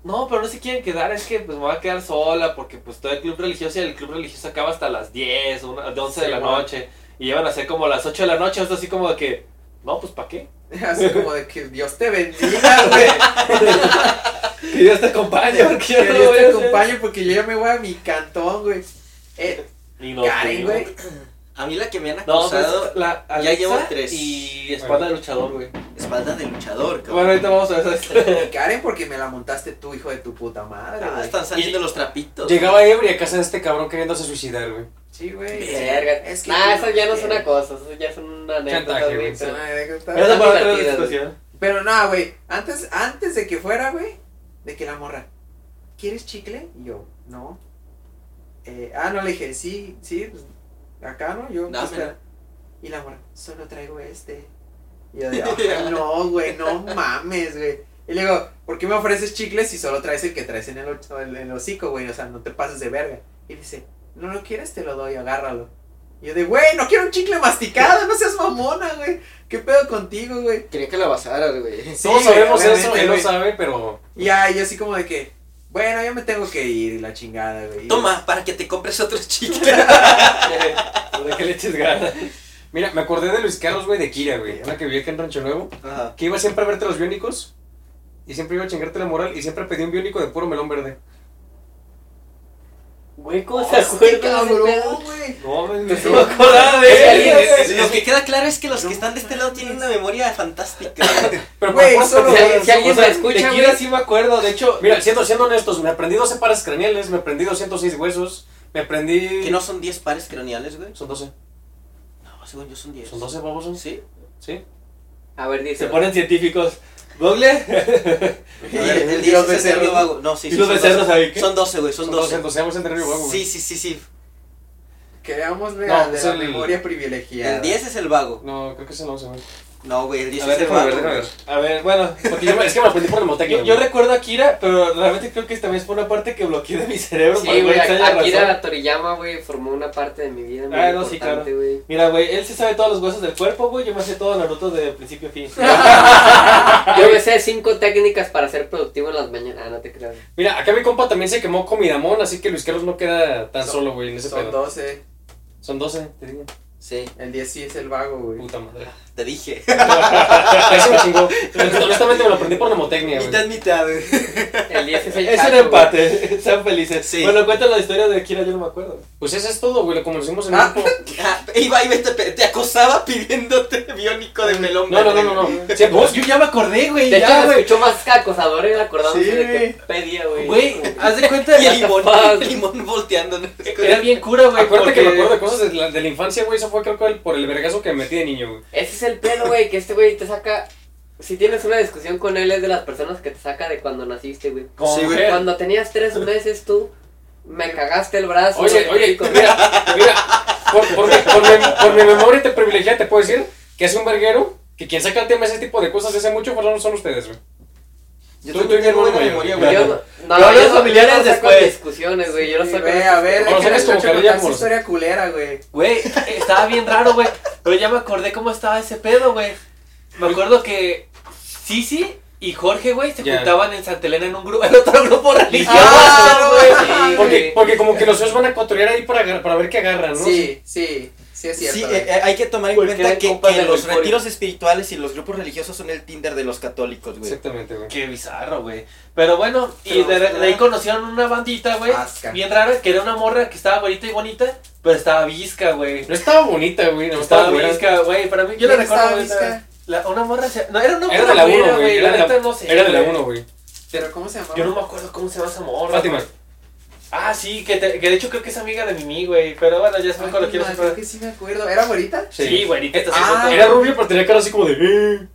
Speaker 7: No, pero no se quieren quedar, es que pues me voy a quedar sola porque pues todo el club religioso y el club religioso acaba hasta las 10, una, de 11 de la
Speaker 2: Simón.
Speaker 7: noche y llevan a ser como las 8 de la noche, esto así como de que, no, pues ¿para qué?
Speaker 2: Así como de que Dios te bendiga, güey.
Speaker 7: Que Dios te acompañe, porque yo
Speaker 2: que
Speaker 7: no lo
Speaker 2: Dios
Speaker 7: voy a
Speaker 2: te
Speaker 7: hacer.
Speaker 2: acompañe porque yo ya me voy a mi cantón, güey. Eh,
Speaker 7: Y
Speaker 3: pues,
Speaker 7: no,
Speaker 2: Karen, güey.
Speaker 4: A mí la que me han
Speaker 7: No, pues,
Speaker 4: acusado,
Speaker 7: la
Speaker 4: ya llevo
Speaker 7: Alexa
Speaker 4: tres.
Speaker 7: y espalda de luchador, güey.
Speaker 4: espalda de luchador,
Speaker 7: Bueno,
Speaker 4: cabrón.
Speaker 7: ahorita vamos a ver eso.
Speaker 2: Y Karen porque me la montaste tú, hijo de tu puta madre,
Speaker 4: Ah,
Speaker 2: güey.
Speaker 4: están saliendo los trapitos.
Speaker 1: Llegaba ebria a casa de este cabrón queriéndose suicidar, güey.
Speaker 2: Sí, güey.
Speaker 3: Verga.
Speaker 2: Es que
Speaker 3: nah, eso ya no es
Speaker 2: quiero.
Speaker 3: una cosa, eso ya es una anécdota,
Speaker 1: Chantaje,
Speaker 3: güey.
Speaker 1: güey.
Speaker 2: Es una anécdota.
Speaker 7: Esa fue otra
Speaker 3: divertidas,
Speaker 7: situación.
Speaker 2: Pero nada, güey. Antes, antes de que fuera, güey, de que la morra, ¿quieres chicle? Y yo, no. Eh, ah, no, le dije, sí, sí, pues, acá, ¿no? Yo,
Speaker 4: Dámela.
Speaker 2: espera. Y la morra, solo traigo este. Y yo, de, "Ay, no, güey, no mames, güey. Y le digo, ¿por qué me ofreces chicles si solo traes el que traes en el, och- en el hocico, güey? O sea, no te pases de verga. Y dice, no lo quieres, te lo doy, agárralo. Y yo de, güey, no quiero un chicle masticado, no seas mamona, güey. ¿Qué pedo contigo, güey?
Speaker 12: Quería que la basaras, güey.
Speaker 2: Sí,
Speaker 1: Todos
Speaker 2: güey,
Speaker 1: sabemos eso,
Speaker 2: obviamente,
Speaker 1: él lo
Speaker 2: güey.
Speaker 1: sabe, pero.
Speaker 2: Y ahí así como de que, bueno, yo me tengo que ir, y la chingada, güey.
Speaker 5: Toma, para que te compres otro chicle.
Speaker 1: ¿De qué le eches ganas? Mira, me acordé de Luis Carlos, güey, de Kira, güey. Una que vivía acá en Rancho Nuevo.
Speaker 12: Ajá.
Speaker 1: Que iba siempre a verte los biónicos. Y siempre iba a chingarte la moral. Y siempre pedía un biónico de puro melón verde.
Speaker 3: Güey, ¿cómo se acuerdan de ese pedo?
Speaker 2: güey.
Speaker 1: No,
Speaker 3: No me acordaba de él.
Speaker 5: Lo que queda claro es que los que están de este lado tienen una memoria fantástica.
Speaker 1: Pero por
Speaker 2: Güey,
Speaker 1: supuesto,
Speaker 2: solo-
Speaker 1: o sea,
Speaker 3: Si alguien me escucha,
Speaker 7: de
Speaker 3: güey.
Speaker 7: Kira sí me acuerdo, de hecho,
Speaker 1: Mira, siendo, siendo honestos, me aprendí 12 pares craneales, me aprendí 206 huesos, me aprendí...
Speaker 5: Que no son 10 pares craneales, güey.
Speaker 1: Son 12.
Speaker 5: No, según yo son 10.
Speaker 1: ¿Son 12, baboso?
Speaker 5: Sí.
Speaker 1: ¿Sí?
Speaker 3: A ver, dice.
Speaker 7: se ponen científicos. Google,
Speaker 5: Y
Speaker 2: ver,
Speaker 5: el
Speaker 2: y
Speaker 5: 10
Speaker 2: los
Speaker 5: es el
Speaker 2: becerros.
Speaker 5: nervio vago. No, sí,
Speaker 7: ¿Y
Speaker 5: sí.
Speaker 7: los
Speaker 5: son
Speaker 7: becerros
Speaker 5: 12.
Speaker 7: ahí qué?
Speaker 5: Son 12, güey, son
Speaker 1: Son
Speaker 5: 12.
Speaker 1: 12, entonces vamos a entrar en el vago,
Speaker 5: Sí,
Speaker 1: güey.
Speaker 5: sí, sí, sí.
Speaker 2: Queramos ver
Speaker 1: No,
Speaker 2: la de
Speaker 1: es
Speaker 2: la
Speaker 1: el-
Speaker 2: memoria privilegiada.
Speaker 5: El 10 es el vago.
Speaker 1: No, creo que es el 11, güey.
Speaker 5: No, güey, el
Speaker 1: A
Speaker 5: 10 es
Speaker 1: ver,
Speaker 5: el
Speaker 1: déjame
Speaker 5: vago.
Speaker 1: ver, déjame
Speaker 5: güey.
Speaker 1: ver.
Speaker 7: a ver, bueno,
Speaker 1: Porque yo me- es que me aprendí por demotecnia.
Speaker 7: yo, yo recuerdo a Kira, pero realmente creo que también fue una parte que bloqueé de mi cerebro por
Speaker 3: Sí,
Speaker 7: alguna
Speaker 3: güey,
Speaker 7: extraña razón.
Speaker 3: Akira Toriyama, güey, formó una parte de mi vida muy
Speaker 7: Ah, no, sí,
Speaker 3: importante, güey.
Speaker 7: Mira, güey, él se sabe todos los huesos del cuerpo, güey, yo me sé todo Naruto de principio a fin.
Speaker 3: Yo me sé cinco técnicas para ser productivo en las mañanas. Ah, no te creo. güey.
Speaker 1: Mira, acá mi compa también se quemó comidamón, así que Luis Carlos no queda tan
Speaker 2: Son-
Speaker 1: solo, güey, en ese
Speaker 2: Son
Speaker 1: pedo.
Speaker 2: 12.
Speaker 1: Son 12, te digo.
Speaker 5: Sí,
Speaker 2: El 10 sí es el vago, güey.
Speaker 1: Puta madre.
Speaker 5: te dije.
Speaker 1: Eso me chingó. Honestamente me lo aprendí por demotecnia, güey.
Speaker 5: Mitad, mitad, güey.
Speaker 3: El 10 es el
Speaker 7: es un
Speaker 3: chacho, güey.
Speaker 7: empate, sean felices.
Speaker 5: Sí.
Speaker 7: Bueno, cuenta la historia de Kira, yo no me acuerdo.
Speaker 1: Pues eso es todo, güey, como lo hicimos en
Speaker 2: Ah.
Speaker 1: el grupo.
Speaker 5: Ah, Iba, iba, te, pe- te acosaba pidiéndote biónico de melón.
Speaker 1: No, no,
Speaker 5: verde.
Speaker 1: no, no. no. Sí, vos, yo ya me acordé, güey.
Speaker 3: De
Speaker 1: ya,
Speaker 3: hecho, me
Speaker 1: güey.
Speaker 3: escuchó más acosador el acordándose
Speaker 2: Sí,
Speaker 3: de
Speaker 2: güey.
Speaker 3: que pedía, güey.
Speaker 7: Güey, haz de cuenta,
Speaker 5: Y el limón,
Speaker 3: Capaz.
Speaker 5: el limón volteando. ¿no?
Speaker 7: era bien cura, güey.
Speaker 1: Acuérdate que me
Speaker 7: porque-
Speaker 1: acuerdo de cosas de la, de la infancia, güey. Eso fue, creo que el- por el vergazo que me metí de niño, güey.
Speaker 3: Ese es el pedo, güey, que este güey te saca... Si tienes una discusión con él, es de las personas que te saca de cuando naciste, güey.
Speaker 1: Como
Speaker 5: Sí, güey.
Speaker 1: mujer.
Speaker 3: Cuando tenías tres meses, tú me cagaste el brazo.
Speaker 1: Oye,
Speaker 3: güey,
Speaker 1: oye,
Speaker 3: con-
Speaker 1: mira, mira. Por, por mi, por mi- por mi memoria te privilegiada, te puedo decir que hace un verguero que quien saca el tema de ese tipo de cosas de hace mucho fueron son ustedes, güey.
Speaker 12: Yo
Speaker 1: Tú-
Speaker 12: también
Speaker 1: tú y mi
Speaker 12: tengo
Speaker 1: hermano
Speaker 12: buena
Speaker 1: mayor.
Speaker 12: memoria,
Speaker 3: Yo
Speaker 12: güey.
Speaker 3: no,
Speaker 2: Yo
Speaker 3: no, yo
Speaker 2: los
Speaker 3: no-
Speaker 2: familiares
Speaker 3: yo no saco
Speaker 2: después.
Speaker 3: discusiones, güey, yo no
Speaker 2: Sí,
Speaker 3: saco este
Speaker 2: güey, a ver,
Speaker 1: Bueno,
Speaker 2: hay
Speaker 1: sabes
Speaker 2: que les
Speaker 1: como
Speaker 2: escucho
Speaker 1: que
Speaker 2: contar
Speaker 1: haríamos.
Speaker 2: su historia culera, güey.
Speaker 7: Güey, estaba bien raro, güey. Pero ya me acordé cómo estaba ese pedo, güey. Me acuerdo que Sisi y Jorge, güey, se
Speaker 1: Ya.
Speaker 7: juntaban en Santa Elena en un grupo, en otro grupo religioso.
Speaker 2: Ah,
Speaker 7: güey.
Speaker 3: Sí,
Speaker 1: Porque,
Speaker 3: güey.
Speaker 1: porque como que los dos van a cotorear ahí para, agar- para ver qué agarran, ¿no?
Speaker 2: Sí, sí, sí es
Speaker 12: Sí,
Speaker 2: cierto.
Speaker 12: eh,
Speaker 2: güey.
Speaker 12: eh, hay que tomar en
Speaker 7: Cualquier
Speaker 12: cuenta que,
Speaker 7: compa
Speaker 12: que
Speaker 7: del
Speaker 12: los
Speaker 7: Euforia.
Speaker 12: retiros espirituales y los grupos religiosos son el Tinder de los católicos, güey.
Speaker 1: Exactamente, güey.
Speaker 7: Qué bizarro, güey. Pero bueno, y
Speaker 2: Pero,
Speaker 7: de,
Speaker 2: ¿verdad?
Speaker 7: de ahí conocieron una bandita, güey.
Speaker 1: Ah,
Speaker 2: Vasca.
Speaker 7: Bien rara, que era una morra que estaba bonita y bonita, pero estaba visca, güey.
Speaker 1: No estaba bonita, güey. No
Speaker 7: estaba
Speaker 1: estaba bonita.
Speaker 7: visca, güey. Para mí, yo la
Speaker 2: ¿Quién estaba
Speaker 7: recuerdo, eh, güey.
Speaker 2: visca?
Speaker 7: esa- la- Una morra, se- no, era una morra
Speaker 1: Era de la
Speaker 7: güera,
Speaker 1: 1, güey. Era de
Speaker 7: neta
Speaker 1: la-
Speaker 7: no sé,
Speaker 1: era de la
Speaker 7: güey.
Speaker 1: 1, güey.
Speaker 2: Pero ¿cómo se llamaba?
Speaker 7: Yo no me acuerdo cómo se llama esa morra.
Speaker 1: Fátima.
Speaker 7: Ah, sí, que, te- que de hecho creo que es amiga de Mimi, güey. Pero bueno, ya
Speaker 2: Ay,
Speaker 7: sabes cuando quiero
Speaker 2: madre, creo
Speaker 7: separar.
Speaker 2: que sí me acuerdo. ¿Era güerita?
Speaker 7: Sí, güey, ahorita estás
Speaker 2: Ah.
Speaker 7: haciendo-
Speaker 1: Era rubio, pero tenía cara así como de. "Eh".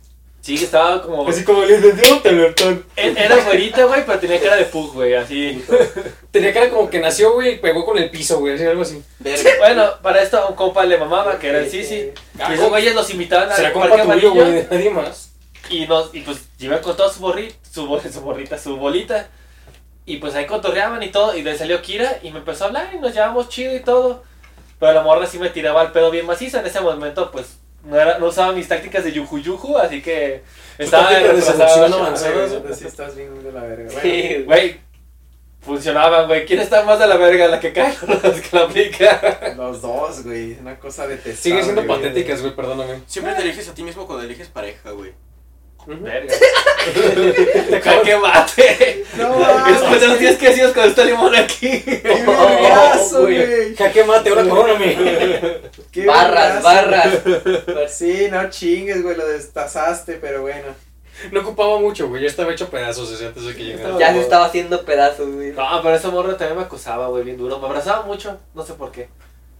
Speaker 7: Sí, que estaba como.
Speaker 1: Así como le entendió Teletón.
Speaker 7: Él Era güerita, güey, pero tenía cara de pug, güey, así.
Speaker 1: Tenía cara como que nació, güey, y pegó con el piso, güey, así algo así.
Speaker 12: Verga.
Speaker 7: Bueno, para esto a un compa le mamaba, Ah, que era el Sisi. Y esos güeyes los invitaban
Speaker 1: Será
Speaker 7: al
Speaker 1: compa
Speaker 7: parque
Speaker 1: tuyo, güey,
Speaker 7: amarillo.
Speaker 1: de nadie más.
Speaker 7: Y, nos, y pues llevan con toda su borrita, su, bor- su borrita, su bolita. Y pues ahí cotorreaban y todo. Y le salió Kira y me empezó a hablar y nos llevamos chido y todo. Pero la morra sí me tiraba el pedo bien macizo. En ese momento, pues no, era, no usaba mis tácticas de yuju yuju, así que estaba
Speaker 1: Pues tácticas de
Speaker 7: retrasado.
Speaker 1: seducción
Speaker 7: Chale,
Speaker 1: avanzada.
Speaker 7: güey.
Speaker 2: Güey, Sí, estás bien de la verga. Bueno,
Speaker 7: Sí, güey. Funcionaban, güey. ¿Quién está más de la verga? ¿La que cae o las que la aplica?
Speaker 2: Los dos, güey. Una cosa detestable.
Speaker 1: Sigue siendo
Speaker 2: Ah, güey.
Speaker 1: patéticas, güey, perdóname.
Speaker 5: Siempre te eliges a ti mismo cuando eliges pareja, güey.
Speaker 7: Verga. Te cae que mate.
Speaker 2: No,
Speaker 7: Después de los
Speaker 2: mames,
Speaker 7: días que hacías con este limón aquí.
Speaker 2: qué
Speaker 7: oh,
Speaker 2: vergazo, güey.
Speaker 1: Jaque mate, ahora coróname.
Speaker 2: Qué
Speaker 3: Barras,
Speaker 2: vergazo.
Speaker 3: barras.
Speaker 2: Sí, no chingues, güey. Lo destazaste, pero bueno.
Speaker 1: No ocupaba mucho, güey, ya estaba hecho pedazos desde antes de que llegara.
Speaker 3: Ya se estaba haciendo pedazos, güey.
Speaker 7: No, pero esa morra también me acosaba, güey, bien duro. Me abrazaba mucho, no sé por qué.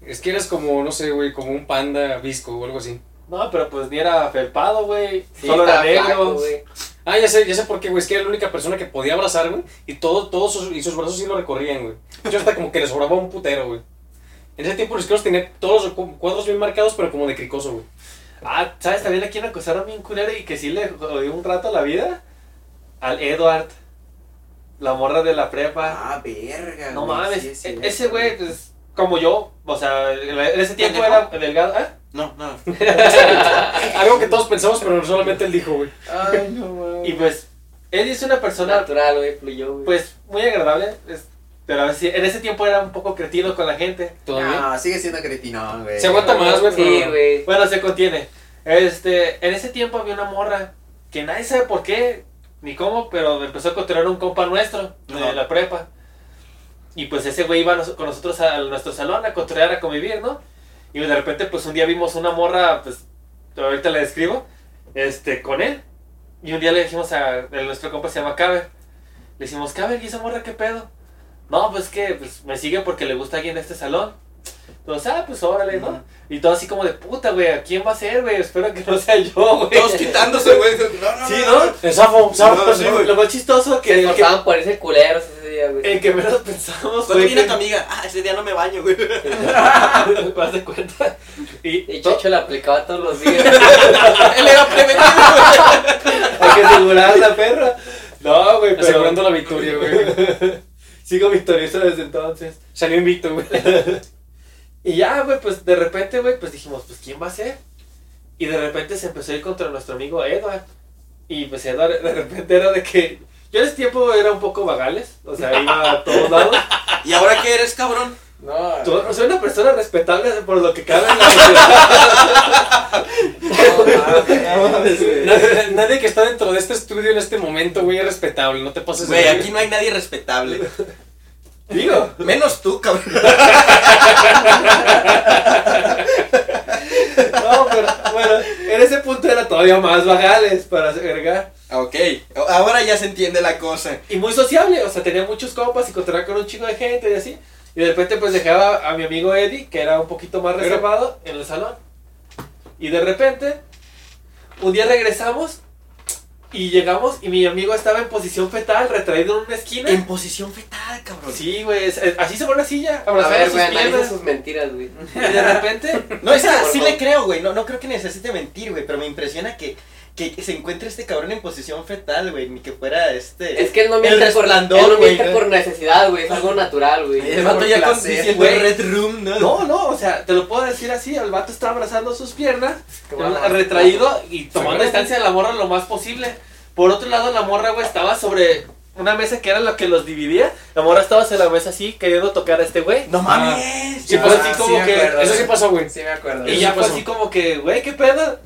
Speaker 1: Es que eres como, no sé, güey, como un panda visco o algo así.
Speaker 7: No, pero pues ni era felpado, güey.
Speaker 3: Sí,
Speaker 7: Solo era
Speaker 3: estaba flaco,
Speaker 7: negro.
Speaker 3: güey.
Speaker 1: Ah, ya sé, ya sé por qué, güey, es que era la única persona que podía abrazar, güey, y todo, todos sus, y sus brazos sí lo recorrían, güey. Yo hasta como que le sobraba un putero, güey. En ese tiempo los creo tenía todos los cu- cuadros bien marcados, pero como de cricoso, güey.
Speaker 7: Ah, ¿sabes también a quién acosaron bien culero y que sí le jodió un rato la vida? Al Edward. La morra de la prepa.
Speaker 2: Ah, verga,
Speaker 7: no
Speaker 2: Ah, güey,
Speaker 7: mames.
Speaker 2: sí es
Speaker 7: e-
Speaker 2: cierto,
Speaker 7: ese güey, pues. como yo, o sea, en la- en ese tiempo era
Speaker 5: ¿Pendejo?
Speaker 7: delgado. ¿eh?
Speaker 5: No, no.
Speaker 10: Algo que todos pensamos, pero solamente él dijo, güey.
Speaker 2: Ay, no, mames.
Speaker 7: Y pues, él es una persona
Speaker 3: Natural, güey, fluyó, güey.
Speaker 7: pues muy agradable, es- pero a veces- en ese tiempo era un poco cretino con la gente.
Speaker 10: Todavía.
Speaker 2: No, Ah, sigue siendo cretinón, güey.
Speaker 10: Se aguanta más, güey.
Speaker 3: Sí,
Speaker 10: pero-
Speaker 3: güey.
Speaker 7: Bueno, se contiene. Este, en ese tiempo había una morra que nadie sabe por qué ni cómo, pero empezó a controlar un compa nuestro de
Speaker 5: Ajá.
Speaker 7: la prepa. Y pues ese güey iba a nos- con nosotros a, a nuestro salón a controlar, a convivir, ¿no? Y de repente, pues un día vimos una morra, pues ahorita la describo, este, con él. Y un día le dijimos a, a nuestro compa, se llama Caber. Le dijimos, Caber, ¿y esa morra qué pedo? No, pues que pues, me sigue porque le gusta alguien de este salón. Entonces, ah, pues órale, ¿no? Y todo así como de puta, güey, ¿a quién va a ser, güey? Espero que no sea yo, güey.
Speaker 5: Todos quitándose, güey. No, no,
Speaker 7: Sí,
Speaker 5: no,
Speaker 7: ¿no?
Speaker 10: El zafo, zafo.
Speaker 5: No,
Speaker 7: Pero
Speaker 5: sí,
Speaker 7: lo-
Speaker 5: güey.
Speaker 7: lo más chistoso que Eh,
Speaker 3: Se
Speaker 7: el que,
Speaker 3: esforzaban por ese culeros ese día, güey.
Speaker 7: el que menos pensamos
Speaker 5: Cuando
Speaker 7: fue
Speaker 5: viene
Speaker 7: que-
Speaker 5: tu amiga, ah, ese día no me baño, güey.
Speaker 7: haz de cuenta. Y,
Speaker 3: Y
Speaker 7: to-
Speaker 3: Chacho la aplicaba todos los días.
Speaker 5: Él era prevenido.
Speaker 7: hay que asegurar la perra. No, güey, pero
Speaker 10: Asegurando la victoria, güey.
Speaker 7: sigo victorioso desde entonces.
Speaker 10: Salió invicto, güey.
Speaker 7: Y ya, güey, pues de repente, güey, pues dijimos, pues ¿quién va a ser? Y de repente se empezó a ir contra nuestro amigo Edward. Y pues Edward de repente era de que... Yo en ese tiempo era un poco vagales, o sea, iba a todos lados.
Speaker 5: ¿Y ahora qué eres, cabrón?
Speaker 2: No,
Speaker 7: Tú- soy una persona respetable por lo que cabe en la sociedad.
Speaker 2: no mames, güey.
Speaker 10: Nadie, nadie que está dentro de este estudio en este momento, güey, es respetable. No te pases de
Speaker 5: Güey,
Speaker 10: verga.
Speaker 5: aquí no hay nadie respetable.
Speaker 7: Digo,
Speaker 5: Menos tú, cabrón.
Speaker 7: no, pero bueno, en ese punto era todavía más vagales para agregar.
Speaker 5: Ok, ahora ya se entiende la cosa.
Speaker 7: Y muy sociable, o sea, tenía muchos compas y encontraba con un chingo de gente y así. Y de repente pues dejaba a mi amigo Eddie, que era un poquito más reservado, en el salón. Y de repente, un día regresamos y llegamos y mi amigo estaba en posición fetal, retraído en una esquina.
Speaker 5: En posición fetal, cabrón.
Speaker 7: Sí, güey, es- es- así se pone una silla,
Speaker 3: A
Speaker 7: abrazando
Speaker 3: ver,
Speaker 7: sus
Speaker 3: güey, analiza
Speaker 7: piernas.
Speaker 3: sus mentiras, güey.
Speaker 7: Y de repente
Speaker 5: No, es que
Speaker 3: Por
Speaker 5: sí
Speaker 3: favor.
Speaker 5: le creo, güey. No, no creo que necesite mentir, güey. Pero me impresiona que, que se encuentre este cabrón en posición fetal, güey. Ni que fuera este.
Speaker 3: Es que él no
Speaker 5: El
Speaker 3: miente, por,
Speaker 5: resplandor,
Speaker 3: él no
Speaker 5: güey,
Speaker 3: miente
Speaker 5: ¿no?
Speaker 3: por necesidad, güey. Es algo natural, güey.
Speaker 5: el vato
Speaker 2: por
Speaker 5: ya con
Speaker 2: placer,
Speaker 5: diciendo
Speaker 7: güey.
Speaker 5: Red Room, ¿no?
Speaker 7: No, no, o sea, te lo puedo decir así, el vato está abrazando sus piernas,
Speaker 2: guapo.
Speaker 7: retraído y tomando distancia de la morra lo más posible. Por otro lado, la morra, güey, estaba sobre una mesa que era lo que los dividía. La morra estaba sobre la mesa así, queriendo tocar a este güey.
Speaker 5: No mames.
Speaker 1: pues,
Speaker 7: Y fue
Speaker 2: Ah,
Speaker 7: pues, así
Speaker 2: sí
Speaker 7: como
Speaker 2: me
Speaker 7: que...
Speaker 2: acuerdo.
Speaker 10: Eso sí pasó, güey.
Speaker 2: Sí, me acuerdo.
Speaker 7: Y ya fue así como que, güey, ¿qué pedo?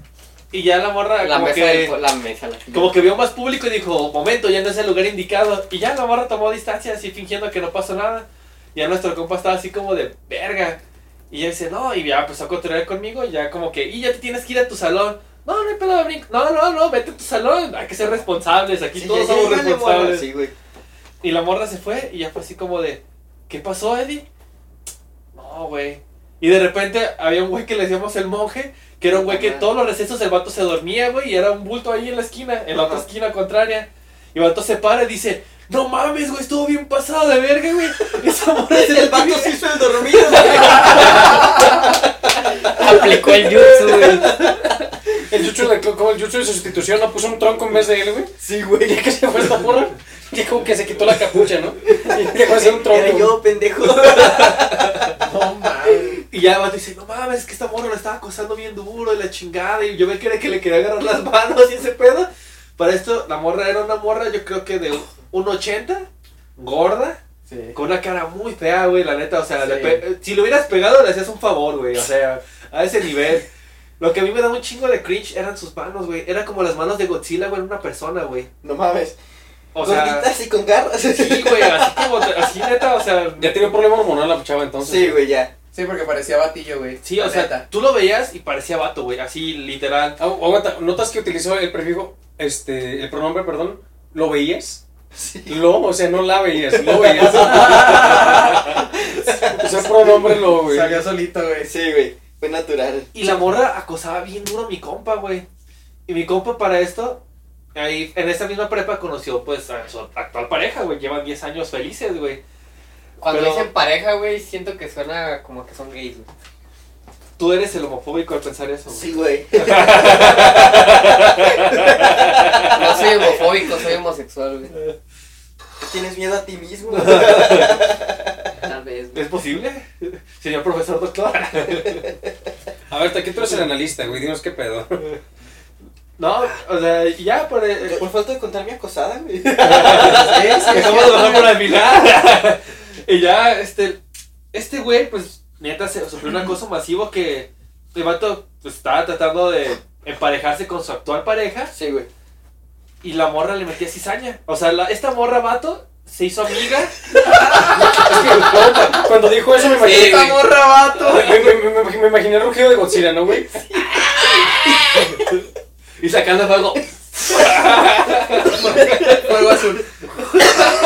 Speaker 7: Y ya la morra
Speaker 3: La
Speaker 7: como
Speaker 3: mesa,
Speaker 7: que...
Speaker 3: del- la mesa, la
Speaker 7: Como que vio más público y dijo, momento, ya no es el lugar indicado. Y ya la barra tomó distancia, así fingiendo que no pasó nada. Y ya nuestro compa estaba así como de, verga. Y ya dice, no, y ya empezó a controlar conmigo. Y ya como que, y ya te tienes que ir a tu salón. No, no hay pedo, brinco. No, no, no, vete a tu salón. Hay que ser responsables, aquí
Speaker 5: Sí,
Speaker 7: todos
Speaker 5: ya- ya-
Speaker 7: somos
Speaker 5: ya le mola,
Speaker 7: responsables.
Speaker 5: Sí, güey.
Speaker 7: Y la morra se fue y ya fue así como de, ¿qué pasó, Eddie? No, güey. Y de repente había un güey que le decíamos el monje, que era un güey que
Speaker 3: Ajá.
Speaker 7: todos los recesos el vato se dormía, güey, y era un bulto ahí en la esquina, en la otra esquina contraria. Y el vato se para y dice, no mames, güey, estuvo bien pasado de verga, güey. Esa morra se
Speaker 5: El vato se hizo el dormido, güey.
Speaker 3: Aplicó el jutsu, güey.
Speaker 10: El Jutsu de, como el jutsu de sustitución, no puso un tronco en vez de él, güey.
Speaker 5: Sí, güey.
Speaker 10: Ya que se fue esta porra, ya como que se quitó la capucha, ¿no? Y dejó de ser un tronco.
Speaker 5: Era yo, pendejo.
Speaker 7: No mames. Y ya el vato dice, no mames, es que esta morra la estaba acosando bien duro y la chingada. Y yo me quería que le quería agarrar las manos y ese pedo. Para esto, la morra era una morra, yo creo que de un 80, gorda,
Speaker 2: Sí.
Speaker 7: con una cara muy fea, güey, la neta. O sea,
Speaker 2: Sí.
Speaker 7: le pe- si le hubieras pegado, le hacías un favor, güey. O sea, a ese nivel. Lo que a mí me daba un chingo de cringe eran sus manos, güey. Era como las manos de Godzilla, güey, en una persona, güey.
Speaker 5: No mames.
Speaker 7: O sea,
Speaker 5: Gorditas y con garras.
Speaker 7: sí, güey, así como, así neta, o sea.
Speaker 10: Ya tenía un problema hormonal la chava entonces.
Speaker 5: Sí, güey, ya.
Speaker 2: Sí, porque parecía batillo, güey.
Speaker 7: Sí, o
Speaker 2: La
Speaker 7: sea,
Speaker 2: neta.
Speaker 7: tú lo veías y parecía vato, güey, así literal.
Speaker 10: Ah, aguanta, ¿notas que utilizó el prefijo, este, el pronombre, perdón, lo veías? Lo, o sea, no la veías, lo veías. o sea, pronombre lo, güey.
Speaker 2: Salió solito, güey.
Speaker 5: Sí, güey. Fue natural.
Speaker 7: Y la morra acosaba bien duro a mi compa, güey. Y mi compa para esto, ahí en esa misma prepa conoció pues a su actual pareja, güey. Llevan 10 años felices, güey.
Speaker 3: Cuando
Speaker 7: Pero-
Speaker 3: dicen pareja, güey, siento que suena como que son gays, güey.
Speaker 7: Tú eres el homofóbico al pensar eso, güey.
Speaker 5: Sí, güey.
Speaker 3: No soy homofóbico, soy homosexual, güey.
Speaker 5: Tienes miedo a ti mismo.
Speaker 3: Nada
Speaker 2: vez, güey.
Speaker 7: ¿Es posible? Señor profesor doctor.
Speaker 1: A ver, aquí tú eres el analista, güey. Dinos qué pedo.
Speaker 7: No, o sea, ya por, eh,
Speaker 5: Por falta de contar mi acosada, güey.
Speaker 7: Dejamos de bajar por la milagro. y ya, este. Este güey, pues, neta, se sufrió un acoso masivo que el vato pues, estaba tratando de emparejarse con su actual pareja
Speaker 5: Sí, güey.
Speaker 7: y la morra le metía cizaña. O sea, la- esta morra vato se hizo amiga.
Speaker 1: Cuando dijo eso me imaginé.
Speaker 2: ¡Esta morra, vato!
Speaker 1: me, me- me- me- me imaginé el rugido de Godzilla, ¿no, güey?
Speaker 7: y sacando fuego.
Speaker 2: Fuego azul.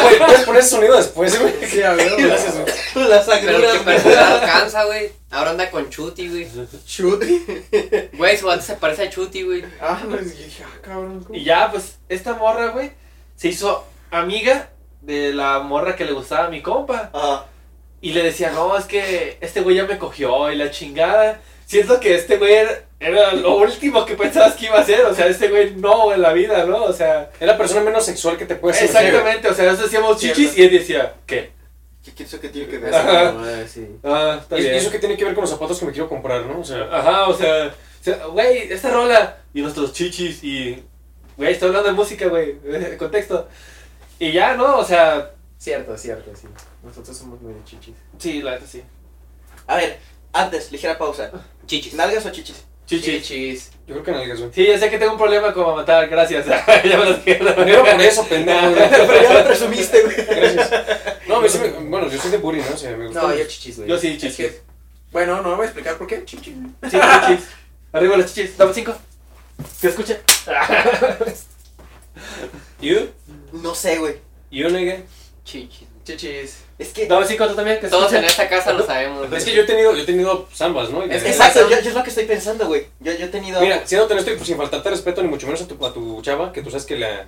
Speaker 1: Güey, puedes poner ese sonido después, güey. Sí, a ver, gracias, güey.
Speaker 5: La sangre.
Speaker 3: Pero que persona lo alcanza, güey. Ahora anda con Chuti, güey.
Speaker 2: Chuti.
Speaker 3: Güey, su vato se parece a Chuti, güey.
Speaker 2: Ah, no, es que, ah, cabrón. ¿cómo?
Speaker 7: Y ya, pues, esta morra, güey, se hizo amiga de la morra que le gustaba a mi compa.
Speaker 5: Ajá.
Speaker 7: Y le decía, no, es que este güey ya me cogió y la chingada. Siento que este güey era, era lo último que pensabas que iba a ser. O sea, este güey no en la vida, ¿no? O sea,
Speaker 1: Es la persona menos sexual que te puede surgir, güey.
Speaker 7: exactamente. O sea, nosotros decíamos chichis y él decía, ¿qué?
Speaker 5: ¿Qué qué- eso que tiene que ver?
Speaker 7: Ajá.
Speaker 2: Ah, sí.
Speaker 7: Ah, está
Speaker 1: ¿Y y
Speaker 7: bien.
Speaker 1: eso qué tiene que ver con los zapatos que me quiero comprar, no? O sea,
Speaker 7: Ajá, o sea, o sea, güey, esta rola. Y nuestros chichis y. Güey, estoy hablando de música, güey. Contexto. Y ya, ¿no? O sea,
Speaker 2: Cierto, cierto, sí. Nosotros somos muy de chichis.
Speaker 7: sí, la neta sí.
Speaker 5: A ver, antes, ligera pausa.
Speaker 3: Chichis.
Speaker 5: ¿Nalgas o chichis?
Speaker 7: Chichis.
Speaker 2: Chichis.
Speaker 1: yo creo que nalgas, güey.
Speaker 7: Sí, ya sé que tengo un problema con matar, gracias. ya me los quedo.
Speaker 1: No era por eso, pendejo, güey.
Speaker 5: Pero ya lo presumiste, güey.
Speaker 1: Gracias. No, a mí sí me- bueno, yo soy de Puri, ¿no? O sea, me gusta.
Speaker 2: No, yo chichis, güey.
Speaker 7: Yo sí,
Speaker 2: Es
Speaker 7: chichis.
Speaker 2: que- Bueno, no voy a explicar por qué. Chichis. güey.
Speaker 7: Sí, chichis. Arriba los chichis. Dame cinco. Que escuche.
Speaker 1: ¿You?
Speaker 5: No sé, güey.
Speaker 1: ¿You, nigga?
Speaker 3: Chichis.
Speaker 2: Chichis.
Speaker 5: Es que.
Speaker 7: Dame cinco tú también. Que
Speaker 3: Todos en
Speaker 7: escuche.
Speaker 3: esta casa lo sabemos,
Speaker 1: Es
Speaker 3: güey.
Speaker 1: que yo he tenido, yo he tenido zambas, ¿no? Y de-
Speaker 2: Es que
Speaker 5: Exacto, yo, yo es lo que estoy pensando, güey. Yo, yo he tenido.
Speaker 1: Mira, siéndote honesto y pues, sin faltarte respeto ni mucho menos a tu, a tu chava, que tú sabes que la...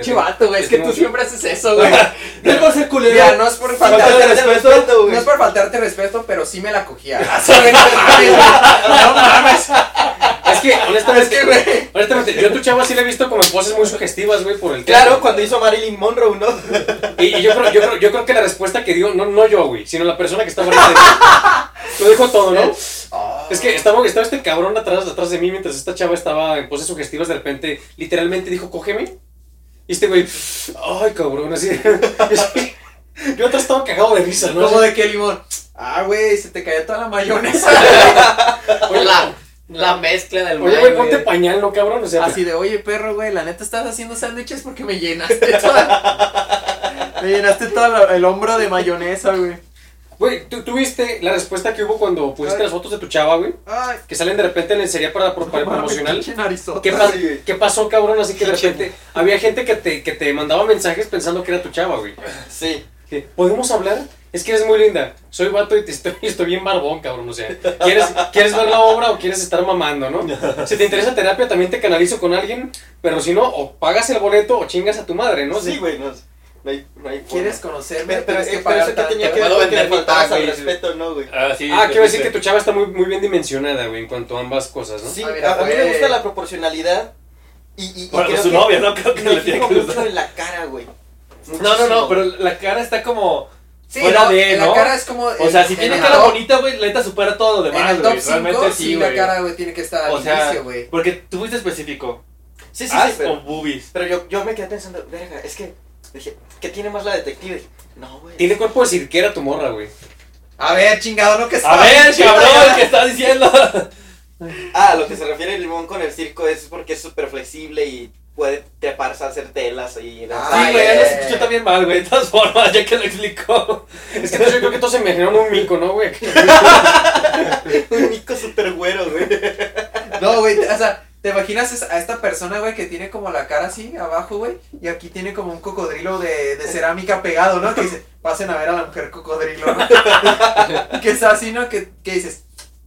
Speaker 2: Chivato, güey. Es que tú siempre haces eso, güey.
Speaker 7: No es por ser culero.
Speaker 2: Mira, no es por
Speaker 7: falta
Speaker 2: faltarte
Speaker 7: de
Speaker 2: respeto,
Speaker 5: respeto, güey.
Speaker 2: no es por faltarte respeto, pero sí me la cogía. no mames.
Speaker 1: Es que,
Speaker 2: Es
Speaker 1: honestamente,
Speaker 2: que, güey.
Speaker 1: honestamente, yo a tu chava sí la he visto como en poses muy sugestivas, güey, por el
Speaker 5: Claro,
Speaker 1: teatro.
Speaker 5: cuando hizo Marilyn Monroe, ¿no?
Speaker 1: Y, y yo, creo, yo, creo, yo creo que la respuesta que dio, no, no yo, güey, sino la persona que estaba arriba de mí. Lo dijo todo, ¿no? Es que estaba, estaba este cabrón atrás, atrás de mí mientras esta chava estaba en poses sugestivas. De repente, literalmente dijo, cógeme. Y este güey, ay, cabrón, así. Yo atrás estaba cagado de risa, ¿no?
Speaker 2: ¿Cómo de qué limón? Ah, güey, se te cayó toda la mayonesa.
Speaker 3: La, la mezcla del
Speaker 1: Oye,
Speaker 3: mal,
Speaker 1: güey, ponte pañal, ¿no, cabrón? O sea,
Speaker 2: Así de, oye, perro, güey, la neta estás haciendo sándwiches porque me llenaste toda... Me llenaste todo el hombro de mayonesa, güey.
Speaker 1: güey, ¿tú, tú viste la respuesta que hubo cuando pusiste las fotos de tu chava, güey?
Speaker 2: Ay,
Speaker 1: Que salen de repente en lencería para, para, para promocional.
Speaker 2: pinche narizota.
Speaker 1: ¿Qué, pas- qué pasó, cabrón? Así que de repente había gente que te, que te mandaba mensajes pensando que era tu chava, güey.
Speaker 5: Sí.
Speaker 1: Que, ¿Podemos hablar? Es que eres muy linda. Soy vato y te estoy, estoy bien barbón, cabrón. O sea, ¿quieres, ¿quieres ver la obra o quieres estar mamando, no? Si te interesa terapia, también te canalizo con alguien. Pero si no, o pagas el boleto o chingas a tu madre, ¿no?
Speaker 5: sí, güey, no. No hay, no hay
Speaker 2: ¿Quieres
Speaker 5: forma.
Speaker 2: conocerme?
Speaker 5: Pero, pero,
Speaker 2: Tienes que
Speaker 5: eh, pero
Speaker 2: pagar
Speaker 5: eso que
Speaker 2: tanto.
Speaker 5: tenía que
Speaker 3: Te
Speaker 5: ver
Speaker 3: puedo
Speaker 5: con que le
Speaker 3: vender mi
Speaker 5: faltabas
Speaker 3: tag,
Speaker 5: al
Speaker 3: güey.
Speaker 5: respeto, ¿no, güey?
Speaker 7: Ah, sí.
Speaker 1: Ah, quiero decir que
Speaker 7: tú
Speaker 1: tu chava está muy, muy bien dimensionada, güey, en cuanto a ambas cosas, ¿no?
Speaker 5: Sí,
Speaker 2: A
Speaker 5: a,
Speaker 2: ver,
Speaker 5: a mí me
Speaker 2: güey.
Speaker 5: gusta la proporcionalidad y, y, y
Speaker 7: Bueno,
Speaker 5: creo
Speaker 7: su
Speaker 5: que
Speaker 7: novia, ¿no? Creo que
Speaker 5: me
Speaker 7: le tiene
Speaker 5: fijo
Speaker 7: que
Speaker 5: mucho
Speaker 7: gustar.
Speaker 5: en la cara, güey.
Speaker 7: No, no, no, pero la cara está como.
Speaker 2: Sí,
Speaker 7: Fuera
Speaker 2: no,
Speaker 7: de,
Speaker 2: en
Speaker 7: ¿no?
Speaker 2: la cara es como...
Speaker 7: O sea, si tiene cara bonita, güey, la neta supera todo lo
Speaker 2: En
Speaker 7: demás,
Speaker 2: el top
Speaker 7: güey.
Speaker 2: 5,
Speaker 7: Realmente
Speaker 2: sí,
Speaker 7: sí,
Speaker 2: la
Speaker 7: güey.
Speaker 2: cara, güey, tiene que estar al
Speaker 7: O sea,
Speaker 2: inicio, güey.
Speaker 7: porque tú fuiste específico.
Speaker 5: Sí, sí,
Speaker 7: ¿As
Speaker 5: sí, pero,
Speaker 7: o boobies?
Speaker 5: pero yo, yo me quedé pensando, verga, es que, dije, ¿qué tiene más la detective? No, güey.
Speaker 1: Tiene cuerpo de cirquera tu morra, güey.
Speaker 2: A ver, chingado, no que
Speaker 7: A ver, cabrón, ¿qué estás diciendo?
Speaker 5: Ah, lo que se refiere el limón con el circo es porque es súper flexible y puede treparse a hacer telas y...
Speaker 2: Ah,
Speaker 7: Sí,
Speaker 2: Ay,
Speaker 7: güey,
Speaker 2: eh.
Speaker 7: él lo escuchó también mal, güey. De todas formas, ya que lo explicó.
Speaker 1: Es que entonces yo creo que todos se me generaron un mico, ¿no, güey?
Speaker 5: Un mico súper güero, güey.
Speaker 2: No, güey, te- o sea, ¿te imaginas es- a esta persona, güey, que tiene como la cara así abajo, güey? Y aquí tiene como un cocodrilo de, de cerámica pegado, ¿no? Que dice, pasen a ver a la mujer cocodrilo, ¿no? que está así, ¿no? Que, que dices,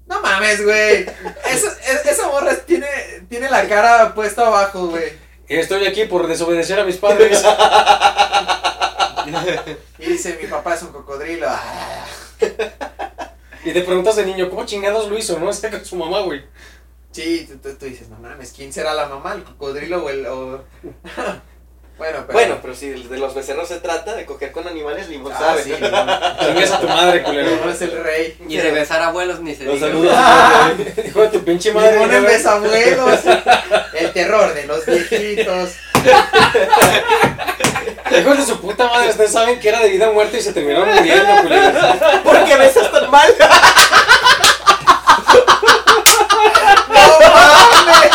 Speaker 2: no mames, güey. Eso, es- esa morra tiene, tiene la cara puesta abajo, güey.
Speaker 1: Estoy aquí por desobedecer a mis padres.
Speaker 2: Y dice, mi papá es un cocodrilo. Ah,
Speaker 10: Y te preguntas de niño, ¿cómo chingados lo hizo? ¿No? Está con su mamá, güey.
Speaker 2: sí, tú, tú- tú dices, no mames, ¿quién será la mamá? ¿El cocodrilo o el...? o-?" bueno, pero...
Speaker 5: Bueno, pues, pero si de los becerros se trata, de coger con animales, limón
Speaker 2: Ah,
Speaker 5: sabe.
Speaker 2: sí, no,
Speaker 10: Chingas a tu madre, culero.
Speaker 2: no es el rey.
Speaker 3: Y de besar abuelos ni se
Speaker 5: Los
Speaker 3: diga.
Speaker 5: saludos.
Speaker 10: Hijo de tu pinche madre.
Speaker 2: Limón en
Speaker 10: güey.
Speaker 2: besabuelos. El terror de los viejitos.
Speaker 10: Hijos de su puta madre, ustedes saben que era de vida o muerte y se terminaron muriendo, culeros.
Speaker 5: ¿Por qué besas tan mal?
Speaker 2: ¡No mames!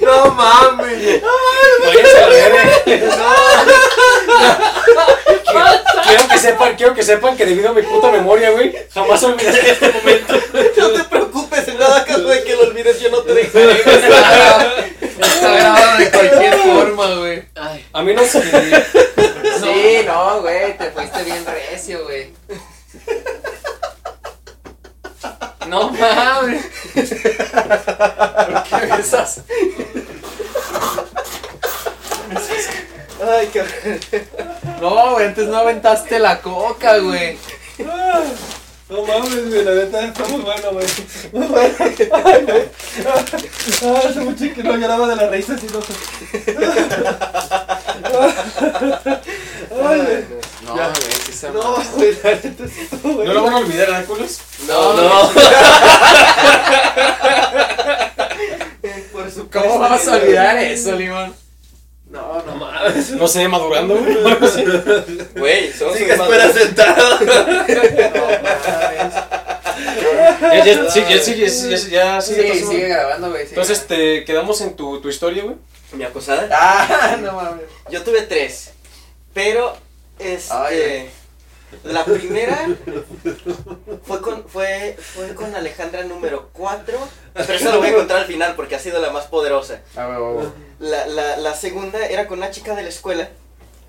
Speaker 5: No mames.
Speaker 10: Váyanse a la verga. Quiero que sepan, quiero que sepan que debido a mi puta memoria, güey, jamás olvidaré este momento.
Speaker 5: No te preocupes, en dado caso de que lo olvides, yo no te dejaré.
Speaker 3: Está grabado de cualquier forma, güey. Ay,
Speaker 10: A mí no se me
Speaker 2: Sí, no, güey, te fuiste bien recio, güey.
Speaker 3: no mames.
Speaker 2: ¿Qué besas?
Speaker 5: Ay, cabrón.
Speaker 2: No, güey, antes no aventaste la coca, güey.
Speaker 7: No mames, güey, la neta está muy bueno, güey. Ah, hace mucho que no lloraba de la raíz así, no sé. Ay, güey.
Speaker 2: No, güey, sí se
Speaker 7: No, güey, la neta sí estuvo bueno.
Speaker 10: No lo van a olvidar, ¿verdad, culos?
Speaker 3: No, no.
Speaker 5: Por supuesto.
Speaker 2: ¿Cómo vas a olvidar eso, Limón?
Speaker 5: No, no.
Speaker 10: No sé, madurando, güey.
Speaker 5: Güey, somos
Speaker 4: Sigue fuera
Speaker 5: sentado.
Speaker 10: Ya, ya, sí, ya, sí, ya, sí, ya, ya,
Speaker 2: Sí,
Speaker 10: sí, ya pasó, güey.
Speaker 2: sigue grabando, güey. sigue
Speaker 10: Entonces, este, quedamos en tu, tu historia, güey.
Speaker 5: ¿Mi acosada?
Speaker 2: Ah, no mames.
Speaker 5: Yo tuve tres. Pero, este.
Speaker 2: Ay,
Speaker 5: la primera fue con, fue, fue con Alejandra número 4. Pero eso lo voy a encontrar al final porque ha sido la más poderosa.
Speaker 2: A huevo.
Speaker 5: La, la, la segunda era con una chica de la escuela.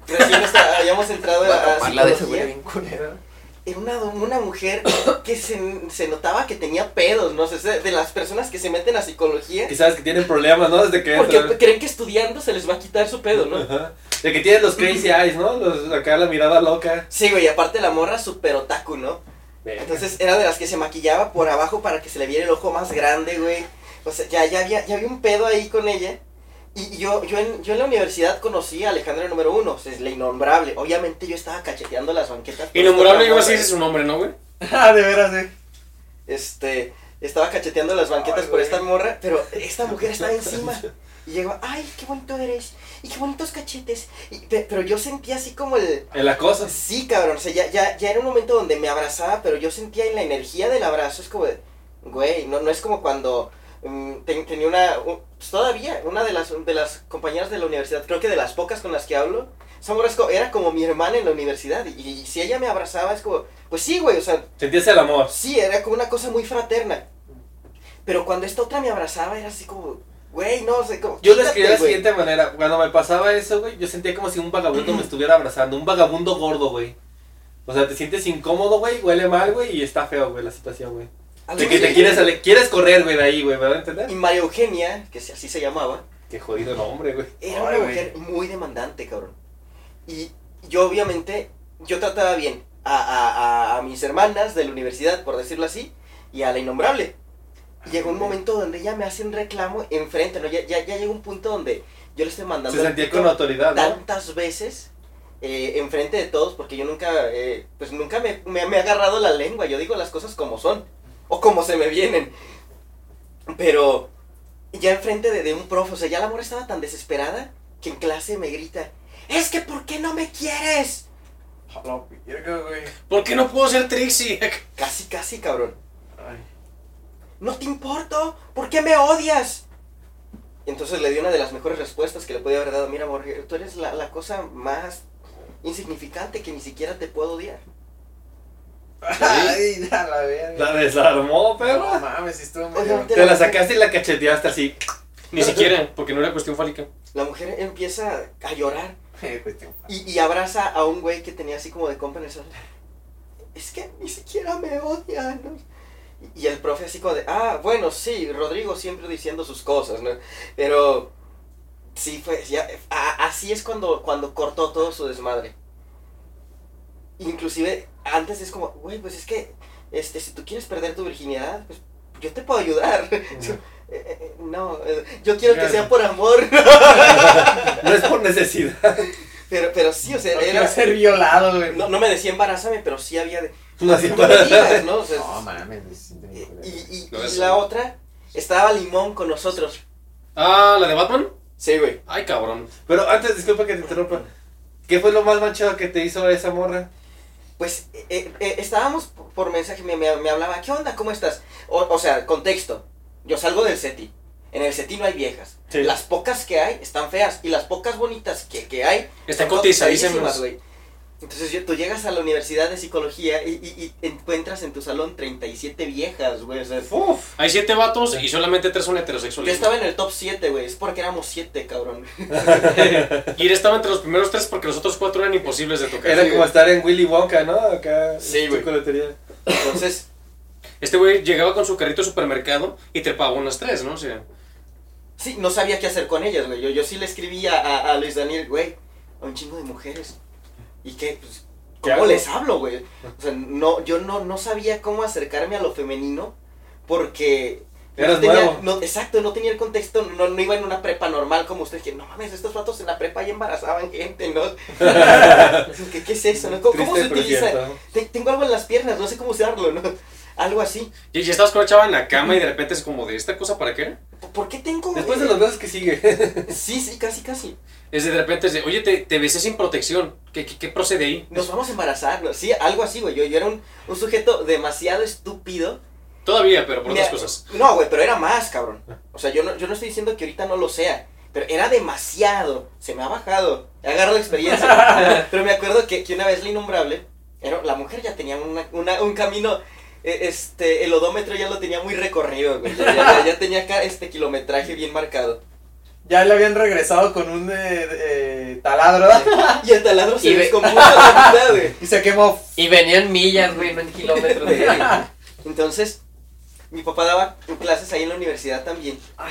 Speaker 5: Recién está- habíamos entrado
Speaker 2: Voy a
Speaker 5: a, a
Speaker 2: tomarla de ese güey
Speaker 5: psicología.
Speaker 2: bien culero.
Speaker 5: Era una, do- una mujer que se, se notaba que tenía pedos, no sé, se- de las personas que se meten a psicología.
Speaker 7: Que sabes que tienen problemas, ¿no? Desde que
Speaker 5: Porque
Speaker 7: entran.
Speaker 5: creen que estudiando se les va a quitar su pedo, ¿no?
Speaker 7: Ajá. De que tienen los crazy eyes, ¿no? Los, acá la mirada loca.
Speaker 5: Sí, güey, aparte la morra super otaku, ¿no? Entonces era de las que se maquillaba por abajo para que se le viera el ojo más grande, güey. O sea, ya, ya, había, ya había un pedo ahí con ella. Y y yo, yo, en, yo en la universidad conocí a Alejandra número uno, o sea, es la innombrable. Obviamente yo estaba cacheteando las banquetas. por
Speaker 10: Innombrable,
Speaker 5: esta
Speaker 10: yo
Speaker 5: morra,
Speaker 10: así
Speaker 5: güey.
Speaker 10: dice su nombre, ¿no, güey?
Speaker 2: Ah, de veras, güey.
Speaker 5: Este, estaba cacheteando las banquetas
Speaker 2: Ay,
Speaker 5: por
Speaker 2: güey.
Speaker 5: esta morra, pero esta mujer estaba encima. Y llegó, ay, qué bonito eres, y qué bonitos cachetes. Y, pe- pero yo sentía así como el,
Speaker 7: El acoso.
Speaker 5: Sí, cabrón, o sea, ya, ya, ya era un momento donde me abrazaba, pero yo sentía en la energía del abrazo, es como, de, güey, no, no es como cuando mm, ten- tenía una, un- pues, todavía, una de las, de las compañeras de la universidad, creo que de las pocas con las que hablo, esa morra es co- era como mi hermana en la universidad, y, y si ella me abrazaba, es como, pues sí, güey, o sea,
Speaker 7: Sentías el amor.
Speaker 5: sí, era como una cosa muy fraterna, pero cuando esta otra me abrazaba, era así como, güey, no, sé, como,
Speaker 7: Yo lo
Speaker 5: quítate,
Speaker 7: escribí de la
Speaker 5: güey.
Speaker 7: siguiente manera. Cuando me pasaba eso, güey, yo sentía como si un vagabundo me estuviera abrazando. Un vagabundo gordo, güey. O sea, te sientes incómodo, güey, huele mal, güey, y está feo, güey, la situación, güey.
Speaker 5: Algo
Speaker 7: De que te
Speaker 5: así.
Speaker 7: quieres, salir- quieres correr, güey, de ahí, güey, ¿verdad? ¿Entendés?
Speaker 5: Y María Eugenia, que así se llamaba,
Speaker 7: Qué jodido nombre, güey.
Speaker 5: Era
Speaker 2: Ay,
Speaker 5: una
Speaker 2: güey.
Speaker 5: mujer muy demandante, cabrón. Y yo obviamente, yo trataba bien a, a- a- a mis hermanas de la universidad, por decirlo así, y a la innombrable.
Speaker 7: Ah,
Speaker 5: Y llegó un momento donde ya me hacen reclamo enfrente, ¿no? Ya, ya, ya llegó un punto donde yo le estoy mandando
Speaker 7: Se
Speaker 5: el
Speaker 7: sentía
Speaker 5: pito
Speaker 7: con autoridad, ¿no?
Speaker 5: tantas veces eh, enfrente de todos, porque yo nunca, eh, pues nunca me, me, me he agarrado la lengua, yo digo las cosas como son, o como se me vienen. Pero ya enfrente de, de un profe, o sea, ya la amor estaba tan desesperada que en clase me grita, es que ¿por qué no me quieres?
Speaker 2: A la verga, güey.
Speaker 10: ¿Por qué no puedo ser Trixie?
Speaker 5: Casi, casi, cabrón.
Speaker 2: Ay.
Speaker 5: No te importo, ¿por qué me odias? Entonces le di una de las mejores respuestas que le podía haber dado. Mira, amor, tú eres la, la cosa más insignificante que ni siquiera te puedo odiar.
Speaker 2: Ay, a la verga.
Speaker 7: La desarmó,
Speaker 2: No
Speaker 7: perro.
Speaker 2: mames, sí estuvo muy
Speaker 5: Obviamente
Speaker 7: Te la
Speaker 5: mujer-
Speaker 7: sacaste y la cacheteaste así.
Speaker 1: Ni siquiera, porque no era cuestión fálica.
Speaker 5: La mujer empieza a llorar
Speaker 2: Güey, te-
Speaker 5: y, y abraza a un güey que tenía así como de compa en el salón. Es que ni siquiera me odian. ¿no? Y, y el profe así como de, ah, bueno, sí, Rodrigo siempre diciendo sus cosas, ¿no? Pero sí, pues ya, a- así es cuando, cuando cortó todo su desmadre. Inclusive antes es como, güey, pues es que este, si tú quieres perder tu virginidad, pues yo te puedo ayudar. Eh, eh, no, eh, yo quiero que sea por amor.
Speaker 7: No es por necesidad.
Speaker 5: Pero, pero sí, o sea,
Speaker 2: No
Speaker 5: era,
Speaker 2: quiero ser violado, güey.
Speaker 5: no, no me decía embarázame, pero sí había de.
Speaker 7: No
Speaker 5: No me digas, ¿no? O sea,
Speaker 2: No, mames. se siente
Speaker 5: y,
Speaker 2: bien culero.
Speaker 5: y- y
Speaker 1: Lo ves,
Speaker 5: la
Speaker 1: güey.
Speaker 5: otra estaba Limón con nosotros.
Speaker 1: Ah, la de Batman.
Speaker 5: Sí, güey.
Speaker 1: Ay, cabrón.
Speaker 7: Pero antes, disculpa que te interrumpa. ¿Qué fue lo más manchado que te hizo esa morra?
Speaker 5: Pues eh, eh, eh, estábamos por- por mensaje, me, me- me hablaba, ¿qué onda? ¿Cómo estás? O, o sea, contexto. Yo salgo del SETI. En el SETI no hay viejas.
Speaker 7: Sí.
Speaker 5: Las pocas que hay están feas. Y las pocas bonitas que, que hay
Speaker 1: Está
Speaker 5: Son
Speaker 1: cotizadísima.
Speaker 5: cotizadísimas, güey. Entonces yo- tú llegas a la universidad de psicología y, y- y encuentras en tu salón 37 viejas, güey. O sea,
Speaker 7: Uf.
Speaker 1: Hay siete vatos y solamente tres son heterosexuales.
Speaker 5: yo estaba en el top 7, güey. Es porque éramos 7, cabrón.
Speaker 1: Y él estaba entre los primeros tres porque los otros cuatro eran imposibles de tocar.
Speaker 7: Era como estar en Willy Wonka, ¿no? Acá.
Speaker 5: Sí, güey.
Speaker 7: chocolatería.
Speaker 5: Entonces,
Speaker 1: Este güey llegaba con su carrito al supermercado y trepaba unas tres, ¿no? O sea,
Speaker 5: sí, no sabía qué hacer con ellas, güey. Yo, yo sí le escribí a, a- a Luis Daniel, güey, a un chingo de mujeres. ¿Y qué? Pues,
Speaker 7: ¿Qué
Speaker 5: ¿Cómo
Speaker 7: hago?
Speaker 5: les hablo, güey? O sea, no, yo no, no sabía cómo acercarme a lo femenino porque... no
Speaker 7: Eras
Speaker 5: tenía-
Speaker 7: nuevo.
Speaker 5: no, exacto, no tenía el contexto, no, no iba en una prepa normal como ustedes, que no mames, estos ratos en la prepa ya embarazaban gente, ¿no? ¿Qué, qué es eso? no? ¿Cómo, cómo se
Speaker 7: Triste, pero
Speaker 5: utiliza?
Speaker 7: cierto.
Speaker 5: Te- tengo algo en las piernas, no sé cómo usarlo, ¿no? Algo así.
Speaker 1: y, y estabas con la chava en la cama y de repente es como de, ¿esta cosa para qué?
Speaker 5: ¿Por qué tengo...?
Speaker 7: Después de los meses que sigue.
Speaker 5: Sí, sí, casi, casi.
Speaker 1: Es de, de repente es de, oye, te, te besé sin protección. ¿Qué, qué, qué procede ahí?
Speaker 5: Nos vamos a embarazar, ¿no? sí, algo así, güey. Yo, yo era un, un sujeto demasiado estúpido.
Speaker 1: Todavía, pero por otras
Speaker 5: Mira,
Speaker 1: cosas.
Speaker 5: No, güey, pero era más, cabrón. O sea, yo no, yo no estoy diciendo que ahorita no lo sea, pero era demasiado. Se me ha bajado. Agarro la experiencia. pero me acuerdo que, que una vez la innombrable, era, la mujer ya tenía una- una- un camino, eh, este, el odómetro ya lo tenía muy recorrido, güey. Ya, ya- ya tenía acá este kilometraje bien marcado.
Speaker 2: Ya le habían regresado con un eh, eh, taladro, ¿verdad?
Speaker 5: Y el taladro se
Speaker 3: Y ve-
Speaker 5: descompuso a la mitad, güey.
Speaker 2: Y se quemó.
Speaker 3: Y venían millas, güey, no en kilómetros. güey.
Speaker 5: Entonces, mi papá daba clases ahí en la universidad también. Ah,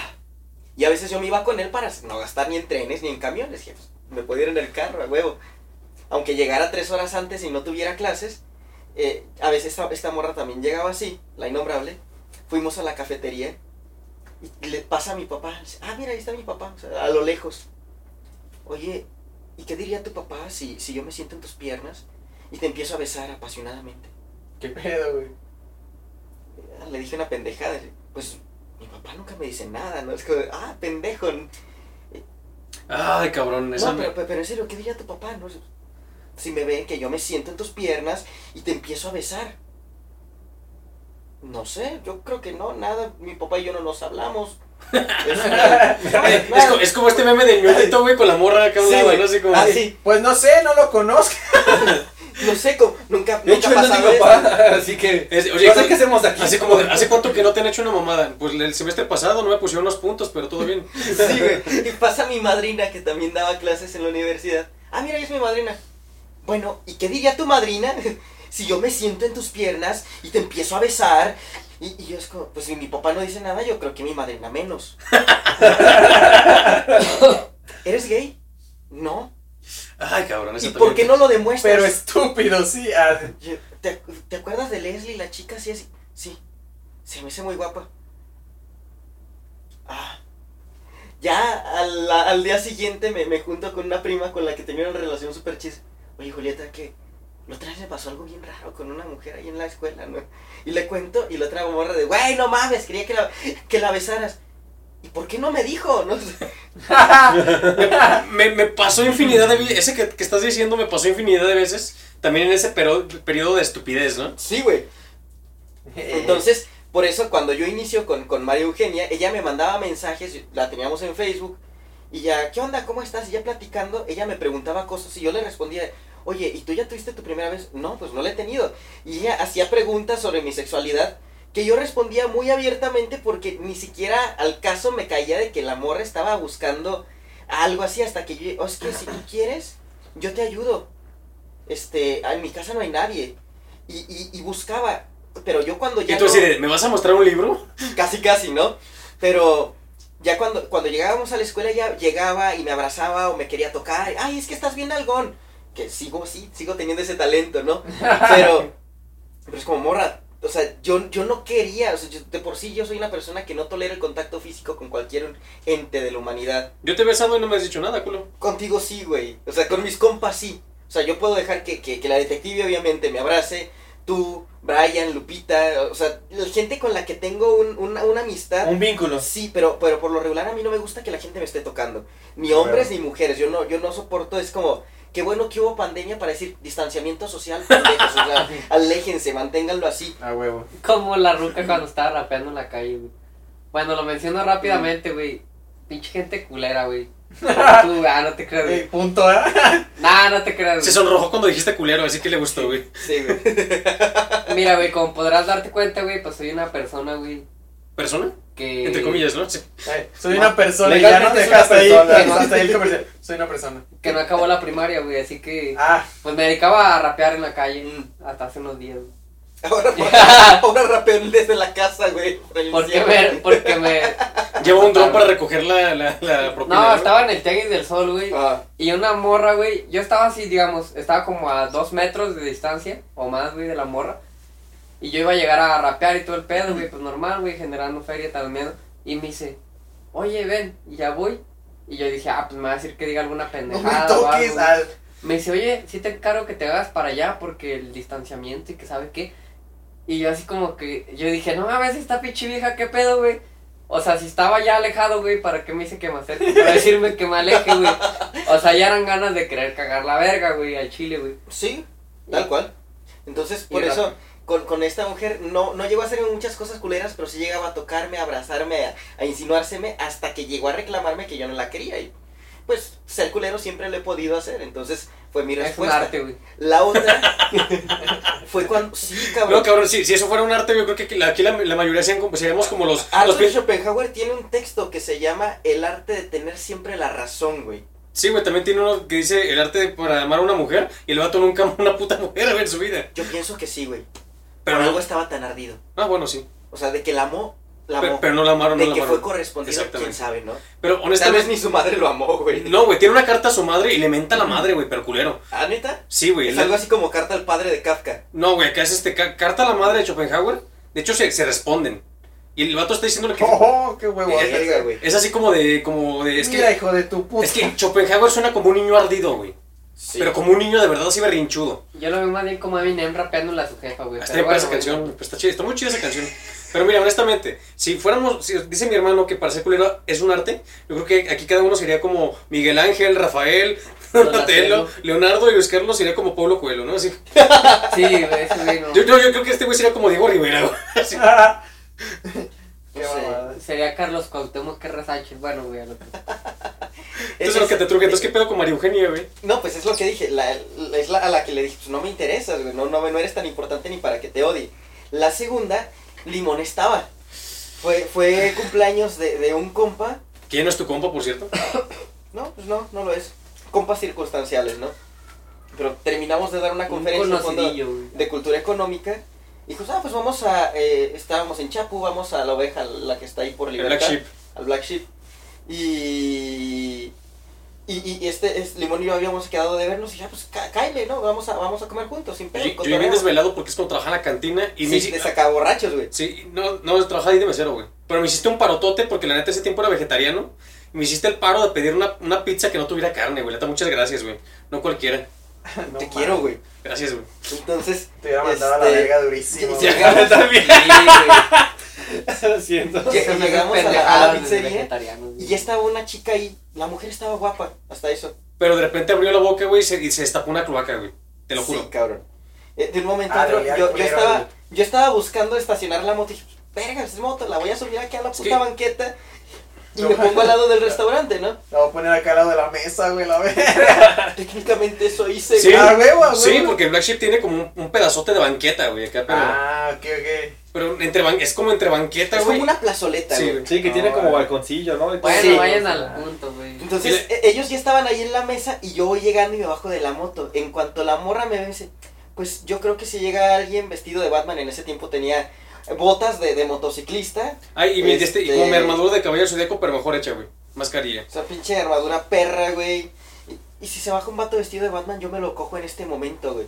Speaker 5: Y a veces yo me iba con él para no gastar ni en trenes ni en camiones. dije, pues, me podía ir en el carro, a huevo. Aunque llegara tres horas antes y no tuviera clases, eh, a veces esta, esta morra también llegaba así, la innombrable. Fuimos a la cafetería y le pasa a mi papá. dice, ah, mira, ahí está mi papá, o sea, a lo lejos. Oye, ¿y qué diría tu papá si, si yo me siento en tus piernas y te empiezo a besar apasionadamente?
Speaker 2: ¿Qué pedo, güey?
Speaker 5: Ah, le dije una pendejada. Pues mi papá nunca me dice nada, ¿no? Es como, ah, pendejo.
Speaker 1: Ay, cabrón, esa...
Speaker 5: No, pero, pero en serio, ¿qué diría tu papá? No? Si me ve que yo me siento en tus piernas y te empiezo a besar. No sé, yo creo que no, nada. Mi papá y yo no nos hablamos. Eso, nada,
Speaker 1: Eh, es, co- es como este meme del ñoñito, güey, con la morra acá a un
Speaker 5: Sí,
Speaker 1: lado,
Speaker 5: güey.
Speaker 1: ¿no? Así como...
Speaker 5: Ah, sí.
Speaker 2: Pues no sé, no lo conozco.
Speaker 5: No sé, como- nunca,
Speaker 7: De
Speaker 5: nunca
Speaker 7: hecho, él
Speaker 5: ha
Speaker 7: no
Speaker 5: pasado
Speaker 7: digo
Speaker 5: eso.
Speaker 7: pa. Así que.
Speaker 1: Es- oye,
Speaker 7: No sé qué hacemos aquí.
Speaker 1: Así como, de, ¿hace cuánto que no te han hecho una mamada? Pues el semestre pasado no me pusieron los puntos, pero todo bien.
Speaker 5: Sí, güey. Y pasa mi madrina que también daba clases en la universidad. Ah, mira, ella es mi madrina. Bueno, ¿y qué diría tu madrina si yo me siento en tus piernas y te empiezo a besar? Y, y yo es como, pues si mi papá no dice nada, yo creo que mi madrina menos. ¿Eres gay? No.
Speaker 1: Ay, cabrón,
Speaker 5: ¿Y
Speaker 1: esa
Speaker 5: por qué
Speaker 1: también-
Speaker 5: no lo demuestras?
Speaker 2: Pero estúpido, sí. ah.
Speaker 5: Yo- ¿Te, ac- te acuerdas de Leslie, la chica así así? Sí, se me hace muy guapa. Ah. Ya al, al día siguiente me, me junto con una prima con la que tenía una relación súper chis. Oye, Julieta, que la otra vez me pasó algo bien raro con una mujer ahí en la escuela, ¿no? Y le cuento y la otra morra de, güey, no mames, quería que la, que la besaras. ¿Y por qué no me dijo? No sé.
Speaker 1: me, me pasó infinidad de veces. Ese que, que estás diciendo me pasó infinidad de veces. También en ese pero- periodo de estupidez, ¿no?
Speaker 5: Sí, güey. Entonces, por eso cuando yo inicio con, con María Eugenia, ella me mandaba mensajes, la teníamos en Facebook, y ya, ¿qué onda? ¿Cómo estás? Y ya platicando, ella me preguntaba cosas y yo le respondía, oye, ¿y tú ya tuviste tu primera vez? No, pues no la he tenido. Y ella hacía preguntas sobre mi sexualidad que yo respondía muy abiertamente porque ni siquiera al caso me caía de que la morra estaba buscando algo así hasta que yo, "Oh, es que si tú quieres, yo te ayudo. Este, en mi casa no hay nadie. Y, y, y buscaba, pero yo cuando ya...
Speaker 1: Y tú
Speaker 5: no-
Speaker 1: así de, ¿me vas a mostrar un libro?
Speaker 5: casi casi, ¿no? Pero ya cuando, cuando llegábamos a la escuela ya llegaba y me abrazaba o me quería tocar. Ay, es que estás bien algón. Que sigo, sí, sigo teniendo ese talento, ¿no? Pero, pero es como morra. O sea, yo, yo no quería, o sea, yo- de por sí yo soy una persona que no tolera el contacto físico con cualquier ente de la humanidad.
Speaker 1: Yo te he besado y no me has dicho nada, culo.
Speaker 5: Contigo sí, güey. O sea, con mis compas sí. O sea, yo puedo dejar que, que, que la detective obviamente me abrace. Tú, Brian, Lupita, o sea, la gente con la que tengo un- una, una amistad.
Speaker 7: Un vínculo.
Speaker 5: Sí, pero, pero por lo regular a mí no me gusta que la gente me esté tocando. Ni hombres ni mujeres. Yo no, yo no soporto, es como, qué bueno que hubo pandemia para decir distanciamiento social, pendejos, o sea, aléjense, manténganlo así.
Speaker 2: A huevo.
Speaker 3: Como la ruca cuando estaba rapeando en la calle, güey. Bueno, lo menciono rápidamente, güey. Pinche gente culera, güey. Como tú, güey. Ah, no te creas, güey.
Speaker 2: punto, ¿eh?
Speaker 3: Nah, no te creas,
Speaker 1: Se
Speaker 3: güey.
Speaker 1: sonrojó cuando dijiste culero, así que le gustó, güey.
Speaker 5: Sí, güey.
Speaker 3: Mira, güey, como podrás darte cuenta, güey, pues soy una persona, güey,
Speaker 1: ¿Persona?
Speaker 3: que...
Speaker 1: Entre comillas, ¿no? Sí.
Speaker 2: Soy una persona, y ya no
Speaker 7: Legalmente es una
Speaker 2: dejaste ahí,
Speaker 7: persona.
Speaker 2: dejaste ahí el comercial. Soy una persona.
Speaker 3: Que no acabó la primaria, güey, así que...
Speaker 2: Ah, Mm.
Speaker 3: Pues me dedicaba a rapear en la calle hasta hace unos días, güey.
Speaker 5: Ahora, ahora rapeo desde la casa, güey.
Speaker 3: Porque me... Porque me...
Speaker 1: Llevo un dron para recoger la, la, la propina.
Speaker 3: No, estaba en el Tianguis del Sol, güey.
Speaker 5: Ah,
Speaker 3: Y una morra, güey, yo estaba así, digamos, estaba como a dos metros de distancia o más, güey, de la morra. Y yo iba a llegar a rapear y todo el pedo, güey, pues normal, güey, generando feria también. Y me dice, oye, ven, y ya voy. Y yo dije, ah, pues me va a decir que diga alguna
Speaker 2: no
Speaker 3: pendejada.
Speaker 2: me
Speaker 3: o algo,
Speaker 2: toques.
Speaker 3: güey".
Speaker 2: al-
Speaker 3: Me dice, oye, sí te encargo que te hagas para allá porque el distanciamiento y que sabe qué. Y yo así como que, yo dije, no mames, esta pinche vieja, qué pedo, güey. O sea, si estaba ya alejado, güey, ¿para qué me dice que me acerque? Para decirme que me aleje, güey. O sea, ya eran ganas de querer cagar la verga, güey, al chile, güey.
Speaker 5: sí, tal cual. Entonces, por
Speaker 3: Y rap-
Speaker 5: eso, con, con esta mujer no, no llegó a hacerme muchas cosas culeras, pero sí llegaba a tocarme, a abrazarme, a, a insinuárseme, hasta que llegó a reclamarme que yo no la quería. Y pues ser culero siempre lo he podido hacer, entonces fue mi
Speaker 3: Es un
Speaker 5: respuesta.
Speaker 3: arte, güey.
Speaker 5: La otra fue cuando. Sí,
Speaker 1: No,
Speaker 5: cabrón.
Speaker 1: cabrón, si, si eso fuera un arte, yo creo que aquí la, aquí la- la mayoría sean como, seríamos como los, los
Speaker 5: Arthur
Speaker 1: pin-
Speaker 5: Schopenhauer tiene un texto que se llama El arte de tener siempre la razón, güey.
Speaker 1: Sí, güey, también tiene uno que dice el arte para amar a una mujer y el vato nunca amó a una puta mujer güey, en su vida.
Speaker 5: Yo pienso que sí, güey.
Speaker 1: Pero
Speaker 5: Por algo
Speaker 1: no,
Speaker 5: estaba tan ardido.
Speaker 1: ah, bueno, sí.
Speaker 5: O sea, de que la amó, la
Speaker 1: Pero,
Speaker 5: amó.
Speaker 1: pero no la amaron, no
Speaker 5: de
Speaker 1: la
Speaker 5: que fue
Speaker 1: amaron.
Speaker 5: correspondido, quién
Speaker 1: Exactamente.
Speaker 5: sabe, ¿no?
Speaker 1: Pero
Speaker 5: Tal vez
Speaker 1: honestamente,
Speaker 5: ni su madre lo amó, güey.
Speaker 1: no, güey, tiene una carta a su madre y le menta a la madre, güey, pero culero.
Speaker 5: ¿Ah, neta?
Speaker 1: Sí, güey.
Speaker 5: Es
Speaker 1: la-
Speaker 5: algo así como carta al padre de Kafka.
Speaker 1: No, güey, acá es este, ca- carta a la madre de Schopenhauer. De hecho, se, se responden. Y el vato está diciéndole que...
Speaker 2: Oh, qué huevo.
Speaker 5: Verga, güey.
Speaker 1: Es así como de, como de, es que...
Speaker 2: Mira, hijo de tu puta.
Speaker 1: Es que Schopenhauer suena como un niño ardido, güey. Pero como un niño de verdad así berrinchudo.
Speaker 3: Yo lo veo más bien como Eminem rapeándole a su jefa, güey.
Speaker 1: Está
Speaker 3: pero
Speaker 1: bien para esa
Speaker 3: bueno,
Speaker 1: canción, pero está chida, está muy chida esa canción. Pero mira, honestamente, si fuéramos, si dice mi hermano que para ser culero es un arte, yo creo que aquí cada uno sería como Miguel Ángel, Rafael, Donatello,
Speaker 3: Donatello.
Speaker 1: Leonardo y Luis Carlos sería como Pablo Coelho, ¿no? Así,
Speaker 3: güey. Sí, güey, ese güey no.
Speaker 1: yo, yo, yo creo que este güey sería como Diego Rivera, güey. Así.
Speaker 2: Qué mamada.
Speaker 3: Sería Carlos Cuauhtémoc que Sánchez, bueno, güey, a lo que-
Speaker 1: Entonces lo que te truje, entonces qué pedo con María Eugenia, güey.
Speaker 5: No, pues es lo que dije. la- la- es la, a la que le dije, pues no me interesas, güey. No, no, no eres tan importante ni para que te odie. La segunda, Limón estaba. Fue, fue cumpleaños de, de un compa.
Speaker 1: ¿Quién no es tu compa, por cierto?
Speaker 5: No, pues no, no lo es. Compas circunstanciales, ¿no? Pero terminamos de dar una
Speaker 3: Un
Speaker 5: conferencia cuando-
Speaker 3: conocidillo, güey.
Speaker 5: de cultura económica. Y pues, ah, pues vamos a. eh, estábamos en Chapu, vamos a la oveja, la que está ahí por
Speaker 1: El
Speaker 5: libertad.
Speaker 1: Black Sheep.
Speaker 5: al Black Sheep. Y. Y, y- y este es, Limón y yo habíamos quedado de vernos y ya, pues ca- cáele, ¿no? Vamos a, vamos a comer juntos, sin
Speaker 1: Yo,
Speaker 5: pedo.
Speaker 1: yo
Speaker 5: cotorreo.
Speaker 1: bien desvelado porque es cuando trabajaba en la cantina y me
Speaker 5: Sí,
Speaker 1: hici-
Speaker 5: de sacaborrachos, güey.
Speaker 1: Sí, no, no, trabajaba ahí de mesero, güey. Pero me hiciste un parotote porque la neta ese tiempo era vegetariano. Y me hiciste el paro de pedir una, una pizza que no tuviera carne, güey. Neta, muchas gracias, güey. No cualquiera.
Speaker 2: No
Speaker 5: Te
Speaker 2: mames.
Speaker 5: quiero, güey.
Speaker 1: Gracias, güey.
Speaker 5: Entonces,
Speaker 2: Te hubiera mandado a la
Speaker 5: Este,
Speaker 2: verga durísimo.
Speaker 5: ya-
Speaker 2: güey.
Speaker 5: Llegamos-
Speaker 1: también.
Speaker 3: Sí, güey.
Speaker 7: Lo siento.
Speaker 5: lle-
Speaker 3: Esas
Speaker 5: llegamos a la- a
Speaker 3: pendejadas
Speaker 5: la
Speaker 3: de
Speaker 5: pizzería
Speaker 3: vegetarianos,
Speaker 5: y
Speaker 3: güey.
Speaker 5: ya estaba una chica ahí. La mujer estaba guapa, hasta eso.
Speaker 1: Pero de repente abrió la boca, güey, y se, y se destapó una cloaca, güey. Te lo
Speaker 5: Sí,
Speaker 1: juro.
Speaker 5: cabrón. Eh, de un momento a
Speaker 2: Ah,
Speaker 5: otro,
Speaker 2: dolía
Speaker 5: yo, yo
Speaker 2: culero,
Speaker 5: estaba,
Speaker 2: güey.
Speaker 5: yo estaba buscando estacionar la moto y dije, verga, es moto, la voy a subir aquí a la puta
Speaker 1: que-
Speaker 5: banqueta y
Speaker 2: No
Speaker 5: me
Speaker 2: mames.
Speaker 5: pongo al lado del restaurante, ¿no?
Speaker 2: La voy a poner acá al lado de la mesa, güey, la verga.
Speaker 5: Técnicamente eso hice.
Speaker 1: Sí.
Speaker 5: güey.
Speaker 2: A huevo, a huevo.
Speaker 1: Sí, porque el Black Sheep tiene como un, un pedazote de banqueta, güey. Acá, pero.
Speaker 2: Ah, ok, ok.
Speaker 1: Pero entre ban- es como entre banqueta,
Speaker 5: Es como
Speaker 1: güey.
Speaker 5: una plazoleta,
Speaker 1: Sí,
Speaker 5: güey.
Speaker 1: güey.
Speaker 7: Sí, que tiene como balconcillo, ¿no? Y todo.
Speaker 3: Bueno,
Speaker 5: Sí.
Speaker 3: vayan al punto, güey.
Speaker 5: Entonces, e- ellos ya estaban ahí en la mesa y yo voy llegando y me bajo de la moto. En cuanto la morra me ve, me dice, pues yo creo que si llega alguien vestido de Batman, en ese tiempo tenía botas de, de motociclista,
Speaker 1: Ay, y, mi, este, y como mi
Speaker 5: Este-
Speaker 1: armadura de caballero zodíaco, pero mejor hecha, güey. Mascarilla.
Speaker 5: o sea, pinche armadura perra, güey. Y, y si se baja un vato vestido de Batman, yo me lo cojo en este momento, güey.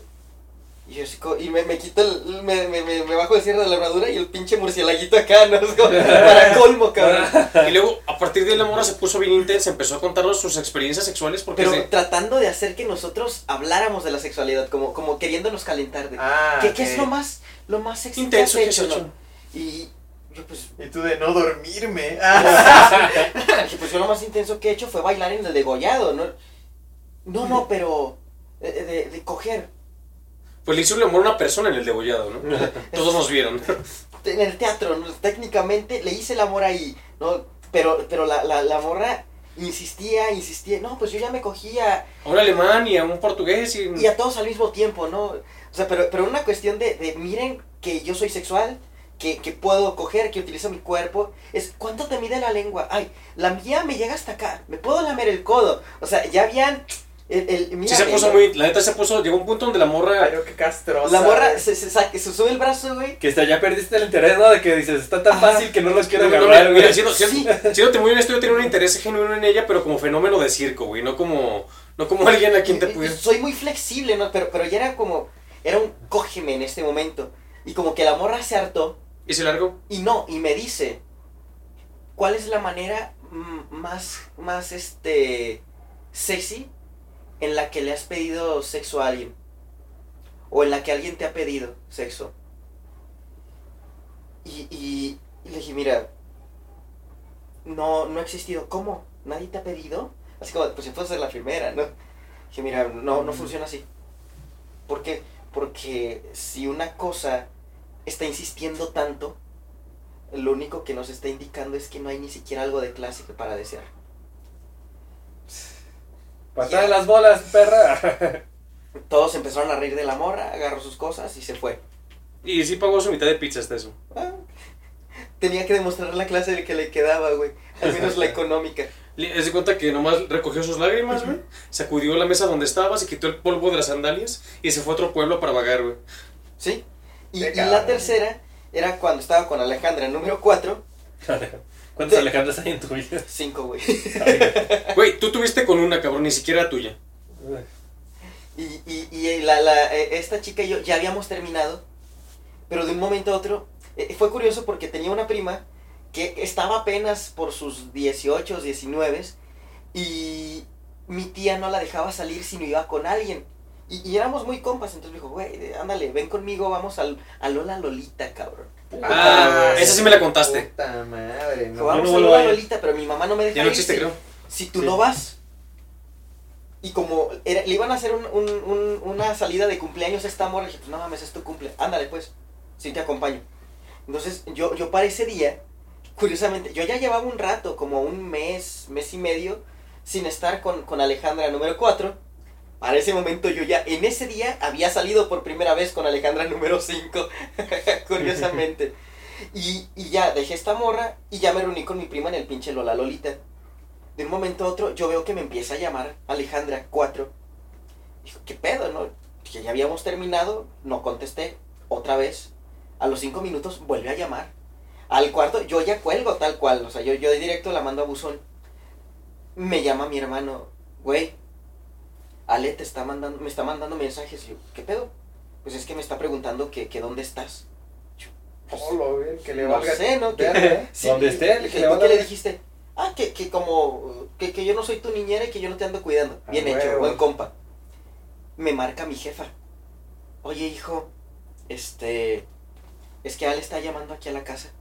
Speaker 5: Y yo así co- y me, me quito el, me, me, me, me bajo el cierre de la armadura y el pinche murcielaguito acá, ¿no? Es como, para colmo, cabrón.
Speaker 1: Y luego, a partir de ahí, la morra se puso bien intensa, empezó a contarnos sus experiencias sexuales porque
Speaker 5: Pero
Speaker 1: es de-
Speaker 5: tratando de hacer que nosotros habláramos de la sexualidad, como, como queriéndonos calentar. De,
Speaker 2: Ah,
Speaker 5: ¿Qué, qué
Speaker 2: ok.
Speaker 5: es lo más, lo más excitante
Speaker 1: intenso que se ha
Speaker 5: ¿no?
Speaker 1: hecho.
Speaker 5: Y yo pues,
Speaker 2: Y tú de no dormirme. Ah,
Speaker 5: dije, pues yo lo más intenso que he hecho fue bailar en el degollado, ¿no? No, no, pero eh, eh, de, de coger.
Speaker 1: Pues le hizo el amor a una persona en el degollado, ¿no? Todos nos vieron.
Speaker 5: En el teatro, ¿no? técnicamente le hice el amor ahí, ¿no? Pero, pero la, la, la morra insistía, insistía. No, pues yo ya me cogía
Speaker 1: A un alemán y a un portugués y...
Speaker 5: Y a todos al mismo tiempo, ¿no? O sea, pero, pero una cuestión de, de miren que yo soy sexual, que, que puedo coger, que utilizo mi cuerpo, es cuánto te mide la lengua. Ay, la mía me llega hasta acá, me puedo lamer el codo. O sea, ya habían... El, el-
Speaker 1: Sí se
Speaker 5: mírame,
Speaker 1: puso
Speaker 5: ¿no?
Speaker 1: muy... La neta se puso... Llegó un punto donde la morra...
Speaker 2: pero qué castrosa.
Speaker 5: La morra
Speaker 1: eh.
Speaker 2: güey.
Speaker 5: se, se, saca- se sube el brazo, güey.
Speaker 7: Que hasta ya perdiste el interés, ¿no? De que dices, está tan
Speaker 5: Ajá.
Speaker 7: fácil que no los quiero
Speaker 1: No, no,
Speaker 7: agarrar,
Speaker 1: mira,
Speaker 7: güey.
Speaker 1: siendo, siendo- siéndote muy honesto, yo tenía un interés genuino en ella, pero como fenómeno de circo, güey. No como... No como alguien a quien te
Speaker 5: Y- y-
Speaker 1: pudiera...
Speaker 5: Soy muy flexible, ¿no? Pero, pero ya era como... Era un cógeme en este momento. Y como que la morra se hartó
Speaker 1: ¿Y si largo?
Speaker 5: Y no, y me dice, ¿cuál es la manera mm, más, más, este, sexy en la que le has pedido sexo a alguien? O en la que alguien te ha pedido sexo. Y, y, y le dije, mira, no, no ha existido. ¿Cómo? ¿Nadie te ha pedido? Así como, pues entonces la primera, ¿no? Dije, mira, no, no funciona así. ¿Por qué? Porque si una cosa está insistiendo tanto, lo único que nos está indicando es que no hay ni siquiera algo de clásico para desear.
Speaker 7: Patada en las bolas, perra.
Speaker 5: Todos empezaron a reír de la morra, agarró sus cosas y se fue.
Speaker 1: Y sí pagó su mitad de pizza hasta eso.
Speaker 5: Ah, Tenía que demostrar la clase de que le quedaba, güey. Al menos la económica.
Speaker 1: Le- Haz de cuenta que nomás recogió sus lágrimas, güey. Sacudió la mesa donde estaba, se quitó el polvo de las sandalias y se fue a otro pueblo para vagar, güey.
Speaker 5: ¿Sí? Y,
Speaker 2: Qué
Speaker 5: y
Speaker 2: cabrón.
Speaker 5: la tercera era cuando estaba con Alejandra, número 4.
Speaker 7: ¿Cuántos Alejandros hay en tu vida?
Speaker 5: 5, güey.
Speaker 1: Güey, tú tuviste con una, cabrón, ni siquiera tuya.
Speaker 5: Y, y, y la, la, eh, esta chica y yo ya habíamos terminado, pero de un momento a otro, eh, fue curioso porque tenía una prima que estaba apenas por sus 18, 19, y mi tía no la dejaba salir si no iba con alguien. Y, y éramos muy compas, entonces me dijo, güey, de- ándale, ven conmigo, vamos al, a Lola Lolita, cabrón.
Speaker 1: Ah, esa sí me la contaste.
Speaker 2: Puta madre,
Speaker 5: Dijo,
Speaker 2: no.
Speaker 5: vamos
Speaker 7: no
Speaker 5: a
Speaker 7: vuelvo
Speaker 5: Lola
Speaker 7: a ir.
Speaker 5: Lolita, pero mi mamá no me deja
Speaker 1: Ya no
Speaker 5: ir
Speaker 1: existe,
Speaker 5: si-
Speaker 1: creo.
Speaker 5: si tú no vas. Y como era- le iban a hacer un- un- un- una salida de cumpleaños a esta morra, dije, pues no mames, es tu cumple, ándale pues, si te acompaño. Entonces yo, yo para ese día, curiosamente, yo ya llevaba un rato, como un mes, mes y medio, sin estar con, con Alejandra número 4. Para ese momento yo ya, en ese día, había salido por primera vez con Alejandra número 5, curiosamente. Y, y ya dejé esta morra y ya me reuní con mi prima en el pinche Lola Lolita. De un momento a otro yo veo que me empieza a llamar Alejandra 4. Dijo, ¿qué pedo, no? Dije, ya habíamos terminado, no contesté. Otra vez, a los cinco minutos vuelve a llamar. Al cuarto yo ya cuelgo tal cual, o sea, yo, yo de directo la mando a buzón. Me llama mi hermano, güey, Ale te está mandando, me está mandando mensajes. Yo, ¿qué pedo? Pues es que me está preguntando que, que dónde estás. "Pues,
Speaker 2: Polo, güey, que le
Speaker 5: No
Speaker 2: valga.
Speaker 5: sé, ¿no? Que-
Speaker 2: verga, ¿eh?
Speaker 5: Sí,
Speaker 7: Donde esté,
Speaker 5: le-
Speaker 7: que
Speaker 5: le-
Speaker 7: le
Speaker 5: ¿tú
Speaker 7: valga
Speaker 5: ¿Qué le
Speaker 7: ver-
Speaker 5: dijiste? Ah, que, que como, que, que yo no soy tu niñera y que yo no te ando cuidando.
Speaker 2: Ah,
Speaker 5: Bien hecho,
Speaker 2: huevo.
Speaker 5: buen compa. Me marca mi jefa. Oye, hijo, este, es que Ale está llamando aquí a la casa.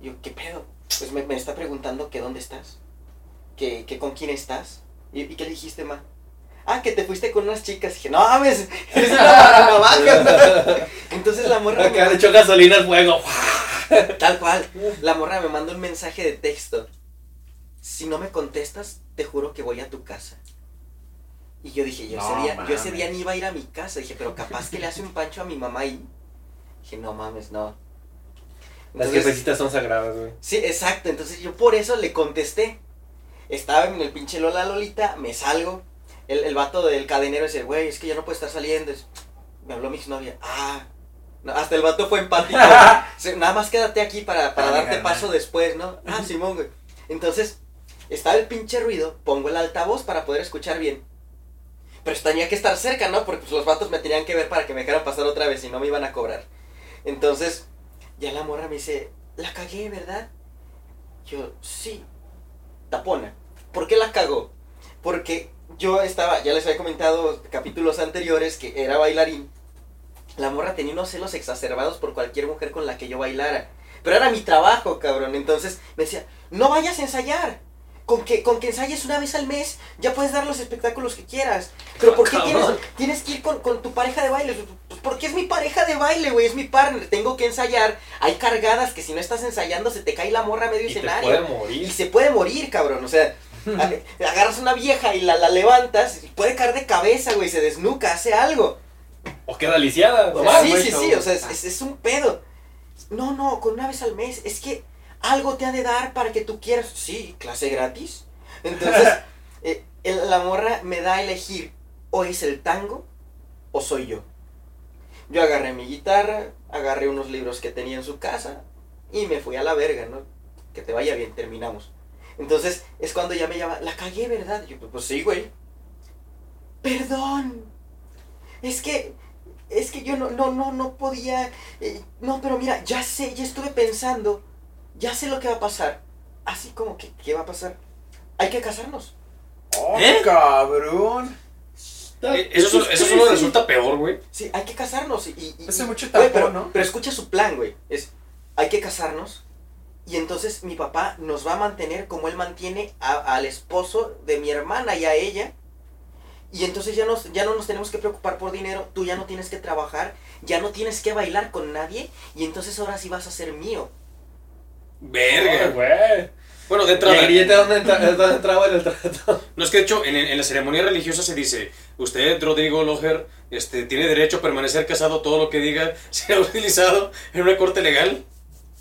Speaker 5: Yo, ¿qué pedo? Pues me, me está preguntando que dónde estás, que, que con quién estás. ¿Y, y qué le dijiste, ma? Ah, que te fuiste con unas chicas. Dije, no mames, eres una barranavaca. Entonces la morra me
Speaker 7: Acá le echó gasolina al fuego.
Speaker 5: Tal cual. La morra me manda un mensaje de texto. Si no me contestas, te juro que voy a tu casa. Y yo dije, yo, ese,
Speaker 2: No
Speaker 5: día, yo ese
Speaker 2: mames.
Speaker 5: día ni iba a ir a mi casa. Dije, pero capaz que le hace un pancho a mi mamá y... Dije, no mames, no. Entonces,
Speaker 2: pues,
Speaker 7: Las jefecitas son sagradas, güey.
Speaker 5: Sí, exacto. Entonces yo por eso le contesté. Estaba en el pinche Lola Lolita, me salgo. El, el vato del cadenero dice, güey, es que ya no puedo estar saliendo. Es- Me habló mi exnovia. Ah. No, hasta el vato fue empático. Sí, Nada más quédate aquí para, para
Speaker 2: Para
Speaker 5: darte
Speaker 2: negarme.
Speaker 5: paso después, ¿no? Ah, Simón, güey. Entonces, estaba el pinche ruido, pongo el altavoz para poder escuchar bien. Pero tenía que estar cerca, ¿no? Porque pues, los vatos me tenían que ver para que me dejaran pasar otra vez, si no me iban a cobrar. Entonces, ya la morra me dice, la cagué, ¿verdad? Yo, sí. Tapona. ¿Por qué la cagó? Porque yo estaba, ya les había comentado capítulos anteriores que era bailarín. La morra tenía unos celos exacerbados por cualquier mujer con la que yo bailara. Pero era mi trabajo, cabrón. Entonces me decía, no vayas a ensayar. Con que, con que ensayes una vez al mes, ya puedes dar los espectáculos que quieras. Pero ¿por qué tienes, tienes que ir con, con tu pareja de baile? Pues porque es mi pareja de baile, güey, es mi partner. Tengo que ensayar. Hay cargadas que si no estás ensayando se te cae la morra a medio
Speaker 7: Y te
Speaker 5: escenario.
Speaker 7: puede
Speaker 5: Y
Speaker 7: morir.
Speaker 5: se puede morir, cabrón. O sea, a- agarras una vieja y la, la levantas, y puede caer de cabeza, güey, se desnuca, hace algo.
Speaker 7: O queda lisiada.
Speaker 5: O sea,
Speaker 7: Pues nomás,
Speaker 5: sí,
Speaker 7: güey,
Speaker 5: sí,
Speaker 7: chavo.
Speaker 5: sí, o sea, es, es- es un pedo. No, no, con una vez al mes, es que algo te ha de dar para que tú quieras. Sí, clase gratis. Entonces, eh, el- la morra me da a elegir, o es el tango, o soy yo. Yo agarré mi guitarra, agarré unos libros que tenía en su casa y me fui a la verga, ¿no? Que te vaya bien, terminamos. Entonces es cuando ya me llama, la cagué, ¿verdad? Yo, pues sí, güey. Perdón. Es que, es que yo no, no, no, no podía. eh, no, pero mira, ya sé, ya estuve pensando, ya sé lo que va a pasar. Así como que, ¿qué va a pasar? Hay que casarnos.
Speaker 2: ¡Oh,
Speaker 1: ¿Eh?
Speaker 2: cabrón!
Speaker 10: Eh, Eso, eso solo resulta peor, güey.
Speaker 5: Sí, hay que casarnos. Y, y- y-
Speaker 2: Hace mucho
Speaker 5: Güey,
Speaker 2: tapón,
Speaker 5: pero,
Speaker 2: ¿no?
Speaker 5: pero escucha su plan, güey. Es, hay que casarnos y entonces mi papá nos va a mantener como él mantiene a- al esposo de mi hermana y a ella. Y entonces ya, nos, ya no nos tenemos que preocupar por dinero, tú ya no tienes que trabajar, ya no tienes que bailar con nadie y entonces ahora sí vas a ser mío.
Speaker 7: Ay,
Speaker 10: Verga.
Speaker 7: güey.
Speaker 10: Bueno, de entrada.
Speaker 7: La grilleta donde entra- es donde entraba en el trato.
Speaker 10: No es que de hecho en, en la ceremonia religiosa se dice, usted, Rodrigo Loher, este, tiene derecho a permanecer casado, todo lo que diga será utilizado en una corte legal.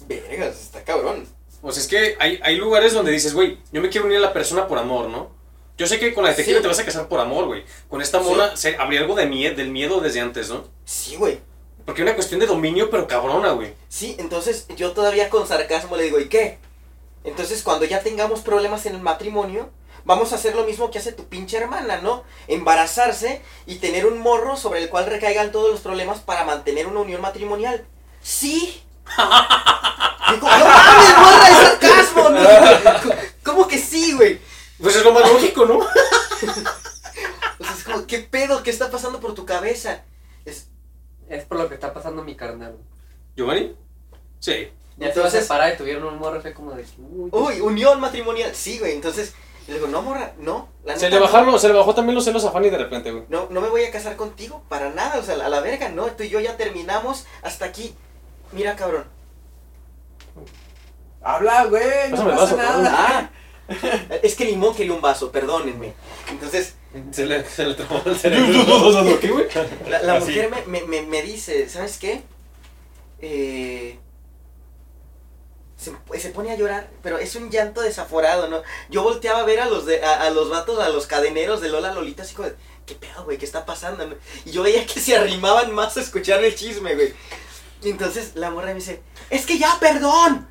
Speaker 5: Vergas, está cabrón.
Speaker 10: O sea, es que hay, hay lugares donde dices, güey, yo me quiero unir a la persona por amor, ¿no? Yo sé que con la detective
Speaker 5: Sí.
Speaker 10: te vas a casar por amor, güey. Con esta mona se, habría algo de mie- del miedo desde antes, ¿no?
Speaker 5: Sí, güey.
Speaker 10: Porque hay una cuestión de dominio, pero cabrona, güey.
Speaker 5: Sí, entonces yo todavía con sarcasmo le digo, ¿y qué? Entonces cuando ya tengamos problemas en el matrimonio, vamos a hacer lo mismo que hace tu pinche hermana, ¿no? Embarazarse y tener un morro sobre el cual recaigan todos los problemas para mantener una unión matrimonial. Sí. Digo, no mames, morra, es sarcasmo, ¿no? ¿Cómo que sí, güey?
Speaker 10: Pues es lo más lógico, ¿no?
Speaker 5: O sea, es como, ¿qué pedo? ¿Qué está pasando por tu cabeza?
Speaker 3: Es por lo que está pasando mi carnal.
Speaker 10: Giovanni. Sí.
Speaker 3: Ya se
Speaker 5: Entonces-
Speaker 3: va a separar y tuvieron un morro, fue como de. que, uy,
Speaker 5: Uy, unión matrimonial. Sí, güey, entonces le digo, no, morra, no. la
Speaker 1: Se
Speaker 5: neta
Speaker 1: le
Speaker 5: no".
Speaker 1: bajaron, se le bajó también los celos a Fanny de repente, güey.
Speaker 5: no, no me voy a casar contigo para nada, o sea, a la verga, no, tú y yo ya terminamos hasta aquí. Mira, cabrón.
Speaker 2: Habla, güey, no
Speaker 1: Pásame el
Speaker 2: pasa
Speaker 1: vaso,
Speaker 2: nada.
Speaker 5: Ah, es que limón quería un vaso, perdónenme. Entonces,
Speaker 7: Se le, se le tomó el
Speaker 1: No,
Speaker 7: cerebro.
Speaker 1: no, no, no, ¿qué, güey?
Speaker 5: la, la
Speaker 7: Así.
Speaker 5: mujer me, me, me, me dice, ¿sabes qué? Eh, se, se pone a llorar, pero es un llanto desaforado, ¿no? Yo volteaba a ver a los, de, a, a los vatos, a los cadeneros de Lola Lolita, así como, de, ¿qué pedo, güey? ¿Qué está pasando? no? Y yo veía que se arrimaban más a escuchar el chisme, güey. Y entonces la morra me dice, es que ya, perdón.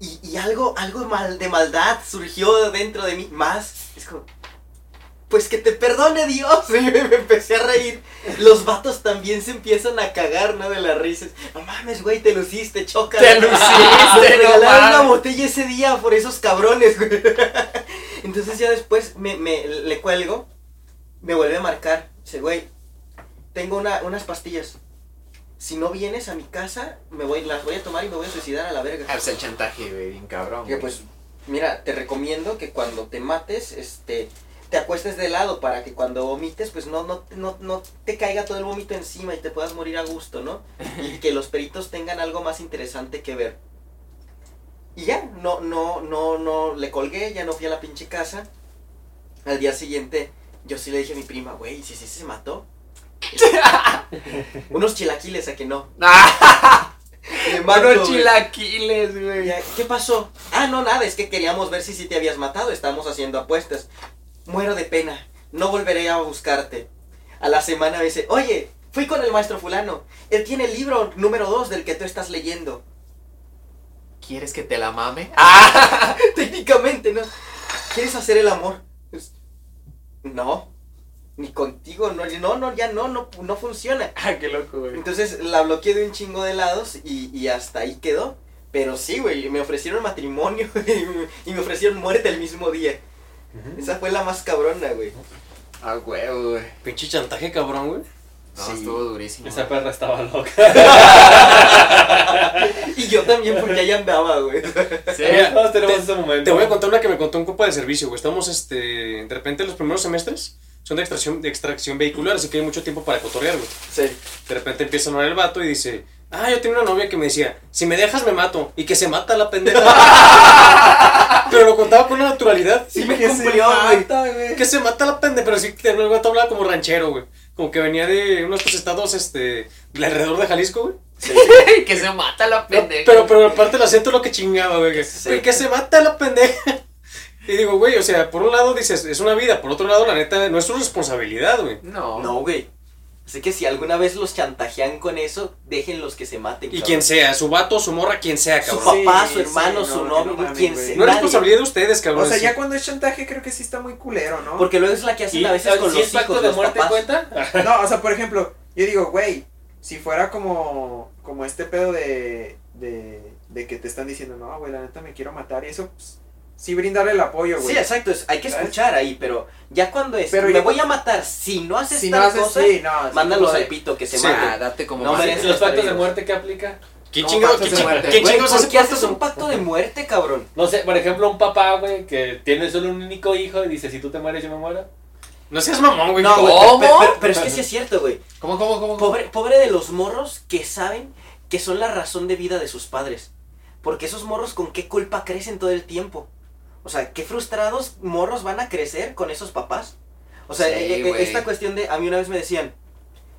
Speaker 5: Y, y algo, algo mal, de maldad surgió dentro de mí, más. Es como, pues que te perdone Dios. Y me empecé a reír. Los vatos también se empiezan a cagar, ¿no? De las risas. No mames, güey, te luciste, choca.
Speaker 3: Te luciste, no
Speaker 5: Me regalaron una
Speaker 3: mames.
Speaker 5: botella ese día por esos cabrones, güey. Entonces ya después me, me- le cuelgo. Me vuelve a marcar. Dice, güey, tengo una, unas pastillas. Si no vienes a mi casa, me voy, las voy a tomar y me voy a suicidar a la verga.
Speaker 2: Ah, pues el chantaje, güey, bien cabrón.
Speaker 5: Que
Speaker 2: güey.
Speaker 5: pues, mira, te recomiendo que cuando te mates, este, te acuestes de lado para que cuando vomites, pues no, no, no, no te caiga todo el vómito encima y te puedas morir a gusto, ¿no? Y que los peritos tengan algo más interesante que ver. Y ya, no, no, no, no, le colgué, ya no fui a la pinche casa. Al día siguiente, yo sí le dije a mi prima, güey, si sí se mató. Unos chilaquiles a que no.
Speaker 3: ¡Ah!
Speaker 5: Y bien
Speaker 3: Mano
Speaker 5: vato, güey.
Speaker 3: chilaquiles, güey.
Speaker 5: Ya, ¿Qué pasó? Ah, no, nada, es que queríamos ver si sí te habías matado. Estábamos haciendo apuestas. Muero de pena. No volveré a buscarte. A la semana me dice, oye, fui con el maestro fulano. Él tiene el libro número 2 del que tú estás leyendo.
Speaker 2: ¿Quieres que te la mame?
Speaker 5: ¡Ah! Técnicamente, ¿no? ¿Quieres hacer el amor? Pues, No. Ni contigo, no, no, no, ya no, no, no funciona.
Speaker 2: Ah, qué loco, güey.
Speaker 5: Entonces la bloqueé de un chingo de lados y, y hasta ahí quedó. Pero sí, güey, me ofrecieron matrimonio güey, y me- y me ofrecieron muerte el mismo día. Esa fue la más cabrona, güey.
Speaker 2: Ah, huevo, güey.
Speaker 1: Pinche chantaje cabrón, güey.
Speaker 2: No,
Speaker 5: Sí.
Speaker 2: estuvo durísimo.
Speaker 7: Esa
Speaker 2: güey.
Speaker 7: perra estaba loca.
Speaker 5: Y yo también porque allá andaba, güey.
Speaker 2: Sí.
Speaker 7: Eh, Mira, todos tenemos ese momento.
Speaker 1: Te voy a contar una que me contó un copa de servicio, güey. Estamos, este, de repente los primeros semestres son de extracción, de extracción vehicular, así que hay mucho tiempo para cotorrear, güey.
Speaker 5: Sí.
Speaker 1: De repente empieza a hablar el vato y dice, ah, yo tenía una novia que me decía, si me dejas me mato, y que se mata la pendeja. pero lo contaba con una naturalidad.
Speaker 5: Sí me cumplió, güey.
Speaker 1: Que se mata la pendeja, pero sí que el vato hablaba como ranchero, güey. Como que venía de unos otros estados, este, de alrededor de Jalisco, güey.
Speaker 2: que se mata la
Speaker 1: No,
Speaker 2: pendeja.
Speaker 1: pero, pero aparte el acento es lo que chingaba, güey. Que,
Speaker 5: Sí.
Speaker 1: güey, que se mata la pendeja. Y digo, güey, o sea, por un lado dices, es una vida, por otro lado, la neta, no es su responsabilidad, güey.
Speaker 2: No.
Speaker 5: No, güey. Así que si alguna vez los chantajean con eso, déjenlos que se maten.
Speaker 1: Y
Speaker 5: cabrón.
Speaker 1: quien sea, su vato, su morra, quien sea,
Speaker 5: Su
Speaker 1: cabrón.
Speaker 2: Sí,
Speaker 5: papá,
Speaker 2: sí,
Speaker 5: su hermano,
Speaker 2: no,
Speaker 5: su
Speaker 2: que
Speaker 5: novio,
Speaker 2: no mames,
Speaker 5: quien
Speaker 2: güey.
Speaker 5: sea.
Speaker 1: no es
Speaker 5: nadie.
Speaker 1: responsabilidad de ustedes, cabrón.
Speaker 2: O sea,
Speaker 1: sí.
Speaker 2: ya cuando es chantaje creo que sí está muy culero, ¿no?
Speaker 5: Porque luego es la que hacen
Speaker 7: ¿Y
Speaker 5: a veces con
Speaker 7: si es
Speaker 5: los
Speaker 7: pacto
Speaker 5: hijos,
Speaker 7: de
Speaker 5: los
Speaker 7: muerte
Speaker 5: papás. Ah,
Speaker 7: cuenta?
Speaker 2: No, o sea, por ejemplo, yo digo, güey, si fuera como, como este pedo de, de, de que te están diciendo, no, güey, la neta me quiero matar y eso, pues, sí brindarle el apoyo, güey.
Speaker 5: Sí, exacto, es- hay que
Speaker 2: ¿Sabes?
Speaker 5: escuchar ahí, pero ya cuando es,
Speaker 2: Pero
Speaker 5: me
Speaker 2: ya-
Speaker 5: voy a matar, si no haces
Speaker 2: si no
Speaker 5: tal
Speaker 2: haces,
Speaker 5: cosa,
Speaker 2: sí, no. sí,
Speaker 5: mándalos
Speaker 2: como de-
Speaker 5: al pito que se
Speaker 1: Sí.
Speaker 5: maten.
Speaker 2: Ah, date como
Speaker 5: No
Speaker 2: madre.
Speaker 5: mereces
Speaker 7: ¿Los pactos de
Speaker 5: Dios.
Speaker 7: muerte qué aplica?
Speaker 1: ¿Qué
Speaker 2: No,
Speaker 1: chingados
Speaker 2: pactos
Speaker 1: qué
Speaker 2: de
Speaker 1: ching-
Speaker 2: muerte.
Speaker 1: qué
Speaker 5: Güey,
Speaker 1: chingados
Speaker 5: ¿por
Speaker 1: hace
Speaker 5: qué
Speaker 1: pactos
Speaker 5: haces
Speaker 1: de-
Speaker 5: un pacto de muerte, cabrón?
Speaker 7: No sé, por ejemplo, un papá, güey, que tiene solo un único hijo y dice, si tú te mueres, yo me muero.
Speaker 1: No seas mamón, güey.
Speaker 5: No, güey,
Speaker 1: ¿Cómo?
Speaker 5: pero, pero- pero- pero es que sí es cierto, güey.
Speaker 2: ¿Cómo, cómo, cómo? cómo?
Speaker 5: Pobre, pobre de los morros que saben que son la razón de vida de sus padres. Porque esos morros con qué culpa crecen todo el tiempo. O sea, qué frustrados morros van a crecer con esos papás. O sea,
Speaker 2: Sí,
Speaker 5: eh, eh,
Speaker 2: güey.
Speaker 5: esta cuestión de, a mí una vez me decían,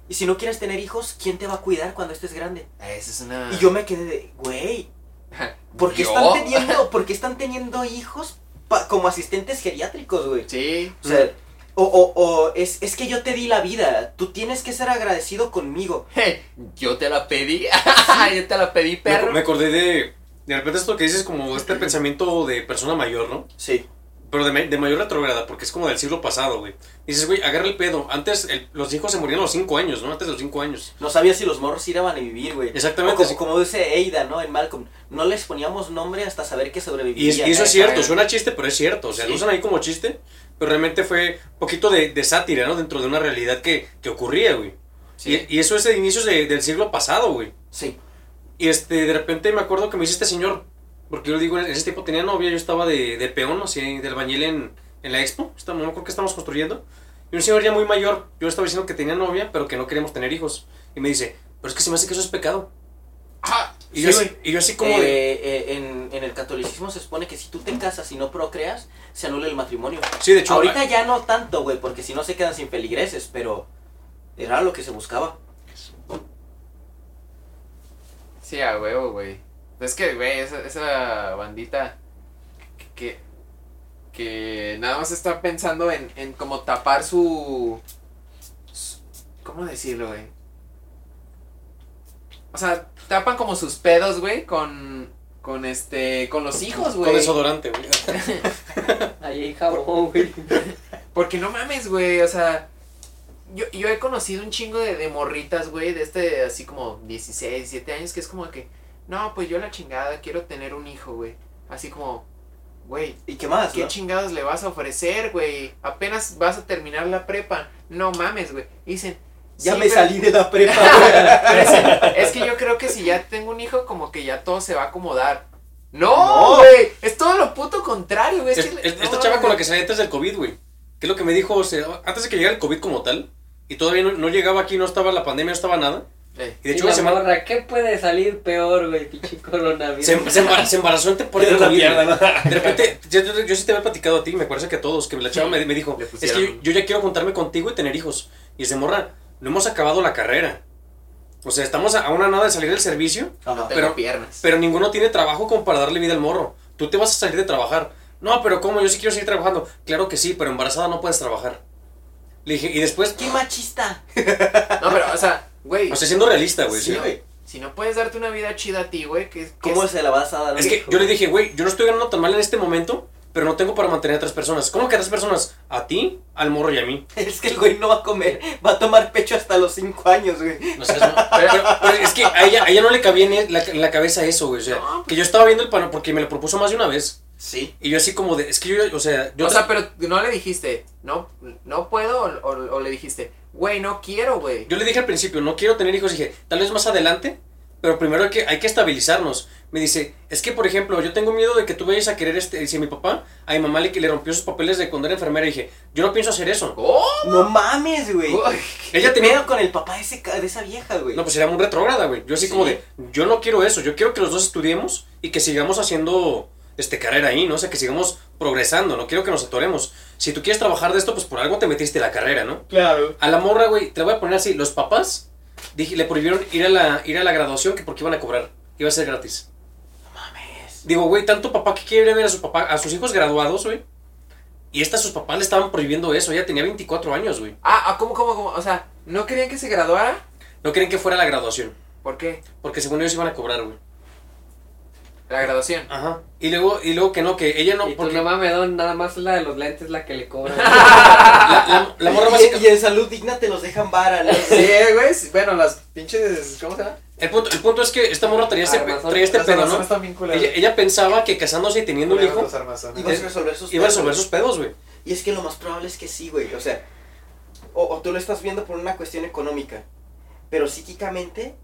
Speaker 5: y si no quieres tener hijos, ¿quién te va a cuidar cuando estés grande?
Speaker 2: Ah, Esa es una...
Speaker 5: Y yo me quedé de, güey, ¿por qué
Speaker 2: ¿Yo?
Speaker 5: están teniendo, por qué están teniendo hijos pa- como asistentes geriátricos, güey?
Speaker 2: Sí.
Speaker 5: O sea, o, o, o es, es que yo te di la vida, tú tienes que ser agradecido conmigo.
Speaker 2: Yo te la pedí. yo te la pedí,
Speaker 1: Me,
Speaker 2: perro.
Speaker 1: me acordé de. De repente esto que dices como este pensamiento de persona mayor, ¿no?
Speaker 5: Sí.
Speaker 1: Pero de, ma- de mayor retrograda, porque es como del siglo pasado, güey. Dices, güey, agarra el pedo. Antes el- los hijos se morían a los 5 años, ¿no? Antes de los 5 años.
Speaker 5: No sabía si los morros sí iban a vivir, güey. O
Speaker 1: Exactamente.
Speaker 5: Como, como dice Eida, ¿no? En Malcolm, no les poníamos nombre hasta saber
Speaker 1: Y,
Speaker 5: que
Speaker 1: es-
Speaker 5: sobrevivían.
Speaker 1: y eso es
Speaker 2: eh,
Speaker 1: cierto,
Speaker 2: cabrón.
Speaker 1: suena chiste, pero es cierto. O sea,
Speaker 5: Sí.
Speaker 1: lo usan ahí como chiste, pero realmente fue un poquito de, de sátira, ¿no? Dentro de una realidad que, que ocurría, güey.
Speaker 2: Sí.
Speaker 1: Y, y eso es de inicios de- del siglo pasado, güey.
Speaker 5: Sí.
Speaker 1: Y este, de repente me acuerdo que me hiciste señor, porque yo digo, ese tipo tenía novia, yo estaba de, de peón, así, del bañil en, en la expo, estamos, no me acuerdo que estábamos construyendo, y un señor ya muy mayor, yo le estaba diciendo que tenía novia, pero que no queríamos tener hijos, y me dice, pero es que se me hace que eso es pecado. y,
Speaker 5: sí,
Speaker 1: yo, así-
Speaker 5: güey.
Speaker 1: y yo así como
Speaker 5: Eh,
Speaker 1: de,
Speaker 5: eh, en, en el catolicismo se supone que si tú te casas y no procreas, se anula el matrimonio.
Speaker 1: sí, de hecho,
Speaker 5: Ahorita ya no tanto, güey, porque si no se quedan sin feligreses, pero era lo que se buscaba.
Speaker 2: Sí, a huevo, güey. Es que, güey, esa, esa bandita que, que nada más está pensando en, en como tapar su, su- ¿Cómo decirlo, güey? O sea, tapan como sus pedos, güey, con... Con este... Con los hijos,
Speaker 1: con
Speaker 2: güey.
Speaker 1: desodorante, güey.
Speaker 3: Ahí hay jabón, güey.
Speaker 2: Porque no mames, güey, o sea, yo, yo he conocido un chingo de, de morritas, güey, de este, así como 16, 17 años, que es como que, no, pues yo la chingada, quiero tener un hijo, güey. Así como, güey,
Speaker 5: ¿Y qué más,
Speaker 2: ¿qué
Speaker 5: no?
Speaker 2: chingados le vas a ofrecer, güey? Apenas vas a terminar la prepa, no mames, güey. Y Dicen,
Speaker 5: Ya
Speaker 2: "Sí,
Speaker 5: me
Speaker 2: pero-
Speaker 5: salí de la prepa, güey.
Speaker 2: pero dicen, es que yo creo que si ya tengo un hijo, como que ya todo se va a acomodar.
Speaker 5: No.
Speaker 2: No, güey, es todo lo puto contrario, güey. es
Speaker 1: Es-
Speaker 2: que le-
Speaker 1: es- Este, esta
Speaker 2: no,
Speaker 1: chava con la
Speaker 2: güey.
Speaker 1: que salí antes del COVID, güey. Que es lo que me dijo, o sea, antes de que llegara el COVID como tal, y todavía no, no llegaba aquí, no estaba la pandemia, no estaba nada.
Speaker 2: Eh,
Speaker 1: Y de
Speaker 3: Y
Speaker 1: hecho,
Speaker 3: la
Speaker 1: una semana
Speaker 3: morra, ¿qué puede salir peor, güey? Pinche coronavirus.
Speaker 1: se, se embar- se embarazó en temporada de
Speaker 7: Era la
Speaker 1: COVID, güey.
Speaker 7: mierda, ¿no?
Speaker 1: De repente, yo, yo- yo sí te había platicado a ti, me parece que a todos, que la chava me, me dijo,
Speaker 2: Le
Speaker 1: es
Speaker 2: pusieron-
Speaker 1: que yo, yo ya quiero juntarme contigo y tener hijos. Y dice, morra, no hemos acabado la carrera. O sea, estamos a a una nada de salir del servicio,
Speaker 2: No tengo
Speaker 1: pero-
Speaker 2: piernas.
Speaker 1: pero ninguno tiene trabajo como para darle vida al morro. Tú te vas a salir de trabajar. No, pero ¿cómo? Yo sí quiero seguir trabajando. Claro que sí, pero embarazada no puedes trabajar. Le dije, y después,
Speaker 13: ¡Qué machista!
Speaker 2: No, pero, o sea, güey.
Speaker 1: o sea, siendo realista, güey.
Speaker 2: si,
Speaker 1: ¿sí?
Speaker 2: no, si no puedes darte una vida chida a ti, güey, que,
Speaker 13: ¿Cómo se la vas a dar?
Speaker 1: Es que yo le dije, güey, yo no estoy ganando tan mal en este momento, pero no tengo para mantener a tres personas. ¿Cómo que a tres personas? A ti, al morro y a mí.
Speaker 13: Es que el güey no va a comer, va a tomar pecho hasta los 5 años, güey.
Speaker 1: No seas ma- pero, pero- pero es que a ella, a ella no le cabía en el- la- en la cabeza eso, güey. O sea,
Speaker 2: No, pues-
Speaker 1: que yo estaba viendo el pano porque me lo propuso más de una vez.
Speaker 2: Sí.
Speaker 1: Y yo así como de, es que yo, o sea, yo...
Speaker 2: o
Speaker 1: tra-
Speaker 2: sea, pero no le dijiste, no, no puedo, o, o- o le dijiste, güey, no quiero, güey.
Speaker 1: Yo le dije al principio, no quiero tener hijos, dije, tal vez más adelante, pero primero hay que, hay que estabilizarnos. Me dice, es que por ejemplo, yo tengo miedo de que tú vayas a querer este, dice mi papá, a mi mamá le, le rompió sus papeles de cuando era enfermera, y dije, yo no pienso hacer eso.
Speaker 2: ¡Oh!
Speaker 13: No mames, güey.
Speaker 2: Güey.
Speaker 1: Ella
Speaker 13: ¿Qué
Speaker 1: tenía...
Speaker 13: pedo con el papá de, ese ca- de esa vieja, güey?
Speaker 1: No, pues era muy retrógrada, güey. Yo así como
Speaker 2: Sí.
Speaker 1: de, yo no quiero eso, yo quiero que los dos estudiemos y que sigamos haciendo este carrera ahí, ¿no? O sea, que sigamos progresando, no quiero que nos atoremos. Si tú quieres trabajar de esto, pues por algo te metiste a la carrera, ¿no?
Speaker 2: Claro.
Speaker 1: A la morra, güey, te la voy a poner así, los papás dije, le prohibieron ir a la ir a la graduación que porque iban a cobrar, iba a ser gratis. No mames. Digo, güey, tanto papá que quiere ver a su papá, a sus hijos graduados, güey. Y estas sus papás le estaban prohibiendo eso, ella tenía 24 años, güey.
Speaker 2: Ah, ah, ¿cómo, cómo, cómo? O sea, ¿no querían que se graduara?
Speaker 1: No quieren que fuera a la graduación,
Speaker 2: ¿Por qué?
Speaker 1: porque según ellos iban a cobrar, güey.
Speaker 2: La graduación.
Speaker 1: Ajá. Y luego, y luego que no, que ella no.
Speaker 3: Y tú
Speaker 1: porque Ah,
Speaker 3: no mames, don, nada más la de los lentes es la que le cobran.
Speaker 1: la, la- la morra
Speaker 5: Y,
Speaker 1: básica.
Speaker 5: y en salud digna te los dejan vara, ¿no?
Speaker 2: Sí, güey. sí, Bueno, las pinches. ¿Cómo se llama?
Speaker 1: El punto, el punto es que esta morra traía, este,
Speaker 3: Armazón.
Speaker 1: traía este
Speaker 2: Las
Speaker 1: pedo,
Speaker 2: armazones
Speaker 1: ¿no?
Speaker 2: están bien culeras.
Speaker 1: Ella, ella pensaba que casándose y teniendo un
Speaker 2: Culeras
Speaker 1: hijo
Speaker 2: los armazones.
Speaker 5: Ibas a resolver
Speaker 1: iba
Speaker 5: sus
Speaker 1: eh, a
Speaker 5: pedos.
Speaker 1: resolver sus pedos, güey.
Speaker 5: Y es que lo más probable es que sí, güey. O sea, o, o tú lo estás viendo por una cuestión económica. Pero psíquicamente,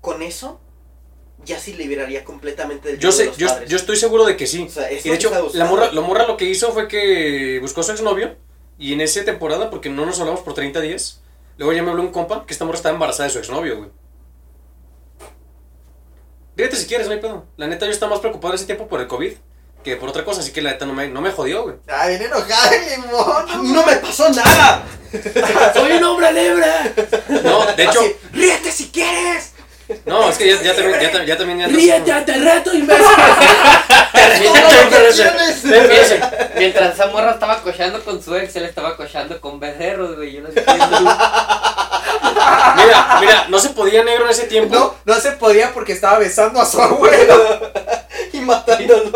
Speaker 5: con eso, ya se liberaría completamente del
Speaker 1: Yo
Speaker 5: yugo de
Speaker 1: sé,
Speaker 5: los
Speaker 1: yo,
Speaker 5: padres.
Speaker 1: yo estoy seguro de que sí.
Speaker 5: O sea, es
Speaker 1: Y
Speaker 5: lo
Speaker 1: de
Speaker 5: que está
Speaker 1: hecho, la
Speaker 5: buscando.
Speaker 1: morra, la morra lo que hizo fue que buscó a su exnovio y en esa temporada, porque no nos hablamos por 30 días, luego ya me habló un compa que esta morra estaba embarazada de su exnovio, güey. Dígate si quieres, no hay pedo. La neta, yo estaba más preocupado en ese tiempo por el COVID que por otra cosa, así que la neta no me, no me jodió, güey.
Speaker 2: Ah, viene enojada el limón.
Speaker 5: ¡A mí no me pasó nada!
Speaker 2: ¡Soy un hombre libre!
Speaker 1: No, de hecho,
Speaker 5: Así,
Speaker 2: ¡Ríete si quieres!
Speaker 1: no, es que ya, ya también, ya, ta- ya también ya
Speaker 2: ante el rato, imbécil!
Speaker 5: ¡Todo lo que
Speaker 1: Espérense,
Speaker 5: tienes!
Speaker 1: espérense.
Speaker 3: Mientras esa morra estaba cochando con su ex, él estaba cochando con becerros, güey. Yo no entiendo.
Speaker 1: Mira, mira, no se podía negro en ese tiempo.
Speaker 2: No, no se podía porque estaba besando a su abuelo.
Speaker 5: Y matándolo.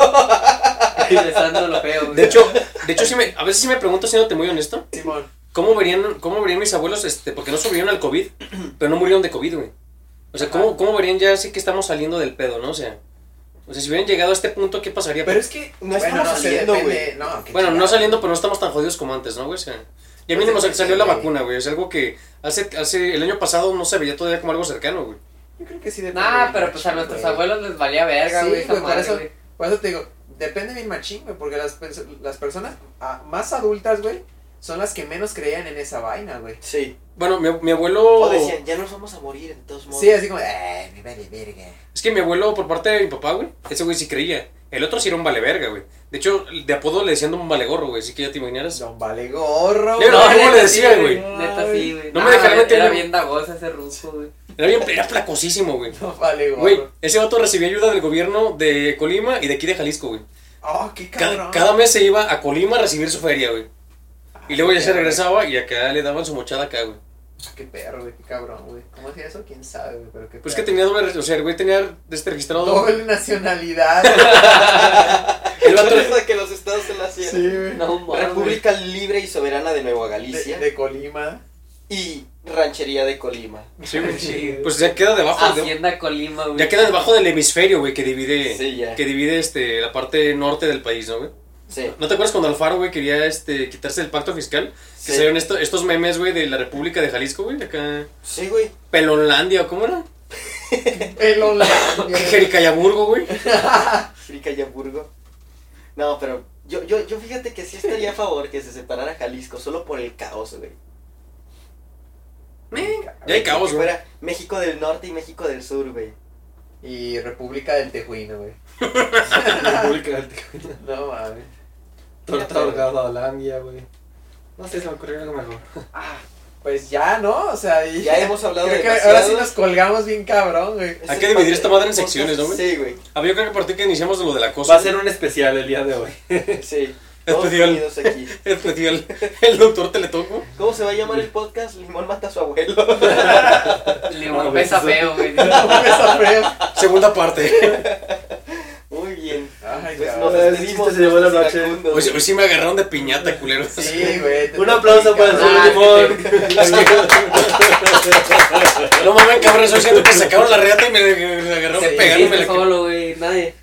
Speaker 3: Estoy besando lo feo, güey.
Speaker 1: De hecho, de hecho sí me, a veces sí me pregunto, siéndote muy honesto,
Speaker 2: Simón.
Speaker 1: ¿Cómo verían, cómo verían mis abuelos? Este, porque no sobrevivieron al COVID, pero no murieron de COVID, güey. O sea, ¿cómo, ¿cómo verían ya así que estamos saliendo del pedo, no? O sea, o sea, si hubieran llegado a este punto, ¿qué pasaría?
Speaker 5: Pero es que no
Speaker 2: Bueno,
Speaker 5: estamos
Speaker 2: no sé,
Speaker 5: saliendo,
Speaker 2: depende.
Speaker 5: güey.
Speaker 2: No, qué
Speaker 1: bueno, no
Speaker 2: chingada.
Speaker 1: saliendo, pero no estamos tan jodidos como antes, ¿no, güey? O sea, ya
Speaker 2: Pues
Speaker 1: mínimo
Speaker 2: es que
Speaker 1: salió
Speaker 2: sí,
Speaker 1: la
Speaker 2: güey.
Speaker 1: vacuna, güey. Es algo que hace, hace el año pasado no se veía todavía como algo cercano, güey.
Speaker 2: Yo creo que sí depende.
Speaker 3: Nah,
Speaker 2: bien
Speaker 3: pero pues a
Speaker 2: machín,
Speaker 3: nuestros
Speaker 2: güey.
Speaker 3: abuelos les valía verga,
Speaker 2: Sí,
Speaker 3: güey. esa
Speaker 2: güey, por
Speaker 3: madre,
Speaker 2: eso-
Speaker 3: güey.
Speaker 2: Por eso te digo, depende bien machín, güey, porque las, perso- las personas ah, más adultas, güey, son las que menos creían en esa vaina, güey.
Speaker 5: Sí.
Speaker 1: Bueno, mi, mi abuelo...
Speaker 5: O decían, ya nos vamos a morir, de todos modos.
Speaker 2: Sí, así como, eh, me vale verga.
Speaker 1: Es que mi abuelo, por parte de mi papá, güey, ese güey sí creía. El otro sí era un vale verga, güey. De hecho, de apodo le decían un vale gorro, güey. Así que ya te imaginarás.
Speaker 2: Don vale gorro,
Speaker 1: Mira,
Speaker 2: güey.
Speaker 1: ¿cómo le
Speaker 3: neta,
Speaker 1: decían,
Speaker 3: sí,
Speaker 1: güey?
Speaker 3: Neta, sí, güey.
Speaker 1: No me
Speaker 3: Nah,
Speaker 1: dejaron
Speaker 3: era- Era
Speaker 1: meter-
Speaker 3: bien dagoso ese ruso, güey.
Speaker 1: Era, bien, era flacosísimo, güey.
Speaker 2: Don vale gorro.
Speaker 1: Güey, ese vato recibía ayuda del gobierno de Colima y de aquí de Jalisco, güey.
Speaker 2: Oh, qué
Speaker 1: Ca-
Speaker 2: cabrón.
Speaker 1: cada mes se iba a Colima a recibir su feria, güey. Y luego Ah, ya se regresaba y acá le daban su mochada acá, güey.
Speaker 2: Qué perro, güey, qué cabrón, güey. ¿Cómo hacía eso? ¿Quién sabe, güey? Pero qué
Speaker 1: Pues que
Speaker 2: perro.
Speaker 1: tenía doble, o sea, el güey tenía este registrado.
Speaker 2: Doble nacionalidad. güey.
Speaker 1: El vato,
Speaker 5: Es la que los estados se la hacían. "Ah,
Speaker 2: sí, güey.
Speaker 3: No, mames.
Speaker 5: República Libre y Soberana de Nueva Galicia
Speaker 2: De, de Colima.
Speaker 5: y Ranchería de Colima.
Speaker 1: sí, güey, sí. Pues ya queda debajo de,
Speaker 3: Hacienda Colima, güey.
Speaker 1: ya queda debajo del hemisferio, güey, que divide
Speaker 5: Sí, ya.
Speaker 1: que divide este la parte norte del país, ¿no, güey?
Speaker 5: Sí.
Speaker 1: ¿No te acuerdas cuando Alfaro, güey, quería este quitarse el pacto fiscal? Que
Speaker 5: Sí.
Speaker 1: salieron esto- estos memes, güey, de la República de Jalisco, güey, acá
Speaker 5: Sí, güey.
Speaker 1: Pelonlandia, ¿o ¿cómo era?
Speaker 2: Pelolandia.
Speaker 1: Jericayaburgo, güey.
Speaker 5: Fricayaburgo. No, pero yo, yo, yo fíjate que sí estaría a favor que se separara Jalisco solo por el caos, güey.
Speaker 1: Ya hay caos,
Speaker 5: que
Speaker 1: güey.
Speaker 5: fuera México del Norte y México del Sur, güey.
Speaker 2: Y República del Tejuino, güey.
Speaker 7: República del
Speaker 2: No mames.
Speaker 7: Torta ahogada Holandia, güey. No sé, se me ocurrió algo mejor.
Speaker 10: Pues ya, ¿no? O sea, y-
Speaker 5: Ya hemos hablado
Speaker 10: creo
Speaker 5: de
Speaker 10: que ahora sí
Speaker 5: demasiado.
Speaker 10: nos colgamos bien cabrón, güey.
Speaker 5: Ese
Speaker 1: Hay que dividir
Speaker 5: es parte
Speaker 1: esta madre en
Speaker 5: del podcast.
Speaker 1: secciones, ¿no, güey?
Speaker 5: Sí, güey.
Speaker 1: A ver, yo creo que a partir que iniciamos de lo de la cosa.
Speaker 7: Va a ser un especial el día de hoy.
Speaker 5: Sí. Todos
Speaker 1: especial.
Speaker 5: unidos aquí.
Speaker 1: Especial. Este El doctor Teletoco.
Speaker 5: ¿Cómo se va a llamar el podcast? Limón mata a su abuelo.
Speaker 3: Limón pesa feo, güey.
Speaker 10: Está feo.
Speaker 1: Segunda parte.
Speaker 5: Muy bien.
Speaker 10: Ay,
Speaker 5: Pues nos
Speaker 10: cabrón.
Speaker 7: el
Speaker 5: despedimos
Speaker 7: Ah, chiste se llevó la
Speaker 5: de estos
Speaker 7: noche.
Speaker 5: iracundos,
Speaker 1: Hoy, sí-
Speaker 5: güey.
Speaker 1: hoy sí me agarraron de piñata, culeros.
Speaker 10: Sí, güey. te-
Speaker 7: Un aplauso para el
Speaker 10: cabrón.
Speaker 3: Ah,
Speaker 7: señor
Speaker 3: sí,
Speaker 7: Limón.
Speaker 1: No mames, cabrones, hoy siento que sacaron la reata y me, me agarraron
Speaker 3: Se
Speaker 1: pegándome
Speaker 3: hiciste
Speaker 1: la
Speaker 3: solo, güey. Nadie,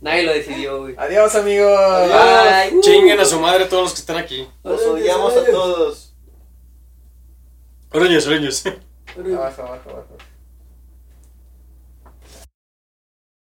Speaker 3: nadie lo decidió, güey.
Speaker 10: Adiós, amigos.
Speaker 3: Bye.
Speaker 1: Chinguen a su madre todos los que están aquí.
Speaker 5: Los odiamos a todos.
Speaker 1: Oreños, oreños.
Speaker 10: Abajo, abajo, abajo.